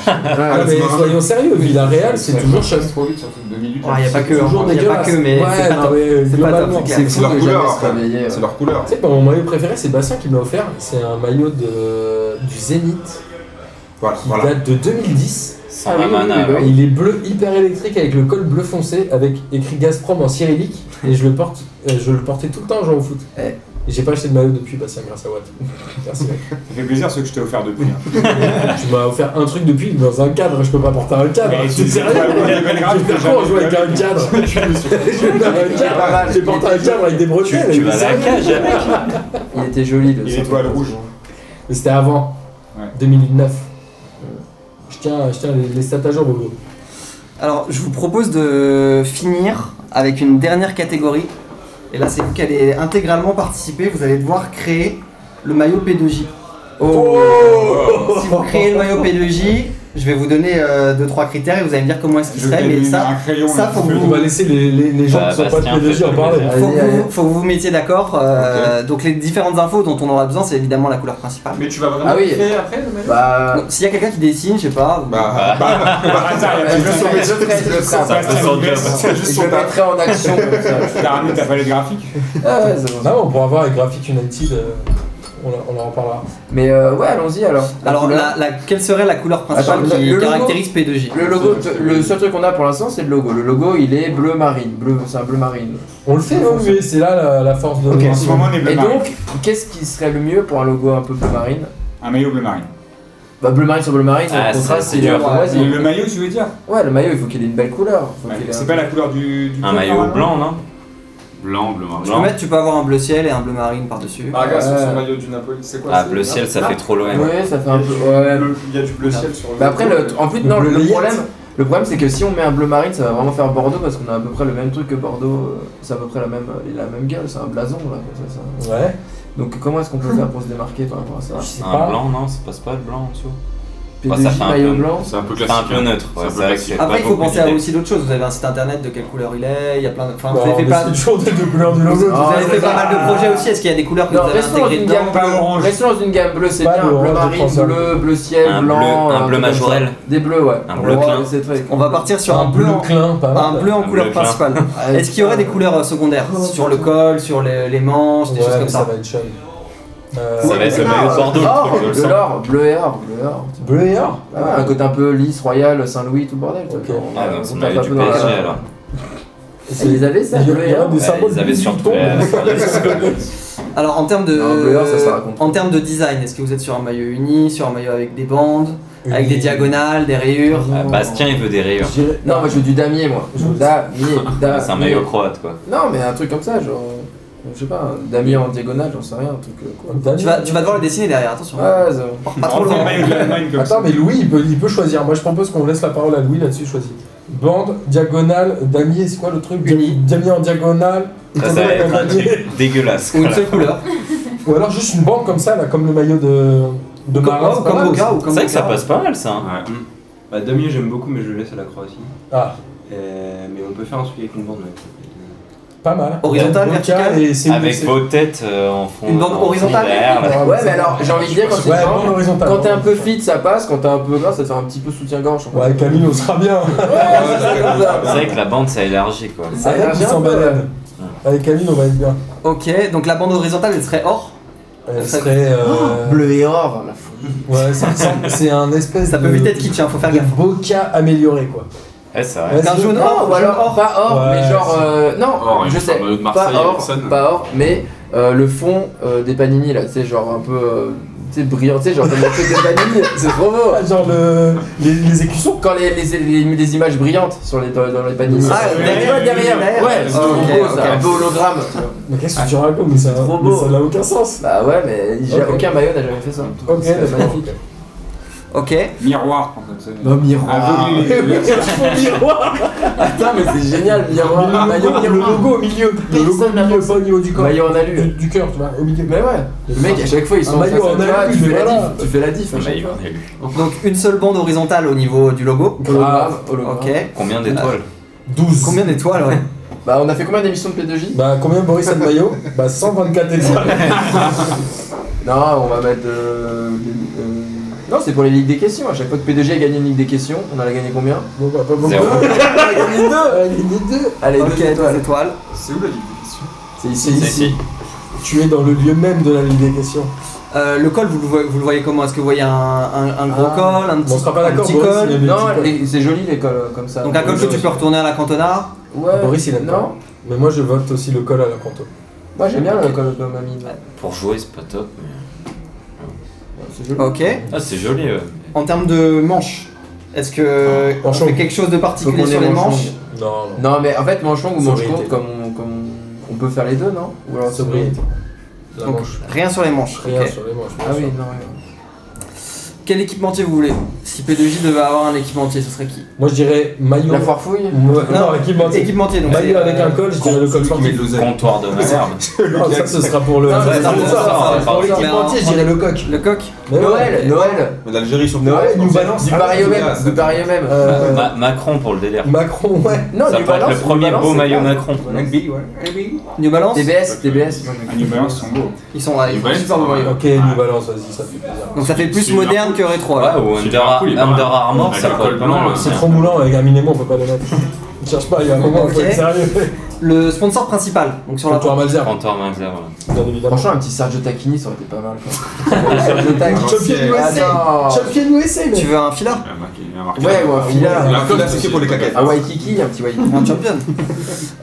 Speaker 2: Ah,
Speaker 1: Ah,
Speaker 2: c'est
Speaker 1: mais
Speaker 2: marrant.
Speaker 1: soyons sérieux, Villarreal c'est toujours
Speaker 3: chasse
Speaker 1: chouette.
Speaker 3: trop vite, surtout 2008.
Speaker 4: Ouais, y a pas que.
Speaker 1: C'est
Speaker 4: hein,
Speaker 1: toujours
Speaker 4: y a pas
Speaker 1: dégueulasse.
Speaker 4: que, mais c'est
Speaker 1: ouais,
Speaker 4: pas
Speaker 1: non,
Speaker 4: top.
Speaker 1: mais euh,
Speaker 4: C'est pas
Speaker 1: globalement.
Speaker 4: top,
Speaker 1: Tu
Speaker 4: c'est
Speaker 1: sais,
Speaker 4: clair.
Speaker 2: C'est
Speaker 5: fou
Speaker 2: leur
Speaker 5: de
Speaker 2: couleur
Speaker 5: jamais se
Speaker 2: après.
Speaker 5: réveiller, ouais.
Speaker 2: C'est leur couleur.
Speaker 1: bah, mon maillot préféré, c'est Bastien qui me l'a offert. C'est un maillot de, du Zénith
Speaker 2: Voilà,
Speaker 1: qui
Speaker 2: voilà.
Speaker 1: date de 2010.
Speaker 8: Sans
Speaker 5: Ah oui,
Speaker 8: Ramana,
Speaker 5: oui, oui,
Speaker 8: alors.
Speaker 5: oui.
Speaker 1: Il est bleu hyper électrique avec le col bleu foncé avec écrit Gazprom en cyrillique et je le porte, euh, je le portais tout le temps en jouant au foot.
Speaker 4: Eh.
Speaker 1: Et j'ai pas acheté de maillot depuis Bastien grâce à Watt. Merci. mec.
Speaker 3: Ça fait plaisir ce que je t'ai offert depuis. hein.
Speaker 1: tu m'as offert un truc depuis dans un cadre, je peux pas porter un cadre.
Speaker 3: Mais
Speaker 1: C'est
Speaker 3: tu-
Speaker 1: sérieux
Speaker 3: ouais, ouais, ouais,
Speaker 1: Je vais
Speaker 3: ouais,
Speaker 1: faire
Speaker 3: ouais,
Speaker 1: quoi en jouant
Speaker 3: ouais,
Speaker 1: avec un
Speaker 3: ouais.
Speaker 1: cadre Je vais faire un cadre, je vais porter un cadre avec des
Speaker 8: Tu,
Speaker 1: bretelles.
Speaker 8: tu
Speaker 1: mais
Speaker 8: vas à la
Speaker 1: sérieux
Speaker 8: cage avec.
Speaker 4: hein.
Speaker 5: Il était joli le
Speaker 3: Il est
Speaker 5: centre.
Speaker 3: étoile rouge.
Speaker 1: Mais c'était avant
Speaker 3: Ouais.
Speaker 1: 2009. tiens, je tiens les, les stats à jour, Bobo.
Speaker 4: Alors, je vous propose de finir avec une dernière catégorie. Et là, c'est vous qui allez intégralement participer. Vous allez devoir créer le maillot P2J.
Speaker 5: Oh.
Speaker 10: Oh.
Speaker 4: si vous créez le maillot P2J, je vais vous donner 2-3 critères et vous allez me dire comment est-ce qu'il
Speaker 3: Je
Speaker 4: serait.
Speaker 3: vais
Speaker 4: Eh, Mais
Speaker 3: lui
Speaker 4: ça,
Speaker 3: un crayon
Speaker 4: ça,
Speaker 3: et
Speaker 4: faut
Speaker 3: un
Speaker 4: que
Speaker 1: On
Speaker 3: feutre.
Speaker 1: va laisser les, les, les gens
Speaker 8: Bah,
Speaker 1: qui sont
Speaker 8: Bastien,
Speaker 1: pas de P2J en
Speaker 8: fais-le
Speaker 1: parler.
Speaker 8: plaisir.
Speaker 4: faut
Speaker 5: Allez,
Speaker 4: que
Speaker 5: allez.
Speaker 4: vous, faut que vous vous mettiez d'accord. euh, Donc, les différentes infos dont on aura besoin, c'est évidemment la couleur principale.
Speaker 6: Mais tu vas vraiment
Speaker 5: Ah oui.
Speaker 6: créer après le maillot
Speaker 5: Bah.
Speaker 4: Donc, S'il y a quelqu'un qui dessine, je sais pas.
Speaker 8: Ah.
Speaker 2: Bah, bah,
Speaker 3: Attends, il y a
Speaker 5: Je le
Speaker 3: plus de-
Speaker 5: ferai, je le ferai, je le ferai.
Speaker 8: Ça fait son job.
Speaker 2: c'est
Speaker 5: Et
Speaker 2: juste
Speaker 5: Je
Speaker 2: son
Speaker 5: le
Speaker 2: taf.
Speaker 5: mettrai en action comme ça.
Speaker 3: Darami, t'as pas les graphiques
Speaker 5: Ah ouais, c'est bon.
Speaker 1: Non, on pourra voir les graphiques United, euh, on, en- on en reparlera.
Speaker 5: Mais euh, ouais, allons-y alors.
Speaker 4: Alors,
Speaker 5: Le-
Speaker 4: la- la- quelle serait la couleur principale
Speaker 5: Attends,
Speaker 4: qui
Speaker 5: le logo
Speaker 4: caractérise P2J
Speaker 5: Le logo, le seul truc qu'on a pour l'instant, c'est le logo. Le logo, il est bleu marine. Bleu, c'est un bleu marine.
Speaker 1: On le fait, non, mais c'est là la, la force de
Speaker 3: Ok, en
Speaker 1: notre-
Speaker 3: ce moment, on est bleu
Speaker 5: Et
Speaker 3: marine.
Speaker 5: donc, qu'est-ce qui serait le mieux pour un logo un peu bleu marine
Speaker 3: Un maillot bleu marine.
Speaker 5: Bah, bleu marine sur bleu marine, le
Speaker 8: Ah,
Speaker 5: contraste,
Speaker 8: c'est
Speaker 5: il est
Speaker 8: dur.
Speaker 5: moisi.
Speaker 3: Le maillot, tu veux dire
Speaker 5: Ouais, le maillot, il faut qu'il ait une belle couleur. Faut
Speaker 3: Ouais,
Speaker 5: qu'il ait
Speaker 3: C'est
Speaker 5: un-
Speaker 3: pas la couleur du. du
Speaker 8: Un
Speaker 3: bleu,
Speaker 8: maillot
Speaker 3: normalement
Speaker 8: blanc, non
Speaker 7: Blanc, bleu,
Speaker 4: Tu peux
Speaker 7: marron.
Speaker 4: mettre, tu peux avoir un bleu ciel et un bleu marine par-dessus.
Speaker 6: Ah, regarde, sur
Speaker 5: Ouais.
Speaker 6: son maillot du Napoli, c'est quoi
Speaker 8: Ah,
Speaker 6: c'est-
Speaker 8: bleu ciel, ça fait trop l'OM.
Speaker 5: Ouais, ça fait un peu.
Speaker 6: Il y
Speaker 5: Ouais.
Speaker 6: a du- Il y a du bleu ciel sur le. euh,
Speaker 5: Bah, après, le- en plus,
Speaker 1: Le
Speaker 5: non, le,
Speaker 1: bleu
Speaker 5: le
Speaker 1: miette.
Speaker 5: problème. Le problème, c'est que si on met un bleu marine, ça va vraiment faire Bordeaux parce qu'on a à peu près le même truc que Bordeaux. euh, C'est à peu près la même, la même gueule, c'est un blason là. comme ça, ça.
Speaker 1: Ouais,
Speaker 5: Donc, comment est-ce qu'on peut faire pour se démarquer par rapport à ça
Speaker 1: je sais
Speaker 8: Un
Speaker 1: pas.
Speaker 8: blanc, non, ça passe pas le blanc en dessous. Bah,
Speaker 5: P2J,
Speaker 8: ça Oh, fait un
Speaker 5: maillot
Speaker 8: peu-
Speaker 5: blanc.
Speaker 7: C'est un peu
Speaker 8: C'est
Speaker 7: classique. hein.
Speaker 8: un peu neutre. ouais,
Speaker 7: C'est un peu
Speaker 8: c'est vrai que
Speaker 7: classique.
Speaker 8: c'est pas
Speaker 4: Après, il faut
Speaker 8: beaucoup
Speaker 4: penser à
Speaker 8: d'idées.
Speaker 4: aussi d'autres choses. Vous avez un site internet de quelle couleur il est, il y a plein de. Enfin,
Speaker 1: Bah,
Speaker 4: vous avez
Speaker 1: on
Speaker 4: fait, plein
Speaker 1: essaie
Speaker 4: de-
Speaker 1: toujours de de couleurs du logo.
Speaker 5: Ah,
Speaker 4: vous avez
Speaker 5: on
Speaker 4: fait
Speaker 5: est
Speaker 4: pas
Speaker 5: pas-
Speaker 4: mal de projets aussi. Est-ce qu'il y a des couleurs que
Speaker 5: Non,
Speaker 4: vous avez
Speaker 5: restons dans,
Speaker 4: intégrées
Speaker 5: une
Speaker 4: dedans
Speaker 5: gamme
Speaker 3: pas
Speaker 5: bleue,
Speaker 3: orange.
Speaker 5: restons dans une gamme bleue, c'est
Speaker 1: Pas
Speaker 5: bien.
Speaker 1: de
Speaker 5: Bleu
Speaker 1: orange,
Speaker 5: marine,
Speaker 1: prends ça.
Speaker 5: bleu, bleu ciel,
Speaker 8: Un
Speaker 5: blanc.
Speaker 8: bleu- un bleu
Speaker 5: truc comme ça.
Speaker 8: majorel.
Speaker 5: Des bleus, ouais.
Speaker 8: Un
Speaker 5: On
Speaker 8: bleu
Speaker 5: va
Speaker 8: clin.
Speaker 5: laisser les trucs.
Speaker 4: On va partir sur un
Speaker 1: un
Speaker 4: bleu,
Speaker 1: bleu
Speaker 4: en-
Speaker 1: clin, pas
Speaker 4: un
Speaker 1: mal.
Speaker 4: bleu en
Speaker 8: Un
Speaker 4: couleur
Speaker 8: bleu clair.
Speaker 4: principale.
Speaker 5: Ah,
Speaker 4: Est-ce qu'il y aurait des couleurs euh, secondaires sur le col, sur les, les manches, des
Speaker 1: Ouais,
Speaker 4: choses
Speaker 1: mais
Speaker 4: comme
Speaker 1: ça
Speaker 4: ça
Speaker 1: va être chum. Euh,
Speaker 8: Ça va être le
Speaker 5: Non,
Speaker 8: maillot de Bordeaux,
Speaker 5: or,
Speaker 8: le truc, je le
Speaker 5: Ah, de
Speaker 8: sens.
Speaker 5: l'or, bleu et or, bleu et or.
Speaker 1: Bleu et or
Speaker 5: Ah, ouais, un côté un peu lisse, royal, Saint-Louis, tout le bordel. tu
Speaker 1: Ok.
Speaker 5: vois. On-
Speaker 8: Ah
Speaker 5: on
Speaker 8: non, c'est le
Speaker 5: tape
Speaker 8: maillot
Speaker 5: un
Speaker 8: du
Speaker 5: peu dans la-
Speaker 8: PSG alors.
Speaker 5: Et Ils avaient ça,
Speaker 1: Il y a-
Speaker 5: bleu
Speaker 1: il y
Speaker 5: et
Speaker 1: a
Speaker 5: or.
Speaker 1: des
Speaker 8: Ouais,
Speaker 1: symboles
Speaker 8: Ils avaient
Speaker 1: du
Speaker 8: surtout
Speaker 1: tombe.
Speaker 8: la- la-
Speaker 4: Alors en termes de
Speaker 5: Non, bleu et or, ça, ça raconte.
Speaker 4: en termes de design, est-ce que vous êtes sur un maillot uni, sur un maillot avec des bandes, avec des
Speaker 1: Une-
Speaker 4: diagonales, des rayures
Speaker 8: Ah, Bastien, il veut des rayures.
Speaker 1: Je dirais-
Speaker 5: Non, moi je veux du damier, moi.
Speaker 1: Je veux-
Speaker 5: Damier, damier.
Speaker 8: C'est un maillot croate quoi.
Speaker 5: Non, mais un truc comme ça, genre. Je sais pas, un damier en diagonale, j'en sais rien, un truc euh, quoi.
Speaker 1: Damien.
Speaker 4: Tu vas, tu vas devoir le dessiner derrière, attention.
Speaker 5: Ouais, ça-
Speaker 4: On part Pas
Speaker 3: On
Speaker 4: trop
Speaker 3: va faire
Speaker 4: loin.
Speaker 3: un maillot de l'Allemagne comme ça.
Speaker 1: Attends, mais Louis, il peut, il peut choisir. Moi, je propose qu'on laisse la parole à Louis là-dessus, choisis. Bande, diagonale, damier, c'est quoi le truc
Speaker 4: Uni.
Speaker 1: Dami- Damier en diagonale,
Speaker 8: Ça, ça va
Speaker 1: diagonale en
Speaker 8: être un
Speaker 1: damier.
Speaker 8: truc dégueulasse.
Speaker 4: Ou une
Speaker 8: voilà.
Speaker 4: seule couleur.
Speaker 1: Ou alors juste une bande comme ça, là, comme le maillot de, de
Speaker 4: Comme,
Speaker 1: Marin.
Speaker 4: oh,
Speaker 1: c'est pas
Speaker 4: comme
Speaker 1: mal
Speaker 4: Boca
Speaker 1: aussi.
Speaker 4: ou
Speaker 8: C'est
Speaker 4: comme
Speaker 8: vrai que ça
Speaker 4: Boca.
Speaker 8: passe pas mal ça. hein.
Speaker 7: Ouais.
Speaker 10: Bah, Damier, j'aime beaucoup, mais je le laisse à la Croatie.
Speaker 1: Ah,
Speaker 10: Euh, mais on peut faire un truc avec une bande, ouais.
Speaker 1: pas mal.
Speaker 4: Horizontal,
Speaker 1: Boca
Speaker 4: vertical.
Speaker 1: et c'est
Speaker 8: Avec
Speaker 1: c'est-
Speaker 8: vos têtes euh, en fond.
Speaker 4: Une bande
Speaker 8: en fond
Speaker 4: horizontale
Speaker 8: vert, là.
Speaker 1: Ah,
Speaker 5: Ouais, mais alors, j'ai envie de dire, quand c'est
Speaker 1: Ouais,
Speaker 5: grand,
Speaker 1: bande horizontale. hein.
Speaker 5: Quand t'es un peu fit, ça passe. Quand t'es un peu gras, ça te fait un petit peu soutien-gorge.
Speaker 1: Ouais, Camille, on sera bien.
Speaker 8: C'est vrai que la bande ça élargit quoi.
Speaker 5: Ça
Speaker 1: Avec ou
Speaker 5: élargit un
Speaker 1: sans
Speaker 5: peu,
Speaker 1: banane Avec Camille, on va être bien.
Speaker 4: Ok, donc la bande horizontale elle serait or.
Speaker 1: Elle
Speaker 4: Ça-
Speaker 1: serait. euh,
Speaker 5: Bleu et or, la folie.
Speaker 1: Ouais, ça ressemble- c'est un espèce
Speaker 4: Ça
Speaker 1: de.
Speaker 4: peut vite être kitsch, hein, faut faire
Speaker 1: de
Speaker 4: gaffe.
Speaker 1: Boca amélioré, quoi.
Speaker 8: Ouais, c'est vrai.
Speaker 1: Ouais,
Speaker 4: Qu'un
Speaker 1: c'est-
Speaker 4: jaune or
Speaker 5: Non, ou alors or, pas or,
Speaker 1: Ouais,
Speaker 5: mais genre.
Speaker 1: c'est-
Speaker 5: euh, non,
Speaker 7: Or, il
Speaker 5: je
Speaker 7: faut
Speaker 5: sais.
Speaker 7: un maillot de
Speaker 5: Pas
Speaker 7: Marseille,
Speaker 5: or,
Speaker 7: personne.
Speaker 5: pas or, mais euh, le fond euh, des panini là, tu sais, genre un peu. euh, tu sais, brillant, tu sais, genre comme le truc des panini, c'est trop beau.
Speaker 1: Ah, Genre le... les, les écussons.
Speaker 5: Quand les, les, les- les images brillantes sur les, dans, dans les panini.
Speaker 4: Ah,
Speaker 5: Ouais,
Speaker 4: derrière, derrière, derrière.
Speaker 5: Ouais, c'est trop
Speaker 4: Ok,
Speaker 5: beau
Speaker 4: ok.
Speaker 5: ça, un peu hologramme. tu vois.
Speaker 1: Mais qu'est-ce que tu racontes Mais ça
Speaker 5: trop
Speaker 1: mais
Speaker 5: beau.
Speaker 1: ça n'a aucun sens.
Speaker 5: Bah ouais, mais j'ai-
Speaker 1: Ok.
Speaker 5: aucun maillot n'a jamais fait ça.
Speaker 1: Ok,
Speaker 5: C'est
Speaker 1: d'accord.
Speaker 5: magnifique.
Speaker 4: Ok.
Speaker 3: Miroir, en fait.
Speaker 5: Non, miroir.
Speaker 1: Ah,
Speaker 5: Attends, mais c'est génial, miroir.
Speaker 1: Mais le,
Speaker 5: Maillot,
Speaker 1: logo, le
Speaker 5: miroir.
Speaker 1: logo au milieu, le logo au
Speaker 5: Personne n'a
Speaker 1: milieu,
Speaker 5: pensé.
Speaker 1: pas au niveau du corps,
Speaker 5: Maillot en
Speaker 1: du,
Speaker 5: alu.
Speaker 1: du cœur, tu vois, au milieu.
Speaker 5: Mais ouais. Le mec, à chaque fois, ils
Speaker 1: Un
Speaker 5: sont
Speaker 1: maillot
Speaker 5: face à
Speaker 1: en
Speaker 5: toi,
Speaker 1: alu,
Speaker 5: tu fais la
Speaker 1: voilà.
Speaker 5: diff. Tu fais la diff. à
Speaker 8: Un
Speaker 5: chaque
Speaker 8: maillot,
Speaker 5: fois.
Speaker 8: on a lu.
Speaker 4: Donc une seule bande horizontale au niveau du logo.
Speaker 5: Hologramme, Ah, hologramme.
Speaker 4: Ok.
Speaker 8: Combien d'étoiles
Speaker 1: 12.
Speaker 4: Combien d'étoiles ouais
Speaker 5: Bah, on a fait combien d'émissions de P2J
Speaker 1: Bah combien Boris a de maillot Bah 124 étoiles.
Speaker 5: Non, on va mettre. euh, euh, Non, c'est pour les ligues des questions. À chaque fois que P2J a gagné une ligue des questions, on en a gagné combien
Speaker 1: Bon bah pas beaucoup.
Speaker 8: Zéro.
Speaker 5: Gagné deux Allez,
Speaker 4: Ok,
Speaker 5: deux
Speaker 4: deux
Speaker 5: étoiles.
Speaker 4: étoiles.
Speaker 6: C'est où la définition
Speaker 5: C'est ici.
Speaker 8: C'est ici.
Speaker 1: Tu es dans le lieu même de la Ligue des questions.
Speaker 4: Euh, le col, vous le voyez, vous le voyez comment Est-ce que vous voyez un, un- un gros
Speaker 5: Ah.
Speaker 4: col, un
Speaker 1: Bon, on
Speaker 4: petit,
Speaker 1: sera pas
Speaker 4: un
Speaker 1: d'accord
Speaker 4: petit
Speaker 1: Boris.
Speaker 4: col
Speaker 1: il aime les petits
Speaker 5: Non,
Speaker 1: cols.
Speaker 5: les- c'est joli les cols comme ça.
Speaker 4: Donc un col que tu peux retourner à la cantona
Speaker 5: Ouais.
Speaker 1: Boris il aime
Speaker 5: Non,
Speaker 1: Mais moi je vote aussi le col à la canto.
Speaker 5: moi j'aime bien le col de mamie.
Speaker 8: Pour jouer, c'est pas top. mais-
Speaker 5: C'est joli.
Speaker 4: Ok.
Speaker 8: Ah, c'est joli. ouais.
Speaker 4: En termes de manches, est-ce que on
Speaker 1: Manchon.
Speaker 4: fait quelque chose de particulier
Speaker 5: Faut qu'on
Speaker 4: sur
Speaker 5: ait
Speaker 4: les
Speaker 5: manchon.
Speaker 4: manches
Speaker 1: Non, non.
Speaker 5: Non, mais en fait, manche longue ou manche
Speaker 1: Sobriété.
Speaker 5: courte, comme on, comme on- on peut faire les deux, non Ou alors
Speaker 1: Sobriété. La
Speaker 4: Donc
Speaker 1: manche.
Speaker 4: rien sur les manches.
Speaker 1: Rien
Speaker 4: ok.
Speaker 1: sur les manches. bien
Speaker 5: Ah oui,
Speaker 1: sûr.
Speaker 5: non, ouais.
Speaker 4: Quel équipementier vous voulez Si P2J devait avoir un équipementier, ce serait qui
Speaker 1: Moi je dirais maillot.
Speaker 5: La foirefouille
Speaker 1: Mo- Non, équipementier.
Speaker 4: Équipementier, donc.
Speaker 1: Maillot
Speaker 4: c'est,
Speaker 1: avec
Speaker 4: euh,
Speaker 1: un col, je dirais le col
Speaker 2: Celui qui met
Speaker 1: sportif.
Speaker 2: de l'oseille.
Speaker 8: Comptoir de merde.
Speaker 1: Non, ça, ce sera pour le.
Speaker 5: Non,
Speaker 1: ça,
Speaker 5: mais
Speaker 1: c'est
Speaker 5: non,
Speaker 1: pour
Speaker 5: non,
Speaker 1: ça,
Speaker 5: non,
Speaker 1: ça,
Speaker 5: non,
Speaker 1: c'est pour
Speaker 5: non,
Speaker 1: l'équipementier, je dirais le coq.
Speaker 4: Le coq
Speaker 1: Mais ouais.
Speaker 5: Noël, Noël
Speaker 2: Mais L'Algérie, ils sont
Speaker 5: Noël,
Speaker 1: nous balance.
Speaker 5: Du
Speaker 1: Ah,
Speaker 5: Paris
Speaker 1: c'est
Speaker 5: au
Speaker 2: bien,
Speaker 5: même,
Speaker 2: ça.
Speaker 5: du Paris au même.
Speaker 1: Euh,
Speaker 8: Ma- Macron pour le délire.
Speaker 1: Macron, ouais.
Speaker 5: Non, New
Speaker 8: Ça pourrait être
Speaker 5: Balance,
Speaker 8: le
Speaker 5: New
Speaker 8: premier
Speaker 5: Balance,
Speaker 8: beau
Speaker 5: Ah, c'est
Speaker 8: maillot
Speaker 5: pas-
Speaker 8: Macron.
Speaker 3: Rugby, ouais.
Speaker 4: New Balance
Speaker 5: TBS, TBS.
Speaker 3: Ah, New Balance, ils sont beaux.
Speaker 4: Ils sont là, ils
Speaker 7: New
Speaker 4: font
Speaker 7: Balance,
Speaker 4: super beau maillot.
Speaker 1: Ok, nous balance, vas-y, ça fait plaisir.
Speaker 4: Donc ça fait plus
Speaker 7: Super
Speaker 4: moderne que rétro.
Speaker 8: Ouais,
Speaker 4: alors.
Speaker 8: ou
Speaker 7: C'est
Speaker 8: Under,
Speaker 7: Liverpool, il est pas mal.
Speaker 8: Under Armour,
Speaker 7: Avec
Speaker 8: ça
Speaker 7: le
Speaker 8: pourrait
Speaker 7: col
Speaker 8: être pas
Speaker 7: blanc,
Speaker 8: mal
Speaker 7: là,
Speaker 8: aussi.
Speaker 1: C'est trop moulant avec un minimum, on peut pas le mettre. Ne cherche pas, il y a un moment, il faut être
Speaker 4: Ok.
Speaker 1: sérieux.
Speaker 4: Le sponsor principal, donc sur la
Speaker 1: Comptoir Malzer,
Speaker 8: Comptoir Maxer, voilà.
Speaker 1: bien évidemment.
Speaker 5: Franchement, un petit Sergio Tacchini, ça aurait été pas mal. quoi.
Speaker 4: Sergio Tag.
Speaker 1: Champion du USA
Speaker 5: Ah, non.
Speaker 1: Champion du USA,
Speaker 4: Tu
Speaker 1: mec
Speaker 4: veux un filard
Speaker 7: Il a marqué- il a marqué.
Speaker 5: Ouais, ou un
Speaker 2: La
Speaker 5: fila.
Speaker 2: coque, c'est que pour les caquettes.
Speaker 5: Un Waikiki, un petit Waikiki.
Speaker 4: Un champion.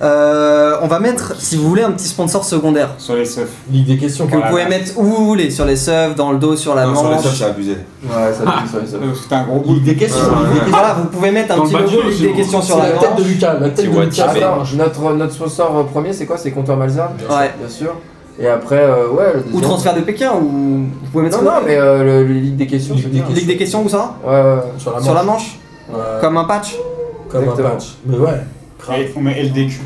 Speaker 4: Euh, on va mettre, si vous voulez, un petit sponsor secondaire
Speaker 3: Sur les seufs.
Speaker 1: Ligue des questions,
Speaker 4: que
Speaker 1: quoi.
Speaker 4: vous pouvez mettre où vous voulez, sur les seufs, dans le dos, sur la
Speaker 2: Non, sur les
Speaker 4: manche.
Speaker 2: sols, c'est abusé.
Speaker 5: Ouais, ça fait ça. fait ça.
Speaker 3: Euh, Parce que t'as un gros bout.
Speaker 1: Ligue des questions.
Speaker 2: Ouais, ouais.
Speaker 4: Voilà, vous pouvez mettre un
Speaker 7: Dans
Speaker 4: petit
Speaker 7: le bas du
Speaker 4: logo
Speaker 7: dos,
Speaker 4: Ligue
Speaker 7: c'est
Speaker 4: des
Speaker 7: bon.
Speaker 4: questions sur
Speaker 1: C'est
Speaker 4: la
Speaker 1: la tête de
Speaker 4: manche.
Speaker 1: Lucas, la
Speaker 8: C'est
Speaker 1: tête de
Speaker 8: what
Speaker 1: Lucas.
Speaker 8: you
Speaker 5: Attends, notre, notre sponsor premier, c'est quoi C'est Comptoir Malzard
Speaker 4: Ouais.
Speaker 5: Bien sûr. Et après, euh, ouais. le
Speaker 4: Ou
Speaker 5: deuxième-
Speaker 4: transfert de Pékin, ou vous pouvez mettre
Speaker 5: Non,
Speaker 4: ce que vous
Speaker 5: non,
Speaker 4: voulez.
Speaker 5: mais euh, le, le Ligue des questions.
Speaker 1: Ligue
Speaker 5: c'est
Speaker 1: des
Speaker 5: bien.
Speaker 4: Ligue des questions ou ça
Speaker 5: Ouais, ouais. ouais.
Speaker 1: Sur la
Speaker 4: Sur la
Speaker 1: manche.
Speaker 4: manche
Speaker 1: Ouais,
Speaker 4: Comme un patch
Speaker 1: Comme un
Speaker 5: Exactement.
Speaker 1: patch. Mais ouais.
Speaker 3: Et on met LDQ.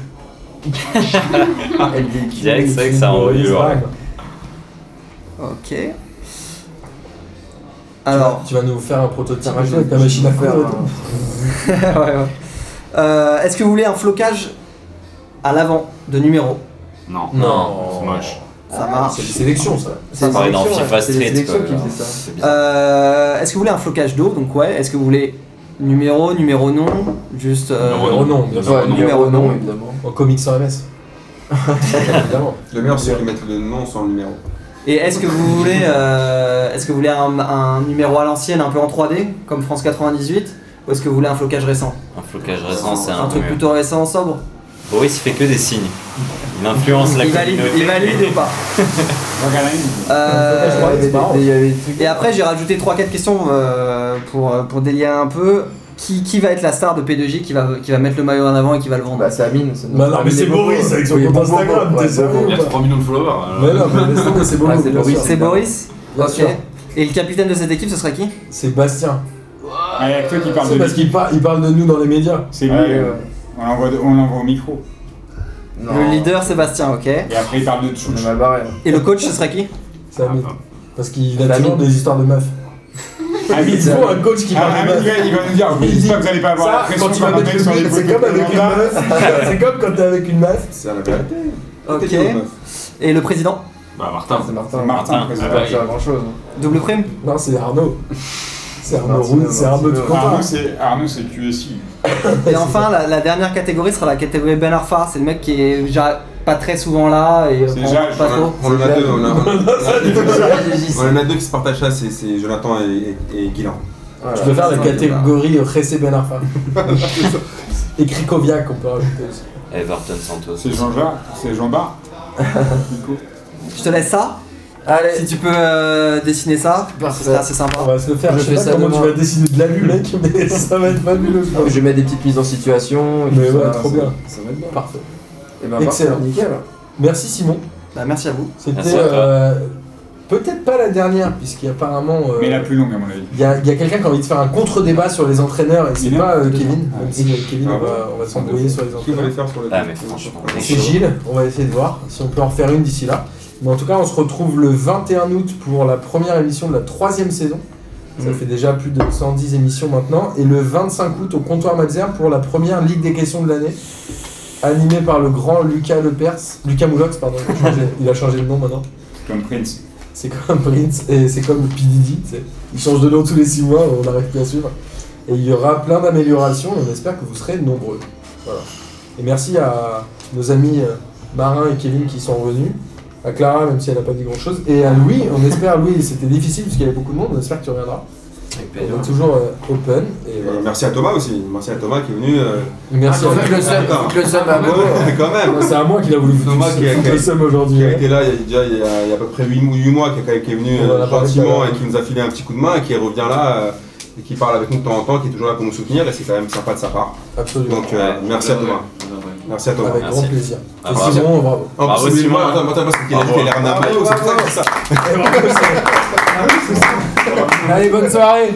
Speaker 4: Ah,
Speaker 5: LDQ.
Speaker 8: Direct, c'est vrai que ça
Speaker 1: Ouais,
Speaker 8: envoie du
Speaker 1: c'est
Speaker 8: lourd.
Speaker 1: vrai, quoi.
Speaker 4: Ok.
Speaker 1: Tu vas-
Speaker 4: Alors,
Speaker 1: Tu vas nous faire un prototype
Speaker 5: Ça va,
Speaker 1: avec ta machine à faire. euh.
Speaker 4: ouais, ouais. Euh, est-ce que vous voulez un flocage à l'avant de numéro
Speaker 7: Non.
Speaker 1: Non. Ah,
Speaker 7: C'est moche.
Speaker 4: Ça marche.
Speaker 1: C'est des sélections, ça.
Speaker 4: Ça
Speaker 8: pareil dans
Speaker 5: sélection,
Speaker 8: FIFA
Speaker 5: ouais, c'est les
Speaker 8: Street.
Speaker 5: sélections
Speaker 8: quoi,
Speaker 5: qui
Speaker 8: genre.
Speaker 5: faisaient ça.
Speaker 8: C'est bizarre.
Speaker 4: Euh, est-ce que vous voulez un flocage d'eau Donc ouais, est-ce que vous voulez numéro, numéro non Juste... euh,
Speaker 7: Numéro
Speaker 1: Numéro non, bien sûr.
Speaker 5: Ouais, numéro
Speaker 4: non.
Speaker 5: non, évidemment.
Speaker 1: En comics sans MS. Évidemment.
Speaker 2: Le meilleur, c'est de mettre le nom sans le numéro.
Speaker 4: Et est-ce que vous voulez, euh, est-ce que vous voulez un, un numéro à l'ancienne, un peu en 3D, comme France 98 Ou est-ce que vous voulez un flocage récent
Speaker 8: Un flocage récent, c'est
Speaker 4: Un
Speaker 8: un peu
Speaker 4: truc
Speaker 8: mieux.
Speaker 4: plutôt récent, sobre
Speaker 8: Boris il fait que des signes. Il influence la
Speaker 4: Il valide,
Speaker 8: communauté.
Speaker 4: il valide ou pas
Speaker 3: Regarde,
Speaker 4: Euh,
Speaker 5: Il y avait des- il y avait des trucs-
Speaker 4: Et après, j'ai rajouté 3-4 questions euh, pour, euh, pour délier un peu. Qui, qui va être la star de P2J qui va, qui va mettre le maillot en avant et qui va le vendre
Speaker 5: Bah, c'est Amine. c'est-
Speaker 1: Bah non, mais
Speaker 5: Amine
Speaker 1: c'est
Speaker 5: et Bobo.
Speaker 1: Boris avec son
Speaker 5: euh, Oui,
Speaker 1: compte
Speaker 5: Bobo,
Speaker 1: Instagram,
Speaker 5: ouais,
Speaker 1: t'es
Speaker 5: Bobo.
Speaker 1: sérieux
Speaker 7: Il y a 3 millions de followers. alors.
Speaker 1: Mais non, mais laisse tomber, c'est
Speaker 5: Ah,
Speaker 1: Bobo.
Speaker 5: c'est
Speaker 1: bien
Speaker 5: Boris.
Speaker 1: sûr.
Speaker 4: C'est Boris
Speaker 1: Bien
Speaker 4: Ok.
Speaker 1: sûr.
Speaker 4: Et le capitaine de cette équipe, ce serait qui
Speaker 1: C'est Bastien.
Speaker 3: Allez, avec toi qui parle
Speaker 1: C'est
Speaker 3: de
Speaker 1: parce qu'il
Speaker 3: l'équipe.
Speaker 1: par- il parle de nous dans les médias.
Speaker 3: C'est lui,
Speaker 5: Ouais, ouais.
Speaker 3: euh, on l'envoie de- on l'envoie au micro.
Speaker 5: Non,
Speaker 4: Le leader, Sébastien, ok. Et
Speaker 3: Et après, il parle de
Speaker 5: On est
Speaker 3: Tchouch.
Speaker 5: mal barré. hein.
Speaker 4: le coach, ce serait qui
Speaker 1: Ça m'étonne. Parce qu'il a
Speaker 5: Famille.
Speaker 1: toujours des histoires de meufs.
Speaker 3: Amine,
Speaker 1: Il faut un coach qui
Speaker 3: Ah,
Speaker 1: parle de
Speaker 3: Amine, il
Speaker 1: meufs.
Speaker 3: va- il va nous dire, vous dites pas que vous allez pas avoir la
Speaker 1: Ça,
Speaker 3: pression
Speaker 1: quand tu vas
Speaker 3: comme un
Speaker 1: mettre
Speaker 3: mec
Speaker 1: le
Speaker 3: sur les
Speaker 1: mec, c'est
Speaker 3: photos
Speaker 1: comme avec
Speaker 3: de
Speaker 1: une
Speaker 3: Lambda.
Speaker 1: meuf. C'est comme quand t'es avec une meuf.
Speaker 2: C'est à la vérité.
Speaker 4: Ok.
Speaker 2: T'es une meuf.
Speaker 4: Et le président
Speaker 7: Bah, Martin.
Speaker 5: C'est Martin.
Speaker 3: Martin,
Speaker 5: Ça
Speaker 3: président.
Speaker 5: va faire grand chose.
Speaker 4: Double prime
Speaker 1: Non, c'est Arnaud. C'est Arnaud
Speaker 5: Martino,
Speaker 1: Roux, c'est Arnaud du
Speaker 5: Martino.
Speaker 1: Quentin.
Speaker 3: Arnaud, c'est Arnaud, c'est QSI.
Speaker 4: Et enfin, la, la dernière catégorie sera la catégorie Ben Arfa. C'est le mec qui est déjà pas très souvent là et on-
Speaker 3: C'est déjà-
Speaker 4: pas
Speaker 2: On
Speaker 4: trop.
Speaker 2: en- On en a deux, on en a-
Speaker 5: JJC.
Speaker 2: on en a deux qui se partagent ça, c'est- c'est Jonathan et, et, et Guilain.
Speaker 5: Voilà.
Speaker 1: Je peux faire la
Speaker 4: Voilà.
Speaker 1: catégorie Ressé Ben Arfa. Et Krikoviak, on peut rajouter aussi.
Speaker 8: Everton Santos.
Speaker 3: C'est Jean-Jacques, c'est Jean-Bart.
Speaker 4: Je te laisse ça. Si
Speaker 5: Allez,
Speaker 4: tu peux euh, dessiner ça, ce serait assez sympa.
Speaker 1: On va se le faire.
Speaker 5: Je
Speaker 1: Je sais
Speaker 5: fais
Speaker 1: pas
Speaker 5: ça
Speaker 1: comment
Speaker 5: demain.
Speaker 1: tu vas décider de la lue, mec, mais ça va être fabuleux, je pense.
Speaker 5: je mets des petites mises en situation. et
Speaker 1: Mais
Speaker 5: tout
Speaker 1: ouais,
Speaker 5: ça,
Speaker 1: trop
Speaker 5: ça-
Speaker 1: bien.
Speaker 5: Ça va être bien.
Speaker 1: Parfait.
Speaker 5: Et ben,
Speaker 1: Excellent.
Speaker 5: parfait, Nickel.
Speaker 1: Merci Simon.
Speaker 4: Bah, merci à vous.
Speaker 1: C'était
Speaker 8: Merci à toi.
Speaker 1: euh, peut-être pas la dernière, puisqu'apparemment. euh,
Speaker 3: Mais la plus longue, à mon avis.
Speaker 1: Il y a, il y a quelqu'un qui a envie de faire un contre-débat sur les entraîneurs et c'est
Speaker 3: Kevin
Speaker 1: pas euh, Kevin,
Speaker 3: Ah,
Speaker 1: même si avec Kevin
Speaker 2: Ah
Speaker 1: on va,
Speaker 2: bon
Speaker 1: on va s'embrouiller sur les
Speaker 2: Qu'est-ce que vous voulez
Speaker 1: entraîneurs.
Speaker 2: faire sur le
Speaker 8: Ah, mais franchement, on est
Speaker 1: C'est
Speaker 8: chaud.
Speaker 1: Gilles, on va essayer de voir si on peut en refaire une d'ici là. Mais en tout cas, on se retrouve le 21 août pour la première émission de la troisième saison. Ça
Speaker 5: Mhm.
Speaker 1: fait déjà plus de 110 émissions maintenant. Et le 25 août au comptoir Madzer pour la première Ligue des questions de l'année, animée par le grand Lucas Lepers. Lucas Moulox, pardon, il a changé- il a changé de nom maintenant.
Speaker 3: Comme Prince.
Speaker 1: C'est comme Prince et c'est comme P. Diddy, tu sais. Il change de nom tous les 6 mois, on n'arrive plus à suivre. Et il y aura plein d'améliorations et on espère que vous serez nombreux. Voilà. Et merci à nos amis euh, Marin et Kevin qui sont revenus, à Clara même si elle n'a pas dit grand chose, et à Louis, on espère, Louis, c'était difficile parce qu'il y avait beaucoup de monde, on espère que tu reviendras. On est toujours euh, open et
Speaker 2: Et
Speaker 1: voilà.
Speaker 2: merci à Thomas aussi, merci à Thomas qui est venu. euh, Ah,
Speaker 1: Merci à
Speaker 5: Foutre le seum, foutre le seum à Beau.
Speaker 2: quand même
Speaker 1: C'est à moi qu'il a voulu foutre
Speaker 2: Thomas qui a-
Speaker 1: foutre le seum aujourd'hui.
Speaker 2: qui a
Speaker 1: ouais.
Speaker 2: été là il y a, déjà, il y a, il y a à peu près 8, mois, qui, a- qui est venu
Speaker 1: On en a
Speaker 2: euh,
Speaker 1: parlé tout
Speaker 2: gentiment
Speaker 1: à
Speaker 2: et
Speaker 1: l'heure.
Speaker 2: qui nous a filé un petit coup de main et qui revient là euh, et qui parle avec nous de temps en temps, qui est toujours là pour nous soutenir et c'est quand même sympa de sa part.
Speaker 1: Absolument.
Speaker 2: Donc euh, merci à Thomas.
Speaker 7: Ouais, ouais.
Speaker 2: Merci à toi.
Speaker 1: Avec
Speaker 8: Merci.
Speaker 1: grand plaisir.
Speaker 8: Ah,
Speaker 1: Et
Speaker 8: bravo.
Speaker 1: Simon, bravo.
Speaker 2: En
Speaker 8: Bravo,
Speaker 2: plus,
Speaker 8: Simon.
Speaker 2: moi, attends, attends, parce qu'il a dit
Speaker 7: Bravo.
Speaker 2: qu'il a l'air d'un maillot, c'est pour ça que ça.
Speaker 1: Allez, bonne soirée